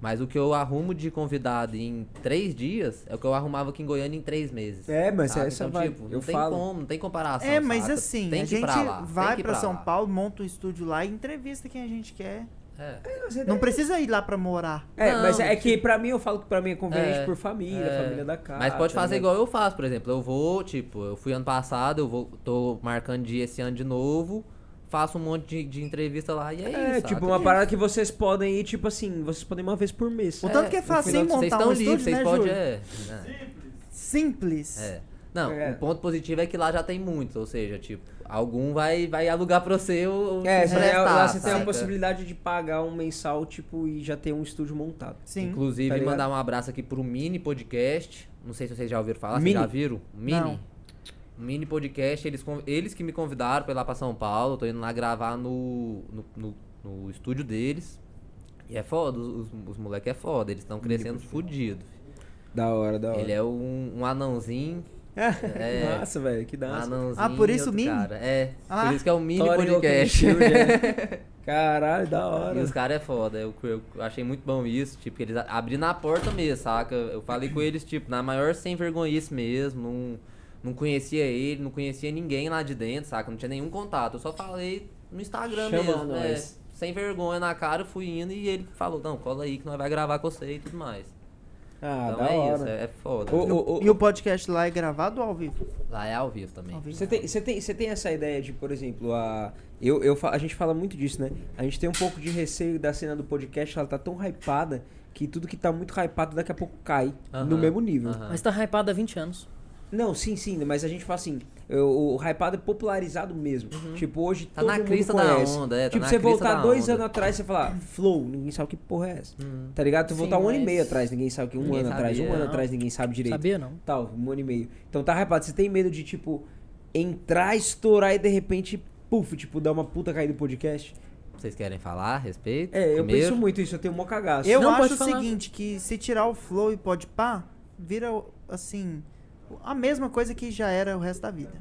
Speaker 2: Mas o que eu arrumo de convidado em três dias é o que eu arrumava aqui em Goiânia em três meses.
Speaker 3: É, mas
Speaker 2: sabe?
Speaker 3: essa
Speaker 2: então,
Speaker 3: vai-
Speaker 2: tipo, não
Speaker 3: eu
Speaker 2: tem
Speaker 3: falo.
Speaker 2: como, não tem comparação.
Speaker 4: É, mas
Speaker 2: saca?
Speaker 4: assim,
Speaker 2: tem
Speaker 4: a
Speaker 2: que ir
Speaker 4: gente
Speaker 2: pra lá, tem
Speaker 4: vai
Speaker 2: que ir
Speaker 4: pra São
Speaker 2: lá.
Speaker 4: Paulo, monta um estúdio lá e entrevista quem a gente quer.
Speaker 2: É.
Speaker 4: Não precisa ir lá pra morar.
Speaker 3: É,
Speaker 2: Não,
Speaker 3: mas é que pra mim eu falo que pra mim é conveniente
Speaker 2: É,
Speaker 3: por família,
Speaker 2: é.
Speaker 3: família da casa.
Speaker 2: Mas pode
Speaker 3: tá
Speaker 2: fazer
Speaker 3: ligado?
Speaker 2: igual eu faço, por exemplo. Eu vou, tipo, eu fui ano passado, eu vou, tô marcando dia esse ano de novo, faço um monte de, de entrevista lá e é, isso.
Speaker 3: É,
Speaker 2: saca?
Speaker 3: tipo, uma parada que vocês podem ir, tipo assim, vocês podem ir uma vez por mês.
Speaker 4: O tanto que é
Speaker 2: no
Speaker 4: fácil
Speaker 2: final,
Speaker 4: sem
Speaker 2: vocês
Speaker 4: montar
Speaker 2: estão
Speaker 4: um
Speaker 2: livres,
Speaker 4: estúdio,
Speaker 2: vocês
Speaker 4: né,
Speaker 2: podem,
Speaker 4: Júlio?
Speaker 2: é,
Speaker 6: Simples.
Speaker 4: Simples.
Speaker 2: é, é. Não,
Speaker 3: É.
Speaker 2: um ponto positivo é que lá já tem muitos, ou seja, tipo, algum vai, vai alugar pra você ou
Speaker 3: É,
Speaker 2: te
Speaker 3: você, tem-
Speaker 2: emprestar,
Speaker 3: lá você tem a
Speaker 2: saca?
Speaker 3: possibilidade de pagar um mensal, tipo, e já ter um estúdio montado.
Speaker 4: Sim.
Speaker 2: Inclusive,
Speaker 3: Tá ligado?
Speaker 2: mandar um abraço aqui pro mini podcast. Não sei se vocês já ouviram falar,
Speaker 3: Mini?
Speaker 2: vocês já viram? Mini.
Speaker 4: Não.
Speaker 2: Mini podcast, eles, con- eles que me convidaram pra ir lá pra São Paulo. Tô indo lá gravar no, no, no- no estúdio deles. E é foda, os, os moleques é foda, eles estão crescendo fudido.
Speaker 3: Da hora, da hora.
Speaker 2: Ele é um, um anãozinho.
Speaker 3: É,
Speaker 2: É.
Speaker 3: que massa, velho, que
Speaker 2: Um
Speaker 3: da hora.
Speaker 2: anãozinho.
Speaker 4: Ah, por
Speaker 2: e
Speaker 4: isso
Speaker 2: outro
Speaker 4: mini?
Speaker 2: Cara. É,
Speaker 4: Ah.
Speaker 2: por isso que é o mini podcast.
Speaker 3: né? Caralho, da hora.
Speaker 2: E os caras é foda, eu, eu achei muito bom isso, tipo, que eles a- abriram a porta mesmo, saca? Eu falei com eles, tipo, na maior sem vergonhice mesmo, não, não conhecia ele, não conhecia ninguém lá de dentro, saca? Não tinha nenhum contato, eu só falei no Instagram
Speaker 3: Chama
Speaker 2: mesmo, né?
Speaker 3: nós.
Speaker 2: Sem vergonha na cara, eu fui indo e ele falou, não, cola aí que nós vai gravar com você e tudo mais.
Speaker 3: Ah,
Speaker 2: então
Speaker 3: da
Speaker 2: é isso,
Speaker 3: hora.
Speaker 2: é, é foda.
Speaker 3: Ô, ô, ô,
Speaker 4: E o podcast lá é gravado ou ao vivo?
Speaker 2: Lá é ao vivo também.
Speaker 4: Ao vivo.
Speaker 3: Você tem, você, tem, você tem essa ideia de, por exemplo, a. Eu, eu, fa- a gente fala muito disso, né? A gente tem um pouco de receio da cena do podcast, ela tá tão hypada que tudo que tá muito hypado daqui a pouco cai no
Speaker 2: Aham,
Speaker 3: mesmo nível.
Speaker 2: aham.
Speaker 1: Mas tá hypado há 20 anos.
Speaker 3: Não, sim, sim, mas a gente fala assim, eu- o, hypado é popularizado mesmo. Tipo, hoje
Speaker 2: Tá
Speaker 3: todo
Speaker 2: na
Speaker 3: mundo
Speaker 2: crista da
Speaker 3: conhece.
Speaker 2: onda, é, tá
Speaker 3: Tipo,
Speaker 2: na
Speaker 3: você
Speaker 2: crista
Speaker 3: voltar
Speaker 2: da
Speaker 3: dois
Speaker 2: onda.
Speaker 3: anos atrás, você falar, flow, ninguém sabe que porra é essa.
Speaker 2: Hum.
Speaker 3: Tá ligado? Tu
Speaker 1: Sim,
Speaker 3: voltar um ano e
Speaker 1: mas-
Speaker 3: meio atrás, ninguém sabe o que um
Speaker 2: Ninguém é.
Speaker 3: ano atrás, um
Speaker 2: sabia,
Speaker 3: ano
Speaker 1: não.
Speaker 3: atrás ninguém sabe direito.
Speaker 1: Sabia, não?
Speaker 3: Tal, um ano e meio. Então tá hypado, você tem medo de, tipo, entrar, estourar e de repente, puf, tipo, dar uma puta caída no podcast?
Speaker 2: Vocês querem falar a respeito?
Speaker 3: É, eu
Speaker 2: Primeiro?
Speaker 3: penso muito isso, eu tenho mó cagaço.
Speaker 4: Eu
Speaker 1: Não,
Speaker 4: acho
Speaker 1: pode
Speaker 4: o
Speaker 1: falar.
Speaker 4: seguinte, que se tirar o flow e pode pá, vira assim, a mesma coisa que já era o resto da vida.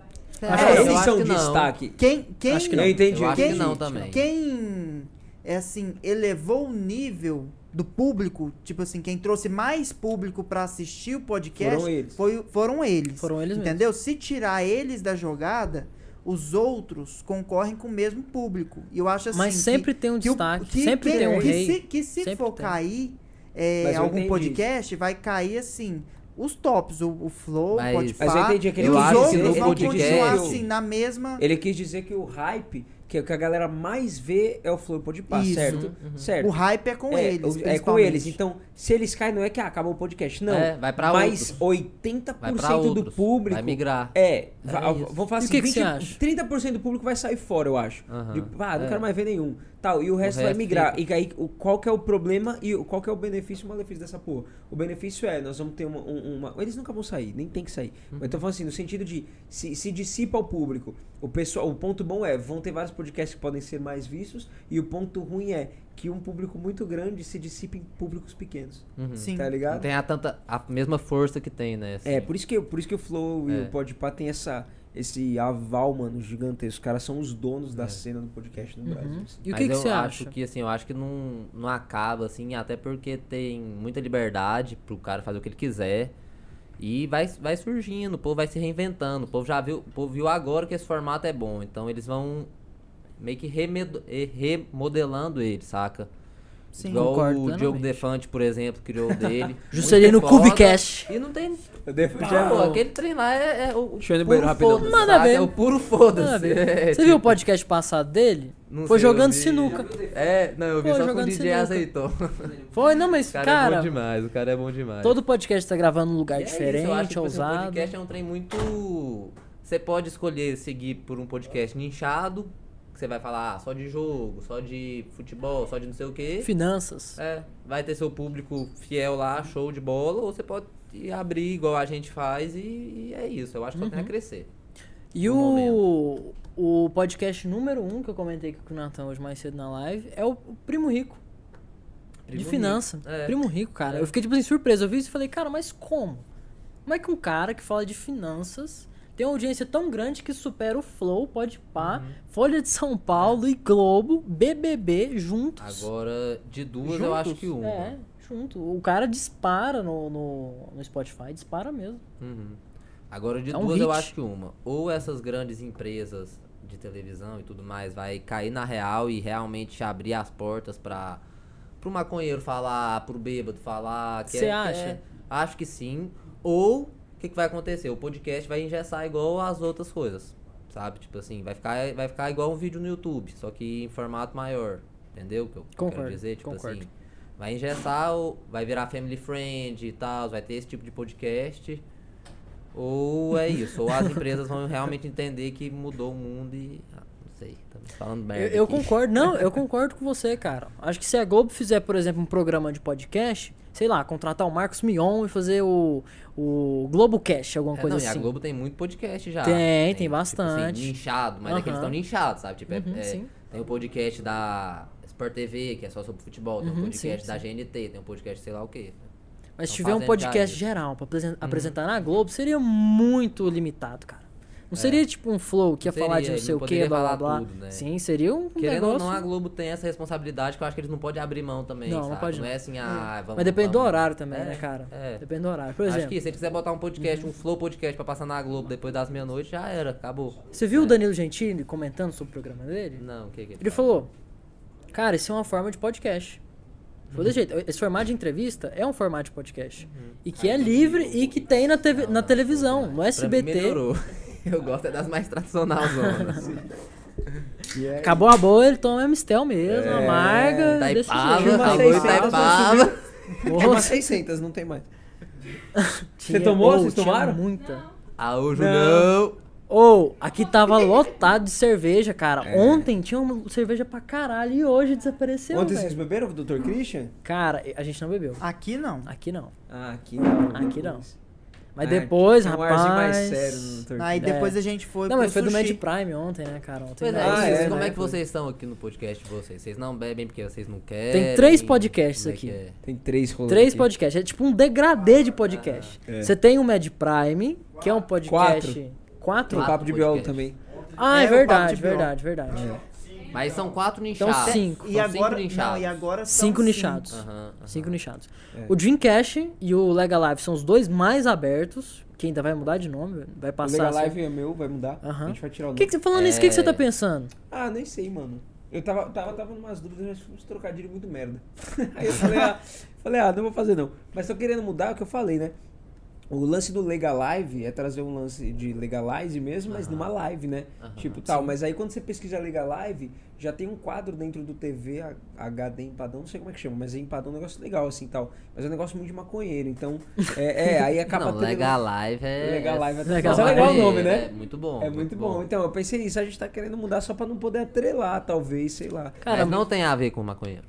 Speaker 3: Acho
Speaker 2: É,
Speaker 3: que
Speaker 2: eu
Speaker 3: vocês
Speaker 2: acho
Speaker 3: são
Speaker 2: que não.
Speaker 3: destaque.
Speaker 4: Quem quem
Speaker 1: Acho que
Speaker 3: Eu entendi.
Speaker 2: Eu acho que
Speaker 4: Quem-
Speaker 2: não também.
Speaker 4: quem é assim, elevou o nível do público, tipo assim, quem trouxe mais público pra assistir o podcast
Speaker 3: Foram eles.
Speaker 4: foi- foram eles.
Speaker 1: Foram eles mesmo.
Speaker 4: Entendeu? Se tirar eles da jogada, os outros concorrem com o mesmo público. E eu acho assim.
Speaker 1: Mas
Speaker 4: que-
Speaker 1: sempre tem um
Speaker 4: que o-
Speaker 1: destaque,
Speaker 4: que-
Speaker 1: sempre
Speaker 4: que-
Speaker 1: tem um
Speaker 4: que
Speaker 1: rei.
Speaker 4: Se, que se
Speaker 1: Sempre
Speaker 4: for
Speaker 1: tem.
Speaker 4: cair é,
Speaker 3: Mas eu
Speaker 4: algum
Speaker 3: entendi
Speaker 4: podcast, vai cair assim. Os tops, o, o Flow,
Speaker 2: Mas-
Speaker 4: o Podpah,
Speaker 3: Mas eu entendi aquele
Speaker 4: e os
Speaker 2: lance
Speaker 4: outros
Speaker 2: que no
Speaker 4: vão continuar
Speaker 2: podcast-
Speaker 4: assim, na mesma...
Speaker 3: Ele quis dizer que o hype, que é o que a galera mais vê é o Flow Podpah,
Speaker 4: Isso.
Speaker 3: certo?
Speaker 2: Uhum.
Speaker 3: Certo.
Speaker 4: O hype é com
Speaker 3: é,
Speaker 4: eles,
Speaker 3: o- é com
Speaker 4: principalmente.
Speaker 3: eles. Então, se eles caem, não é que ah, acabou o podcast. Não.
Speaker 2: É, vai pra
Speaker 3: Mas
Speaker 2: outros. Vai pra
Speaker 3: 80% do
Speaker 2: outros,
Speaker 3: público.
Speaker 2: vai migrar.
Speaker 3: É, va-
Speaker 2: É isso.
Speaker 3: vamos falar
Speaker 1: E
Speaker 3: assim:
Speaker 1: o que que você acha?
Speaker 3: 30% do público vai sair fora, eu acho.
Speaker 2: Aham.
Speaker 3: De, ah, não
Speaker 2: É.
Speaker 3: quero mais ver nenhum. Tal, e o resto, vai
Speaker 2: resto
Speaker 3: migrar. E aí, o- qual que é o problema e o- qual que é o benefício e o malefício dessa porra? O benefício é, nós vamos ter uma. um- uma- eles nunca vão sair, nem tem que sair. Mas eu tô falando assim, no sentido de se, se dissipa o público. O, pessoal, o ponto bom é, vão ter vários podcasts que podem ser mais vistos, e o ponto ruim é que um público muito grande se dissipa em públicos pequenos.
Speaker 2: Uhum.
Speaker 4: Sim.
Speaker 3: Tá
Speaker 2: Não
Speaker 3: ligado?
Speaker 2: tem a, tanta, a mesma força que tem, né? assim.
Speaker 3: É, por isso que, por isso que o Flow e
Speaker 2: É.
Speaker 3: o Podpah tem essa, esse aval, mano, gigantesco. Os caras são os donos da cena do podcast
Speaker 1: Uhum.
Speaker 3: no Brasil. assim.
Speaker 1: E o
Speaker 2: Uhum. Mas
Speaker 1: que, que
Speaker 2: eu
Speaker 1: você
Speaker 2: acho
Speaker 1: acha?
Speaker 2: que assim, eu acho que não, não acaba, assim, até porque tem muita liberdade pro cara fazer o que ele quiser. E vai, vai surgindo, o povo vai se reinventando. O povo já viu, o povo viu agora que esse formato é bom. Então eles vão meio que remedo- eh, remodelando ele, saca?
Speaker 4: Sim.
Speaker 2: Igual
Speaker 1: concordo
Speaker 2: o Diogo
Speaker 1: plenamente.
Speaker 2: Defante, por exemplo, criou o dele.
Speaker 1: Juscelino
Speaker 2: Muito foda.
Speaker 1: Cubicast.
Speaker 2: E não tem
Speaker 3: Eu devo-
Speaker 2: Pô,
Speaker 1: Pau.
Speaker 2: aquele trem lá é, é o
Speaker 3: Deixa eu ir
Speaker 2: puro
Speaker 3: no banheiro rapidão.
Speaker 2: foda-se,
Speaker 1: Manda
Speaker 2: saca?
Speaker 1: ver.
Speaker 2: É o puro
Speaker 1: Ah,
Speaker 2: foda-se.
Speaker 1: velho.
Speaker 2: É,
Speaker 1: Você viu o
Speaker 2: tipo,
Speaker 1: podcast passado dele?
Speaker 2: não
Speaker 1: Foi
Speaker 2: sei, eu
Speaker 1: jogando
Speaker 2: vi-
Speaker 1: sinuca.
Speaker 2: É, não, eu
Speaker 1: Pô,
Speaker 2: vi só que o
Speaker 1: jogando
Speaker 2: DJ
Speaker 1: sinuca.
Speaker 2: aceitou. O
Speaker 1: Foi, não, mas,
Speaker 2: cara,
Speaker 1: cara,
Speaker 2: é bom demais, o cara é bom demais.
Speaker 1: todo podcast tá gravando num lugar
Speaker 2: E é isso, eu
Speaker 1: diferente,
Speaker 2: acho que, tipo assim, O
Speaker 1: ousado.
Speaker 2: podcast é um trem muito... Você pode escolher seguir por um podcast nichado, que você vai falar ah, só de jogo, só de futebol, só de não sei o quê.
Speaker 1: Finanças.
Speaker 2: É, vai ter seu público fiel lá, show de bola, ou você pode ir abrir igual a gente faz e, e é isso. Eu acho que só
Speaker 1: Uhum.
Speaker 2: tem a crescer.
Speaker 1: E
Speaker 2: no
Speaker 1: o, o podcast número um que eu comentei aqui com o Natan hoje mais cedo na live é o Primo Rico.
Speaker 2: Primo
Speaker 1: de
Speaker 2: rico.
Speaker 1: finança.
Speaker 2: É.
Speaker 1: Primo rico, cara.
Speaker 2: É.
Speaker 1: Eu fiquei, tipo assim, surpreso. Eu vi isso e falei, cara, mas como? Como é que um cara que fala de finanças tem uma audiência tão grande que supera o Flow, Pode Pá,
Speaker 2: Uhum.
Speaker 1: Folha de São Paulo e Globo, BBB juntos?
Speaker 2: É. Agora, de duas, eu
Speaker 4: Juntos?
Speaker 2: acho que uma.
Speaker 1: É, junto. O cara dispara no, no, no Spotify, dispara mesmo.
Speaker 2: Uhum. Agora, de
Speaker 1: É um
Speaker 2: duas, eu
Speaker 1: hit.
Speaker 2: acho que uma. Ou essas grandes empresas de televisão e tudo mais vai cair na real e realmente abrir as portas pra pro maconheiro falar, pro bêbado falar. que
Speaker 1: Cê
Speaker 2: é-
Speaker 1: acha?
Speaker 2: é, acho que sim. Ou, o que, que vai acontecer? O podcast vai engessar igual as outras coisas, sabe? Tipo assim, vai ficar, vai ficar igual um vídeo no YouTube, só que em formato maior, entendeu? O que eu
Speaker 1: Concordo,
Speaker 2: quero dizer, tipo
Speaker 1: concordo.
Speaker 2: assim... Vai engessar, ou vai virar family friend e tal, vai ter esse tipo de podcast. Ou é isso, ou as empresas vão realmente entender que mudou o mundo e. ah, não sei, estamos falando merda.
Speaker 1: Eu, eu
Speaker 2: aqui.
Speaker 1: concordo, não, eu concordo com você, cara. Acho que se a Globo fizer, por exemplo, um programa de podcast, sei lá, contratar o Marcos Mion e fazer o, o Globocast, alguma
Speaker 2: É,
Speaker 1: coisa
Speaker 2: não, e a
Speaker 1: assim.
Speaker 2: Globo tem muito podcast já.
Speaker 1: Tem, tem
Speaker 2: tipo assim,
Speaker 1: bastante.
Speaker 2: nichado, mas é que eles
Speaker 1: Aham.
Speaker 2: estão ninchados, sabe? Tipo, é-
Speaker 1: Uhum,
Speaker 2: é-
Speaker 1: sim.
Speaker 2: tem o podcast da Sport TV, que é só sobre futebol, tem o
Speaker 1: Uhum,
Speaker 2: podcast
Speaker 1: sim,
Speaker 2: da
Speaker 1: sim.
Speaker 2: GNT, tem o podcast sei lá o quê.
Speaker 1: Mas se
Speaker 2: Tão
Speaker 1: tiver um
Speaker 2: tá fazendo Uhum.
Speaker 1: podcast
Speaker 2: já
Speaker 1: geral pra apresen- apresentar na Globo, seria muito limitado, cara. Não seria tipo um flow que ia
Speaker 2: Seria,
Speaker 1: falar de não
Speaker 2: ele
Speaker 1: sei
Speaker 2: É. não
Speaker 1: o que,
Speaker 2: poderia
Speaker 1: blá blá
Speaker 2: falar
Speaker 1: blá.
Speaker 2: tudo, né?
Speaker 1: Sim, seria um
Speaker 2: Querendo
Speaker 1: negócio.
Speaker 2: ou não, a Globo tem essa responsabilidade que eu acho que eles não podem abrir mão também.
Speaker 1: Não, não
Speaker 2: sabe?
Speaker 1: pode
Speaker 2: Não
Speaker 1: não.
Speaker 2: é assim, ah, vamos.
Speaker 1: Mas depende do
Speaker 2: vamos-
Speaker 1: horário também,
Speaker 2: É,
Speaker 1: né, cara?
Speaker 2: é.
Speaker 1: Depende do horário. Por
Speaker 2: Acho
Speaker 1: exemplo, Uhum.
Speaker 2: que se ele quiser botar um podcast, um flow podcast pra passar na Globo depois das meia-noite, já era, acabou.
Speaker 1: você viu o Danilo Gentili comentando sobre o programa dele?
Speaker 2: Não, o que é? que
Speaker 1: Ele falou, cara, isso é uma forma de podcast. Falou desse jeito, esse formato de entrevista é um formato de podcast.
Speaker 3: Uhum.
Speaker 1: E
Speaker 3: Ah,
Speaker 1: que é
Speaker 3: então
Speaker 1: livre e que tem na, TV na televisão, no
Speaker 2: Pra mim
Speaker 1: SBT.
Speaker 2: melhorou. Eu gosto é das mais tradicionais, mano.
Speaker 3: E é-
Speaker 1: Acabou a boa, ele toma Mistel mesmo, amarga,
Speaker 3: tá
Speaker 1: desse jeito.
Speaker 2: Taipava,
Speaker 3: Uma
Speaker 2: acabou de
Speaker 3: 600
Speaker 2: Taipava.
Speaker 3: Tinha umas
Speaker 1: Nossa,
Speaker 3: 600, É não tem mais.
Speaker 1: tinha-
Speaker 3: tomou?
Speaker 1: ou,
Speaker 3: Vocês
Speaker 1: tinha
Speaker 3: tomaram?
Speaker 1: Muita.
Speaker 2: Ah, hoje não.
Speaker 1: Ou, aqui tava lotado de cerveja, cara.
Speaker 3: É.
Speaker 1: Ontem tinha uma cerveja pra caralho e hoje desapareceu,
Speaker 3: Ontem
Speaker 1: um velho.
Speaker 3: vocês beberam com o Dr. Christian?
Speaker 1: Cara, a gente não bebeu.
Speaker 4: Aqui não.
Speaker 1: Aqui não.
Speaker 3: Ah, aqui não.
Speaker 1: Aqui não. Mas
Speaker 3: Ah,
Speaker 1: depois,
Speaker 3: tinha um
Speaker 1: rapaz...
Speaker 3: arzinho mais sério né? no Dr.
Speaker 4: Aí depois a gente foi
Speaker 1: Não,
Speaker 4: pro
Speaker 1: mas foi do
Speaker 4: sushi.
Speaker 1: Mad Prime ontem, né, cara? Ontem
Speaker 2: Pois é,
Speaker 1: não.
Speaker 3: Ah,
Speaker 2: vocês-
Speaker 3: é,
Speaker 2: como
Speaker 3: né,
Speaker 2: é que
Speaker 3: foi.
Speaker 2: vocês estão aqui no podcast de vocês? Vocês não bebem porque vocês não querem?
Speaker 1: Tem três podcasts
Speaker 2: Como é que
Speaker 1: aqui.
Speaker 2: é?
Speaker 3: Tem três rolando.
Speaker 1: Três
Speaker 3: aqui.
Speaker 1: podcasts. É tipo um degradê de podcast.
Speaker 3: É.
Speaker 1: Você tem o Mad Prime, que é um podcast. Quatro? É.
Speaker 3: Tem um papo de
Speaker 2: Quatro
Speaker 3: biólogo
Speaker 2: podcasts.
Speaker 3: também.
Speaker 1: Ah, é,
Speaker 4: É, o Papo
Speaker 1: verdade,
Speaker 4: de Bió.
Speaker 1: verdade, verdade.
Speaker 3: É.
Speaker 2: Mas são quatro nichados.
Speaker 1: Então, cinco.
Speaker 4: E agora,
Speaker 2: então, cinco
Speaker 4: não,
Speaker 2: nichados.
Speaker 4: e agora são
Speaker 1: Cinco nichados.
Speaker 2: Então, Aham, aham.
Speaker 1: Cinco nichados.
Speaker 3: É.
Speaker 1: O Dreamcast e o Lega Live são os dois mais abertos, que ainda vai mudar de nome, vai
Speaker 3: O
Speaker 1: passar.
Speaker 3: Mega
Speaker 1: assim.
Speaker 3: Live é meu, vai mudar.
Speaker 1: Aham.
Speaker 3: A gente vai tirar o
Speaker 1: O
Speaker 3: nome.
Speaker 1: que, que você falando nisso? O que, que você tá
Speaker 2: É.
Speaker 1: pensando?
Speaker 3: Ah, nem sei, mano. Eu tava, tava, tava numas dúvidas, mas foi uns trocadilhos muito merda. Aí eu falei, ah, falei, ah, não vou fazer não. Mas tô querendo mudar o que eu falei, né? O lance do Legalive é trazer um lance de legalize mesmo, mas numa live, né? tipo tal. Mas aí quando você pesquisa Legalive, já tem um quadro dentro do TV a- HD Empadão, não sei como é que chama, mas é Empadão é um negócio legal, assim tal. Mas é um negócio muito de maconheiro, então. É, é, aí acaba
Speaker 2: Não,
Speaker 3: tendo-
Speaker 2: legal live é.
Speaker 3: Legalive é-
Speaker 1: né? Legal
Speaker 2: só
Speaker 1: Live. É
Speaker 2: maconheiro,
Speaker 1: legal o
Speaker 3: nome, né?
Speaker 2: É muito bom.
Speaker 3: É muito bom. Então, eu pensei isso, a gente tá querendo mudar só pra não poder atrelar, talvez, sei lá.
Speaker 1: Cara,
Speaker 2: Mas não tem a ver com maconheiro.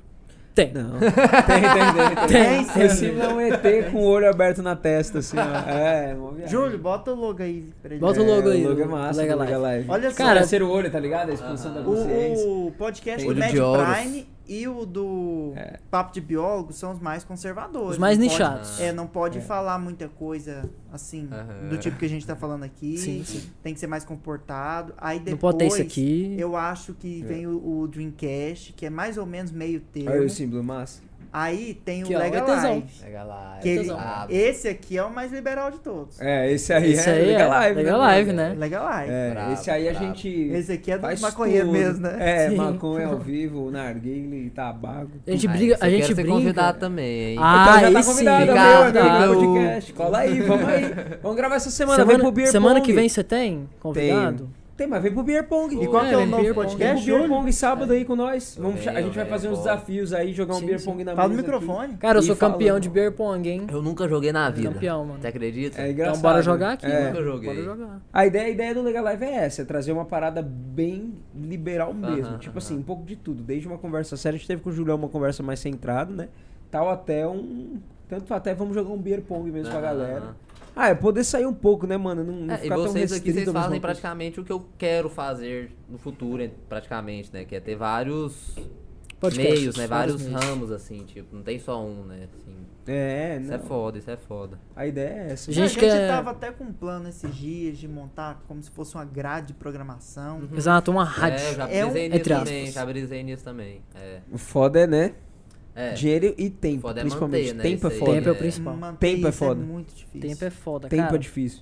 Speaker 1: Tem.
Speaker 3: Não. Tem, tem, tem.
Speaker 4: Tem,
Speaker 3: tem. Esse é um ET com o olho aberto na testa, assim, ó. É, mó viagem.
Speaker 4: Júlio, bota o logo aí pra ele.
Speaker 1: Bota o logo aí.
Speaker 3: É, o logo é
Speaker 1: do
Speaker 3: massa,
Speaker 1: Lega
Speaker 3: do Lega
Speaker 1: Live.
Speaker 3: Live.
Speaker 4: Olha só. Ah,
Speaker 1: Cara,
Speaker 3: ser o olho, tá ligado? A expansão da consciência.
Speaker 4: O, o podcast
Speaker 2: Tem.
Speaker 4: do
Speaker 2: Olho
Speaker 4: Mad
Speaker 2: de Horus.
Speaker 4: Prime e o do Papo de Biólogo são os mais conservadores.
Speaker 1: Os mais
Speaker 4: Não pode-
Speaker 1: nichados.
Speaker 4: é, não pode
Speaker 3: É.
Speaker 4: falar muita coisa assim,
Speaker 2: Aham.
Speaker 4: do tipo que a gente tá falando aqui.
Speaker 1: Sim, sim.
Speaker 4: Tem que ser mais comportado. Aí depois.
Speaker 1: Não pode ter isso aqui.
Speaker 4: Eu acho que vem o, o Dreamcast, que é mais ou menos meio
Speaker 3: Olha o
Speaker 4: termo.
Speaker 3: símbolo massa.
Speaker 4: Aí tem
Speaker 1: Aqui, ó,
Speaker 4: o Lega
Speaker 1: oitezão.
Speaker 4: Live.
Speaker 2: Legal live.
Speaker 1: É
Speaker 4: Que ele-
Speaker 2: Ah,
Speaker 4: esse aqui é o mais liberal de todos.
Speaker 3: É, esse aí
Speaker 1: Isso
Speaker 3: é
Speaker 1: aí
Speaker 3: Lega
Speaker 1: é
Speaker 3: Live.
Speaker 1: Lega
Speaker 3: né?
Speaker 1: Live, né?
Speaker 4: Lega Live.
Speaker 3: É,
Speaker 2: Brabo,
Speaker 3: esse aí a
Speaker 2: brabo.
Speaker 3: gente.
Speaker 4: Esse aqui é do
Speaker 3: faz
Speaker 4: maconheiro
Speaker 3: tudo.
Speaker 4: mesmo, né?
Speaker 3: É,
Speaker 1: Sim.
Speaker 3: maconha ao vivo, narguile, tabaco.
Speaker 1: A gente
Speaker 2: Ah,
Speaker 1: briga,
Speaker 2: esse
Speaker 1: a
Speaker 2: eu
Speaker 1: gente
Speaker 2: quero ser
Speaker 1: brinca.
Speaker 2: convidado também, hein?
Speaker 1: Ah,
Speaker 3: então já tá
Speaker 1: aí sim.
Speaker 3: convidado, meu,
Speaker 2: Obrigado,
Speaker 3: é meu, meu
Speaker 1: tá, o-
Speaker 3: podcast. Cola aí, vamos aí. Vamos gravar essa semana,
Speaker 1: Semana,
Speaker 3: vem pro Beer
Speaker 1: semana
Speaker 3: Pong.
Speaker 1: que vem você tem convidado?
Speaker 3: Tem, mas vem pro Beer Pong.
Speaker 4: E qual que é o
Speaker 1: É,
Speaker 4: nome
Speaker 1: beer pong.
Speaker 3: Vem
Speaker 4: do podcast,
Speaker 3: pro Beer
Speaker 4: Júlio?
Speaker 3: Pong sábado aí com nós. Vamos,
Speaker 2: Vem,
Speaker 3: a gente vai
Speaker 2: vem,
Speaker 3: fazer uns
Speaker 2: bom.
Speaker 3: desafios aí, jogar um
Speaker 1: Sim,
Speaker 3: beer
Speaker 1: sim.
Speaker 3: pong na
Speaker 4: Fala Tá no
Speaker 3: mesa. aqui.
Speaker 4: microfone.
Speaker 1: é Cara, eu
Speaker 3: E
Speaker 1: sou campeão
Speaker 3: falando.
Speaker 1: de beer pong, hein?
Speaker 2: Eu nunca joguei na vida.
Speaker 1: Campeão, mano.
Speaker 2: Você acredita?
Speaker 3: É engraçado.
Speaker 1: Então bora
Speaker 3: né?
Speaker 1: jogar aqui,
Speaker 3: É.
Speaker 1: mano.
Speaker 2: Eu joguei.
Speaker 1: Bora jogar.
Speaker 3: A ideia, a ideia do Legal Live é essa, é trazer uma parada bem liberal mesmo.
Speaker 2: Aham,
Speaker 3: tipo
Speaker 2: aham.
Speaker 3: assim, um pouco de tudo. Desde uma conversa séria, a gente teve com o Julião uma conversa mais centrada, né? Tal até um... Tanto até vamos jogar um beer pong mesmo com a
Speaker 2: Aham,
Speaker 3: galera.
Speaker 2: aham.
Speaker 3: Ah, é poder sair um pouco, né, mano? Não, não
Speaker 2: É, e
Speaker 3: ficar tão
Speaker 2: vocês
Speaker 3: restrito
Speaker 2: aqui, vocês
Speaker 3: à mesma
Speaker 2: fazem
Speaker 3: coisa.
Speaker 2: praticamente o que eu quero fazer no futuro, hein, praticamente, né? Que é ter vários
Speaker 1: Podcasts,
Speaker 2: meios, né? Vários
Speaker 1: vários meios.
Speaker 2: ramos, assim, tipo, não tem só um, né? assim.
Speaker 3: É,
Speaker 2: isso é
Speaker 3: não.
Speaker 2: foda, isso é foda.
Speaker 3: A ideia é essa.
Speaker 1: Gente,
Speaker 4: a gente
Speaker 1: quer-
Speaker 4: tava até com um plano esses dias de montar como se fosse uma grade de
Speaker 1: Uhum.
Speaker 4: programação.
Speaker 1: Exato, uma
Speaker 3: Ah,
Speaker 1: rádio.
Speaker 2: É, eu já
Speaker 4: É um-
Speaker 2: brisei nisso
Speaker 1: entre
Speaker 2: também,
Speaker 1: aspas.
Speaker 2: já brisei nisso também. É.
Speaker 3: O foda é, né?
Speaker 2: É.
Speaker 3: Dinheiro e tempo,
Speaker 2: Foda é
Speaker 3: principalmente.
Speaker 2: manter, né,
Speaker 3: Tempo é
Speaker 2: isso aí,
Speaker 3: foda.
Speaker 1: Tempo é o
Speaker 2: É.
Speaker 1: principal.
Speaker 4: Manter
Speaker 3: Tempo é
Speaker 4: isso
Speaker 3: foda.
Speaker 4: é muito difícil.
Speaker 1: Tempo é foda,
Speaker 3: Tempo
Speaker 1: cara.
Speaker 3: é difícil.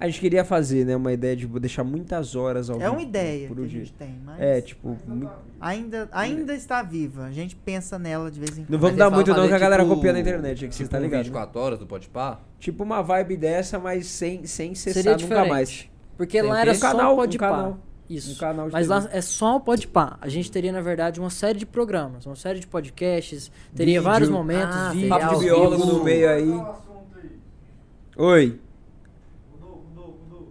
Speaker 3: A gente queria fazer, né, uma ideia de tipo, deixar muitas horas ao
Speaker 4: É uma
Speaker 3: vivo
Speaker 4: ideia
Speaker 3: por
Speaker 4: que
Speaker 3: um
Speaker 4: a
Speaker 3: dia.
Speaker 4: gente tem, mas
Speaker 3: É, tipo, muito-
Speaker 4: ainda, ainda está viva. A gente pensa nela de vez em quando.
Speaker 3: não vamos
Speaker 2: Mas
Speaker 3: dar
Speaker 2: eles
Speaker 3: muito não,
Speaker 2: falam
Speaker 3: que a
Speaker 2: fazer,
Speaker 3: galera
Speaker 2: tipo,
Speaker 3: copia na internet, é que vocês
Speaker 2: tipo,
Speaker 3: tá ligado. né?
Speaker 2: 24 horas do Podpah?
Speaker 3: Tipo uma vibe dessa, mas sem, sem cessar
Speaker 1: Seria
Speaker 3: nunca
Speaker 1: diferente.
Speaker 3: mais.
Speaker 1: Porque
Speaker 2: Tem
Speaker 1: lá
Speaker 2: o
Speaker 1: era
Speaker 2: quê?
Speaker 1: só
Speaker 3: Canal, um
Speaker 1: o Podpah.
Speaker 3: canal.
Speaker 1: Isso.
Speaker 3: Um canal de
Speaker 1: Mas lá
Speaker 3: TV.
Speaker 1: é só o Podpah. A gente teria, na verdade, uma série de programas, uma série de podcasts, teria
Speaker 3: Vídeo.
Speaker 1: vários momentos,
Speaker 2: Ah,
Speaker 1: vídeos.
Speaker 2: seria
Speaker 3: Papo
Speaker 2: ao
Speaker 3: de biólogo
Speaker 2: vivo.
Speaker 3: no meio aí.
Speaker 6: Qual é o assunto aí?
Speaker 3: Oi.
Speaker 6: Mudou, mudou, mudou.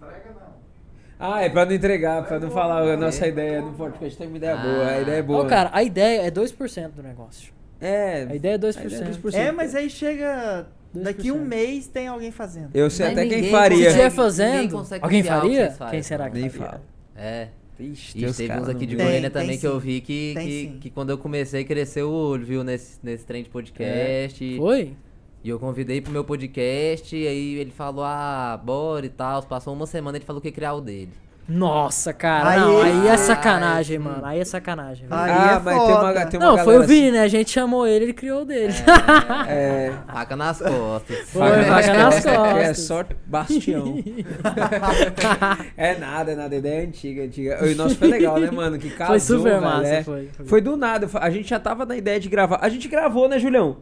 Speaker 6: Entrega não.
Speaker 3: Ah, é pra não entregar, pra não falar a nossa ideia do podcast. Tem uma ideia boa, a ideia é boa.
Speaker 1: Ó, É. Ah. cara, a ideia é 2% do negócio.
Speaker 3: é.
Speaker 1: A ideia é 2%.
Speaker 4: É, mas aí chega. Daqui um
Speaker 1: 2%.
Speaker 4: mês tem alguém fazendo.
Speaker 3: Eu sei
Speaker 2: Mas
Speaker 3: até quem
Speaker 2: ninguém
Speaker 1: Se
Speaker 3: faria.
Speaker 2: consegue-
Speaker 1: estiver
Speaker 2: ninguém
Speaker 1: fazendo,
Speaker 2: consegue
Speaker 1: alguém
Speaker 2: copiar o que
Speaker 1: faria?
Speaker 2: vocês fazem.
Speaker 1: Quem será que
Speaker 3: Nem
Speaker 1: faria?
Speaker 3: fala.
Speaker 2: É.
Speaker 3: Ixi,
Speaker 2: E teve uns aqui de
Speaker 4: Tem,
Speaker 2: Goiânia
Speaker 4: tem
Speaker 2: também que eu
Speaker 4: sim.
Speaker 2: vi que,
Speaker 4: Tem
Speaker 2: que,
Speaker 4: sim.
Speaker 2: que quando eu comecei cresceu o olho, viu, nesse, nesse trem de podcast. E-
Speaker 1: É. Foi?
Speaker 2: E eu convidei pro meu podcast, e aí ele falou, ah, bora e tal. Passou uma semana, ele falou que ia criar o dele.
Speaker 1: Nossa, cara.
Speaker 4: Aí-
Speaker 1: não, aí é
Speaker 2: Ai,
Speaker 1: sacanagem, mano. Aí é sacanagem. velho.
Speaker 4: Aí
Speaker 3: Ah,
Speaker 4: é
Speaker 3: mas
Speaker 4: foda.
Speaker 3: tem uma, tem uma
Speaker 1: não,
Speaker 3: galera
Speaker 1: foi o
Speaker 3: assim-
Speaker 1: Vini, né? A gente chamou ele, ele criou o dele.
Speaker 3: É.
Speaker 2: Faca nas costas.
Speaker 1: Foi, faca nas costas.
Speaker 3: É só bastião. é nada, é nada. A ideia é antiga, antiga. E nosso foi legal, né, mano? Que casou,
Speaker 1: foi super
Speaker 3: velho,
Speaker 1: massa,
Speaker 3: é.
Speaker 1: foi. foi.
Speaker 3: Foi do nada. A gente já tava na ideia de gravar. A gente gravou, né, Julião?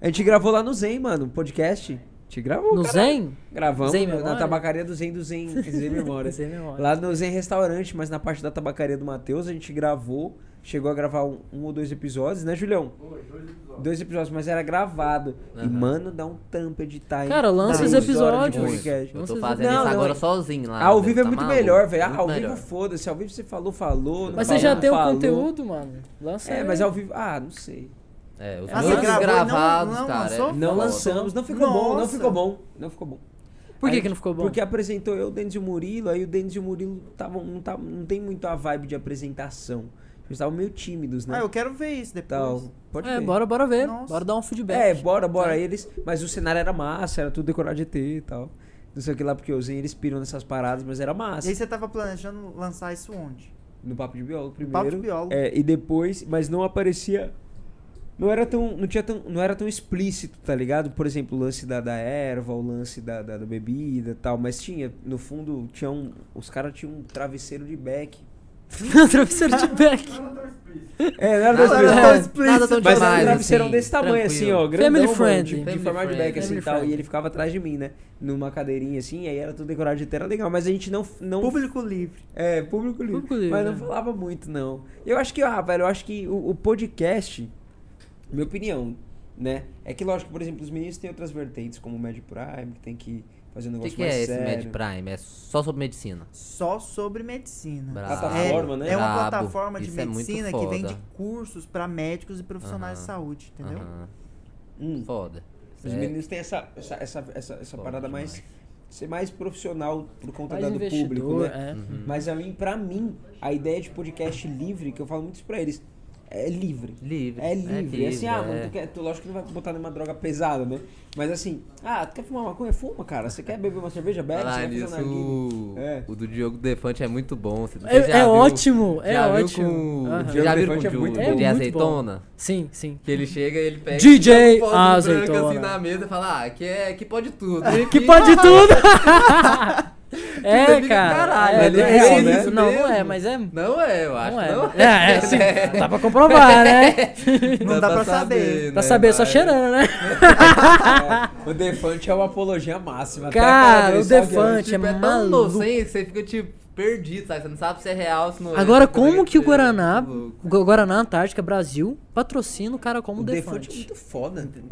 Speaker 3: A gente gravou lá no Zen, mano, podcast. A gente gravou,
Speaker 1: No
Speaker 3: cara.
Speaker 1: Zen?
Speaker 3: Gravamos
Speaker 1: Zen
Speaker 3: na- na
Speaker 1: Memória?
Speaker 3: tabacaria do Zen do Zen, Zen Memória.
Speaker 1: Zen Memória.
Speaker 3: Lá no Zen Restaurante, mas na parte da tabacaria do Matheus, a gente gravou. Chegou a gravar um, um ou dois episódios, né, Julião?
Speaker 6: Dois, dois episódios.
Speaker 3: Dois episódios, mas era gravado. E,
Speaker 2: Aham.
Speaker 3: mano, dá um tampo editar. hein?
Speaker 1: Cara, lança
Speaker 3: Dá
Speaker 1: os
Speaker 3: duas horas de
Speaker 1: episódios.
Speaker 3: podcast.
Speaker 2: Eu
Speaker 1: Vocês
Speaker 2: tô
Speaker 1: não-
Speaker 2: fazendo
Speaker 3: Não,
Speaker 2: isso
Speaker 3: não,
Speaker 2: agora
Speaker 3: é-
Speaker 2: sozinho lá.
Speaker 3: ao
Speaker 2: velho,
Speaker 3: vivo é
Speaker 2: tá
Speaker 3: muito
Speaker 2: maluco,
Speaker 3: melhor, velho. Ah,
Speaker 2: muito
Speaker 3: ao
Speaker 2: melhor.
Speaker 3: vivo foda-se. Ao vivo você falou, falou. não
Speaker 1: Mas você
Speaker 3: falou,
Speaker 1: já
Speaker 3: não
Speaker 1: tem o
Speaker 3: falou.
Speaker 1: conteúdo, mano. Lança
Speaker 3: É,
Speaker 1: aí.
Speaker 3: mas ao vivo. Ah, não sei.
Speaker 2: É, os
Speaker 1: Ah,
Speaker 2: meus
Speaker 1: você gravou
Speaker 4: e não-
Speaker 2: gravados,
Speaker 4: não
Speaker 2: cara.
Speaker 4: lançou?
Speaker 2: é
Speaker 3: Não
Speaker 2: foda.
Speaker 3: lançamos, não ficou bom, não
Speaker 4: Nossa.
Speaker 3: ficou bom. Não ficou bom.
Speaker 1: Por
Speaker 3: Aí,
Speaker 1: que, que não ficou bom?
Speaker 3: Porque apresentou eu, Denis e o Murilo, aí o Denis e o Murilo tavam, não, tavam, não tem muito a vibe de apresentação. Eles estavam meio tímidos, né?
Speaker 4: Ah, eu quero ver isso depois.
Speaker 3: Tal. Pode
Speaker 1: É,
Speaker 3: ver.
Speaker 1: bora, bora ver.
Speaker 4: Nossa.
Speaker 1: Bora dar um feedback.
Speaker 3: É, bora, bora. Aí Eles, mas o cenário era massa, era tudo decorado de ET e tal. Não sei o que lá, porque o Zen eles piram nessas paradas, mas era
Speaker 4: E
Speaker 3: massa.
Speaker 4: aí você tava planejando lançar isso onde?
Speaker 3: No Papo de Biólogo primeiro.
Speaker 4: Papo de Biólogo.
Speaker 3: É, e depois, mas não aparecia. Não era tão. Não, tinha tão, não era tão explícito, tá ligado? Por exemplo, o lance da, da erva, o lance da, da, da bebida e tal. Mas tinha, no fundo, tinha um. Os caras tinham um travesseiro de beck.
Speaker 1: Travesseiro de back.
Speaker 6: Não tão explícito.
Speaker 3: É, não era
Speaker 2: Nada,
Speaker 3: tão explícito.
Speaker 2: tão
Speaker 3: mas-
Speaker 2: explícito. Nada tão
Speaker 3: Mas era um
Speaker 2: demais,
Speaker 3: travesseirão
Speaker 2: assim,
Speaker 3: desse tamanho, assim,
Speaker 2: tranquilo.
Speaker 3: ó. Grandão,
Speaker 1: Family
Speaker 3: mano,
Speaker 1: friend.
Speaker 3: de- De
Speaker 2: Family
Speaker 3: formar de
Speaker 2: friend.
Speaker 3: beck, assim,
Speaker 1: Family
Speaker 3: tal.
Speaker 1: friend.
Speaker 3: E ele ficava atrás de mim, né? Numa cadeirinha, assim, aí era tudo decorado de tela legal. Mas a gente não... não
Speaker 4: Público livre.
Speaker 3: É, público livre.
Speaker 1: Público livre,
Speaker 3: mas não
Speaker 2: é.
Speaker 1: né?
Speaker 3: falava muito, não. Eu acho que, ah, velho, eu acho que o, o podcast, minha opinião, né? É que, lógico, por exemplo, os meninos têm outras vertentes, como o Mad Prime, que tem que fazer um
Speaker 2: O que,
Speaker 3: negócio
Speaker 2: que
Speaker 3: mais
Speaker 2: é esse
Speaker 3: sério.
Speaker 2: Med Prime? É só sobre medicina.
Speaker 4: Só sobre medicina.
Speaker 2: Brabo.
Speaker 3: Plataforma,
Speaker 4: é,
Speaker 3: né?
Speaker 4: É uma
Speaker 2: Brabo.
Speaker 4: plataforma de
Speaker 2: Isso é muito
Speaker 4: medicina que
Speaker 2: foda.
Speaker 4: vende cursos pra médicos e profissionais de
Speaker 2: Aham.
Speaker 4: saúde, entendeu?
Speaker 2: Aham.
Speaker 3: Hum,
Speaker 2: Foda.
Speaker 3: os
Speaker 2: É,
Speaker 3: meninos têm essa, essa, essa, essa, essa
Speaker 2: Foda
Speaker 3: parada mais... Ser mais profissional por conta
Speaker 1: Mais
Speaker 3: da do público,
Speaker 1: investidor.
Speaker 3: né?
Speaker 1: É.
Speaker 3: Mas a mim, pra mim, a ideia de podcast livre, que eu falo muito isso pra eles, é livre.
Speaker 2: Livre.
Speaker 3: É livre. E assim, ah, mano,
Speaker 2: é.
Speaker 3: tu quer, tu, lógico que não vai botar nenhuma droga pesada, né? Mas assim, ah, tu quer fumar maconha? Fuma, cara. Você quer beber uma cerveja? Bebe, você
Speaker 2: Falar
Speaker 3: quer
Speaker 2: nisso,
Speaker 3: fazer narguilé.
Speaker 2: o...
Speaker 3: É.
Speaker 2: o do Diogo Defante é muito bom. Você
Speaker 1: É-
Speaker 2: você já
Speaker 1: é
Speaker 2: viu-
Speaker 1: ótimo, é
Speaker 2: já viu
Speaker 1: ótimo.
Speaker 2: Com...
Speaker 1: Aham.
Speaker 2: Vocês
Speaker 3: Diogo
Speaker 2: Já viu com
Speaker 3: Defante
Speaker 2: o
Speaker 3: é muito
Speaker 2: Diogo
Speaker 1: bom.
Speaker 2: de
Speaker 1: É muito bom.
Speaker 2: azeitona?
Speaker 1: Sim, sim.
Speaker 2: Que ele chega e ele pega
Speaker 1: DJ
Speaker 2: um pozinho branco,
Speaker 1: azeitona.
Speaker 2: assim na mesa e fala: Ah, que, é, que pode tudo. E
Speaker 1: Que
Speaker 2: aqui-
Speaker 1: pode tudo! é,
Speaker 2: Fica
Speaker 1: cara.
Speaker 2: caralho,
Speaker 1: é,
Speaker 3: ele é
Speaker 1: é,
Speaker 3: real,
Speaker 1: sim,
Speaker 3: né?
Speaker 1: isso Não,
Speaker 2: mesmo.
Speaker 1: não é, mas é. Não
Speaker 2: Não é, eu acho.
Speaker 1: é.
Speaker 2: Não
Speaker 1: mas- É, é, sim. Dá pra comprovar, né?
Speaker 4: Não dá pra
Speaker 2: né?
Speaker 4: saber.
Speaker 2: é
Speaker 1: Pra saber, só
Speaker 2: Mas-
Speaker 1: cheirando, né?
Speaker 3: É, o Defante é uma apologia máxima. Até a cara
Speaker 1: Cara,
Speaker 3: dele,
Speaker 1: o
Speaker 3: sabe?
Speaker 1: Defante é
Speaker 2: Tipo, é tão
Speaker 1: maluco.
Speaker 2: inocente que você fica, tipo, perdido, sabe? Você não sabe se é real, se não é.
Speaker 1: Agora,
Speaker 2: Você fica
Speaker 1: como que o
Speaker 2: meio tipo,
Speaker 1: Guaraná,
Speaker 2: louco.
Speaker 1: o Gu- Guaraná Antártica Brasil, patrocina o cara como
Speaker 3: O
Speaker 1: o
Speaker 3: Defante
Speaker 1: Defante?
Speaker 3: é muito foda.
Speaker 1: Patrocina,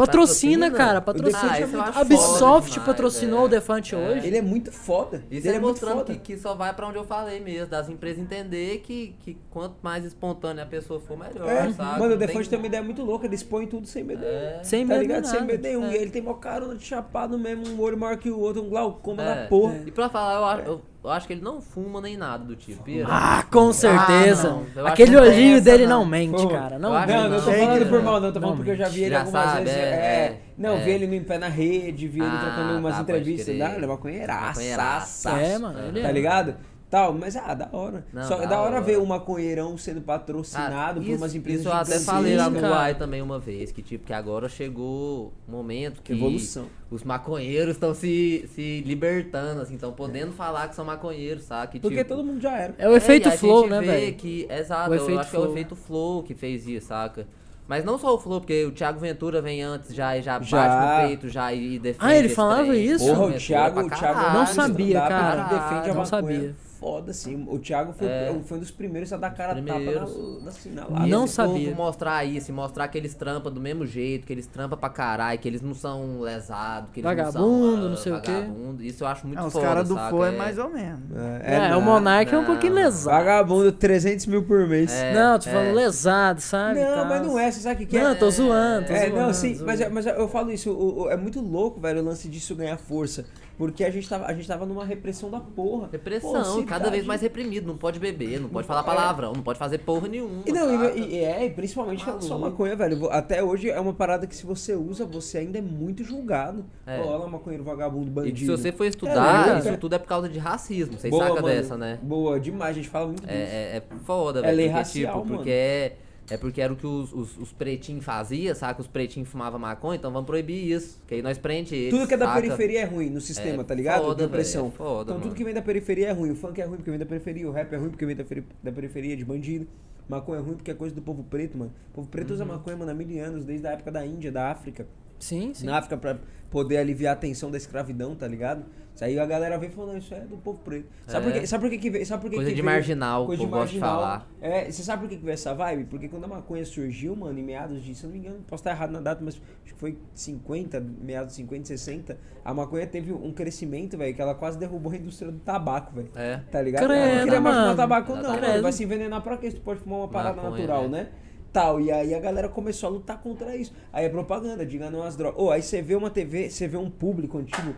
Speaker 2: Patrocina?
Speaker 1: cara,
Speaker 3: O
Speaker 1: patrocina.
Speaker 3: Defante é
Speaker 2: isso eu acho
Speaker 3: muito
Speaker 1: A
Speaker 2: foda
Speaker 1: Ubisoft
Speaker 2: demais,
Speaker 1: patrocinou
Speaker 2: é.
Speaker 1: o Defante hoje.
Speaker 3: Ele é muito foda.
Speaker 2: Isso
Speaker 3: ele
Speaker 2: é,
Speaker 3: é muito
Speaker 2: mostrando
Speaker 3: foda.
Speaker 2: que, que só vai pra onde eu falei mesmo, das empresas entender que, que quanto mais espontânea a pessoa for, melhor,
Speaker 3: É.
Speaker 2: sabe?
Speaker 3: Mano,
Speaker 2: Não
Speaker 3: o
Speaker 2: tem- É,
Speaker 3: Defante tem uma ideia muito louca. Ele expõe tudo sem medo. nenhum.
Speaker 1: Sem
Speaker 3: Tá
Speaker 1: medo
Speaker 3: ligado?
Speaker 1: nada.
Speaker 3: Sem medo nenhum.
Speaker 1: É.
Speaker 3: E ele tem mó carona de chapado mesmo, um olho maior que o outro, um glaucoma
Speaker 2: É.
Speaker 3: da porra.
Speaker 2: E pra falar, eu acho. eu- eu acho que ele não fuma nem nada do tipo. Pira.
Speaker 1: Ah, com certeza.
Speaker 2: não. Eu acho
Speaker 1: Aquele
Speaker 2: que não tem
Speaker 1: olhinho
Speaker 4: essa,
Speaker 1: dele
Speaker 4: não.
Speaker 1: não mente,
Speaker 3: Pô,
Speaker 1: cara. Não,
Speaker 2: eu acho
Speaker 1: mente.
Speaker 3: Não, não tô
Speaker 4: Sei
Speaker 3: falando
Speaker 4: que
Speaker 3: por
Speaker 4: não.
Speaker 3: mal, não. Tô
Speaker 1: Não
Speaker 3: falando porque eu já
Speaker 1: mente.
Speaker 3: vi ele
Speaker 2: Já
Speaker 3: algumas
Speaker 2: sabe,
Speaker 3: vezes.
Speaker 2: é,
Speaker 3: é. Não,
Speaker 2: é.
Speaker 3: vi ele no Em Pé na Rede, vi ele
Speaker 2: Ah,
Speaker 3: trocando umas
Speaker 2: tá, pode
Speaker 3: entrevistas.
Speaker 2: crer.
Speaker 3: Não, ele é maconheiraça.
Speaker 2: Maconheiraça.
Speaker 1: É, mano, ele é.
Speaker 3: Tá ligado? Tal, mas ah, da hora.
Speaker 2: Não,
Speaker 3: Só,
Speaker 2: da
Speaker 3: da hora
Speaker 2: hora.
Speaker 3: ver um maconheirão sendo patrocinado
Speaker 2: Ah,
Speaker 3: por umas empresas
Speaker 2: Isso eu até
Speaker 3: gigantescas.
Speaker 2: falei lá no
Speaker 1: cara.
Speaker 2: Uai também uma vez, que tipo, que agora chegou o momento que
Speaker 3: Evolução.
Speaker 2: os maconheiros estão se, se libertando, assim, estão podendo falar que são maconheiros, sabe? Que,
Speaker 3: Porque
Speaker 2: tipo,
Speaker 3: todo mundo já era.
Speaker 1: É o
Speaker 2: É,
Speaker 1: efeito
Speaker 2: e a
Speaker 1: flow,
Speaker 2: gente
Speaker 1: né,
Speaker 2: vê
Speaker 1: velho?
Speaker 2: que- Exato,
Speaker 1: O
Speaker 2: eu
Speaker 1: efeito
Speaker 2: acho que é
Speaker 1: flow.
Speaker 2: o efeito flow que fez isso, saca? Mas não só o flow, porque o Thiago Ventura vem antes já e já,
Speaker 3: Já.
Speaker 2: bate no peito, já e defende.
Speaker 1: Ah, ele
Speaker 2: esse
Speaker 1: falava
Speaker 2: trem.
Speaker 1: isso?
Speaker 2: Porra,
Speaker 3: Porra, o
Speaker 2: Ventura
Speaker 3: Thiago,
Speaker 2: pra
Speaker 3: o Thiago
Speaker 2: caralho.
Speaker 3: é um
Speaker 1: Não
Speaker 3: stand-up,
Speaker 1: sabia,
Speaker 3: ele
Speaker 1: cara.
Speaker 3: defende a
Speaker 1: Não
Speaker 3: maconha.
Speaker 1: sabia.
Speaker 3: Foda assim. O Thiago foi, foi um dos primeiros a dar cara a tapa
Speaker 2: É. Primeiros.
Speaker 3: na, assim. na
Speaker 2: E
Speaker 3: sinalada.
Speaker 1: Não
Speaker 2: esse
Speaker 1: sabia.
Speaker 2: povo mostrar isso, e mostrar que eles trampam do mesmo jeito, que eles trampam pra caralho, que eles não são lesados, que eles não
Speaker 1: Vagabundo,
Speaker 2: são ah,
Speaker 1: não sei o quê.
Speaker 2: vagabundo. Isso eu acho muito
Speaker 4: Ah, os
Speaker 2: foda,
Speaker 4: caras do
Speaker 2: saca?
Speaker 4: Flow é mais ou menos.
Speaker 1: É, o Monark é um
Speaker 2: não.
Speaker 1: pouquinho lesado.
Speaker 3: Vagabundo, 300 mil por mês.
Speaker 2: É,
Speaker 1: não, tô
Speaker 2: é.
Speaker 1: falando lesado, sabe?
Speaker 3: não,
Speaker 1: Tal.
Speaker 3: mas não é. Você sabe o que, que
Speaker 1: Não,
Speaker 3: é?
Speaker 1: eu tô zoando, tô
Speaker 3: É,
Speaker 1: zoando,
Speaker 3: não, sim,
Speaker 1: zoando.
Speaker 3: mas, é- mas eu falo isso, o- o- é muito louco, velho, o lance disso ganhar força. Porque a gente tava, a gente tava numa repressão da porra. Pô,
Speaker 2: Repressão,
Speaker 3: ansiedade.
Speaker 2: cada vez mais reprimido, não pode beber, não pode falar
Speaker 3: é.
Speaker 2: palavrão, não pode fazer porra nenhuma.
Speaker 3: E não,
Speaker 2: saca?
Speaker 3: e, e- é, e principalmente falando só
Speaker 2: Maluco.
Speaker 3: maconha, velho. vo- Até hoje é uma parada que se você usa, você ainda é muito julgado.
Speaker 2: É.
Speaker 3: Olha lá, maconheiro, vagabundo,
Speaker 2: E
Speaker 3: bandido.
Speaker 2: que se você for
Speaker 3: É,
Speaker 2: estudar,
Speaker 3: cara.
Speaker 2: isso tudo é por causa de racismo. Vocês
Speaker 3: Boa,
Speaker 2: sacam
Speaker 3: mano.
Speaker 2: dessa, né?
Speaker 3: Boa, demais, a gente fala muito disso.
Speaker 2: É, é, é foda,
Speaker 3: É
Speaker 2: velho.
Speaker 3: lei
Speaker 2: porque,
Speaker 3: racial,
Speaker 2: tipo, porque
Speaker 3: mano.
Speaker 2: é, é porque era o que os, os, os pretinhos faziam, saca? Os pretinhos fumavam maconha, então vamos proibir isso. Que aí nós prende eles.
Speaker 3: Tudo que é da
Speaker 2: saca?
Speaker 3: periferia é ruim no sistema,
Speaker 2: É
Speaker 3: tá ligado?
Speaker 2: foda,
Speaker 3: de opressão.
Speaker 2: velho, é foda,
Speaker 3: então tudo
Speaker 2: mano.
Speaker 3: que vem da periferia é ruim. O funk é ruim porque vem da periferia, o rap é ruim porque vem da, feri- da periferia, de bandido. Maconha é ruim porque é coisa do povo preto, mano. O povo preto
Speaker 2: Uhum.
Speaker 3: usa maconha, mano, há mil anos, desde a época da Índia, da África.
Speaker 1: Sim, sim.
Speaker 3: Na África, pra poder aliviar a tensão da escravidão, tá ligado? Isso aí a galera vem falando, isso é do povo preto. Sabe por
Speaker 2: É.
Speaker 3: quê? Sabe por que que veio? Sabe por que
Speaker 2: Coisa
Speaker 3: que
Speaker 2: de
Speaker 3: veio-
Speaker 2: marginal,
Speaker 3: coisa
Speaker 2: o
Speaker 3: de
Speaker 2: povo gosta de
Speaker 3: marginal.
Speaker 2: falar.
Speaker 3: É, você sabe por que que veio essa vibe? Porque quando a maconha surgiu, mano, em meados de, se eu não me engano, posso estar errado na data, mas acho que foi 50, meados de 50, 60, a maconha teve um crescimento, velho, que ela quase derrubou a indústria do tabaco, velho.
Speaker 2: É. Tá
Speaker 3: Tá ligado?
Speaker 1: Credo,
Speaker 3: Ela não queria mais fumar
Speaker 1: mano.
Speaker 3: tabaco, não, mano.
Speaker 1: Credo.
Speaker 3: Vai se envenenar pra quê? Se tu pode fumar uma parada
Speaker 2: Maconha,
Speaker 3: natural,
Speaker 2: né?
Speaker 3: né? Tal, e aí a galera começou a lutar contra isso. Aí é propaganda, diga não às drogas. Ô, aí você vê uma TV, você vê um público antigo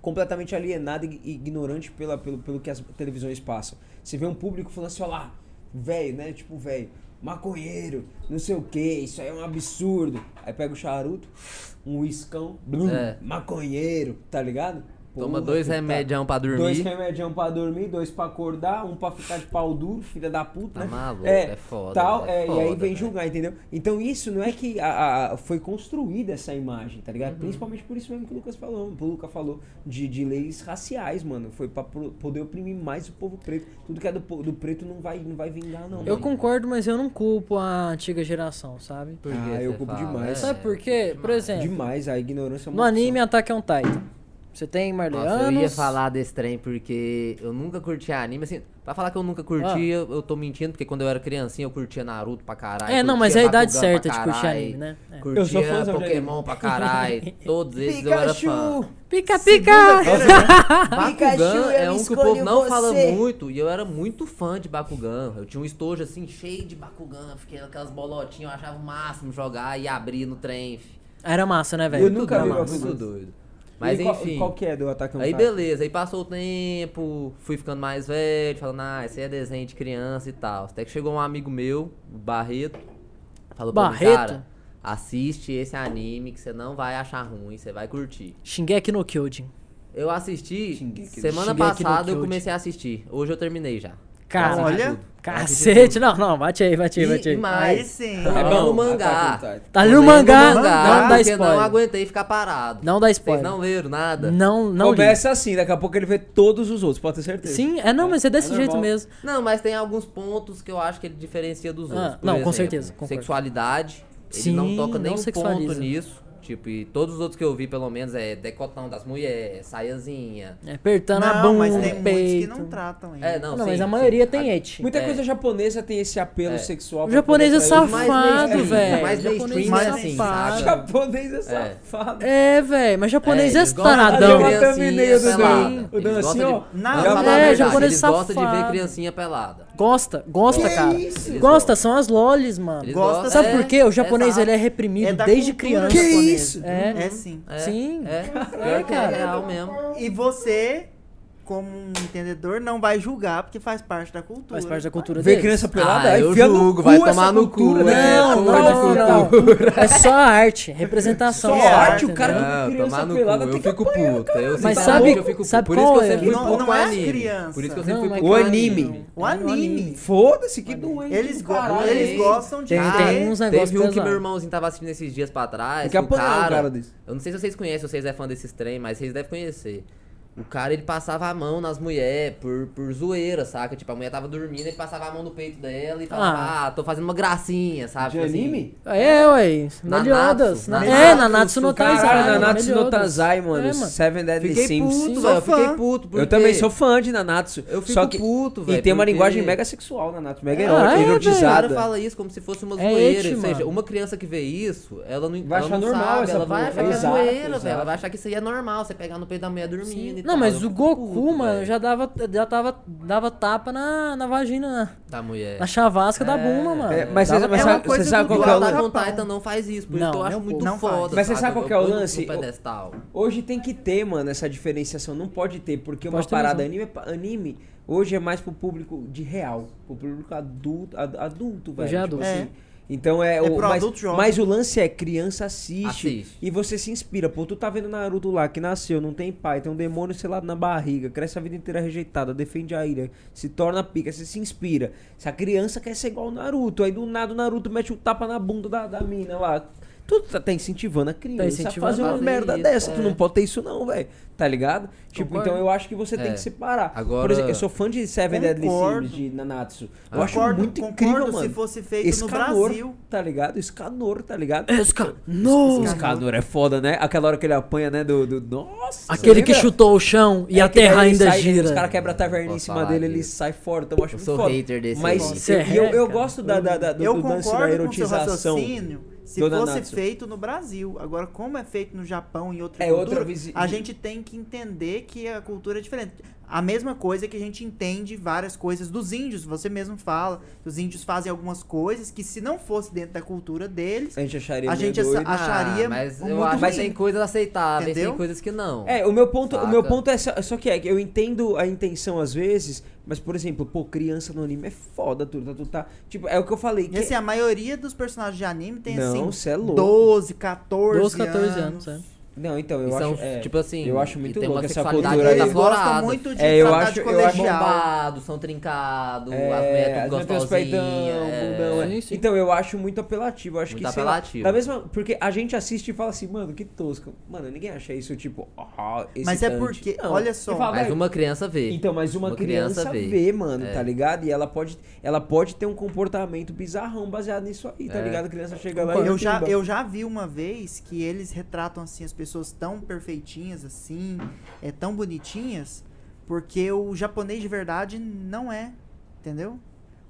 Speaker 3: completamente alienado e ignorante pela, pelo, pelo que as televisões passam. Você vê um público falando assim, ó lá, velho, né? Tipo, velho, maconheiro, não sei o que, isso aí é um absurdo. Aí pega o charuto, um uiscão, blum,
Speaker 2: É.
Speaker 3: maconheiro, tá ligado?
Speaker 2: Toma
Speaker 3: Porra,
Speaker 2: dois
Speaker 3: que tá-
Speaker 2: remedião pra dormir.
Speaker 3: Dois remedião pra dormir, dois pra acordar, um pra ficar de pau duro, filha da puta,
Speaker 2: Tá
Speaker 3: né?
Speaker 2: maluco, é foda,
Speaker 3: Tal,
Speaker 2: é
Speaker 3: é, e
Speaker 2: foda,
Speaker 3: aí vem
Speaker 2: velho.
Speaker 3: julgar, entendeu? Então isso não é que a- a- foi construída essa imagem, tá
Speaker 2: Uhum.
Speaker 3: ligado? Principalmente por isso mesmo que o Lucas falou, o Lucas falou de, de leis raciais, mano. Foi pra pro- poder oprimir mais o povo preto. Tudo que é do, po- do preto não vai, não vai vingar, não.
Speaker 1: Eu
Speaker 3: mano.
Speaker 1: concordo, mas eu não culpo a antiga geração, sabe?
Speaker 2: Por
Speaker 3: Ah,
Speaker 2: que
Speaker 3: eu
Speaker 2: você
Speaker 3: culpo
Speaker 2: fala?
Speaker 3: demais.
Speaker 2: É,
Speaker 1: Sabe por
Speaker 2: eu
Speaker 1: quê?
Speaker 2: culpo
Speaker 1: Por
Speaker 2: demais.
Speaker 1: exemplo,
Speaker 3: Demais, a ignorância é
Speaker 1: no
Speaker 3: uma opção.
Speaker 1: anime Attack on Titan. Você tem
Speaker 2: Nossa,
Speaker 1: Marleanos.
Speaker 2: eu ia falar desse trem porque eu nunca curti anime, assim, pra falar que eu nunca curti,
Speaker 1: Ah.
Speaker 2: eu, eu tô mentindo, porque quando eu era criancinha eu curtia Naruto pra caralho.
Speaker 1: É, não, mas
Speaker 2: curtia
Speaker 1: é a idade
Speaker 2: Bakugan
Speaker 1: certa
Speaker 2: pra
Speaker 1: de curtir
Speaker 2: caralho,
Speaker 1: anime, né? É.
Speaker 2: Curtia
Speaker 3: Eu sou fãzão de
Speaker 2: Pokémon pra caralho, todos esses eu era fã.
Speaker 3: Pikachu!
Speaker 1: Pica, pica!
Speaker 2: Bakugan é
Speaker 3: eu
Speaker 2: um que o
Speaker 3: escolho
Speaker 2: povo não fala
Speaker 3: você.
Speaker 2: muito e eu era muito fã de Bakugan. Eu tinha um estojo assim cheio de Bakugan, fiquei aquelas bolotinhas, eu achava o máximo jogar e abrir no trem. fi.
Speaker 1: Era massa, né, velho?
Speaker 3: Eu nunca
Speaker 1: Era
Speaker 3: vi
Speaker 1: massa.
Speaker 3: Bakugan.
Speaker 2: Muito doido. Mas
Speaker 3: E qual-
Speaker 2: enfim.
Speaker 3: Qual, que é do
Speaker 1: Então
Speaker 3: Attack on
Speaker 2: Aí
Speaker 1: tá.
Speaker 3: Titan?
Speaker 2: beleza, aí passou o tempo, fui ficando mais velho, falando, ah, isso aí é desenho de criança e tal. Até que chegou um amigo meu, o Barreto, falou pra mim,
Speaker 1: Barreto?
Speaker 2: cara, assiste esse anime que você não vai achar ruim, você vai curtir.
Speaker 1: Shingeki no Kyojin.
Speaker 2: Eu assisti,
Speaker 3: Shingeki-
Speaker 1: Shingeki
Speaker 2: semana
Speaker 1: no
Speaker 2: passada eu
Speaker 1: Kyojin.
Speaker 2: comecei a assistir, hoje eu terminei já.
Speaker 1: Cara,
Speaker 4: Olha.
Speaker 1: Cacete, não, não, bate aí, bate aí, bate
Speaker 2: E, e
Speaker 1: aí.
Speaker 4: Aí
Speaker 2: mais,
Speaker 4: sim.
Speaker 2: tá
Speaker 3: É
Speaker 2: no
Speaker 3: bom,
Speaker 2: mangá.
Speaker 3: Attack on Titan.
Speaker 1: Tá ali no
Speaker 2: Lendo
Speaker 1: mangá,
Speaker 2: mangá,
Speaker 1: não dá
Speaker 2: porque não
Speaker 1: spoiler.
Speaker 2: aguentei ficar parado.
Speaker 1: Não dá spoiler.
Speaker 2: Vocês não leram nada?
Speaker 1: Não, não. li.
Speaker 3: Começa assim, daqui a pouco ele vê todos os outros, pode ter certeza.
Speaker 1: Sim, é não, mas é desse
Speaker 3: É
Speaker 1: jeito
Speaker 3: normal.
Speaker 1: mesmo.
Speaker 2: Não, mas tem alguns pontos que eu acho que ele diferencia dos
Speaker 1: Ah,
Speaker 2: outros. Por
Speaker 1: não, com
Speaker 2: exemplo,
Speaker 1: certeza, concordo.
Speaker 2: Sexualidade.
Speaker 1: Sim,
Speaker 2: ele não toca
Speaker 1: não
Speaker 2: nenhum
Speaker 1: sexualiza.
Speaker 2: ponto nisso. Tipo, e todos os outros que eu vi, pelo menos, é decotão das mulheres, saiazinha.
Speaker 1: É apertando a
Speaker 4: Não,
Speaker 1: bunda,
Speaker 4: mas tem muitos que
Speaker 1: peito.
Speaker 4: não tratam ainda.
Speaker 2: É,
Speaker 1: não,
Speaker 2: não,
Speaker 1: mas a maioria tem
Speaker 2: ele.
Speaker 1: eti.
Speaker 3: Muita
Speaker 2: É.
Speaker 3: coisa japonesa tem esse apelo sexual.
Speaker 1: O
Speaker 3: pra
Speaker 1: japonês é
Speaker 3: poder atrair os mais
Speaker 1: safado,
Speaker 3: mainstream.
Speaker 1: velho.
Speaker 2: né? Mais mainstream,
Speaker 1: Japonês
Speaker 2: mais
Speaker 1: é
Speaker 2: assim,
Speaker 1: safado.
Speaker 2: sabe?
Speaker 3: Japonês é
Speaker 2: É.
Speaker 3: safado.
Speaker 1: É, velho, mas japonês é,
Speaker 2: eles gostam de
Speaker 1: taradão.
Speaker 3: ver
Speaker 2: criancinha
Speaker 3: thumbnail do Dan.
Speaker 2: pelada.
Speaker 3: O Dan
Speaker 2: Eles
Speaker 3: assim,
Speaker 2: gostam
Speaker 3: ó,
Speaker 2: de-
Speaker 4: na-
Speaker 2: Vamos falar a
Speaker 4: É,
Speaker 2: verdade,
Speaker 1: japonês
Speaker 2: Eles gostam de ver
Speaker 1: safado.
Speaker 2: criancinha pelada.
Speaker 1: Gosta, gosta,
Speaker 3: Que
Speaker 1: cara.
Speaker 3: isso?
Speaker 1: Eles Gosta, são as lolis, mano.
Speaker 2: Eles
Speaker 4: Gosta-
Speaker 2: gostam-
Speaker 1: Sabe
Speaker 2: é,
Speaker 1: por quê? O japonês
Speaker 2: exato.
Speaker 1: ele é reprimido
Speaker 4: É da
Speaker 1: desde
Speaker 4: cultura
Speaker 1: criança.
Speaker 3: Que
Speaker 4: japonesa.
Speaker 3: isso?
Speaker 1: É.
Speaker 4: É sim.
Speaker 2: É,
Speaker 1: Sim.
Speaker 2: É,
Speaker 1: É,
Speaker 2: pior que é
Speaker 1: cara.
Speaker 2: real mesmo.
Speaker 4: E você como um entendedor, não vai julgar, porque faz parte da cultura.
Speaker 1: Faz parte da cultura
Speaker 3: Vê
Speaker 1: deles.
Speaker 3: criança pelada,
Speaker 2: Ah,
Speaker 3: aí
Speaker 2: eu
Speaker 3: enfia no
Speaker 2: julgo,
Speaker 3: cu
Speaker 2: vai
Speaker 3: essa
Speaker 2: tomar no
Speaker 3: cultura,
Speaker 2: cu,
Speaker 3: né?
Speaker 1: Não,
Speaker 2: É,
Speaker 1: não,
Speaker 2: fora da
Speaker 1: não, não. É só arte, representação.
Speaker 3: Só
Speaker 1: é
Speaker 3: arte, o cara
Speaker 1: entendeu?
Speaker 3: tá
Speaker 2: Não,
Speaker 3: criança
Speaker 2: tomar no cu,
Speaker 3: pelada
Speaker 2: eu
Speaker 3: tem que
Speaker 2: fico puto. Eu
Speaker 1: Mas
Speaker 2: sinceramente,
Speaker 1: sabe-
Speaker 2: eu fico
Speaker 1: sabe
Speaker 2: puto. Por isso
Speaker 1: qual
Speaker 2: que eu
Speaker 1: é?
Speaker 2: sempre fui
Speaker 4: Não-
Speaker 2: puto
Speaker 4: não
Speaker 2: com
Speaker 4: é
Speaker 2: anime.
Speaker 4: criança.
Speaker 2: Por isso que eu
Speaker 1: Não,
Speaker 2: sempre fui
Speaker 1: mas
Speaker 2: puto com
Speaker 1: é
Speaker 2: anime.
Speaker 1: anime.
Speaker 4: O anime.
Speaker 3: Foda-se, que doente.
Speaker 4: Eles,
Speaker 3: do
Speaker 4: go-
Speaker 3: caralho. é
Speaker 4: eles
Speaker 2: hein?
Speaker 4: gostam de
Speaker 1: Tem, tem
Speaker 4: ver.
Speaker 1: uns negócios
Speaker 2: Ah, Teve um que meu
Speaker 1: pesados.
Speaker 2: irmãozinho tava assistindo esses dias pra trás.
Speaker 3: Tem que
Speaker 2: o
Speaker 3: apanhar um
Speaker 2: cara,
Speaker 3: cara desse.
Speaker 2: Eu não sei se vocês conhecem, se vocês é fã desses trem, mas vocês devem conhecer. O cara, ele passava a mão nas mulheres por, por zoeira, saca? Tipo, a mulher tava dormindo, ele passava a mão no peito dela e falava, ah,
Speaker 1: Ah.
Speaker 2: tô fazendo uma gracinha, sabe?
Speaker 3: De
Speaker 2: Tipo assim,
Speaker 3: anime?
Speaker 1: É, ué. Na Meliodas.
Speaker 2: Nanatsu,
Speaker 1: Na- É,
Speaker 2: Nanatsu,
Speaker 1: Nanatsu no
Speaker 2: Caralho,
Speaker 1: Taizai.
Speaker 3: Caralho,
Speaker 2: Nanatsu
Speaker 3: Nanatsu no
Speaker 1: Meliodas.
Speaker 3: Tazai,
Speaker 1: É,
Speaker 3: mano.
Speaker 1: mano.
Speaker 3: Seven Deadly
Speaker 2: Fiquei
Speaker 3: Sins.
Speaker 2: puto,
Speaker 4: sou
Speaker 2: velho. Eu
Speaker 4: fã.
Speaker 2: fiquei puto.
Speaker 3: Eu também
Speaker 2: porque
Speaker 3: sou fã de Nanatsu.
Speaker 2: Eu fico
Speaker 3: só que...
Speaker 2: puto, velho.
Speaker 3: E tem uma
Speaker 2: porque
Speaker 3: linguagem mega sexual, Nanatsu. Mega
Speaker 1: É,
Speaker 2: Ah,
Speaker 3: ero-
Speaker 1: é,
Speaker 2: O cara
Speaker 3: erotizada.
Speaker 2: fala isso como se fosse uma
Speaker 1: É
Speaker 2: zoeira.
Speaker 1: eti,
Speaker 2: ou seja,
Speaker 1: mano.
Speaker 2: uma criança que vê isso, ela não,
Speaker 3: Vai
Speaker 2: ela
Speaker 3: achar
Speaker 2: não
Speaker 3: normal
Speaker 2: sabe,
Speaker 3: essa
Speaker 2: ela vai
Speaker 3: porra.
Speaker 2: achar que é
Speaker 3: Exato,
Speaker 2: zoeira,
Speaker 3: exato.
Speaker 2: velho. Ela vai achar que isso aí é normal, você pegar no peito da mulher dormindo e
Speaker 1: Não,
Speaker 2: tal.
Speaker 1: mas
Speaker 2: Eu
Speaker 1: o
Speaker 2: fico
Speaker 1: Goku,
Speaker 2: puto,
Speaker 1: mano,
Speaker 2: velho,
Speaker 1: já dava, já tava, dava tapa na, na vagina, na,
Speaker 2: Da Tá, mulher.
Speaker 1: na chavasca da
Speaker 2: É.
Speaker 1: buma, mano.
Speaker 3: É, mas
Speaker 1: Dava
Speaker 3: você, mas
Speaker 1: tapa.
Speaker 4: é uma
Speaker 3: sabe,
Speaker 4: coisa
Speaker 3: você sabe
Speaker 4: do
Speaker 3: qual
Speaker 2: O
Speaker 3: que é o
Speaker 4: lado.
Speaker 2: Attack
Speaker 3: lance?
Speaker 2: on Titan não faz isso, por isso
Speaker 1: Não,
Speaker 2: que eu acho
Speaker 1: não
Speaker 2: muito
Speaker 4: faz.
Speaker 2: foda.
Speaker 3: Mas você
Speaker 2: saca?
Speaker 3: sabe qual
Speaker 2: Eu
Speaker 3: que é o
Speaker 2: ponho
Speaker 3: lance?
Speaker 2: No pedestal.
Speaker 3: Hoje tem que ter, mano, essa diferenciação. Não pode ter, porque uma
Speaker 1: Pode ter
Speaker 3: parada
Speaker 1: razão.
Speaker 3: anime, é pa- anime hoje é mais pro público de real. Pro público adulto, ad- adulto velho.
Speaker 1: Hoje é adulto.
Speaker 3: assim.
Speaker 4: É.
Speaker 3: Então é,
Speaker 4: É
Speaker 3: o
Speaker 4: pro
Speaker 3: mas,
Speaker 4: adulto jovem.
Speaker 3: mas o lance é criança assiste,
Speaker 2: Assiste.
Speaker 3: e você se inspira. Pô, tu tá vendo Naruto lá que nasceu, não tem pai, tem um demônio selado na barriga, cresce a vida inteira rejeitada, defende a ilha, se torna pica, você se inspira. Essa criança quer ser igual o Naruto, aí do nada o Naruto mete o tapa na bunda da, da mina lá. Tu tá, tá incentivando a criança
Speaker 1: incentivando
Speaker 3: a fazer
Speaker 1: a
Speaker 3: uma
Speaker 2: fazer
Speaker 3: merda
Speaker 2: isso,
Speaker 3: dessa,
Speaker 2: é.
Speaker 3: tu não pode ter isso não, velho. Tá ligado? Tipo,
Speaker 1: Concordo.
Speaker 3: então eu acho que você tem
Speaker 2: É.
Speaker 3: que separar. Por
Speaker 2: Agora- Ah.
Speaker 3: exemplo, eu sou fã de Seven Deadly
Speaker 4: Concordo.
Speaker 3: Sins, de Nanatsu. Eu acho
Speaker 4: Concordo,
Speaker 3: muito
Speaker 4: concordo,
Speaker 3: incrível,
Speaker 4: se
Speaker 3: mano.
Speaker 4: fosse feito
Speaker 3: Esse
Speaker 4: no
Speaker 3: calor,
Speaker 4: Brasil. É
Speaker 3: Tá ligado? Esse calor, tá ligado?
Speaker 1: Escanor.
Speaker 3: Esse calor é foda, né? Aquela hora que ele apanha, né? Do, do- Nossa!
Speaker 1: Aquele que
Speaker 3: lembra?
Speaker 1: chutou o chão e
Speaker 3: É
Speaker 1: a
Speaker 3: que daí
Speaker 1: terra
Speaker 3: ele
Speaker 1: ainda
Speaker 3: sai,
Speaker 1: gira.
Speaker 3: Os caras quebram a taverna em
Speaker 2: Posso
Speaker 3: cima
Speaker 2: falar
Speaker 3: dele, ele
Speaker 2: disso.
Speaker 3: sai fora. Então eu acho
Speaker 2: Eu
Speaker 3: muito
Speaker 2: sou
Speaker 3: foda.
Speaker 2: hater desse
Speaker 3: Mas
Speaker 2: negócio.
Speaker 3: eu,
Speaker 1: Você
Speaker 3: eu,
Speaker 1: é,
Speaker 3: eu
Speaker 1: cara.
Speaker 3: gosto da, da, da- do,
Speaker 4: eu
Speaker 3: do lance da
Speaker 4: concordo com o seu
Speaker 3: erotização.
Speaker 4: raciocínio se
Speaker 3: Dona
Speaker 4: fosse
Speaker 3: Natsu.
Speaker 4: feito no Brasil. Agora, como é feito no Japão e outra
Speaker 3: É
Speaker 4: cultura,
Speaker 3: outra visi-
Speaker 4: a gente tem que entender que a cultura é diferente. A mesma coisa que a gente entende várias coisas dos índios. Você mesmo fala que os índios fazem algumas coisas que se não fosse dentro da cultura deles...
Speaker 3: A gente acharia
Speaker 4: A
Speaker 3: meio
Speaker 4: gente
Speaker 3: doido.
Speaker 4: essa- acharia
Speaker 2: Ah, mas
Speaker 4: um
Speaker 2: eu
Speaker 4: mundo
Speaker 2: acho que
Speaker 4: ruim.
Speaker 2: tem coisas aceitáveis,
Speaker 4: Entendeu?
Speaker 2: tem coisas que não.
Speaker 3: É, o meu ponto, o meu
Speaker 2: Saca?
Speaker 3: ponto é só, só que é, que eu entendo a intenção às vezes, mas por exemplo, pô, criança no anime é foda, tudo, tu tá, tipo, é o que eu falei,
Speaker 4: E
Speaker 3: que
Speaker 4: assim, a maioria dos personagens de anime tem
Speaker 3: Não, cê
Speaker 4: assim,
Speaker 3: é louco.
Speaker 4: 12, 14
Speaker 1: 12, 14 anos, é.
Speaker 3: Não, então eu
Speaker 2: E são,
Speaker 3: acho, é,
Speaker 2: tipo assim,
Speaker 3: eu acho muito
Speaker 2: e tem uma
Speaker 3: louco essa
Speaker 2: sexualidade é
Speaker 3: cultura
Speaker 2: muito
Speaker 3: aí.
Speaker 4: Eles gostam
Speaker 2: aflorada.
Speaker 4: muito de
Speaker 3: É, eu
Speaker 4: faculdade
Speaker 3: acho- eu acho
Speaker 4: colegial.
Speaker 2: bombados, são trincados, as
Speaker 3: É,
Speaker 2: mulheres
Speaker 3: as
Speaker 2: tudo
Speaker 3: mulheres tem os
Speaker 2: gostosinhas.
Speaker 3: peitão, bundão, é.
Speaker 1: Sim, sim.
Speaker 3: Então eu acho muito apelativo, eu acho
Speaker 2: Muito
Speaker 3: que sei lá,
Speaker 2: apelativo.
Speaker 3: da mesma, porque a gente assiste e fala assim, mano, que tosco. Mano, ninguém acha isso tipo, ah,
Speaker 4: Mas é
Speaker 3: excitante.
Speaker 4: porque-
Speaker 3: Não.
Speaker 4: olha só.
Speaker 3: Eu falo,
Speaker 2: Mas
Speaker 3: "Vai,
Speaker 2: uma criança vê.
Speaker 3: Então, mas uma,
Speaker 2: Uma
Speaker 3: criança,
Speaker 2: criança
Speaker 3: vê,
Speaker 2: vê. É.
Speaker 3: mano, tá ligado? E ela pode, ela pode ter um comportamento bizarrão baseado nisso aí, tá
Speaker 2: É.
Speaker 3: ligado? A criança chega lá e
Speaker 4: Eu já,
Speaker 3: pimba.
Speaker 4: eu já vi uma vez que eles retratam assim as pessoas tão perfeitinhas assim, é tão bonitinhas, porque o japonês de verdade não é, entendeu?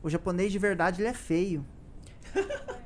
Speaker 4: O japonês de verdade ele é feio.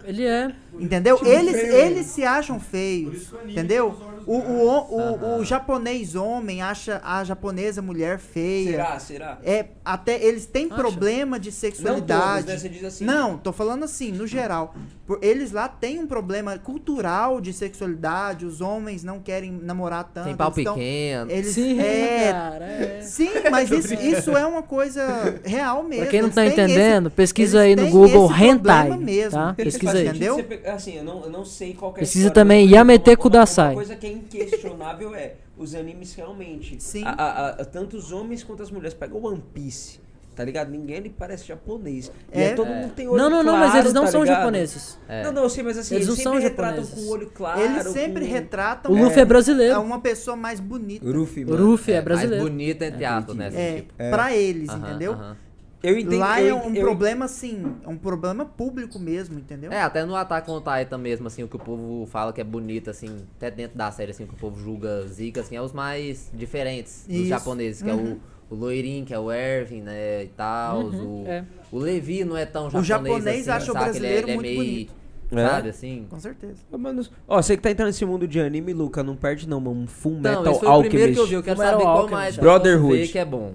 Speaker 1: Ele é.
Speaker 4: Entendeu?
Speaker 3: Tipo
Speaker 4: eles,
Speaker 3: feio,
Speaker 4: eles se acham
Speaker 6: Por
Speaker 4: feios.
Speaker 6: isso que o anime
Speaker 4: Entendeu?
Speaker 6: tem os olhos
Speaker 4: O, o,
Speaker 6: grandes.
Speaker 4: o, o- o japonês homem acha a japonesa mulher feia.
Speaker 3: Será, será?
Speaker 4: É, até eles têm
Speaker 1: Acha?
Speaker 4: problema de sexualidade.
Speaker 3: né? Você diz assim.
Speaker 4: Não, tô falando assim, no geral. Por- eles lá têm um problema cultural de sexualidade, os homens não querem namorar tanto.
Speaker 2: Tem pau
Speaker 4: eles tão-
Speaker 2: pequeno.
Speaker 4: Eles,
Speaker 1: Sim,
Speaker 4: é,
Speaker 1: cara. É.
Speaker 4: sim, mas isso, isso é uma coisa real mesmo.
Speaker 1: Pra quem não
Speaker 4: eles
Speaker 1: tá
Speaker 4: têm esse-
Speaker 1: entendendo, pesquisa
Speaker 4: eles
Speaker 1: aí no
Speaker 4: têm
Speaker 1: Google
Speaker 4: esse problema
Speaker 1: Hentai.
Speaker 4: mesmo.
Speaker 1: Tá?
Speaker 4: Eles
Speaker 1: Pesquisa
Speaker 4: fazem-
Speaker 1: aí.
Speaker 4: entendeu?
Speaker 3: Você pe- assim, eu não, eu não sei qual que é a
Speaker 1: Precisa
Speaker 3: história,
Speaker 1: também
Speaker 3: mas
Speaker 1: Yamete
Speaker 3: uma- uma-
Speaker 1: Kudasai.
Speaker 3: Uma coisa que é inquestionável é, os animes realmente,
Speaker 4: Sim.
Speaker 3: a- a- a- tanto os homens quanto as mulheres, pega o One Piece, tá ligado? Ninguém ali parece japonês. E
Speaker 4: É.
Speaker 3: aí todo mundo tem olho
Speaker 1: Não, não, não, mas
Speaker 3: claro,
Speaker 1: eles não
Speaker 3: tá
Speaker 1: são
Speaker 3: ligado?
Speaker 1: japoneses.
Speaker 2: É.
Speaker 3: Não, não, eu sei, mas assim,
Speaker 1: Eles
Speaker 3: eles,
Speaker 1: não
Speaker 3: sempre
Speaker 1: são
Speaker 3: retratam
Speaker 1: japoneses.
Speaker 3: com o olho claro.
Speaker 4: Eles sempre
Speaker 3: com- um-
Speaker 4: retratam
Speaker 1: O Luffy é
Speaker 4: é
Speaker 1: brasileiro.
Speaker 4: uma pessoa mais bonita.
Speaker 3: Ruffy,
Speaker 1: O Luffy é
Speaker 2: Mais
Speaker 1: brasileiro.
Speaker 2: bonita, entre
Speaker 1: É,
Speaker 2: aspas, né? assim,
Speaker 4: É,
Speaker 2: tipo.
Speaker 4: pra eles,
Speaker 2: Aham,
Speaker 4: entendeu?
Speaker 2: aham.
Speaker 3: Eu entendo.
Speaker 4: Lá é
Speaker 3: eu,
Speaker 4: um
Speaker 3: eu-
Speaker 4: problema, assim, é um problema público mesmo, entendeu?
Speaker 2: É, até no Attack on Titan mesmo, assim, o que o povo fala que é bonito, assim, até dentro da série, assim, o que o povo julga zica, assim, é os mais diferentes dos
Speaker 4: Isso.
Speaker 2: japoneses, que é
Speaker 4: Uhum.
Speaker 2: o, o Loirin, que é o Erwin, né, e tal,
Speaker 1: Uhum,
Speaker 2: o,
Speaker 1: é.
Speaker 2: o Levi não é tão japonês
Speaker 4: japonês
Speaker 2: assim,
Speaker 4: acha o
Speaker 2: saca? Ele é-
Speaker 4: brasileiro muito
Speaker 2: ele é meio,
Speaker 3: bonito.
Speaker 2: sabe, assim...
Speaker 4: Com certeza.
Speaker 3: Ô, mano, Ah, Ó, você que tá entrando nesse mundo de anime, Luca, não perde não, mano. Um Full
Speaker 2: Não,
Speaker 3: Metal
Speaker 2: Então, esse foi o primeiro
Speaker 3: Alchemist.
Speaker 2: que eu vi, eu quero
Speaker 1: Fullmetal
Speaker 2: saber qual
Speaker 1: Alchemist.
Speaker 2: mais eu
Speaker 3: Brotherhood.
Speaker 2: posso ver que é bom.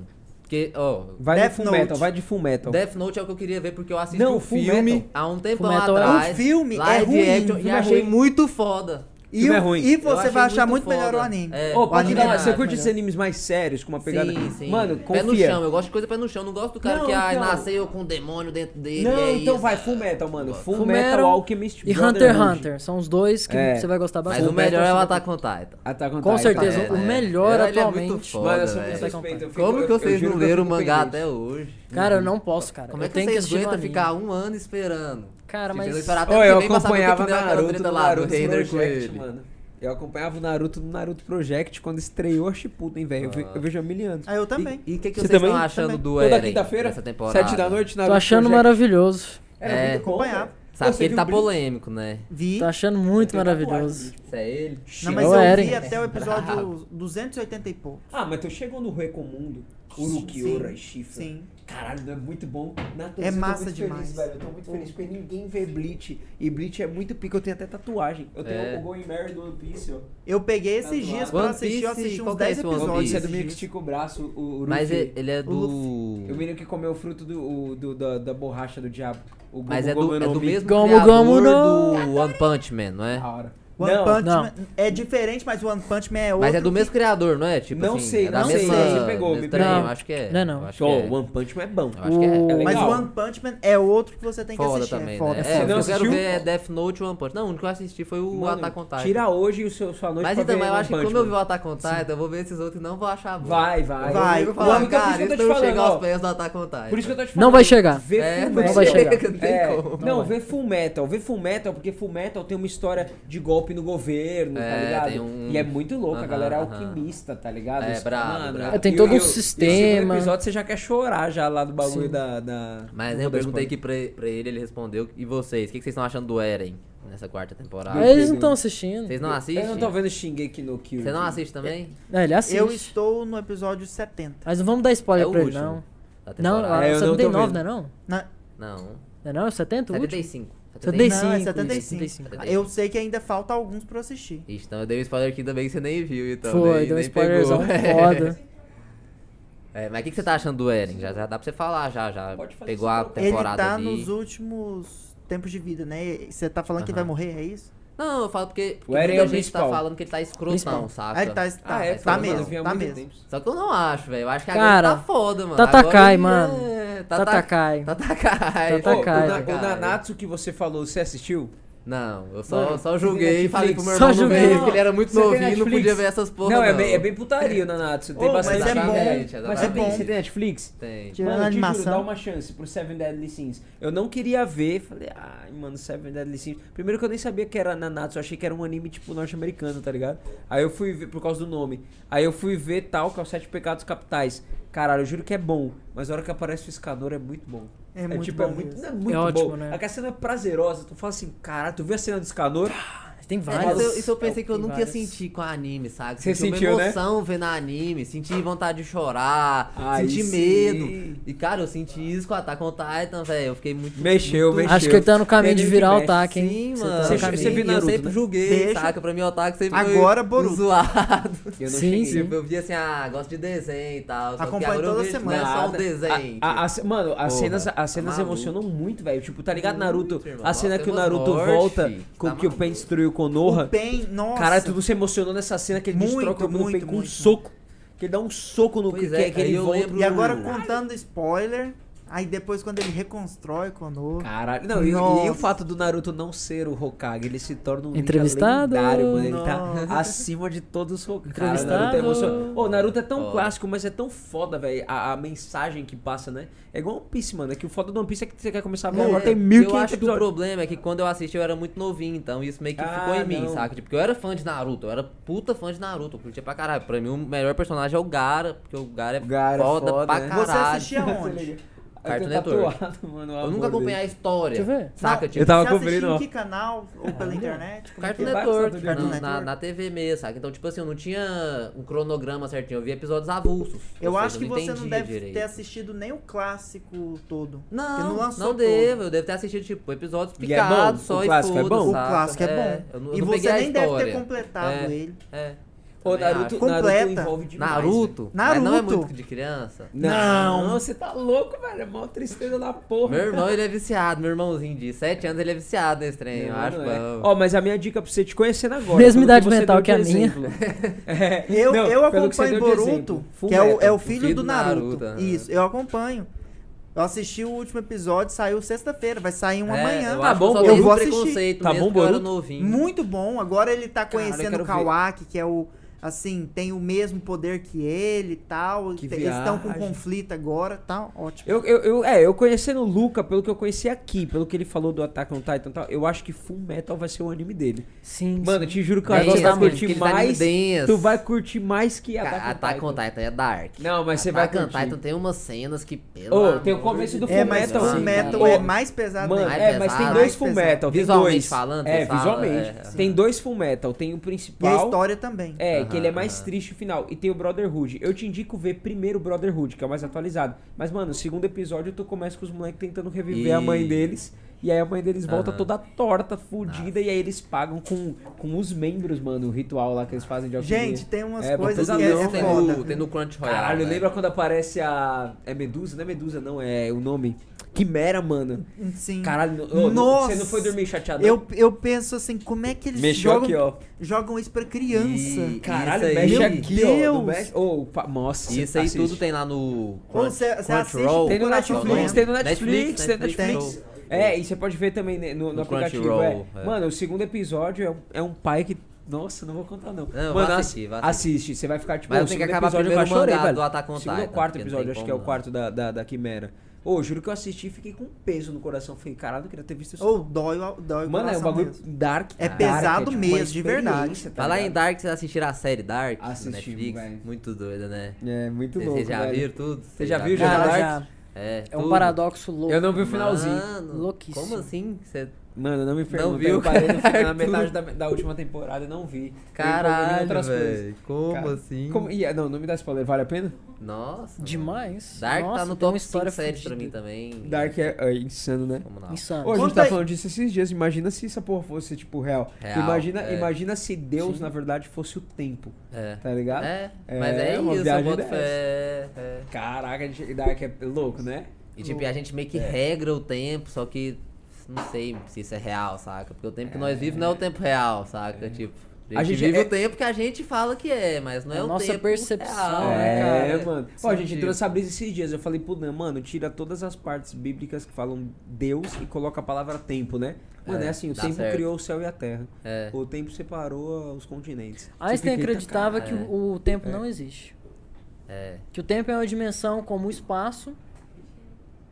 Speaker 2: Porque, ó,
Speaker 3: Vai
Speaker 4: Death
Speaker 3: de Full
Speaker 4: Note.
Speaker 3: Metal, vai de Full Metal.
Speaker 2: Death Note é o que eu queria ver, porque eu assisti
Speaker 3: Então, Não,
Speaker 2: um
Speaker 3: Full
Speaker 2: filme
Speaker 3: Metal.
Speaker 2: há um tempão
Speaker 1: Full Metal é-
Speaker 2: atrás.
Speaker 4: O filme é
Speaker 2: live
Speaker 4: ruim,
Speaker 2: action,
Speaker 4: o
Speaker 2: e
Speaker 3: filme é
Speaker 2: achei
Speaker 3: ruim.
Speaker 2: muito foda.
Speaker 4: E,
Speaker 3: Filme é
Speaker 4: o-
Speaker 3: ruim.
Speaker 4: e
Speaker 2: Eu
Speaker 4: você
Speaker 2: achei
Speaker 4: vai achar muito,
Speaker 2: muito
Speaker 4: melhor o
Speaker 2: foda.
Speaker 4: anime.
Speaker 2: É.
Speaker 3: Ô,
Speaker 4: o
Speaker 3: pode
Speaker 4: anime é
Speaker 3: dar-
Speaker 4: mais
Speaker 3: você
Speaker 4: melhor.
Speaker 3: curte esses animes mais sérios, com uma pegada.
Speaker 2: Sim, sim.
Speaker 3: Mano, confia.
Speaker 2: Pé no chão, eu gosto de coisa pé no chão. Não gosto do cara
Speaker 3: Não,
Speaker 2: que ah,
Speaker 3: então-
Speaker 2: nasceu com um demônio dentro dele.
Speaker 3: Não,
Speaker 2: é
Speaker 3: então
Speaker 2: isso.
Speaker 3: vai, Full Metal, mano. Full,
Speaker 1: Full
Speaker 3: Metal,
Speaker 1: Metal
Speaker 3: Alchemist
Speaker 1: E Hunter x
Speaker 3: Brotherhood.
Speaker 1: Hunter. São os dois que
Speaker 3: É.
Speaker 1: você vai gostar
Speaker 2: Mas
Speaker 1: bastante.
Speaker 2: o melhor é o Attack on Titan.
Speaker 3: Attack on
Speaker 1: Com
Speaker 3: Titan.
Speaker 1: certeza,
Speaker 3: É.
Speaker 1: o melhor
Speaker 2: Ele é muito
Speaker 1: atualmente.
Speaker 2: foda,
Speaker 3: Mano, eu sou muito
Speaker 2: velho.
Speaker 1: Attack on
Speaker 3: suspeito. eu fico-
Speaker 2: Como
Speaker 3: é um- eu-
Speaker 2: que
Speaker 3: eu
Speaker 2: vocês
Speaker 3: juro
Speaker 2: não
Speaker 3: que eu
Speaker 2: leram o
Speaker 3: fico
Speaker 2: mangá né?
Speaker 3: pendente.
Speaker 2: até hoje?
Speaker 1: Cara, eu não posso, cara.
Speaker 2: Como
Speaker 1: eu
Speaker 2: é que
Speaker 1: tenho que
Speaker 2: vocês
Speaker 1: assistir no
Speaker 2: aguentam
Speaker 1: anime.
Speaker 2: ficar um ano esperando?
Speaker 1: Cara,
Speaker 2: Vocês
Speaker 1: mas.
Speaker 2: esperaram até
Speaker 3: Ô,
Speaker 2: ano
Speaker 3: eu
Speaker 2: que vem pra saber o que
Speaker 3: acompanhava
Speaker 2: que deu aquela
Speaker 3: Naruto
Speaker 2: treta
Speaker 3: do
Speaker 2: lá do
Speaker 3: Naruto
Speaker 2: Reiner com
Speaker 3: Project,
Speaker 2: ele.
Speaker 3: mano. Eu acompanhava o Naruto do Naruto Project quando estreou a Shippuden, velho. Eu, vi- eu vejo há mil anos.
Speaker 4: Ah, eu também.
Speaker 2: E o que, que
Speaker 3: Você
Speaker 2: vocês estão
Speaker 3: também?
Speaker 2: achando
Speaker 4: Também.
Speaker 2: do
Speaker 3: Toda
Speaker 2: Eren
Speaker 3: quinta-feira,
Speaker 2: nessa temporada?
Speaker 3: sete da noite,
Speaker 1: Tô
Speaker 3: Naruto
Speaker 1: achando
Speaker 3: Project.
Speaker 1: maravilhoso.
Speaker 3: Era
Speaker 2: É.
Speaker 3: muito bom,
Speaker 4: Acompanhava.
Speaker 3: velho.
Speaker 2: Sabe
Speaker 3: Você
Speaker 2: que ele
Speaker 3: viu
Speaker 2: tá
Speaker 3: o tá brilho?
Speaker 2: polêmico, né?
Speaker 4: Vi.
Speaker 1: Tô achando muito
Speaker 3: Eu tenho tatuagem,
Speaker 1: maravilhoso.
Speaker 2: Isso é ele.
Speaker 4: Não,
Speaker 3: Sim.
Speaker 4: mas
Speaker 1: Não,
Speaker 4: eu
Speaker 1: Eren.
Speaker 4: vi até o episódio
Speaker 2: Bravo.
Speaker 4: 280 e pouco.
Speaker 3: Ah, mas tu chegou no Recomundo,
Speaker 4: Sim.
Speaker 3: Urukiora e Chifra.
Speaker 4: Sim.
Speaker 3: Caralho, não é muito bom. Na
Speaker 4: É massa demais.
Speaker 3: Feliz, velho. Eu tô muito feliz porque ninguém vê Bleach. E Bleach é muito pica. Eu tenho até tatuagem. Eu tenho
Speaker 2: É.
Speaker 3: o Going Mary do One Piece, ó.
Speaker 4: Eu peguei
Speaker 3: Tá
Speaker 4: esses dias pra
Speaker 2: One
Speaker 4: assistir, eu assisti
Speaker 2: Piece,
Speaker 4: uns
Speaker 2: qual que é
Speaker 4: 10
Speaker 2: esse One
Speaker 4: episódios.
Speaker 3: One Piece é do
Speaker 4: esses
Speaker 3: meio que
Speaker 4: dias.
Speaker 3: estica o braço, o, o
Speaker 2: Mas
Speaker 3: Luffy.
Speaker 2: e- ele é
Speaker 3: O
Speaker 2: do.
Speaker 3: menino que comeu o fruto do, o- do- da, da borracha do diabo. O Gomu
Speaker 2: Mas é do,
Speaker 3: Gomu
Speaker 2: é
Speaker 3: no
Speaker 2: do
Speaker 3: Mi.
Speaker 2: mesmo
Speaker 1: Gomu
Speaker 2: criador
Speaker 1: Gomu no-
Speaker 2: do One Punch Man, não é?
Speaker 3: Da hora.
Speaker 4: One
Speaker 3: não,
Speaker 4: Punch
Speaker 1: não.
Speaker 4: Man é diferente, mas o One Punch Man é outro.
Speaker 2: Mas é do mesmo criador, não é? Tipo
Speaker 3: Não
Speaker 2: assim,
Speaker 3: sei,
Speaker 2: é da
Speaker 3: não
Speaker 4: sei.
Speaker 2: mesma,
Speaker 4: Você
Speaker 3: pegou, me
Speaker 2: mesmo trem,
Speaker 1: pegou.
Speaker 2: eu acho que é.
Speaker 1: Não, não.
Speaker 2: Eu acho que
Speaker 3: Ó,
Speaker 2: é.
Speaker 3: o One Punch Man é bom.
Speaker 2: Eu acho que é.
Speaker 1: O-
Speaker 3: É
Speaker 4: Mas
Speaker 3: legal.
Speaker 4: o One Punch Man é outro que você tem que
Speaker 2: Foda
Speaker 4: assistir. é
Speaker 2: também,
Speaker 4: foda.
Speaker 2: né?
Speaker 1: foda.
Speaker 2: É, o que
Speaker 3: Não
Speaker 2: eu quero
Speaker 3: assistiu?
Speaker 2: ver é Death Note e One Punch. Não, o único que eu assisti foi o
Speaker 3: Mano,
Speaker 2: Attack on Titan.
Speaker 3: Tira hoje o seu, sua noite
Speaker 2: Mas
Speaker 3: pra
Speaker 2: então,
Speaker 3: ver
Speaker 2: mas eu
Speaker 3: One
Speaker 2: acho que
Speaker 3: Punch
Speaker 2: como eu vi
Speaker 3: Man.
Speaker 2: o Attack on Titan, eu vou ver esses outros e não vou achar bom.
Speaker 3: Vai, vai.
Speaker 4: Vai.
Speaker 2: Eu vou
Speaker 3: Por
Speaker 2: falar,
Speaker 3: isso que eu-
Speaker 2: cara,
Speaker 3: por isso que eu
Speaker 2: isso
Speaker 3: tô te
Speaker 2: não chega
Speaker 3: falando,
Speaker 2: aos
Speaker 3: ó.
Speaker 2: pés do Attack on Titan.
Speaker 3: Por isso que eu tô te falando.
Speaker 1: Não vai chegar.
Speaker 3: Vê
Speaker 2: É,
Speaker 3: Full
Speaker 2: não
Speaker 3: Metal.
Speaker 1: vai chegar.
Speaker 2: Não tem
Speaker 3: É,
Speaker 2: como.
Speaker 3: Não,
Speaker 1: Não
Speaker 3: vê Full Metal. Vê Full Metal, porque Full Metal tem uma história de golpe no governo, tá
Speaker 2: É,
Speaker 3: ligado?
Speaker 2: tem um-
Speaker 3: E é muito louco. a
Speaker 2: Aham,
Speaker 3: galera é
Speaker 2: aham.
Speaker 3: alquimista, tá ligado?
Speaker 2: É,
Speaker 3: Os-
Speaker 2: brabo, brabo.
Speaker 1: É, tem
Speaker 3: e
Speaker 1: todo
Speaker 3: o-
Speaker 1: um
Speaker 3: e o- e o segundo
Speaker 1: sistema.
Speaker 3: episódio você já quer chorar já lá do bagulho
Speaker 1: Sim.
Speaker 3: da, da-
Speaker 2: Mas
Speaker 3: do
Speaker 2: eu
Speaker 3: da
Speaker 2: perguntei
Speaker 3: escola.
Speaker 2: aqui pra, pra ele, ele respondeu. E vocês, o que, que vocês estão achando do Eren nessa quarta temporada?
Speaker 1: Mas Eles não estão assistindo.
Speaker 2: Vocês não assistem?
Speaker 3: Eu não tô vendo Shingeki no Kyojin.
Speaker 2: Você não assiste também?
Speaker 1: Não, ele assiste.
Speaker 4: É, Eu estou no episódio 70.
Speaker 1: Mas não vamos dar spoiler
Speaker 2: É o
Speaker 1: pra ele,
Speaker 2: último.
Speaker 1: não.
Speaker 2: da
Speaker 1: Não,
Speaker 2: temporada?
Speaker 1: a
Speaker 3: É, eu não tô
Speaker 1: 79,
Speaker 3: vendo.
Speaker 1: não é não?
Speaker 4: Na-
Speaker 2: Não.
Speaker 1: Não é não? 70 o último?
Speaker 2: 75.
Speaker 4: Não, é
Speaker 1: 75,
Speaker 4: 75.
Speaker 1: isso, 75.
Speaker 4: Eu sei que ainda falta alguns pra eu assistir.
Speaker 2: Ixi, então eu dei um spoiler aqui também que você nem viu, então.
Speaker 1: Foi,
Speaker 2: nem,
Speaker 1: deu um
Speaker 2: nem
Speaker 1: spoilerzão
Speaker 2: pegou.
Speaker 1: foda.
Speaker 2: É, mas o que, que você tá achando do Eren? Já, já dá pra você falar, já, já.
Speaker 3: Pode fazer um-
Speaker 2: Pegou
Speaker 3: esse
Speaker 2: a
Speaker 3: propósito.
Speaker 4: Ele
Speaker 2: temporada
Speaker 4: tá
Speaker 2: ali.
Speaker 4: nos últimos tempos de vida, né? Você tá falando que ele vai
Speaker 2: Aham.
Speaker 4: morrer, é isso?
Speaker 2: Não, eu falo porque, porque
Speaker 3: O Eren
Speaker 2: muita
Speaker 3: é o
Speaker 2: gente
Speaker 3: principal.
Speaker 2: tá falando que ele tá escrotão,
Speaker 1: Principal.
Speaker 2: saca?
Speaker 4: Ah, ele tá, tá,
Speaker 3: Ah, é?
Speaker 4: tá
Speaker 2: foi,
Speaker 3: mano, eu
Speaker 4: mesmo,
Speaker 3: vi há
Speaker 4: tá
Speaker 3: muito
Speaker 4: mesmo.
Speaker 3: tempo.
Speaker 2: Só que eu não acho, velho. Eu acho que
Speaker 1: Cara,
Speaker 2: agora tá foda, mano.
Speaker 1: Tatakai,
Speaker 2: Agora ele
Speaker 1: mano.
Speaker 2: É...
Speaker 1: Tatakai.
Speaker 2: tá Tatakai.
Speaker 3: Ô, o,
Speaker 1: Tatakai.
Speaker 3: Na-
Speaker 2: Tatakai.
Speaker 3: o Nanatsu que você falou, você assistiu?
Speaker 2: Não, eu só,
Speaker 3: Mano,
Speaker 2: só
Speaker 3: tem
Speaker 2: julguei e
Speaker 3: Netflix.
Speaker 2: falei pro meu
Speaker 1: Só
Speaker 2: irmão no
Speaker 1: julguei.
Speaker 2: meio que ele era muito
Speaker 3: Você tem
Speaker 2: novinho e não
Speaker 3: Netflix?
Speaker 2: podia ver essas porra,
Speaker 3: não,
Speaker 2: não.
Speaker 3: É, bem, é bem putaria o Nanatsu. Tem
Speaker 4: Ô, mas
Speaker 3: bastante né?
Speaker 4: é bom.
Speaker 3: Mas
Speaker 4: É
Speaker 3: você tem,
Speaker 4: bom.
Speaker 3: você tem Netflix?
Speaker 2: Tem. É,
Speaker 4: Tirando
Speaker 3: Mano,
Speaker 4: a
Speaker 3: eu te juro, dá
Speaker 4: animação.
Speaker 3: uma chance pro Seven Deadly Sins. Eu não queria ver, falei, ai, mano, Seven Deadly Sins. Primeiro que eu nem sabia que era Nanatsu, eu achei que era um anime, tipo, norte-americano, tá ligado? Aí eu fui ver, por causa do nome. Aí eu fui ver tal, que é os Sete Pecados Capitais. Caralho, eu juro que é bom, mas a hora que aparece o Escador é muito bom.
Speaker 4: É muito
Speaker 3: tipo,
Speaker 4: bom
Speaker 3: é muito,
Speaker 4: mesmo.
Speaker 3: é muito
Speaker 1: É
Speaker 3: bom.
Speaker 1: ótimo, né?
Speaker 3: Aquela cena é prazerosa, tu fala assim, caralho, tu viu a cena do Escador?
Speaker 1: Tem
Speaker 2: É,
Speaker 1: vários.
Speaker 2: mas eu, isso eu pensei que eu
Speaker 1: Tem
Speaker 2: nunca ia
Speaker 1: vários.
Speaker 2: sentir com anime, sabe?
Speaker 3: Você
Speaker 2: Senti
Speaker 3: sentiu,
Speaker 2: uma
Speaker 3: né?
Speaker 2: emoção vendo anime, senti vontade de chorar,
Speaker 3: Ai,
Speaker 2: senti
Speaker 3: sim.
Speaker 2: medo. E, cara, eu senti isso com Attack on Titan, velho. Eu fiquei muito... Ah,
Speaker 3: Mexeu,
Speaker 2: muito...
Speaker 3: mexeu.
Speaker 1: Acho que ele tá no caminho de
Speaker 3: Ele
Speaker 1: virar o
Speaker 3: mexe,
Speaker 1: Taka, hein?
Speaker 2: Sim,
Speaker 1: Você
Speaker 2: mano.
Speaker 1: tá no
Speaker 3: Você-
Speaker 1: caminho.
Speaker 3: você viu
Speaker 2: e eu
Speaker 3: Naruto,
Speaker 2: sempre
Speaker 3: né?
Speaker 2: julguei,
Speaker 4: Deixa.
Speaker 2: saca? Pra mim, o Otaku sempre
Speaker 4: Agora,
Speaker 2: foi
Speaker 4: Boruto.
Speaker 2: zoado.
Speaker 3: Eu não
Speaker 1: Sim,
Speaker 3: cheguei.
Speaker 1: sim.
Speaker 2: Tipo, eu via assim, ah, gosto de desenho e tal. Só que
Speaker 4: Acompanho
Speaker 2: agora eu
Speaker 4: toda
Speaker 2: vejo que
Speaker 4: semana.
Speaker 2: não é só um
Speaker 4: Nada.
Speaker 2: desenho.
Speaker 3: A- a- a ce- mano, as
Speaker 2: Porra,
Speaker 3: cenas,
Speaker 2: tá
Speaker 3: as cenas
Speaker 2: maluco.
Speaker 3: emocionam muito, velho. Tipo, tá ligado,
Speaker 2: Muito,
Speaker 3: Naruto?
Speaker 2: irmão.
Speaker 3: A cena
Speaker 2: Nossa,
Speaker 3: que o
Speaker 2: tem umas
Speaker 3: Naruto
Speaker 2: mortes,
Speaker 3: volta
Speaker 2: fi.
Speaker 3: com
Speaker 2: Tá
Speaker 3: que o Pen
Speaker 2: maluco.
Speaker 3: destruiu o
Speaker 4: O
Speaker 3: Konoha.
Speaker 4: Pen, nossa.
Speaker 3: Caralho, tu não se emocionou nessa cena que ele
Speaker 4: Muito,
Speaker 3: destrói o corpo do
Speaker 4: muito,
Speaker 3: Pen com um
Speaker 4: muito.
Speaker 3: soco. Que ele dá um soco no
Speaker 2: Pois
Speaker 3: que,
Speaker 2: é,
Speaker 3: que ele
Speaker 2: aí eu
Speaker 3: volta
Speaker 2: lembro-
Speaker 3: pro-
Speaker 4: E agora contando spoiler, aí depois quando ele reconstrói Konoha.
Speaker 3: Caralho, não, e- e,
Speaker 4: Nossa.
Speaker 3: o fato do Naruto não ser o Hokage, ele se torna um ninja
Speaker 1: Entrevistado.
Speaker 3: lendário, mano. Ele tá acima de todos os Hokage. Cara, Naruto é
Speaker 1: Entrevistado.
Speaker 3: emocionante. Ô, Naruto é tão
Speaker 2: Foda.
Speaker 3: clássico, mas é tão foda, velho. A, a mensagem que passa, né? É igual One Piece, mano. É que o foda do One Piece é que você quer começar a ver. agora tem
Speaker 2: eu
Speaker 3: 1500
Speaker 2: acho que o
Speaker 3: episódios.
Speaker 2: problema é que quando eu assisti eu era muito novinho, então isso meio que
Speaker 3: Ah,
Speaker 2: ficou em mim,
Speaker 3: não.
Speaker 2: saca? Tipo, Porque eu era fã de Naruto, eu era puta fã de Naruto, eu curtia pra caralho. Pra mim o melhor personagem é o Gara, porque o Gara é
Speaker 3: O Gaara é
Speaker 2: foda,
Speaker 3: foda,
Speaker 2: pra
Speaker 3: né?
Speaker 2: caralho.
Speaker 4: Você assistia onde?
Speaker 3: Eu
Speaker 2: Cartoon
Speaker 3: tenho
Speaker 2: Network.
Speaker 3: tatuado, mano, o
Speaker 2: Eu
Speaker 3: amor
Speaker 2: nunca acompanhei a
Speaker 3: dele.
Speaker 2: história,
Speaker 1: Deixa eu ver.
Speaker 2: saca?
Speaker 4: Não,
Speaker 2: Tipo,
Speaker 3: Eu tava
Speaker 4: você assistia
Speaker 3: conferindo, ó.
Speaker 4: em que canal? Ou pela internet? Como
Speaker 2: Cartoon
Speaker 4: que é?
Speaker 2: Network,
Speaker 3: Cartoon
Speaker 2: na- na,
Speaker 4: Network.
Speaker 2: na TV mesmo, saca? Então, tipo assim, eu não tinha um cronograma certinho, eu via episódios avulsos.
Speaker 4: Eu
Speaker 2: ou seja,
Speaker 4: acho que você não
Speaker 2: entendia
Speaker 4: deve
Speaker 2: direito.
Speaker 4: ter assistido nem o clássico todo. porque
Speaker 2: Não,
Speaker 4: não
Speaker 2: não,
Speaker 4: lançou todo.
Speaker 2: devo. Eu devo ter assistido, tipo, episódios
Speaker 3: E é bom?
Speaker 2: picados
Speaker 3: O
Speaker 2: só e
Speaker 3: clássico é
Speaker 2: foda-se,
Speaker 3: bom?
Speaker 4: O
Speaker 2: saca?
Speaker 4: clássico é bom.
Speaker 2: eu não- eu
Speaker 4: e
Speaker 2: não
Speaker 4: você
Speaker 2: peguei a
Speaker 4: nem deve ter
Speaker 2: história.
Speaker 4: completado
Speaker 2: É.
Speaker 4: ele.
Speaker 2: É.
Speaker 7: Ô,
Speaker 2: também
Speaker 7: Naruto,
Speaker 2: acho.
Speaker 7: Naruto
Speaker 4: Completa.
Speaker 7: envolve
Speaker 3: né?
Speaker 7: demais.
Speaker 2: Naruto?
Speaker 4: Naruto.
Speaker 2: Mas não é muito de criança.
Speaker 3: Não,
Speaker 4: Não.
Speaker 3: você tá louco, velho. É mó tristeza da porra.
Speaker 2: Meu irmão, ele é viciado, meu irmãozinho de 7 anos, ele é viciado nesse trem, eu
Speaker 3: Não,
Speaker 2: acho
Speaker 3: não é.
Speaker 2: bom.
Speaker 3: Ó, mas a minha dica pra você te conhecendo agora.
Speaker 1: Mesma
Speaker 3: pelo
Speaker 1: idade
Speaker 3: você
Speaker 1: mental
Speaker 3: deu
Speaker 1: que
Speaker 3: de
Speaker 1: a minha.
Speaker 3: exemplo. É,
Speaker 4: Eu,
Speaker 3: não,
Speaker 4: eu
Speaker 3: pelo que você
Speaker 4: acompanho
Speaker 3: deu de
Speaker 4: Boruto,
Speaker 3: exemplo. Full
Speaker 4: que é o, é
Speaker 3: Metal.
Speaker 4: o filho do Naruto.
Speaker 3: é.
Speaker 2: Naruto,
Speaker 4: Isso, eu acompanho. Eu assisti o último episódio, saiu sexta-feira, vai sair um
Speaker 2: É,
Speaker 4: amanhã.
Speaker 2: Eu
Speaker 3: Tá
Speaker 2: acho
Speaker 3: bom,
Speaker 2: que só
Speaker 3: Boruto.
Speaker 2: tem
Speaker 4: Eu vou
Speaker 2: um
Speaker 4: assistir.
Speaker 2: preconceito
Speaker 3: Tá
Speaker 2: mesmo,
Speaker 3: bom,
Speaker 2: que eu era
Speaker 3: Boruto?
Speaker 2: novinho.
Speaker 4: Muito bom. Agora ele tá
Speaker 3: Cara, eu
Speaker 4: conhecendo
Speaker 3: quero
Speaker 4: o Kawaki, que é o assim, tem o mesmo poder que ele e tal.
Speaker 3: Que
Speaker 4: Te- Eles estão com
Speaker 3: viagem.
Speaker 4: conflito agora, tá ótimo.
Speaker 3: Eu, eu, eu- é, eu conhecendo o Luca, pelo que eu conheci aqui, pelo que ele falou do Attack on Titan e tal, eu acho que Full Metal vai ser o anime dele.
Speaker 1: Sim,
Speaker 3: Mano, eu
Speaker 1: sim.
Speaker 3: te juro que eu
Speaker 2: Denso,
Speaker 3: acho que vai
Speaker 2: mano,
Speaker 3: curtir
Speaker 2: aqueles anime
Speaker 3: mais.
Speaker 2: denso.
Speaker 3: Tu vai curtir mais que
Speaker 2: Cara, Attack on Titan é dark.
Speaker 3: Não, mas você vai
Speaker 2: Attack on
Speaker 3: curtir.
Speaker 2: Titan tem umas cenas que, pelo
Speaker 3: Ô, tem o
Speaker 2: amor
Speaker 3: começo
Speaker 2: de
Speaker 3: do
Speaker 2: Deus.
Speaker 4: É, mas
Speaker 3: Fullmetal,
Speaker 4: Full
Speaker 3: sim,
Speaker 4: Metal
Speaker 3: cara.
Speaker 4: é
Speaker 3: Ô,
Speaker 4: mais pesado
Speaker 3: Mano,
Speaker 4: ainda.
Speaker 2: mais
Speaker 3: é, mas tem
Speaker 2: pesado.
Speaker 3: dois
Speaker 4: Mais
Speaker 3: Full
Speaker 4: pesado.
Speaker 3: Metal. tem
Speaker 2: Visualmente
Speaker 3: dois.
Speaker 2: falando,
Speaker 3: É,
Speaker 2: você fala,
Speaker 3: visualmente.
Speaker 2: é,
Speaker 3: tem dois Full Metal. Tem o
Speaker 4: E a
Speaker 3: principal.
Speaker 4: história também.
Speaker 3: É,
Speaker 2: Aham,
Speaker 3: que ele é mais
Speaker 2: aham.
Speaker 3: triste o final. E tem o Brotherhood. Eu te indico ver primeiro o Brotherhood, que é o mais atualizado. Mas, mano, no segundo episódio tu começa com os moleques tentando reviver a mãe
Speaker 2: Ih.
Speaker 3: deles. E aí a mãe deles volta
Speaker 2: Aham.
Speaker 3: toda torta, fudida, e aí eles pagam com, com os membros, mano, o ritual lá que eles fazem de alquimia.
Speaker 4: Gente, tem umas
Speaker 3: É, bom,
Speaker 4: coisas que é,
Speaker 3: pesadão,
Speaker 4: é
Speaker 2: tem,
Speaker 4: foda.
Speaker 2: No, tem no Crunch Royale.
Speaker 3: Caralho,
Speaker 2: né?
Speaker 3: lembra quando aparece a... É Medusa? Não é Medusa, não. É o nome. Quimera, mano.
Speaker 4: Sim.
Speaker 3: Caralho, ô,
Speaker 4: Nossa.
Speaker 3: você não foi dormir chateado? não?
Speaker 4: Eu, eu penso assim, como é que eles
Speaker 3: Mexeu
Speaker 4: jogam,
Speaker 3: aqui, ó.
Speaker 4: jogam isso pra criança?
Speaker 2: E-
Speaker 3: Caralho,
Speaker 2: isso aí-
Speaker 3: mexe
Speaker 2: Meu
Speaker 3: aqui, ó.
Speaker 4: Deus.
Speaker 3: não mexe- Ô, pa- nossa, tá
Speaker 2: Isso aí
Speaker 3: assiste.
Speaker 2: tudo tem lá no
Speaker 4: Ou
Speaker 2: Crunch,
Speaker 4: você- você
Speaker 2: Crunch
Speaker 4: assiste,
Speaker 2: Roll.
Speaker 3: Tem no
Speaker 4: Ou
Speaker 3: Netflix,
Speaker 4: Netflix,
Speaker 3: tem no Netflix, tem no
Speaker 2: Netflix,
Speaker 3: Netflix.
Speaker 2: Show.
Speaker 3: É, e você pode ver também né, no, no
Speaker 2: No
Speaker 3: aplicativo.
Speaker 2: Crunchyroll,
Speaker 3: É.
Speaker 2: é.
Speaker 3: Mano, o segundo episódio é um, é um pai que. Nossa, não vou contar, não.
Speaker 2: Não,
Speaker 3: Mano,
Speaker 2: vai
Speaker 3: ass-
Speaker 2: assistir, vai assistir.
Speaker 3: assiste. Você vai ficar tipo.
Speaker 2: Mas
Speaker 3: "Ô,
Speaker 2: eu tenho que
Speaker 3: segundo
Speaker 2: acabar
Speaker 3: episódio eu
Speaker 2: primeiro
Speaker 3: já
Speaker 2: o
Speaker 3: chorei,
Speaker 2: mangá
Speaker 3: velho.
Speaker 2: do Attack on
Speaker 3: Segundo ou
Speaker 2: Titan,
Speaker 3: quarto
Speaker 2: porque né, não
Speaker 3: episódio,
Speaker 2: tem
Speaker 3: acho que é
Speaker 2: como né. não.
Speaker 3: o quarto da, da, da Quimera. Ô, juro que eu assisti e fiquei com um peso no coração. Falei, caralho, eu queria ter visto isso.
Speaker 4: Ou dói, o- dói o
Speaker 3: Mano, é um
Speaker 4: coração
Speaker 3: bagulho
Speaker 4: mesmo.
Speaker 3: dark.
Speaker 4: É
Speaker 3: dark,
Speaker 4: pesado
Speaker 3: tipo uma
Speaker 4: mesmo, de verdade.
Speaker 3: experiência, tá
Speaker 2: Vai lá em
Speaker 3: ligado?
Speaker 2: Dark, vocês assistiram a série Dark do
Speaker 3: Assistimos,
Speaker 2: Netflix.
Speaker 3: velho.
Speaker 2: Muito doida, né?
Speaker 3: É, muito louco.
Speaker 2: Vocês já
Speaker 3: velho.
Speaker 2: viram tudo?
Speaker 3: Você já viu, já?
Speaker 1: Cara,
Speaker 3: Dark?
Speaker 1: já-
Speaker 2: É,
Speaker 1: é um
Speaker 2: tudo.
Speaker 1: paradoxo louco.
Speaker 3: Eu não vi o finalzinho. um
Speaker 2: Mano,
Speaker 1: Louquíssimo.
Speaker 2: Como assim? Você
Speaker 3: Mano, não É me pergunta.
Speaker 2: viu,
Speaker 3: eu parei no-
Speaker 2: cara?
Speaker 3: na metade da, da última temporada e não vi. Eu
Speaker 2: Caralho,
Speaker 3: envolvi em outras coisas.
Speaker 2: velho. Como
Speaker 3: Cara,
Speaker 2: assim?
Speaker 3: Como, e, ah, não, não me dá spoiler, vale a pena?
Speaker 2: Nossa.
Speaker 1: Demais.
Speaker 2: Dark
Speaker 1: Nossa,
Speaker 2: tá no
Speaker 1: tem
Speaker 2: top
Speaker 1: uma história
Speaker 2: 5 séries pra
Speaker 1: fodida.
Speaker 2: mim também.
Speaker 3: Dark é, é insano, né?
Speaker 2: Como não?
Speaker 1: Insano.
Speaker 3: Ô, a gente
Speaker 4: Conta
Speaker 3: tá
Speaker 4: aí.
Speaker 3: falando disso esses dias. Imagina se essa porra fosse, tipo, real.
Speaker 2: Real,
Speaker 3: imagina,
Speaker 2: é.
Speaker 3: imagina se Deus,
Speaker 1: Sim.
Speaker 3: na verdade, fosse o tempo,
Speaker 2: É.
Speaker 3: tá ligado?
Speaker 2: É,
Speaker 3: É,
Speaker 2: mas é,
Speaker 3: uma
Speaker 2: isso, eu
Speaker 3: viagem
Speaker 2: boto
Speaker 3: dessa.
Speaker 2: fé. é.
Speaker 3: Caraca, a gente, Dark é louco, né?
Speaker 2: E tipo, a gente meio que
Speaker 3: É.
Speaker 2: regra o tempo, só que não sei se isso é real, saca? Porque o tempo que nós vivemos não é o tempo real, saca?
Speaker 3: É.
Speaker 2: Tipo, a gente,
Speaker 3: A gente
Speaker 2: vive
Speaker 3: é-
Speaker 2: o tempo que a gente fala que é, mas não é,
Speaker 1: É a
Speaker 2: o
Speaker 1: nossa
Speaker 2: tempo
Speaker 1: percepção,
Speaker 2: real, né,
Speaker 3: é,
Speaker 2: cara?
Speaker 3: mano. Ó,
Speaker 2: Sabe,
Speaker 3: a gente
Speaker 2: tipo,
Speaker 3: entrou nessa brisa esses dias. Eu falei pro Dan, mano, tira todas as partes bíblicas que falam Deus e coloca a palavra tempo, né? Mano, é,
Speaker 2: É,
Speaker 3: assim, o
Speaker 2: dá
Speaker 3: tempo
Speaker 2: certo.
Speaker 3: criou o céu e a terra.
Speaker 2: É. Ah,
Speaker 3: O tempo separou os continentes.
Speaker 1: Einstein
Speaker 3: Tipo, eita,
Speaker 1: acreditava que
Speaker 2: cara, é.
Speaker 1: o, o tempo não existe.
Speaker 2: É.
Speaker 1: Que o tempo é uma dimensão como o espaço.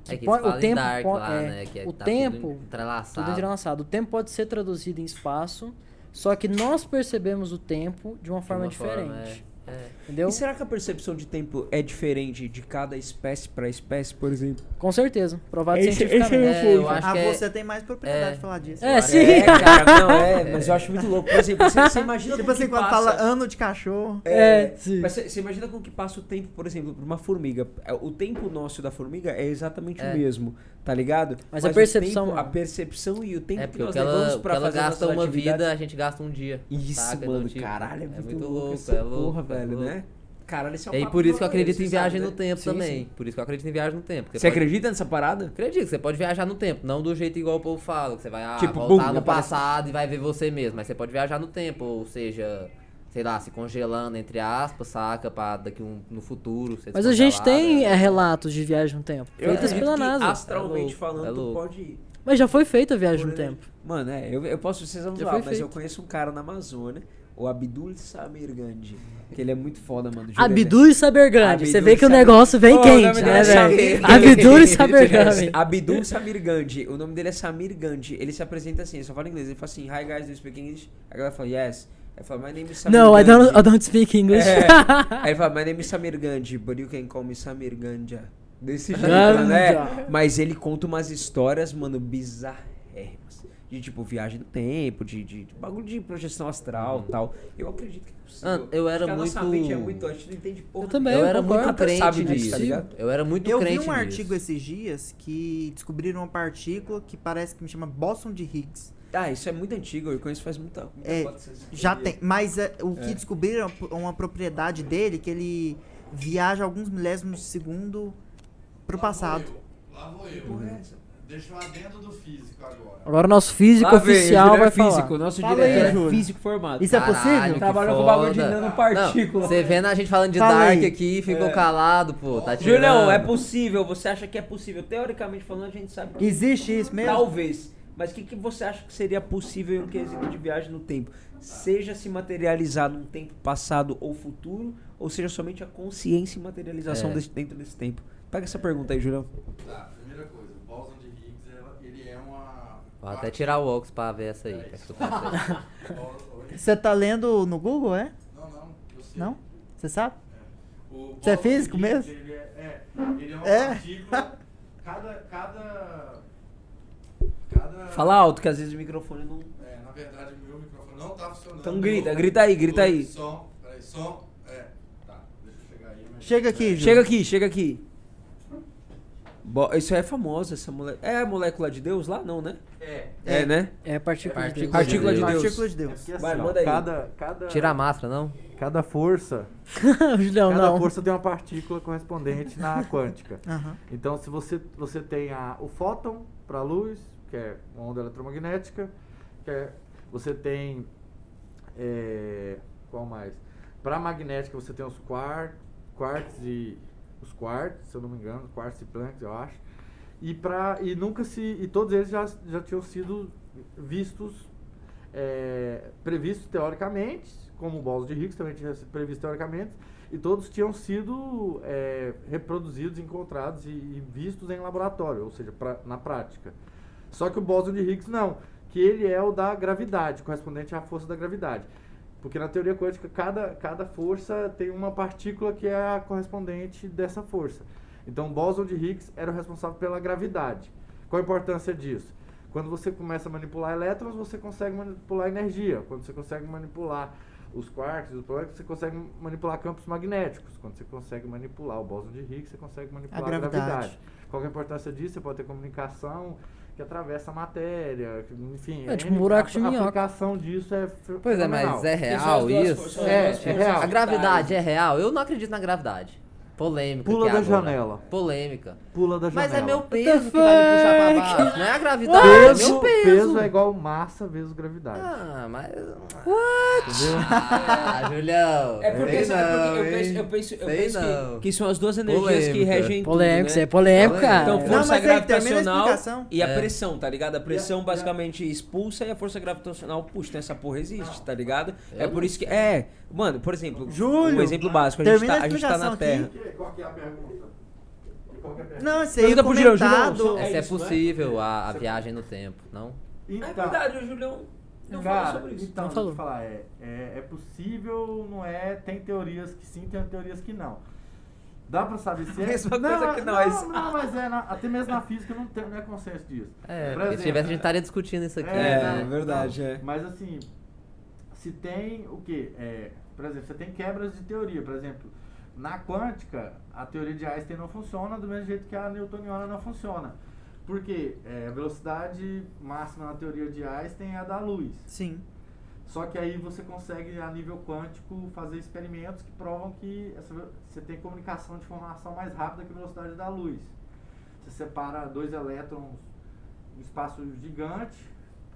Speaker 2: É que
Speaker 1: po-
Speaker 2: eles falam
Speaker 1: Tipo, o
Speaker 2: em
Speaker 1: tempo
Speaker 2: Dark
Speaker 1: po-
Speaker 2: lá,
Speaker 1: é,
Speaker 2: né? Que é,
Speaker 1: o
Speaker 2: tá
Speaker 1: tempo,
Speaker 2: tudo entrelaçado.
Speaker 1: tudo é tá entrelaçado. O tempo pode ser traduzido em espaço, só que nós percebemos o tempo de uma
Speaker 2: de
Speaker 1: forma
Speaker 2: uma
Speaker 1: diferente.
Speaker 2: é. É.
Speaker 1: Entendeu?
Speaker 3: E será que a percepção de tempo é diferente de cada espécie pra espécie, por exemplo?
Speaker 1: Com certeza. Provado
Speaker 3: Esse-
Speaker 1: cientificamente.
Speaker 2: É, eu acho
Speaker 4: ah,
Speaker 2: que é-
Speaker 4: você tem mais propriedade
Speaker 2: é.
Speaker 4: de falar disso.
Speaker 1: É,
Speaker 2: acho que
Speaker 1: sim.
Speaker 3: É, cara, não, é, mas eu acho muito louco. Por exemplo, você, você imagina
Speaker 4: Tipo
Speaker 3: como
Speaker 4: assim,
Speaker 3: que
Speaker 4: quando
Speaker 3: passa- é
Speaker 4: fala ano de cachorro.
Speaker 1: É, sim.
Speaker 3: né? Mas você, você imagina como que passa o tempo, por exemplo, pra uma formiga. É, O tempo nosso da formiga é exatamente
Speaker 2: É.
Speaker 3: o mesmo, tá ligado?
Speaker 1: Mas a
Speaker 3: o
Speaker 1: percepção, é.
Speaker 3: tempo- a
Speaker 1: não.
Speaker 3: percepção e o tempo
Speaker 2: É,
Speaker 3: que
Speaker 2: porque o
Speaker 3: nós
Speaker 2: que
Speaker 3: levamos
Speaker 2: ela, o que
Speaker 3: pra
Speaker 2: ela
Speaker 3: fazer
Speaker 2: gasta
Speaker 3: nossas
Speaker 2: uma
Speaker 3: atividades-
Speaker 2: vida, a gente gasta um dia.
Speaker 3: Isso,
Speaker 2: saca? Então,
Speaker 3: mano,
Speaker 2: tipo,
Speaker 3: caralho, é,
Speaker 2: é
Speaker 3: muito
Speaker 2: muito
Speaker 3: louco,
Speaker 2: louco,
Speaker 3: essa
Speaker 2: é louco,
Speaker 3: porra,
Speaker 2: é
Speaker 3: velho,
Speaker 2: louco.
Speaker 3: né? Caralho, esse é um
Speaker 2: E aí,
Speaker 3: papo
Speaker 2: por isso que eu
Speaker 3: maneiro,
Speaker 2: acredito em
Speaker 3: você
Speaker 2: viagem no
Speaker 3: sabe, né?
Speaker 2: tempo
Speaker 3: Sim,
Speaker 2: também.
Speaker 3: sim.
Speaker 2: Por isso que eu acredito em viagem no tempo. porque
Speaker 3: Você
Speaker 2: pode-
Speaker 3: acredita nessa parada?
Speaker 2: Acredito, que você pode viajar no tempo, não do jeito igual o povo fala, que você vai ah,
Speaker 3: Tipo,
Speaker 2: voltar
Speaker 3: bum,
Speaker 2: no
Speaker 3: aparece-
Speaker 2: passado e vai ver você mesmo, mas você pode viajar no tempo, ou seja, sei lá, se congelando entre aspas, saca, pra daqui um, no futuro. você
Speaker 1: Mas a gente
Speaker 2: descongelar,
Speaker 1: tem
Speaker 2: né?
Speaker 1: é, relatos de viagem no tempo,
Speaker 3: Eu
Speaker 1: feitas
Speaker 3: acredito
Speaker 1: pela
Speaker 3: que
Speaker 1: NASA.
Speaker 3: Astralmente
Speaker 2: É louco,
Speaker 3: falando,
Speaker 2: é
Speaker 3: tu
Speaker 2: louco.
Speaker 3: pode ir.
Speaker 1: Mas já foi feita a viagem no
Speaker 3: Por exemplo.
Speaker 1: tempo.
Speaker 3: Mano, é, eu, eu posso, vocês vão
Speaker 1: Já
Speaker 3: zoar,
Speaker 1: foi
Speaker 3: mas
Speaker 1: feito.
Speaker 3: eu conheço um cara na Amazônia, o Abdul Samir Gandhi, que ele é muito foda, mano. juro, ele é-
Speaker 1: Abdul e Sabergrande. Você
Speaker 3: Abdul
Speaker 1: vê que o
Speaker 3: Saber-
Speaker 1: negócio vem
Speaker 3: Ô, o
Speaker 1: quente, né,
Speaker 3: nome dele é
Speaker 1: velho?
Speaker 3: Saber-
Speaker 1: Abdul e
Speaker 3: Yes.
Speaker 1: Sabergrande.
Speaker 3: Abdul Samir Gandhi. O nome dele é Samir Gandhi. Ele se apresenta assim, ele só fala inglês. Ele fala assim, hi guys, do you speak English? A galera fala, yes. Aí fala, my name is Samir
Speaker 1: Não, I
Speaker 3: Gandhi.
Speaker 1: don't, I don't speak English.
Speaker 3: É. Aí ele fala, my name is Samir Gandhi, but you can call me Samir Gandhi. Desse jeito, né?
Speaker 1: Gandhi.
Speaker 3: Mas ele conta umas histórias, mano, bizarrérrimas. De, tipo, viagem no tempo, de, de- de bagulho de projeção astral e tal. Eu acredito que é possível.
Speaker 2: Ah, eu era
Speaker 3: Acho que a nossa
Speaker 2: muito-
Speaker 3: mente é muito... A gente não entende porra
Speaker 1: Eu também.
Speaker 2: Eu era
Speaker 1: concordo.
Speaker 2: muito crente
Speaker 3: Sabe disso,
Speaker 2: nisso,
Speaker 3: tá ligado?
Speaker 2: Eu era muito
Speaker 4: eu vi
Speaker 2: crente
Speaker 4: um artigo
Speaker 2: nisso.
Speaker 4: esses dias que descobriram uma partícula que parece que me chama Boston de Higgs.
Speaker 8: Ah, isso é muito antigo, eu conheço faz muito tempo.
Speaker 4: É, já tem. Mas é, o que descobriram é uma propriedade dele que ele viaja alguns milésimos de segundo pro passado.
Speaker 9: Lá vou eu. Deixa eu adendo do físico agora.
Speaker 1: Agora o nosso físico
Speaker 3: Lá vem,
Speaker 1: oficial
Speaker 3: ele é
Speaker 1: vai
Speaker 3: físico,
Speaker 1: falar.
Speaker 3: Nosso
Speaker 4: Fala
Speaker 3: diretor
Speaker 4: aí,
Speaker 3: é
Speaker 4: Júlio.
Speaker 3: físico formado.
Speaker 4: Isso é
Speaker 2: Caralho,
Speaker 4: possível?
Speaker 2: que
Speaker 8: Trabalha com bagulho de
Speaker 2: foda.
Speaker 8: nanopartícula.
Speaker 2: Não, Você vendo a gente falando de
Speaker 4: Fala
Speaker 2: Dark
Speaker 4: aí.
Speaker 2: aqui, ficou
Speaker 8: É.
Speaker 2: calado, pô. Tá tirando.
Speaker 3: Julião, é possível? Você acha que é possível? Teoricamente falando, a gente sabe que
Speaker 4: Existe isso mesmo?
Speaker 3: talvez. Mas o que, que você acha que seria possível em um quesito de viagem no tempo? Seja se materializar num tempo passado ou futuro, ou seja somente a consciência e materialização
Speaker 2: É.
Speaker 3: desse- dentro desse tempo? Pega essa pergunta aí, Julião.
Speaker 9: Tá, primeira coisa, o Boson de Higgs, ela- ele é uma. Ah,
Speaker 2: Vou até tirar o óculos pra ver essa aí. é pra escutar essa aí.
Speaker 9: Ó, oi?
Speaker 4: Você tá lendo no Google, é?
Speaker 9: Não, não, eu sei.
Speaker 4: Não? Você sabe?
Speaker 9: O
Speaker 4: Você é
Speaker 9: Boson de
Speaker 4: físico
Speaker 9: Higgs,
Speaker 4: mesmo?
Speaker 9: Ele é, é, ele é uma
Speaker 4: É?
Speaker 9: partícula. Cada. cada. Cada.
Speaker 3: Fala alto, que às vezes o microfone não.
Speaker 9: É, na verdade o meu microfone não tá funcionando.
Speaker 3: Então grita, grita aí, grita aí.
Speaker 9: Som, peraí, som. É, tá, deixa eu chegar aí. mas- é.
Speaker 4: Chega aqui, Ju.
Speaker 3: Chega aqui, chega aqui. Bo- Isso aí é famoso, essa mole... É a molécula de Deus lá? Não, né?
Speaker 9: É,
Speaker 3: É,
Speaker 4: É.
Speaker 3: né?
Speaker 1: É partícula, de Deus.
Speaker 2: Partícula de
Speaker 3: Partícula de Deus.
Speaker 4: Partícula de Deus.
Speaker 3: Vai,
Speaker 9: assim,
Speaker 3: manda aí.
Speaker 5: Cada, cada,
Speaker 2: Tira a máscara, não?
Speaker 5: cada força,
Speaker 1: Julião,
Speaker 5: cada
Speaker 1: não.
Speaker 5: força tem uma partícula correspondente na quântica.
Speaker 4: Aham.
Speaker 5: Então, se você, você tem a, o fóton para a luz, que é uma onda eletromagnética, que é, você tem. é, qual mais? Para a magnética, você tem os quar, quarks e. Os quarks, se eu não me engano, quarks e planks, eu acho. E, pra, e nunca se. E todos eles já, já tinham sido vistos, é, previstos teoricamente, como o Bolos de Higgs também tinha sido previsto teoricamente, e todos tinham sido é, reproduzidos, encontrados e, e vistos em laboratório, ou seja, pra- na prática. Só que o bóson de Higgs não, que ele é o da gravidade, correspondente à força da gravidade. Porque na teoria quântica, cada, cada força tem uma partícula que é a correspondente dessa força. Então, o bóson de Higgs era o responsável pela gravidade. Qual a importância disso? Quando você começa a manipular elétrons, você consegue manipular energia. Quando você consegue manipular os quarks, os prótons, você consegue manipular campos magnéticos. Quando você consegue manipular o bóson de Higgs, você consegue manipular a gravidade.
Speaker 4: gravidade.
Speaker 5: Qual que é a importância disso? Você pode ter comunicação que atravessa a matéria, que, enfim.
Speaker 1: É tipo
Speaker 5: N-
Speaker 1: um buraco
Speaker 5: a-
Speaker 1: de
Speaker 5: a
Speaker 1: minhoca.
Speaker 5: aplicação disso é fe-
Speaker 2: Pois é, mas
Speaker 5: fenomenal.
Speaker 2: é real isso?
Speaker 5: É, é real.
Speaker 2: A gravidade é real? Eu não acredito na gravidade. Polêmica.
Speaker 5: Pula
Speaker 2: aqui
Speaker 5: da
Speaker 2: agora.
Speaker 5: janela.
Speaker 2: Polêmica.
Speaker 5: Pula da janela.
Speaker 2: Mas é meu peso que vai me puxar pra baixo. Não é a gravidade, é
Speaker 5: peso,
Speaker 2: meu peso.
Speaker 5: peso é igual massa vezes gravidade.
Speaker 2: Ah, mas. Ah, Julião.
Speaker 3: É porque,
Speaker 2: Sei
Speaker 3: sabe,
Speaker 2: não,
Speaker 3: porque eu penso, eu
Speaker 2: hein?
Speaker 3: penso, eu
Speaker 2: Sei
Speaker 3: penso que,
Speaker 2: não.
Speaker 3: que são as duas energias que
Speaker 2: Polêmica.
Speaker 3: regem tudo,
Speaker 1: Polêmico, isso
Speaker 3: né?
Speaker 1: é polêmico,
Speaker 2: Polêmico.
Speaker 1: cara.
Speaker 3: Então,
Speaker 2: Não,
Speaker 3: força
Speaker 4: mas aí, termina a
Speaker 3: gravitacional
Speaker 4: explicação.
Speaker 3: e a
Speaker 2: É.
Speaker 3: pressão, tá ligado? A pressão
Speaker 5: E a- e a-
Speaker 3: basicamente expulsa e a força gravitacional puxa. Então essa porra existe, tá ligado? É
Speaker 2: Eu
Speaker 3: por isso que. É. Mano, por exemplo,
Speaker 4: Júlio,
Speaker 3: um exemplo básico. A gente,
Speaker 4: termina
Speaker 3: tá,
Speaker 4: a
Speaker 3: a gente tá
Speaker 4: explicação
Speaker 3: na
Speaker 4: aqui.
Speaker 3: Terra.
Speaker 9: qual que é a pergunta? E Qual que é a pergunta?
Speaker 4: Não, isso aí é
Speaker 3: Pergunta pro Julião, Julião,
Speaker 4: comentado.
Speaker 3: é
Speaker 2: Essa é
Speaker 3: isso, né?
Speaker 2: possível a, a viagem no tempo, não?
Speaker 3: É
Speaker 5: Então,
Speaker 3: verdade, o Julião não
Speaker 5: cara,
Speaker 3: fala sobre isso.
Speaker 5: Então,
Speaker 1: Não
Speaker 5: deixa
Speaker 1: falou.
Speaker 5: eu te falar, é, é, é possível, não é? Tem teorias que sim, tem teorias que não. Dá pra saber se é.
Speaker 3: Mesma
Speaker 5: não,
Speaker 3: coisa que
Speaker 5: não,
Speaker 3: nós.
Speaker 5: Não, mas é, na- até mesmo na física não, tem, não é consenso disso.
Speaker 2: É,
Speaker 5: Por
Speaker 2: porque se
Speaker 5: exemplo,
Speaker 2: tivesse, a gente estaria discutindo isso aqui.
Speaker 5: É,
Speaker 2: né?
Speaker 5: não,
Speaker 8: verdade, é.
Speaker 5: Mas assim, se tem o quê? É, por exemplo, você tem quebras de teoria. Por exemplo, na quântica, a teoria de Einstein não funciona do mesmo jeito que a newtoniana não funciona. Porque é, a velocidade máxima na teoria de Einstein é a da luz.
Speaker 4: Sim.
Speaker 5: Só que aí você consegue, a nível quântico, fazer experimentos que provam que essa ve- você tem comunicação de informação mais rápida que a velocidade da luz. Você separa dois elétrons um espaço gigante,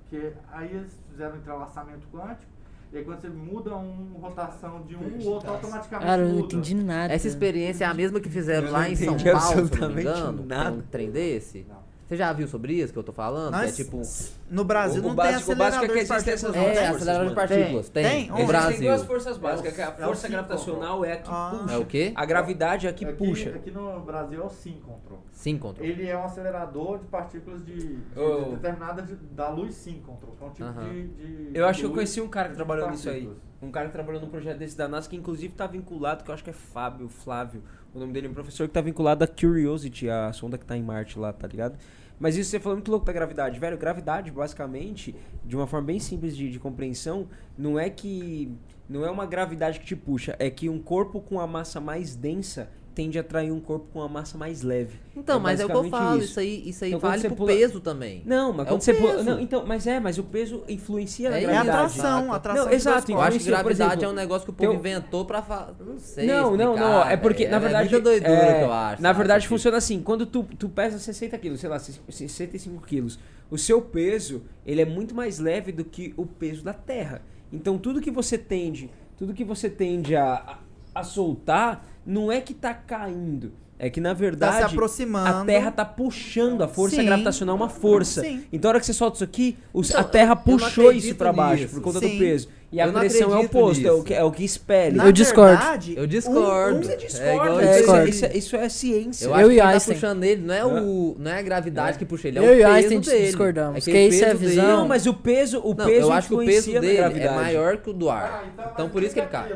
Speaker 5: que aí eles fizeram um entrelaçamento quântico, e aí quando você muda um rotação de um, o
Speaker 3: Tá.
Speaker 5: outro automaticamente
Speaker 1: Cara, eu não
Speaker 5: muda.
Speaker 1: entendi nada.
Speaker 2: Essa experiência é a mesma que fizeram
Speaker 3: Eu
Speaker 2: lá
Speaker 3: não
Speaker 2: em São
Speaker 3: entendi
Speaker 2: Paulo, se eu não me
Speaker 3: absolutamente
Speaker 2: engano,
Speaker 3: nada.
Speaker 2: com um trem desse?
Speaker 5: Não.
Speaker 2: Você já viu sobre isso que eu tô falando? Que
Speaker 4: Nós-
Speaker 2: é tipo...
Speaker 4: No Brasil
Speaker 3: O- o
Speaker 4: não
Speaker 3: básico- o
Speaker 4: tem
Speaker 3: básico é
Speaker 4: acelerador
Speaker 3: que
Speaker 4: de
Speaker 3: existem
Speaker 4: partículas.
Speaker 3: essas
Speaker 4: não
Speaker 2: É,
Speaker 4: tem?
Speaker 3: forças,
Speaker 2: acelerador de
Speaker 3: mano.
Speaker 2: partículas. Tem,
Speaker 4: Tem?
Speaker 2: no
Speaker 4: Existem
Speaker 3: Existem
Speaker 2: Brasil.
Speaker 3: duas forças básicas, que é a
Speaker 5: É o
Speaker 3: força
Speaker 5: cinco,
Speaker 3: gravitacional é a que
Speaker 4: Ah.
Speaker 3: puxa.
Speaker 2: É o quê?
Speaker 3: A gravidade é a que
Speaker 5: aqui,
Speaker 3: puxa.
Speaker 5: Aqui no Brasil é o sim control.
Speaker 2: Sim, controle.
Speaker 5: Ele é um acelerador de partículas de, de, de
Speaker 3: Oh.
Speaker 5: determinada de- da luz sim control. que É um tipo
Speaker 2: Aham.
Speaker 5: de, de- de
Speaker 3: Eu acho que eu
Speaker 5: luz.
Speaker 3: conheci um cara que trabalhou nisso aí.
Speaker 5: Partículas.
Speaker 3: Um cara que trabalhou num projeto desse da NASA, que inclusive tá vinculado, que eu acho que é Fábio, Flávio, o nome dele, é um professor que tá vinculado à Curiosity, a sonda que tá em Marte lá, tá ligado? Mas isso você falou muito louco da gravidade, velho. Gravidade, basicamente, de uma forma bem simples de, de compreensão, não é que. Não é uma gravidade que te puxa, é que um corpo com a massa mais densa tende a atrair um corpo com uma massa mais leve.
Speaker 2: Então,
Speaker 3: É
Speaker 2: mas é o que eu
Speaker 3: basicamente
Speaker 2: falo, isso, aí, isso aí
Speaker 3: Então, quando
Speaker 2: vale
Speaker 3: você
Speaker 2: pro
Speaker 3: pula-
Speaker 2: peso também.
Speaker 3: Não, mas
Speaker 2: É
Speaker 3: quando
Speaker 2: o
Speaker 3: você pula-
Speaker 2: peso.
Speaker 3: não, então, mas é, mas o peso influencia na
Speaker 2: É
Speaker 4: É
Speaker 3: gravidade.
Speaker 4: atração, atração.
Speaker 3: Não, exato,
Speaker 4: de dois
Speaker 2: Eu acho que
Speaker 3: Influencia, por
Speaker 2: gravidade
Speaker 3: exemplo,
Speaker 2: é um negócio que o povo
Speaker 3: tem um-
Speaker 2: inventou pra falar. Não sei.
Speaker 3: Não, não, não.
Speaker 2: explicar,
Speaker 3: É porque,
Speaker 2: velho.
Speaker 3: na verdade.
Speaker 2: É muita doidura
Speaker 3: é,
Speaker 2: que eu acho.
Speaker 3: Na
Speaker 2: sabe?
Speaker 3: verdade,
Speaker 2: Tipo,
Speaker 3: funciona assim: quando tu, tu pesa 60 quilos, sei lá, 65 quilos, o seu peso ele é muito mais leve do que o peso da terra. Então, tudo que você tende, tudo que você tende a, a, a soltar, não é que tá caindo. É que, na
Speaker 4: Tá se
Speaker 3: verdade,
Speaker 4: aproximando.
Speaker 3: a Terra tá puxando, a força
Speaker 4: Sim.
Speaker 3: gravitacional é uma força.
Speaker 4: Sim.
Speaker 3: Então, a hora que você solta isso aqui, os-
Speaker 2: Então,
Speaker 3: a Terra
Speaker 2: eu não
Speaker 3: puxou isso
Speaker 2: acredito
Speaker 3: pra baixo
Speaker 2: nisso.
Speaker 3: por conta
Speaker 4: Sim.
Speaker 3: do peso. E a
Speaker 2: Eu não
Speaker 3: pressão é o
Speaker 2: acredito
Speaker 3: oposto, é o
Speaker 2: nisso.
Speaker 3: que, é o que espelha.
Speaker 4: Na
Speaker 1: Eu discordo.
Speaker 4: verdade,
Speaker 2: Eu discordo.
Speaker 4: um- um-
Speaker 2: É
Speaker 3: discorda,
Speaker 2: igual
Speaker 3: é,
Speaker 2: eu
Speaker 3: isso,
Speaker 2: discordo.
Speaker 3: isso é- isso é ciência.
Speaker 2: Eu
Speaker 1: Eu
Speaker 2: acho
Speaker 1: e
Speaker 2: que quem tá
Speaker 1: Einstein.
Speaker 2: puxando ele não é, o, não é a gravidade que puxa ele, é
Speaker 1: Eu e
Speaker 2: o peso
Speaker 1: Einstein
Speaker 2: dele.
Speaker 1: discordamos,
Speaker 2: aquele
Speaker 1: porque isso é
Speaker 2: peso dele.
Speaker 1: visão.
Speaker 3: Não, mas o peso, o
Speaker 2: Não,
Speaker 3: peso
Speaker 2: eu acho que o peso
Speaker 3: influencia na
Speaker 2: dele é
Speaker 3: gravidade.
Speaker 2: maior que o do ar.
Speaker 5: Ah,
Speaker 2: então
Speaker 5: então,
Speaker 2: por isso que ele cai.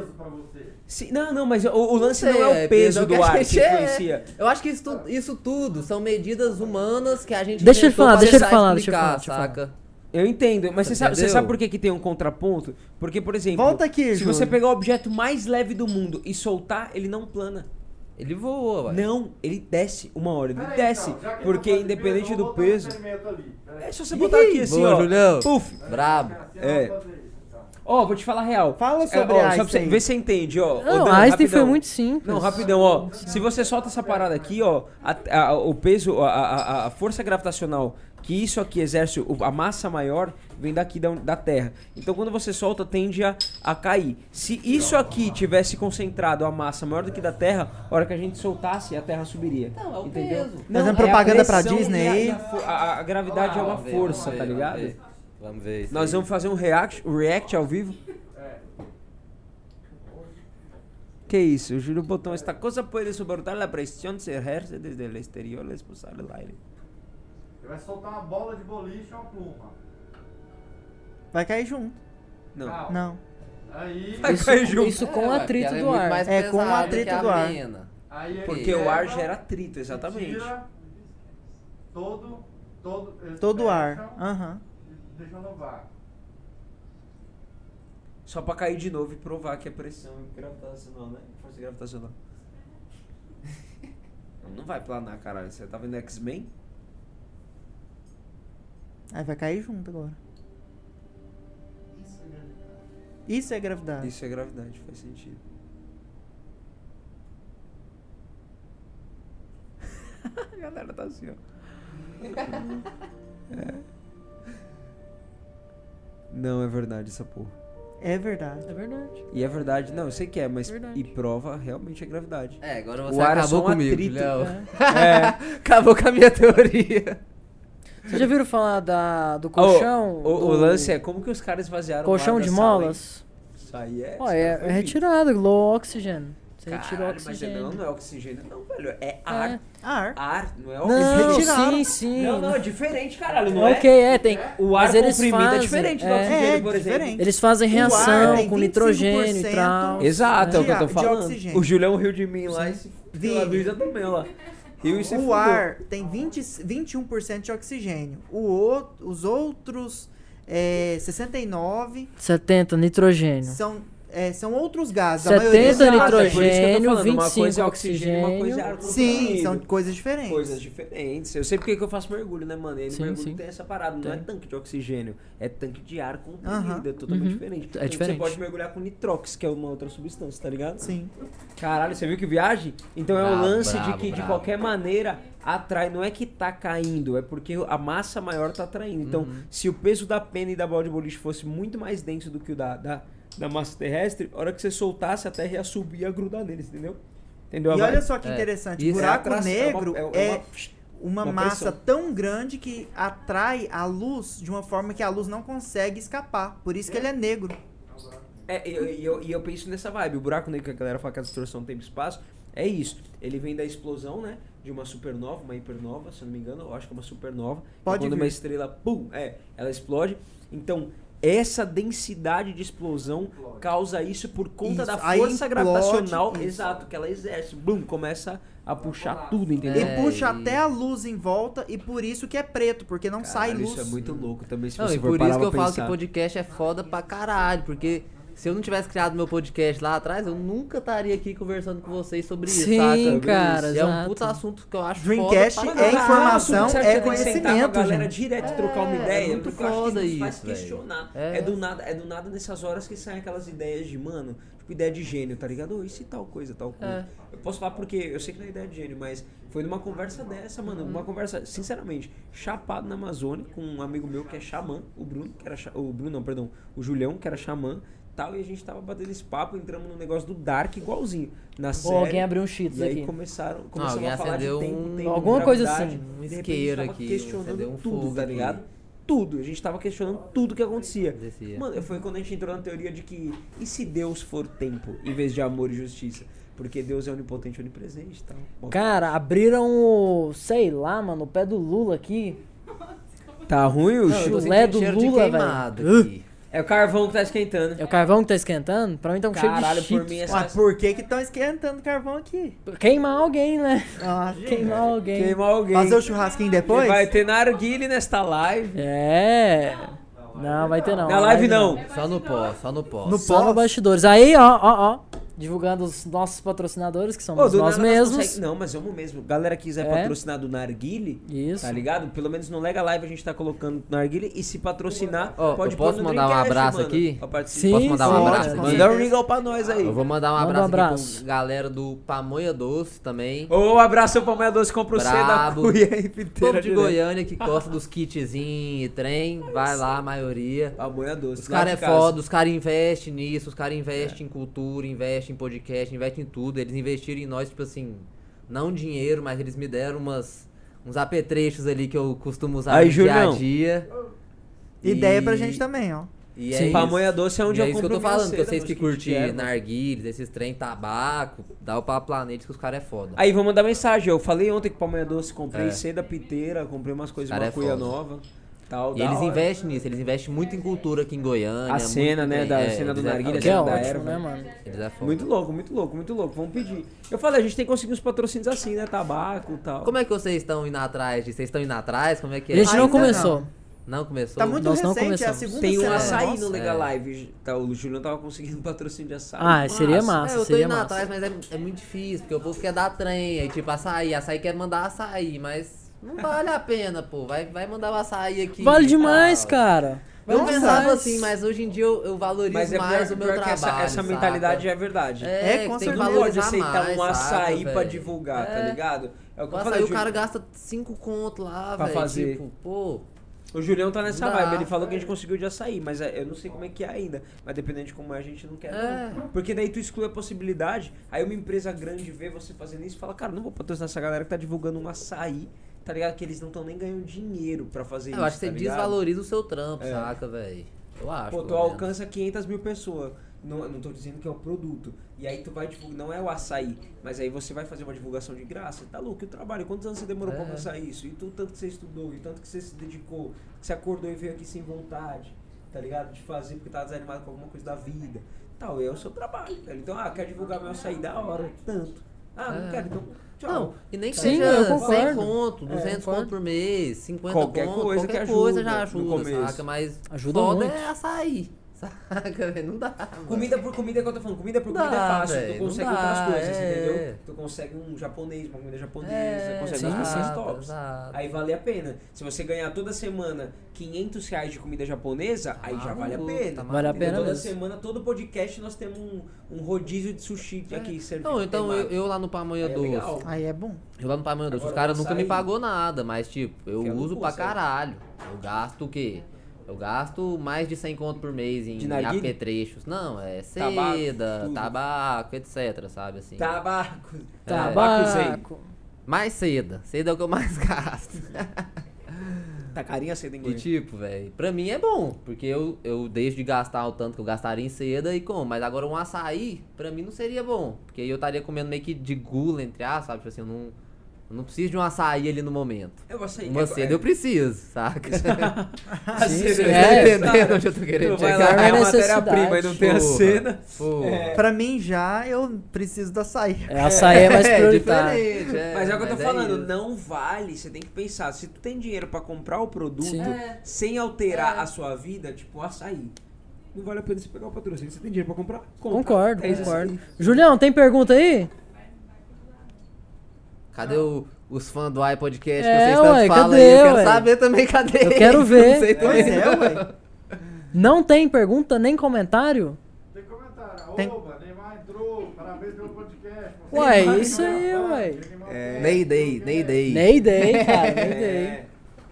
Speaker 3: Sim, não, não, mas o, o lance
Speaker 2: Não
Speaker 3: não,
Speaker 2: sei,
Speaker 3: é o peso
Speaker 2: é
Speaker 3: do
Speaker 2: que a
Speaker 3: ar que
Speaker 2: gente é.
Speaker 3: influencia.
Speaker 2: Eu acho que isso, tu- isso tudo são medidas humanas que a gente
Speaker 1: Deixa ele
Speaker 2: inventou
Speaker 1: falar,
Speaker 2: pra
Speaker 1: deixa ele
Speaker 2: tentar
Speaker 1: falar, deixa ele
Speaker 2: explicar,
Speaker 1: falar, deixa ele falar.
Speaker 2: saca?
Speaker 3: Eu entendo, mas você sabe, você
Speaker 2: Entendeu?
Speaker 3: sabe por que, que tem um contraponto? Porque, por exemplo,
Speaker 4: Volta aqui,
Speaker 3: se
Speaker 4: Júlio.
Speaker 3: você pegar o objeto mais leve do mundo e soltar, ele não plana.
Speaker 2: Ele voa, ué.
Speaker 3: Não, ele desce uma hora, ele desce.
Speaker 5: então,
Speaker 3: porque
Speaker 5: tá
Speaker 3: independente do
Speaker 5: um
Speaker 3: peso. É só você botar aqui assim,
Speaker 2: Boa,
Speaker 3: ó.
Speaker 2: Julião.
Speaker 3: Puf.
Speaker 2: Brabo.
Speaker 3: É.
Speaker 5: então,
Speaker 3: Ó, vou te falar a real.
Speaker 4: Fala
Speaker 3: É,
Speaker 4: sobre
Speaker 3: ó, só pra você,
Speaker 4: Einstein.
Speaker 3: Vê se você entende, ó. Ô,
Speaker 1: Não,
Speaker 3: Dan,
Speaker 1: Einstein foi
Speaker 3: rapidão.
Speaker 1: muito simples.
Speaker 3: Não, rapidão, ó. Se você solta essa parada aqui, ó, a- a- o peso, a, a- a força gravitacional que isso aqui exerce, o- a massa maior, vem daqui da, da Terra. Então quando você solta, tende a, a cair. Se isso aqui tivesse concentrado a massa maior do que da Terra, a hora que a gente soltasse, a Terra subiria.
Speaker 2: Não, é o
Speaker 3: Entendeu?
Speaker 2: peso.
Speaker 4: Fazendo
Speaker 3: a
Speaker 4: propaganda pra
Speaker 3: pressão
Speaker 4: Disney
Speaker 3: e a-
Speaker 4: aí.
Speaker 3: e a fo- A, a gravidade é uma
Speaker 2: Vamos ver,
Speaker 3: força,
Speaker 2: Ah, vamos
Speaker 3: tá
Speaker 2: ver,
Speaker 3: ligado?
Speaker 2: vamos ver. Vamos ver isso
Speaker 3: Nós
Speaker 2: aí.
Speaker 3: vamos fazer um react, um react ao vivo?
Speaker 5: é.
Speaker 3: Que isso, o Júlio Botão. Esta coisa pode suportar a pressão se ejerce desde o exterior e expulsar o aire.
Speaker 5: Ele vai soltar uma bola de boliche ou uma pluma.
Speaker 4: Vai cair junto.
Speaker 3: Não. tá
Speaker 4: Não.
Speaker 5: Aí,
Speaker 3: Vai
Speaker 1: Isso,
Speaker 3: cair junto.
Speaker 1: isso com
Speaker 2: é, ué,
Speaker 1: o
Speaker 2: porque
Speaker 1: atrito
Speaker 2: ela
Speaker 1: do
Speaker 2: muito
Speaker 1: ar.
Speaker 2: mais
Speaker 4: É,
Speaker 3: um
Speaker 4: com o
Speaker 2: pesada que
Speaker 4: atrito
Speaker 2: a
Speaker 4: do ar.
Speaker 2: mina.
Speaker 5: aí ele
Speaker 3: Porque o ar
Speaker 5: pega,
Speaker 3: gera atrito, exatamente.
Speaker 5: tira Todo, todo, ele
Speaker 4: Todo o ar.
Speaker 5: fecha
Speaker 4: Aham.
Speaker 5: e Deixa no vácuo.
Speaker 3: Só pra cair de novo e provar que é pressão gravitacional, né? Força gravitacional. Não, Não vai planar, caralho. Você tá vendo X-Men?
Speaker 4: Aí vai cair junto agora. Isso é gravidade.
Speaker 3: Isso é gravidade, faz sentido. A galera tá assim, ó. É. Não, é verdade essa porra.
Speaker 4: É verdade.
Speaker 1: É verdade.
Speaker 3: E é verdade, não, eu sei que é, mas
Speaker 1: Verdade.
Speaker 3: e prova realmente é gravidade.
Speaker 2: É, agora você
Speaker 3: O ar é
Speaker 2: acabou
Speaker 3: só um
Speaker 2: comigo,
Speaker 3: atrito,
Speaker 2: Julião.
Speaker 1: É.
Speaker 2: É,
Speaker 3: né?
Speaker 2: acabou com a minha teoria.
Speaker 1: Vocês já viram falar da, do colchão?
Speaker 3: o,
Speaker 1: do
Speaker 3: o lance é como que os caras esvaziaram o
Speaker 1: Colchão
Speaker 3: ar
Speaker 1: de
Speaker 3: da sala, hein?
Speaker 1: molas?
Speaker 3: Isso aí é.
Speaker 1: Ó, é, é retirado, low oxygen. Você retira o
Speaker 3: Mas é- não,
Speaker 1: oxigênio.
Speaker 3: não é oxigênio, não, velho. É ar.
Speaker 4: Ar.
Speaker 3: Ar, não é oxigênio.
Speaker 1: Não,
Speaker 4: retiraram.
Speaker 1: sim, sim.
Speaker 3: Não, não, é diferente, caralho, não é?
Speaker 1: ok, é, tem.
Speaker 3: O ar
Speaker 1: mas eles
Speaker 3: comprimido
Speaker 1: fazem,
Speaker 3: é diferente do
Speaker 1: é.
Speaker 3: oxigênio,
Speaker 4: É,
Speaker 3: por exemplo.
Speaker 4: diferente.
Speaker 1: Eles fazem
Speaker 4: O ar
Speaker 1: reação
Speaker 4: tem
Speaker 1: com nitrogênio e
Speaker 4: 25%
Speaker 1: tal.
Speaker 3: Exato, é o
Speaker 4: De
Speaker 3: que eu tô
Speaker 4: a- de
Speaker 3: falando.
Speaker 4: oxigênio.
Speaker 3: O Julião riu de mim lá e se
Speaker 4: Vi.
Speaker 3: fudeu. A Luísa também lá. Riu e é se
Speaker 4: O
Speaker 3: fudeu.
Speaker 4: ar tem 20, 21% de oxigênio. O outro, os outros é, 69
Speaker 1: 70, nitrogênio.
Speaker 4: são, é, são outros gases. A
Speaker 1: 70
Speaker 4: maioria
Speaker 3: Exato, é por isso que eu tô
Speaker 1: nitrogênio,
Speaker 3: falando, uma
Speaker 1: 25
Speaker 3: coisa é oxigênio, uma coisa é ar
Speaker 4: Sim, são
Speaker 3: comprimido.
Speaker 4: coisas diferentes.
Speaker 3: coisas diferentes. Eu sei porque que eu faço mergulho, né, mano? E aí no
Speaker 1: Sim,
Speaker 3: mergulho
Speaker 1: sim.
Speaker 3: tem essa parada, não é
Speaker 1: Tem.
Speaker 3: tanque de oxigênio, é tanque de ar comprimido,
Speaker 4: Aham.
Speaker 3: é totalmente
Speaker 1: Uhum.
Speaker 3: diferente. Tanto que Você
Speaker 1: diferente.
Speaker 3: pode mergulhar com nitrox, que é uma outra substância, tá ligado?
Speaker 4: Sim.
Speaker 3: Caralho, você viu que viagem? Então é o
Speaker 2: Brabo,
Speaker 3: lance de
Speaker 2: brabo,
Speaker 3: que de
Speaker 2: brabo.
Speaker 3: qualquer maneira atrai, não é que tá caindo, é porque a massa maior tá atraindo. Então,
Speaker 1: Uhum.
Speaker 3: se o peso da pena e da bola de boliche fosse muito mais denso do que o da, da, da massa terrestre, a hora que você soltasse a terra ia subir e ia grudar neles, entendeu? Entendeu? a
Speaker 4: E olha
Speaker 3: vibe?
Speaker 4: só que
Speaker 2: É.
Speaker 4: interessante.
Speaker 2: Isso é
Speaker 4: buraco
Speaker 3: atração, é uma-
Speaker 4: negro
Speaker 3: é uma-
Speaker 4: é uma,
Speaker 3: uma
Speaker 4: massa
Speaker 3: pressão.
Speaker 4: tão grande que atrai a luz de uma forma que a luz não consegue escapar. Por isso que ele é negro.
Speaker 3: É, e eu, e eu, e eu penso nessa vibe. O buraco negro que a galera fala que é a distorção tempo e espaço é isso. Ele vem da explosão, né? De uma supernova, uma hipernova, se eu não me engano, eu acho que é uma supernova. E
Speaker 4: Pode
Speaker 3: Quando
Speaker 4: vir.
Speaker 3: uma estrela, pum, é, ela explode. Então, essa densidade de explosão causa isso por conta
Speaker 4: Isso,
Speaker 3: da
Speaker 4: aí
Speaker 3: força
Speaker 4: implode,
Speaker 3: gravitacional,
Speaker 4: isso.
Speaker 3: exato, que ela exerce. Bum, começa a puxar tudo, entendeu?
Speaker 4: Ele
Speaker 2: É,
Speaker 4: puxa
Speaker 2: e-
Speaker 4: até a luz em volta e por isso que é preto, porque não sai
Speaker 3: Caralho,
Speaker 4: luz.
Speaker 3: Isso é muito louco também, se
Speaker 2: Não,
Speaker 3: você
Speaker 2: e
Speaker 3: for
Speaker 2: por
Speaker 3: parar
Speaker 2: isso que eu
Speaker 3: pra
Speaker 2: falo que
Speaker 3: pensar.
Speaker 2: podcast é foda pra caralho, porque Se eu não tivesse criado meu podcast lá atrás, eu nunca estaria aqui conversando com vocês sobre isso,
Speaker 1: Sim,
Speaker 2: saca?
Speaker 1: cara,
Speaker 2: E é um
Speaker 1: exato.
Speaker 2: puta assunto que eu acho
Speaker 4: Dreamcast
Speaker 2: foda pra
Speaker 4: é
Speaker 2: caralho.
Speaker 4: informação,
Speaker 3: Sabe
Speaker 4: é
Speaker 3: que tem que sentar com
Speaker 4: conhecimento,
Speaker 3: a galera
Speaker 4: gente.
Speaker 3: direto trocar uma
Speaker 2: É,
Speaker 3: ideia.
Speaker 2: é muito
Speaker 3: porque eu acho que
Speaker 2: foda
Speaker 3: isso faz
Speaker 2: isso, velho.
Speaker 3: questionar.
Speaker 2: É.
Speaker 3: É. do nada, é do nada nessas horas que saem aquelas ideias de, mano, tipo ideia de gênio, tá ligado? Ô, E se tal coisa, tal coisa.
Speaker 2: É.
Speaker 3: Eu posso falar porque eu sei que não é ideia de gênio, mas foi numa conversa dessa, mano,
Speaker 2: Uhum.
Speaker 3: uma conversa, sinceramente, chapado na Amazônia com um amigo meu que é xamã, o Bruno, que era xa- o Bruno, não, perdão, o Julião, que era xamã, tal, e a gente tava batendo esse papo, entramos no negócio do Dark igualzinho, na série.
Speaker 1: Ou alguém abriu um cheats
Speaker 3: E aí
Speaker 1: aqui.
Speaker 3: começaram, começaram
Speaker 2: alguém
Speaker 3: a falar de
Speaker 2: acendeu
Speaker 3: tempo,
Speaker 2: um-
Speaker 3: tempo,
Speaker 1: alguma coisa assim,
Speaker 3: gravidade.
Speaker 2: um
Speaker 3: De repente,
Speaker 2: isqueiro
Speaker 3: tava
Speaker 2: aqui,
Speaker 3: questionando
Speaker 2: acendeu um
Speaker 3: tudo,
Speaker 2: fogo
Speaker 3: tá
Speaker 2: aqui.
Speaker 3: ligado? Tudo, a gente tava questionando tudo que acontecia.
Speaker 2: Descia.
Speaker 3: Mano, foi quando a gente entrou na teoria de que e se Deus for tempo em vez de amor e justiça? Porque Deus é onipotente e onipresente e tal. Bom,
Speaker 1: Cara, abriram o. sei lá, mano, o pé do Lula aqui.
Speaker 3: tá ruim o
Speaker 1: Não, eu
Speaker 3: chu?
Speaker 1: tô
Speaker 2: Sentindo
Speaker 1: Lé do
Speaker 2: Tipo assim, cheiro
Speaker 1: Lula,
Speaker 2: de queimado
Speaker 1: velho.
Speaker 2: aqui.
Speaker 3: É o carvão que tá esquentando.
Speaker 1: É o carvão que tá esquentando? Pra mim tá um cheiro
Speaker 3: Caralho,
Speaker 1: de cheetos.
Speaker 3: por mim é
Speaker 4: Ué, por que que estão esquentando carvão aqui?
Speaker 1: Queimar alguém, né?
Speaker 4: Ah,
Speaker 1: Queimar alguém.
Speaker 3: queimar alguém.
Speaker 4: fazer o churrasquinho depois?
Speaker 3: E Vai ter narguile nesta live.
Speaker 1: É. Não, vai ter não.
Speaker 3: Na live não.
Speaker 2: Só no pó, só no pó.
Speaker 4: No
Speaker 1: Só no
Speaker 4: pós?
Speaker 1: bastidores. Aí, ó, ó, ó. Divulgando os nossos patrocinadores, que
Speaker 3: Ô,
Speaker 1: somos
Speaker 3: do
Speaker 1: nós
Speaker 3: nada
Speaker 1: mesmos.
Speaker 3: consegue- Não, mas vamos mesmo. Galera que quiser
Speaker 1: É.
Speaker 3: patrocinar do narguile,
Speaker 1: Isso.
Speaker 3: tá ligado? Pelo menos no Lega Live a gente tá colocando narguile. E se patrocinar,
Speaker 2: Ó,
Speaker 3: pode
Speaker 2: eu posso
Speaker 3: pôr no
Speaker 2: mandar um
Speaker 3: Dreamcast,
Speaker 2: abraço
Speaker 3: mano,
Speaker 2: aqui?
Speaker 3: pra participar.
Speaker 1: Sim,
Speaker 2: Posso mandar um
Speaker 1: sim.
Speaker 2: abraço
Speaker 4: Pode,
Speaker 2: aqui?
Speaker 3: Manda um ringal pra nós aí.
Speaker 2: Eu vou mandar um
Speaker 1: Manda um
Speaker 2: abraço, aqui
Speaker 1: abraço.
Speaker 2: pra galera do Pamonha Doce também.
Speaker 3: Ô, um abraço pro Palmeiras Doce, compra o C da
Speaker 2: Brabo.
Speaker 3: cuia aí,
Speaker 2: povo
Speaker 3: piteira
Speaker 2: de Goiânia que gosta dos kitzinhos e trem, vai lá, a maioria.
Speaker 3: Pamonha Doce.
Speaker 2: Os
Speaker 3: lá
Speaker 2: caras é
Speaker 3: de casa.
Speaker 2: foda, os caras investem nisso, os caras investem em cultura, investem em podcast, investem em tudo. Eles investiram em nós, tipo assim, não dinheiro, mas eles me deram umas, uns apetrechos ali que eu costumo usar
Speaker 3: Aí,
Speaker 2: no dia a
Speaker 3: Julião.
Speaker 2: dia.
Speaker 4: Ideia pra
Speaker 2: E-
Speaker 4: gente também, ó.
Speaker 2: E é
Speaker 1: Sim.
Speaker 2: isso.
Speaker 3: Pamonha Doce é onde
Speaker 2: E
Speaker 3: eu
Speaker 2: é isso que eu
Speaker 3: compro
Speaker 2: tô
Speaker 3: minha
Speaker 2: falando, que
Speaker 3: seda,
Speaker 2: vocês
Speaker 3: mas
Speaker 2: que
Speaker 3: o quiser,
Speaker 2: curtem
Speaker 3: mano.
Speaker 2: narguilhos, esses trem, tabaco, dá o papo planeta que os caras é foda.
Speaker 3: Aí, vou mandar mensagem. Eu falei ontem que o Palmeiras Doce comprei
Speaker 2: É.
Speaker 3: seda piteira, comprei umas coisas,
Speaker 2: Cara
Speaker 3: uma
Speaker 2: é
Speaker 3: cuia
Speaker 2: foda.
Speaker 3: nova. Tal,
Speaker 2: E
Speaker 3: da
Speaker 2: eles
Speaker 3: hora.
Speaker 2: investem nisso, eles investem muito em cultura aqui em Goiânia.
Speaker 3: A cena,
Speaker 2: muito
Speaker 3: né,
Speaker 2: bem,
Speaker 3: da
Speaker 2: é,
Speaker 3: cena do
Speaker 2: eles é
Speaker 3: narguilha,
Speaker 2: foda.
Speaker 1: Que é
Speaker 3: da
Speaker 1: ótimo,
Speaker 3: erva.
Speaker 1: né, mano?
Speaker 2: Eles é foda.
Speaker 3: Muito louco, muito louco, muito louco. Vamos pedir. Eu falei, a gente tem que conseguir uns patrocínios assim, né? Tabaco e tal.
Speaker 2: Como é que vocês estão indo atrás disso? Vocês estão indo atrás? Como é que
Speaker 1: A
Speaker 2: é?
Speaker 1: gente não
Speaker 4: Ainda
Speaker 1: começou.
Speaker 2: Não começou?
Speaker 4: Tá muito
Speaker 1: Nós não
Speaker 4: recente, é a
Speaker 1: começamos.
Speaker 4: segunda
Speaker 3: Tem um
Speaker 4: semana
Speaker 3: açaí
Speaker 4: nossa.
Speaker 3: no Lega
Speaker 2: É.
Speaker 3: Live. Tá, o Julião tava conseguindo patrocínio de açaí.
Speaker 1: Ah, seria massa,
Speaker 2: É, eu tô
Speaker 1: seria
Speaker 2: indo
Speaker 1: massa.
Speaker 2: atrás, mas é, é muito difícil, porque o povo quer dar trem, aí tipo açaí, açaí quer mandar açaí, mas não vale a pena, pô. Vai, vai mandar o açaí aqui.
Speaker 1: Vale
Speaker 2: e
Speaker 3: tá
Speaker 1: demais,
Speaker 2: tal.
Speaker 1: cara.
Speaker 2: Eu
Speaker 1: Vale
Speaker 2: pensava
Speaker 1: demais.
Speaker 2: assim, mas hoje em dia eu, eu valorizo
Speaker 3: Mas é pior-
Speaker 2: mais o meu
Speaker 3: pior que
Speaker 2: trabalho.
Speaker 3: essa, essa
Speaker 2: saca?
Speaker 3: mentalidade é verdade.
Speaker 2: É,
Speaker 4: É,
Speaker 2: que
Speaker 4: com
Speaker 2: tem que
Speaker 4: certeza.
Speaker 3: Não pode
Speaker 2: valorizar
Speaker 3: aceitar
Speaker 2: mais,
Speaker 3: um açaí
Speaker 2: saca,
Speaker 3: pra
Speaker 2: velho?
Speaker 3: divulgar, tá
Speaker 2: É.
Speaker 3: ligado? É o que
Speaker 2: O
Speaker 3: eu
Speaker 2: açaí
Speaker 3: falei.
Speaker 2: o cara
Speaker 3: Ju-
Speaker 2: gasta 5 conto lá,
Speaker 3: Pra
Speaker 2: velho.
Speaker 3: fazer.
Speaker 2: Tipo, pô.
Speaker 3: O Julião tá nessa
Speaker 2: Dá.
Speaker 3: vibe. Ele falou que a gente conseguiu de açaí, mas é, eu não sei como é que é ainda. Mas dependendo de como é, a gente não quer.
Speaker 2: É.
Speaker 3: não. Porque daí tu exclui a possibilidade. Aí uma empresa grande vê você fazendo isso e fala: Cara, não vou patrocinar essa galera que tá divulgando um açaí, tá ligado? Que eles não estão nem ganhando dinheiro pra fazer isso.
Speaker 2: Eu acho que
Speaker 3: tá
Speaker 2: você
Speaker 3: ligado?
Speaker 2: desvaloriza o seu trampo,
Speaker 3: É.
Speaker 2: saca, velho? Eu acho.
Speaker 3: Pô, tu
Speaker 2: pelo menos.
Speaker 3: alcança 500 mil pessoas. Não, eu não tô dizendo que é o produto. E aí tu vai divulgar, não é o açaí, mas aí você vai fazer uma divulgação de graça. Tá louco, e o trabalho? Quantos anos você demorou pra
Speaker 2: É.
Speaker 3: alcançar isso? E tu, tanto que você estudou, e tanto que você se dedicou, que você acordou e veio aqui sem vontade, tá ligado? De fazer porque tava desanimado com alguma coisa da vida. Tal, e é o seu trabalho, cara. Então, ah, quer divulgar meu açaí da hora, tanto. Ah, não
Speaker 2: É.
Speaker 3: quero, então. Tchau.
Speaker 2: Não, e nem que
Speaker 1: Sim, eu
Speaker 2: seja 100
Speaker 1: concordo. É,
Speaker 2: conto, 200
Speaker 1: concordo.
Speaker 2: conto por mês, 50
Speaker 3: Qualquer
Speaker 2: conto,
Speaker 3: coisa
Speaker 2: qualquer
Speaker 3: que
Speaker 2: coisa
Speaker 3: ajuda
Speaker 2: já
Speaker 3: no
Speaker 2: ajuda,
Speaker 3: começo.
Speaker 2: saca? Mas
Speaker 1: Ajuda
Speaker 2: foda
Speaker 1: muito.
Speaker 2: é açaí, saca, velho? Não dá. mano.
Speaker 3: Comida por comida é o que eu tô falando. Comida por
Speaker 2: Dá,
Speaker 3: comida é fácil.
Speaker 2: véi,
Speaker 3: tu
Speaker 2: não
Speaker 3: consegue
Speaker 2: dá,
Speaker 3: outras coisas,
Speaker 2: é.
Speaker 3: entendeu? Tu consegue um japonês, uma comida japonesa,
Speaker 2: É,
Speaker 3: consegue
Speaker 1: sim,
Speaker 3: umas coisas
Speaker 2: exato,
Speaker 3: tops.
Speaker 2: exato.
Speaker 3: Aí vale a pena. Se você ganhar toda semana 500 reais de comida japonesa, aí já vale a
Speaker 2: maluco,
Speaker 3: pena.
Speaker 2: tá
Speaker 1: Vale a
Speaker 3: Entendeu?
Speaker 1: pena
Speaker 3: Toda
Speaker 1: mesmo.
Speaker 3: semana, todo podcast, nós temos um, um rodízio de sushi
Speaker 2: É.
Speaker 3: aqui servido.
Speaker 2: Não, então eu,
Speaker 3: temaki.
Speaker 2: eu lá no Pamonha
Speaker 3: Aí é
Speaker 2: Doce.
Speaker 3: legal.
Speaker 4: Aí é bom.
Speaker 2: eu lá no Pamonha Doce, os
Speaker 3: Agora
Speaker 2: caras
Speaker 3: o
Speaker 2: nunca me
Speaker 3: açaí.
Speaker 2: pagou nada, mas tipo, eu
Speaker 3: Que é
Speaker 2: uso
Speaker 3: loucura,
Speaker 2: pra
Speaker 3: sabe?
Speaker 2: caralho. Eu gasto o quê? Eu gasto mais de 100 conto por mês em
Speaker 3: De narguilé?
Speaker 2: apetrechos. Não, é
Speaker 3: Tabaco,
Speaker 2: seda,
Speaker 3: tudo. Tá.
Speaker 2: tabaco, etc, sabe assim.
Speaker 3: Tabaco. É,
Speaker 1: Tabaco.
Speaker 2: Mais seda. Seda é o que eu mais gasto.
Speaker 3: Tá carinha cedo em
Speaker 2: E
Speaker 3: Goiânia.
Speaker 2: tipo, velho, pra mim é bom, porque eu, eu deixo de gastar o tanto que eu gastaria em seda e como, mas agora um açaí, pra mim não seria bom, porque aí eu estaria comendo meio que de gula, entre aspas, sabe? Tipo assim, eu não, eu não preciso de um açaí ali no momento.
Speaker 3: Eu vou sair.
Speaker 2: Uma seda eu preciso, saca?
Speaker 3: A seda
Speaker 1: sim,
Speaker 3: eu
Speaker 1: é.
Speaker 2: né?
Speaker 3: preciso.
Speaker 2: Entendendo onde eu tô querendo
Speaker 3: Tu vai
Speaker 1: é
Speaker 3: lá,
Speaker 1: a
Speaker 3: ganha
Speaker 1: necessidade.
Speaker 3: matéria-prima e não tem a
Speaker 2: Porra,
Speaker 3: cena.
Speaker 2: porra.
Speaker 3: É.
Speaker 4: Pra mim já, eu preciso da açaí.
Speaker 1: É, açaí é mais prioritário.
Speaker 2: diferente, é,
Speaker 3: Mas é o que eu tô
Speaker 2: isso.
Speaker 3: falando, não vale, você tem que pensar, se tu tem dinheiro pra comprar o produto
Speaker 1: Sim.
Speaker 3: sem alterar a sua vida, tipo o açaí. não vale a pena você pegar o patrocínio. Você tem dinheiro pra comprar? Compra.
Speaker 1: Concordo,
Speaker 3: É isso
Speaker 1: concordo.
Speaker 3: aí.
Speaker 1: Julião, tem pergunta aí?
Speaker 2: Cadê o- os fãs do iPodcast
Speaker 1: É,
Speaker 2: que vocês tanto
Speaker 1: ué,
Speaker 2: falam
Speaker 1: cadê,
Speaker 2: aí? Eu quero
Speaker 1: ué?
Speaker 2: saber também, cadê?
Speaker 1: Eu quero
Speaker 2: eles?
Speaker 1: ver.
Speaker 2: Não sei
Speaker 4: Pois
Speaker 2: também.
Speaker 4: é, ué.
Speaker 1: Não tem pergunta nem comentário?
Speaker 5: Tem comentário.
Speaker 4: Tem-
Speaker 5: Oba, Neymar entrou. Parabéns pelo podcast. Você
Speaker 1: Ué,
Speaker 5: é
Speaker 1: isso aí,
Speaker 5: engraçado,
Speaker 1: ué.
Speaker 5: Neymar
Speaker 3: É.
Speaker 5: Pérez,
Speaker 2: Ney Day, Ney Day.
Speaker 1: Nem ideia, cara, nem ideia.
Speaker 3: É.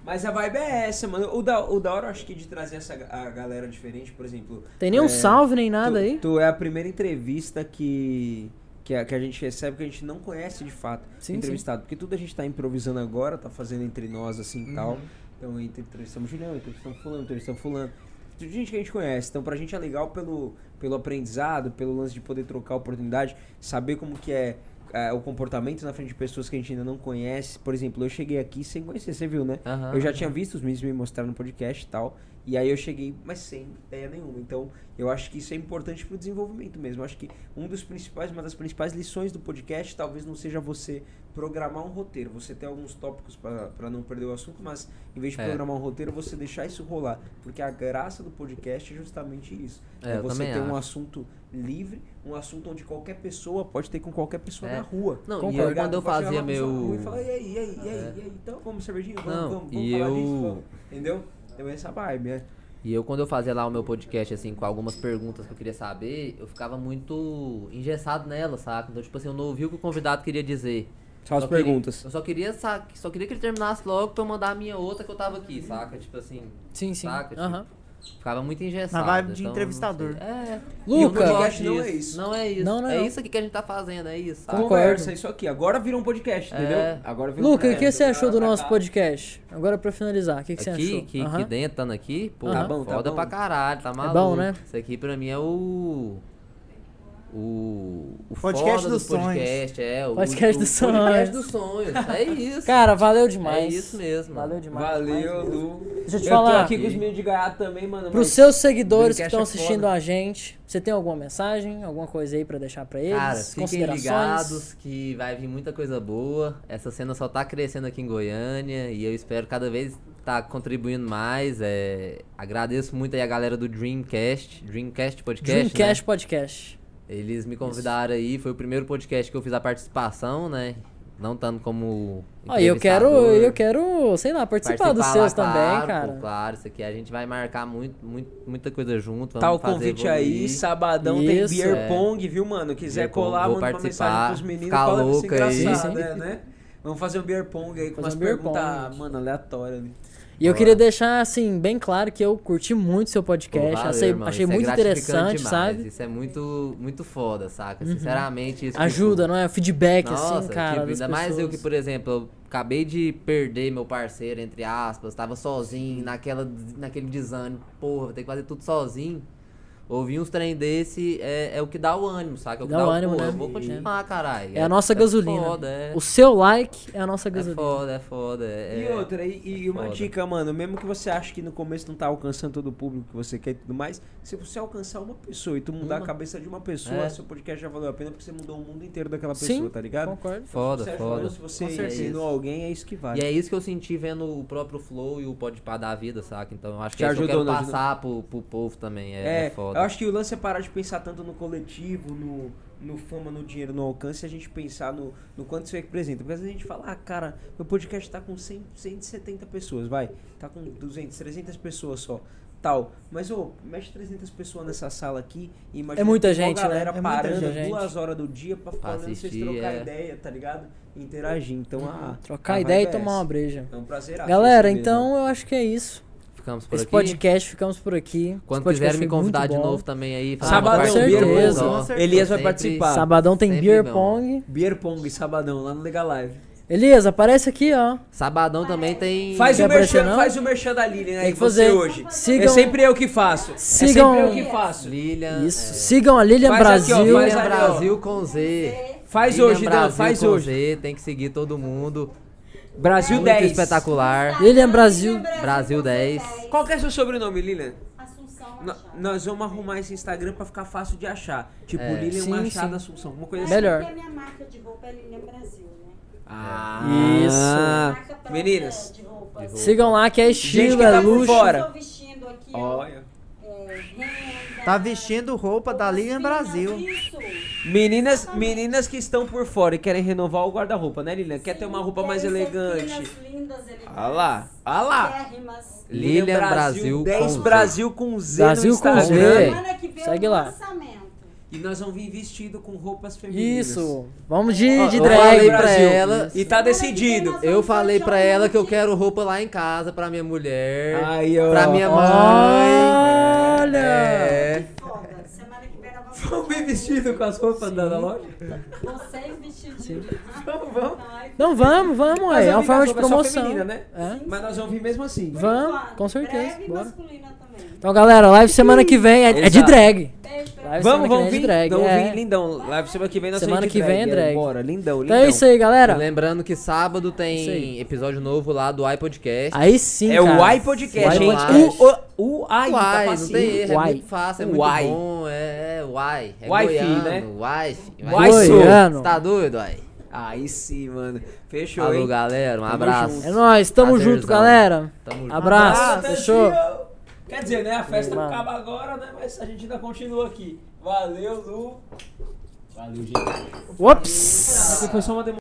Speaker 3: Mas a vibe é essa, mano. O da, o da hora, eu acho que de trazer essa ga- a galera diferente, por exemplo.
Speaker 1: Tem nenhum
Speaker 3: é,
Speaker 1: salve nem
Speaker 3: tu,
Speaker 1: nada aí?
Speaker 3: Tu é a primeira entrevista que, que, a, que a gente recebe que a gente não conhece de fato
Speaker 1: Sim,
Speaker 3: entrevistado. Porque tudo a gente tá improvisando agora, tá fazendo entre nós assim e tal. Então entre- entrevistamos Julião, entrevistamos fulano, entrevistamos fulano. Tudo gente que a gente conhece. Então pra gente é legal pelo, pelo aprendizado, pelo lance de poder trocar oportunidade, saber como que é, é, o comportamento na frente de pessoas que a gente ainda não conhece. Por exemplo, eu cheguei aqui sem conhecer, você viu, né?
Speaker 1: Ah,
Speaker 2: Aham.
Speaker 3: Eu já tinha visto os meninos me mostraram no podcast e tal. E aí eu cheguei, mas sem ideia nenhuma. Então, eu acho que isso é importante pro desenvolvimento mesmo. Eu acho que um dos principais, uma das principais lições do podcast talvez não seja você programar um roteiro. Você ter alguns tópicos para não perder o assunto, mas em vez de
Speaker 2: É.
Speaker 3: programar um roteiro, você deixar isso rolar. Porque a graça do podcast é justamente isso.
Speaker 2: É,
Speaker 3: é
Speaker 2: eu
Speaker 3: você
Speaker 2: também
Speaker 3: ter um
Speaker 2: acho.
Speaker 3: assunto livre, um assunto onde qualquer pessoa pode ter com qualquer pessoa
Speaker 2: É.
Speaker 3: na rua.
Speaker 2: Não,
Speaker 1: Concordo.
Speaker 2: e eu, quando eu
Speaker 3: Vai chegar
Speaker 2: fazia
Speaker 3: uma pessoa na rua
Speaker 2: meu.
Speaker 3: E fala, e aí, e aí, e aí,
Speaker 2: É.
Speaker 3: e aí, então vamos, cervejinha, vamos,
Speaker 2: Não,
Speaker 3: vamos, vamos
Speaker 2: e
Speaker 3: falar
Speaker 2: eu-
Speaker 3: disso, vamos. Entendeu? Então essa vibe, né?
Speaker 2: E eu, quando eu fazia lá o meu podcast, assim, com algumas perguntas que eu queria saber, eu ficava muito engessado nela, saca? Então, tipo assim, eu não ouvia o que o convidado queria dizer.
Speaker 3: Só as
Speaker 2: Só queria-
Speaker 3: perguntas.
Speaker 2: eu só queria, sa- só queria que ele terminasse logo pra eu mandar a minha outra que eu tava aqui, saca? Tipo assim,
Speaker 1: Sim, sim.
Speaker 2: Saca, tipo,
Speaker 1: Aham.
Speaker 2: ficava muito engessado.
Speaker 4: Na vibe de
Speaker 2: então,
Speaker 4: entrevistador.
Speaker 2: não sei. É.
Speaker 1: Luca!
Speaker 2: E o podcast
Speaker 3: Não é isso.
Speaker 2: Não é isso.
Speaker 1: Não, não,
Speaker 2: é
Speaker 1: não.
Speaker 2: isso aqui que a gente tá fazendo, é isso. saca?
Speaker 1: Concordo.
Speaker 3: Conversa, isso aqui. Agora virou um podcast,
Speaker 2: É.
Speaker 3: entendeu? Agora virou
Speaker 1: Luca,
Speaker 3: um
Speaker 1: o que
Speaker 3: podcast.
Speaker 1: você achou do
Speaker 3: Agora
Speaker 1: nosso
Speaker 3: tá-
Speaker 1: podcast? Agora pra finalizar, o é que, que você achou?
Speaker 2: Aqui, que,
Speaker 1: Aham.
Speaker 2: que dentro, estando aqui, pô,
Speaker 1: Tá
Speaker 3: bom, tá
Speaker 2: foda
Speaker 3: bom.
Speaker 2: pra caralho, tá maluco.
Speaker 1: bom, né?
Speaker 2: Isso aqui pra mim é o. O. O
Speaker 4: Podcast
Speaker 2: foda
Speaker 4: dos sonhos.
Speaker 2: podcast, é. O,
Speaker 1: Podcast
Speaker 2: o,
Speaker 1: dos
Speaker 2: o Podcast
Speaker 1: sonhos.
Speaker 2: dos sonhos. É isso.
Speaker 1: Cara, valeu
Speaker 2: é
Speaker 1: demais.
Speaker 2: isso mesmo.
Speaker 1: Valeu demais.
Speaker 3: Valeu,
Speaker 1: demais mesmo.
Speaker 3: Lu.
Speaker 1: Deixa eu te
Speaker 3: tô
Speaker 1: falar.
Speaker 3: aqui com os meninos de gaiato também, mano.
Speaker 1: Para os
Speaker 3: mas-
Speaker 1: seus seguidores que
Speaker 3: Dreamcast
Speaker 1: estão
Speaker 3: é
Speaker 1: assistindo
Speaker 3: foda.
Speaker 1: a gente, você tem alguma mensagem, alguma coisa aí pra deixar pra eles?
Speaker 2: Cara, fiquem
Speaker 1: Considerações?
Speaker 2: ligados que vai vir muita coisa boa. Essa cena só tá crescendo aqui em Goiânia e eu espero cada vez tá contribuindo mais. É, agradeço muito aí a galera do Dreamcast, Dreamcast Podcast. né?
Speaker 1: Dreamcast Podcast.
Speaker 2: Eles me convidaram aí, foi o primeiro podcast que eu fiz a participação, né? Não tanto como.
Speaker 1: Ó, e eu quero,
Speaker 2: entrevistador.
Speaker 1: eu quero, sei lá, participar dos
Speaker 2: lá,
Speaker 1: seus
Speaker 2: claro,
Speaker 1: também,
Speaker 2: pô,
Speaker 1: cara.
Speaker 2: Claro, isso aqui a gente vai marcar muito, muito- muita coisa junto.
Speaker 3: Tá o
Speaker 2: vamos fazer
Speaker 3: convite
Speaker 2: evoluir.
Speaker 3: aí, sabadão
Speaker 1: Isso,
Speaker 3: tem Beer
Speaker 2: é.
Speaker 3: Pong, viu, mano? Quiser
Speaker 2: Beer Pong,
Speaker 3: colar,
Speaker 2: vou
Speaker 3: manda uma mensagem
Speaker 2: participar,
Speaker 3: pros meninos
Speaker 2: ficar
Speaker 3: fala que é
Speaker 2: louco aí.
Speaker 3: engraçado,
Speaker 1: Sim,
Speaker 3: é, né? Vamos fazer um Beer Pong aí com
Speaker 1: Fazer
Speaker 3: umas
Speaker 1: um beer
Speaker 3: perguntas,
Speaker 1: pong.
Speaker 3: mano, aleatórias né? ali.
Speaker 1: E eu
Speaker 2: Bora.
Speaker 1: queria deixar, assim, bem claro que eu curti muito seu
Speaker 2: Pô,
Speaker 1: podcast.
Speaker 2: valeu,
Speaker 1: achei
Speaker 2: irmão,
Speaker 1: achei
Speaker 2: isso é
Speaker 1: muito
Speaker 2: gratificante
Speaker 1: interessante,
Speaker 2: demais,
Speaker 1: sabe? Uhum.
Speaker 2: Isso é muito, muito foda, saca? Sinceramente, isso.
Speaker 1: Ajuda, não é? Feedback,
Speaker 2: Nossa,
Speaker 1: assim, cara.
Speaker 2: tipo,
Speaker 1: das
Speaker 2: ainda mais eu que,
Speaker 1: pessoas.
Speaker 2: por exemplo, eu acabei de perder meu parceiro, entre aspas, tava sozinho, naquela, naquele desânimo, porra, vou ter que fazer tudo sozinho. Ouvir uns trem desse é, é o que dá o ânimo, saca? É o que
Speaker 1: Dá
Speaker 2: dá,
Speaker 1: o
Speaker 2: o
Speaker 1: ânimo,
Speaker 2: pô,
Speaker 1: né?
Speaker 2: Eu vou continuar, caralho.
Speaker 1: É a nossa gasolina.
Speaker 2: Foda, é.
Speaker 1: O seu like é a nossa
Speaker 2: É
Speaker 1: gasolina.
Speaker 2: foda, é foda. É,
Speaker 3: E outra, e, e
Speaker 2: é
Speaker 3: uma
Speaker 2: foda.
Speaker 3: dica, mano, mesmo que você ache que no começo não tá alcançando todo o público que você quer e tudo mais, se você alcançar uma pessoa e tu mudar a
Speaker 2: Uma.
Speaker 3: cabeça de uma pessoa,
Speaker 2: É.
Speaker 3: seu podcast já valeu a pena porque você mudou o mundo inteiro daquela pessoa,
Speaker 1: Sim,
Speaker 3: tá ligado?
Speaker 1: concordo.
Speaker 2: Foda,
Speaker 3: Se você
Speaker 2: foda.
Speaker 3: ajudou, Se você
Speaker 2: Com certeza.
Speaker 3: ensinou alguém, é isso que vale.
Speaker 2: E é isso que eu senti vendo o próprio Flow e o Podpah da vida, saca? Então eu acho que
Speaker 3: Te
Speaker 2: é isso que eu quero
Speaker 3: ajudou, não
Speaker 2: passar pro, pro povo também. É,
Speaker 3: É,
Speaker 2: é foda.
Speaker 3: eu acho que o lance é parar de pensar tanto no coletivo, no, no fama, no dinheiro, no alcance, e a gente pensar no, no quanto isso representa. Porque às vezes a gente fala, ah, cara, meu podcast tá com 100, 170 pessoas, vai, tá com 200, 300 pessoas só. Tal. Mas, ô, mexe 300 pessoas nessa sala aqui e imagina
Speaker 1: É muita
Speaker 3: uma
Speaker 1: gente, né?
Speaker 3: galera
Speaker 1: É muita
Speaker 3: parando
Speaker 1: gente.
Speaker 3: duas horas do dia pra ficar
Speaker 2: Pra
Speaker 3: olhando vocês
Speaker 2: assistir,
Speaker 3: trocar
Speaker 2: é.
Speaker 3: ideia, tá ligado? E interagir. Então, ah,
Speaker 1: Uhum. Trocar
Speaker 3: a
Speaker 1: ideia e
Speaker 3: vibe é
Speaker 1: tomar uma
Speaker 3: essa.
Speaker 1: breja.
Speaker 3: É um prazer. acho,
Speaker 1: Galera,
Speaker 3: esse mesmo.
Speaker 1: então eu acho que é isso.
Speaker 2: Ficamos por
Speaker 1: Esse
Speaker 2: aqui.
Speaker 1: podcast, ficamos por aqui. Esse
Speaker 2: Quando
Speaker 1: podcast
Speaker 2: quiserem me
Speaker 1: foi muito
Speaker 2: convidar de
Speaker 1: bom.
Speaker 2: novo também aí, falar
Speaker 3: Sabadão,
Speaker 2: uma parte
Speaker 1: certeza.
Speaker 2: do Beer Pong, ó.
Speaker 4: Certeza.
Speaker 3: Elias vai
Speaker 2: Sempre-
Speaker 3: participar.
Speaker 1: Sabadão tem
Speaker 2: Sempre
Speaker 1: Beer
Speaker 2: bom.
Speaker 1: Pong.
Speaker 3: Beer Pong, sabadão, lá no Lega Live.
Speaker 1: Elias, aparece aqui, ó.
Speaker 2: Sabadão também tem.
Speaker 3: Faz
Speaker 1: Quer
Speaker 3: o,
Speaker 1: aparecer,
Speaker 3: merchan,
Speaker 1: não?
Speaker 3: faz o merchan da Lili, né?
Speaker 1: Tem
Speaker 3: que
Speaker 1: que
Speaker 3: você
Speaker 1: fazer.
Speaker 3: hoje.
Speaker 1: Sigam-
Speaker 3: É sempre eu que faço.
Speaker 1: Sigam-
Speaker 3: É sempre eu que faço.
Speaker 2: Lilian.
Speaker 1: Isso. Sigam a Lilian
Speaker 3: Faz aqui,
Speaker 1: Brasil.
Speaker 3: ó,
Speaker 2: Lilian
Speaker 3: faz ali, ó.
Speaker 2: é. Brasil com Z.
Speaker 3: Faz
Speaker 2: Lilian
Speaker 3: hoje, Dan,
Speaker 2: Brasil
Speaker 3: faz
Speaker 2: com
Speaker 3: hoje.
Speaker 2: Z, tem que seguir todo mundo.
Speaker 3: Brasil
Speaker 2: Muito
Speaker 3: 10.
Speaker 2: espetacular.
Speaker 1: Lilian é Brasil.
Speaker 2: Brasil 10.
Speaker 3: Qual que é seu sobrenome, Lilian?
Speaker 10: Assunção
Speaker 3: No-
Speaker 10: Machado.
Speaker 3: nós vamos arrumar esse Instagram pra ficar fácil de achar. Tipo,
Speaker 2: É.
Speaker 3: Lilian
Speaker 1: Sim,
Speaker 3: Machado
Speaker 1: sim.
Speaker 3: Assunção, alguma coisa
Speaker 1: Melhor.
Speaker 10: Porque é a minha marca de roupa é Lilian Brasil, né?
Speaker 3: assim. Ah,
Speaker 1: Isso.
Speaker 10: Marca própria
Speaker 3: Meninas.
Speaker 10: de roupa.
Speaker 2: De roupa.
Speaker 1: Sigam lá que é estilo,
Speaker 3: que tá
Speaker 1: é
Speaker 3: por
Speaker 1: luxo.
Speaker 3: fora.
Speaker 10: Eu estou vestindo aqui, ó,
Speaker 3: Olha.
Speaker 10: é, renda.
Speaker 4: Tá vestindo roupa da Liga
Speaker 10: Sim,
Speaker 4: Brasil.
Speaker 10: Isso.
Speaker 3: Meninas,
Speaker 10: Exatamente.
Speaker 3: meninas que estão por fora e querem renovar o guarda-roupa, né, Lilian? Quer
Speaker 10: Sim,
Speaker 3: ter uma roupa mais
Speaker 10: querem ser
Speaker 3: elegante.
Speaker 10: finas, lindas, elegantes.
Speaker 3: Ah lá, ah lá.
Speaker 10: Térrimas.
Speaker 2: Lilian
Speaker 3: Lilian
Speaker 2: Brasil
Speaker 3: 10
Speaker 2: com Z.
Speaker 3: Brasil com Z
Speaker 1: Brasil
Speaker 3: no
Speaker 1: com
Speaker 3: Instagram.
Speaker 1: Z.
Speaker 10: Semana que vem é um
Speaker 1: Segue
Speaker 10: o
Speaker 1: lá.
Speaker 10: lançamento.
Speaker 3: E nós vamos vir vestido com roupas femininas.
Speaker 1: Isso. Vamos de,
Speaker 2: Ó,
Speaker 1: de
Speaker 2: eu
Speaker 1: drag.
Speaker 2: falei pra
Speaker 1: Brasil.
Speaker 2: ela-
Speaker 3: E tá
Speaker 10: Semana que vem
Speaker 3: decidido.
Speaker 10: nós
Speaker 2: Eu
Speaker 10: vamos
Speaker 2: falei pra
Speaker 10: sortear um
Speaker 2: ela que eu
Speaker 10: monte de
Speaker 2: quero roupa lá em casa pra minha mulher,
Speaker 3: Aí, ó.
Speaker 2: pra minha mãe.
Speaker 1: Olha!
Speaker 2: É.
Speaker 10: Foda. Semana que vem nós vamos
Speaker 3: Vamos
Speaker 10: sortear
Speaker 3: vir
Speaker 10: um
Speaker 3: vestido com as roupas da, da loja?
Speaker 10: Vocês vestidinhos.
Speaker 3: Vamos, vamos.
Speaker 10: Nós-
Speaker 1: Não, vamos, vamos,
Speaker 3: Mas
Speaker 1: é. É
Speaker 3: eu
Speaker 1: uma
Speaker 3: vi
Speaker 1: forma
Speaker 3: que
Speaker 1: de
Speaker 3: a roupa é só
Speaker 1: promoção.
Speaker 3: feminina, né?
Speaker 1: É.
Speaker 3: Mas nós vamos vir mesmo assim.
Speaker 10: Por
Speaker 1: Vamos,
Speaker 10: enquanto.
Speaker 1: com certeza,
Speaker 10: Breve
Speaker 1: bora.
Speaker 10: masculina também.
Speaker 1: Então, galera, live semana que vem é, é de
Speaker 3: Exato.
Speaker 1: drag.
Speaker 10: Beijo, pessoal.
Speaker 1: Live semana
Speaker 3: Vamos,
Speaker 1: que vem
Speaker 3: vamos
Speaker 1: é de
Speaker 3: vir.
Speaker 1: drag.
Speaker 3: Vamos
Speaker 1: é.
Speaker 3: vir, lindão. Live semana que vem nós
Speaker 1: Semana
Speaker 3: vamos
Speaker 1: que
Speaker 3: de drag.
Speaker 1: vem é drag.
Speaker 3: Bora,
Speaker 1: Então
Speaker 3: lindão, lindão.
Speaker 1: é isso aí, galera.
Speaker 2: Lembrando que sábado
Speaker 1: Isso
Speaker 2: tem
Speaker 1: aí.
Speaker 2: episódio novo lá do iPodcast.
Speaker 1: Aí sim,
Speaker 3: É o
Speaker 1: cara.
Speaker 3: iPodcast,
Speaker 2: Uai
Speaker 3: gente.
Speaker 2: Podcast.
Speaker 3: O, o, o ai,
Speaker 2: Uai,
Speaker 3: tá
Speaker 2: não tem erro, é
Speaker 1: Uai.
Speaker 2: muito fácil, é muito
Speaker 3: Uai.
Speaker 2: bom, é, é uai. É
Speaker 3: Uai, fi,
Speaker 2: goiano,
Speaker 3: né?
Speaker 2: uai, fi,
Speaker 3: Uai,
Speaker 2: Uai,
Speaker 3: sou.
Speaker 1: Goiano.
Speaker 2: Você tá doido, uai?
Speaker 3: Aí sim, mano. Fechou,
Speaker 2: Alô,
Speaker 3: hein?
Speaker 2: galera, um
Speaker 3: Tamo
Speaker 2: abraço.
Speaker 3: junto. É
Speaker 1: É nóis, tamo
Speaker 2: Prazerzão.
Speaker 1: junto, galera.
Speaker 2: Tamo junto.
Speaker 1: Abraço,
Speaker 3: Um Abraço,
Speaker 1: fechou?
Speaker 3: Tezinho. Quer dizer, né? A festa
Speaker 1: Mano.
Speaker 3: acaba agora, né? Mas a gente ainda continua aqui. Valeu, Lu. Valeu, gente.
Speaker 1: Ops!
Speaker 3: Foi só uma demo-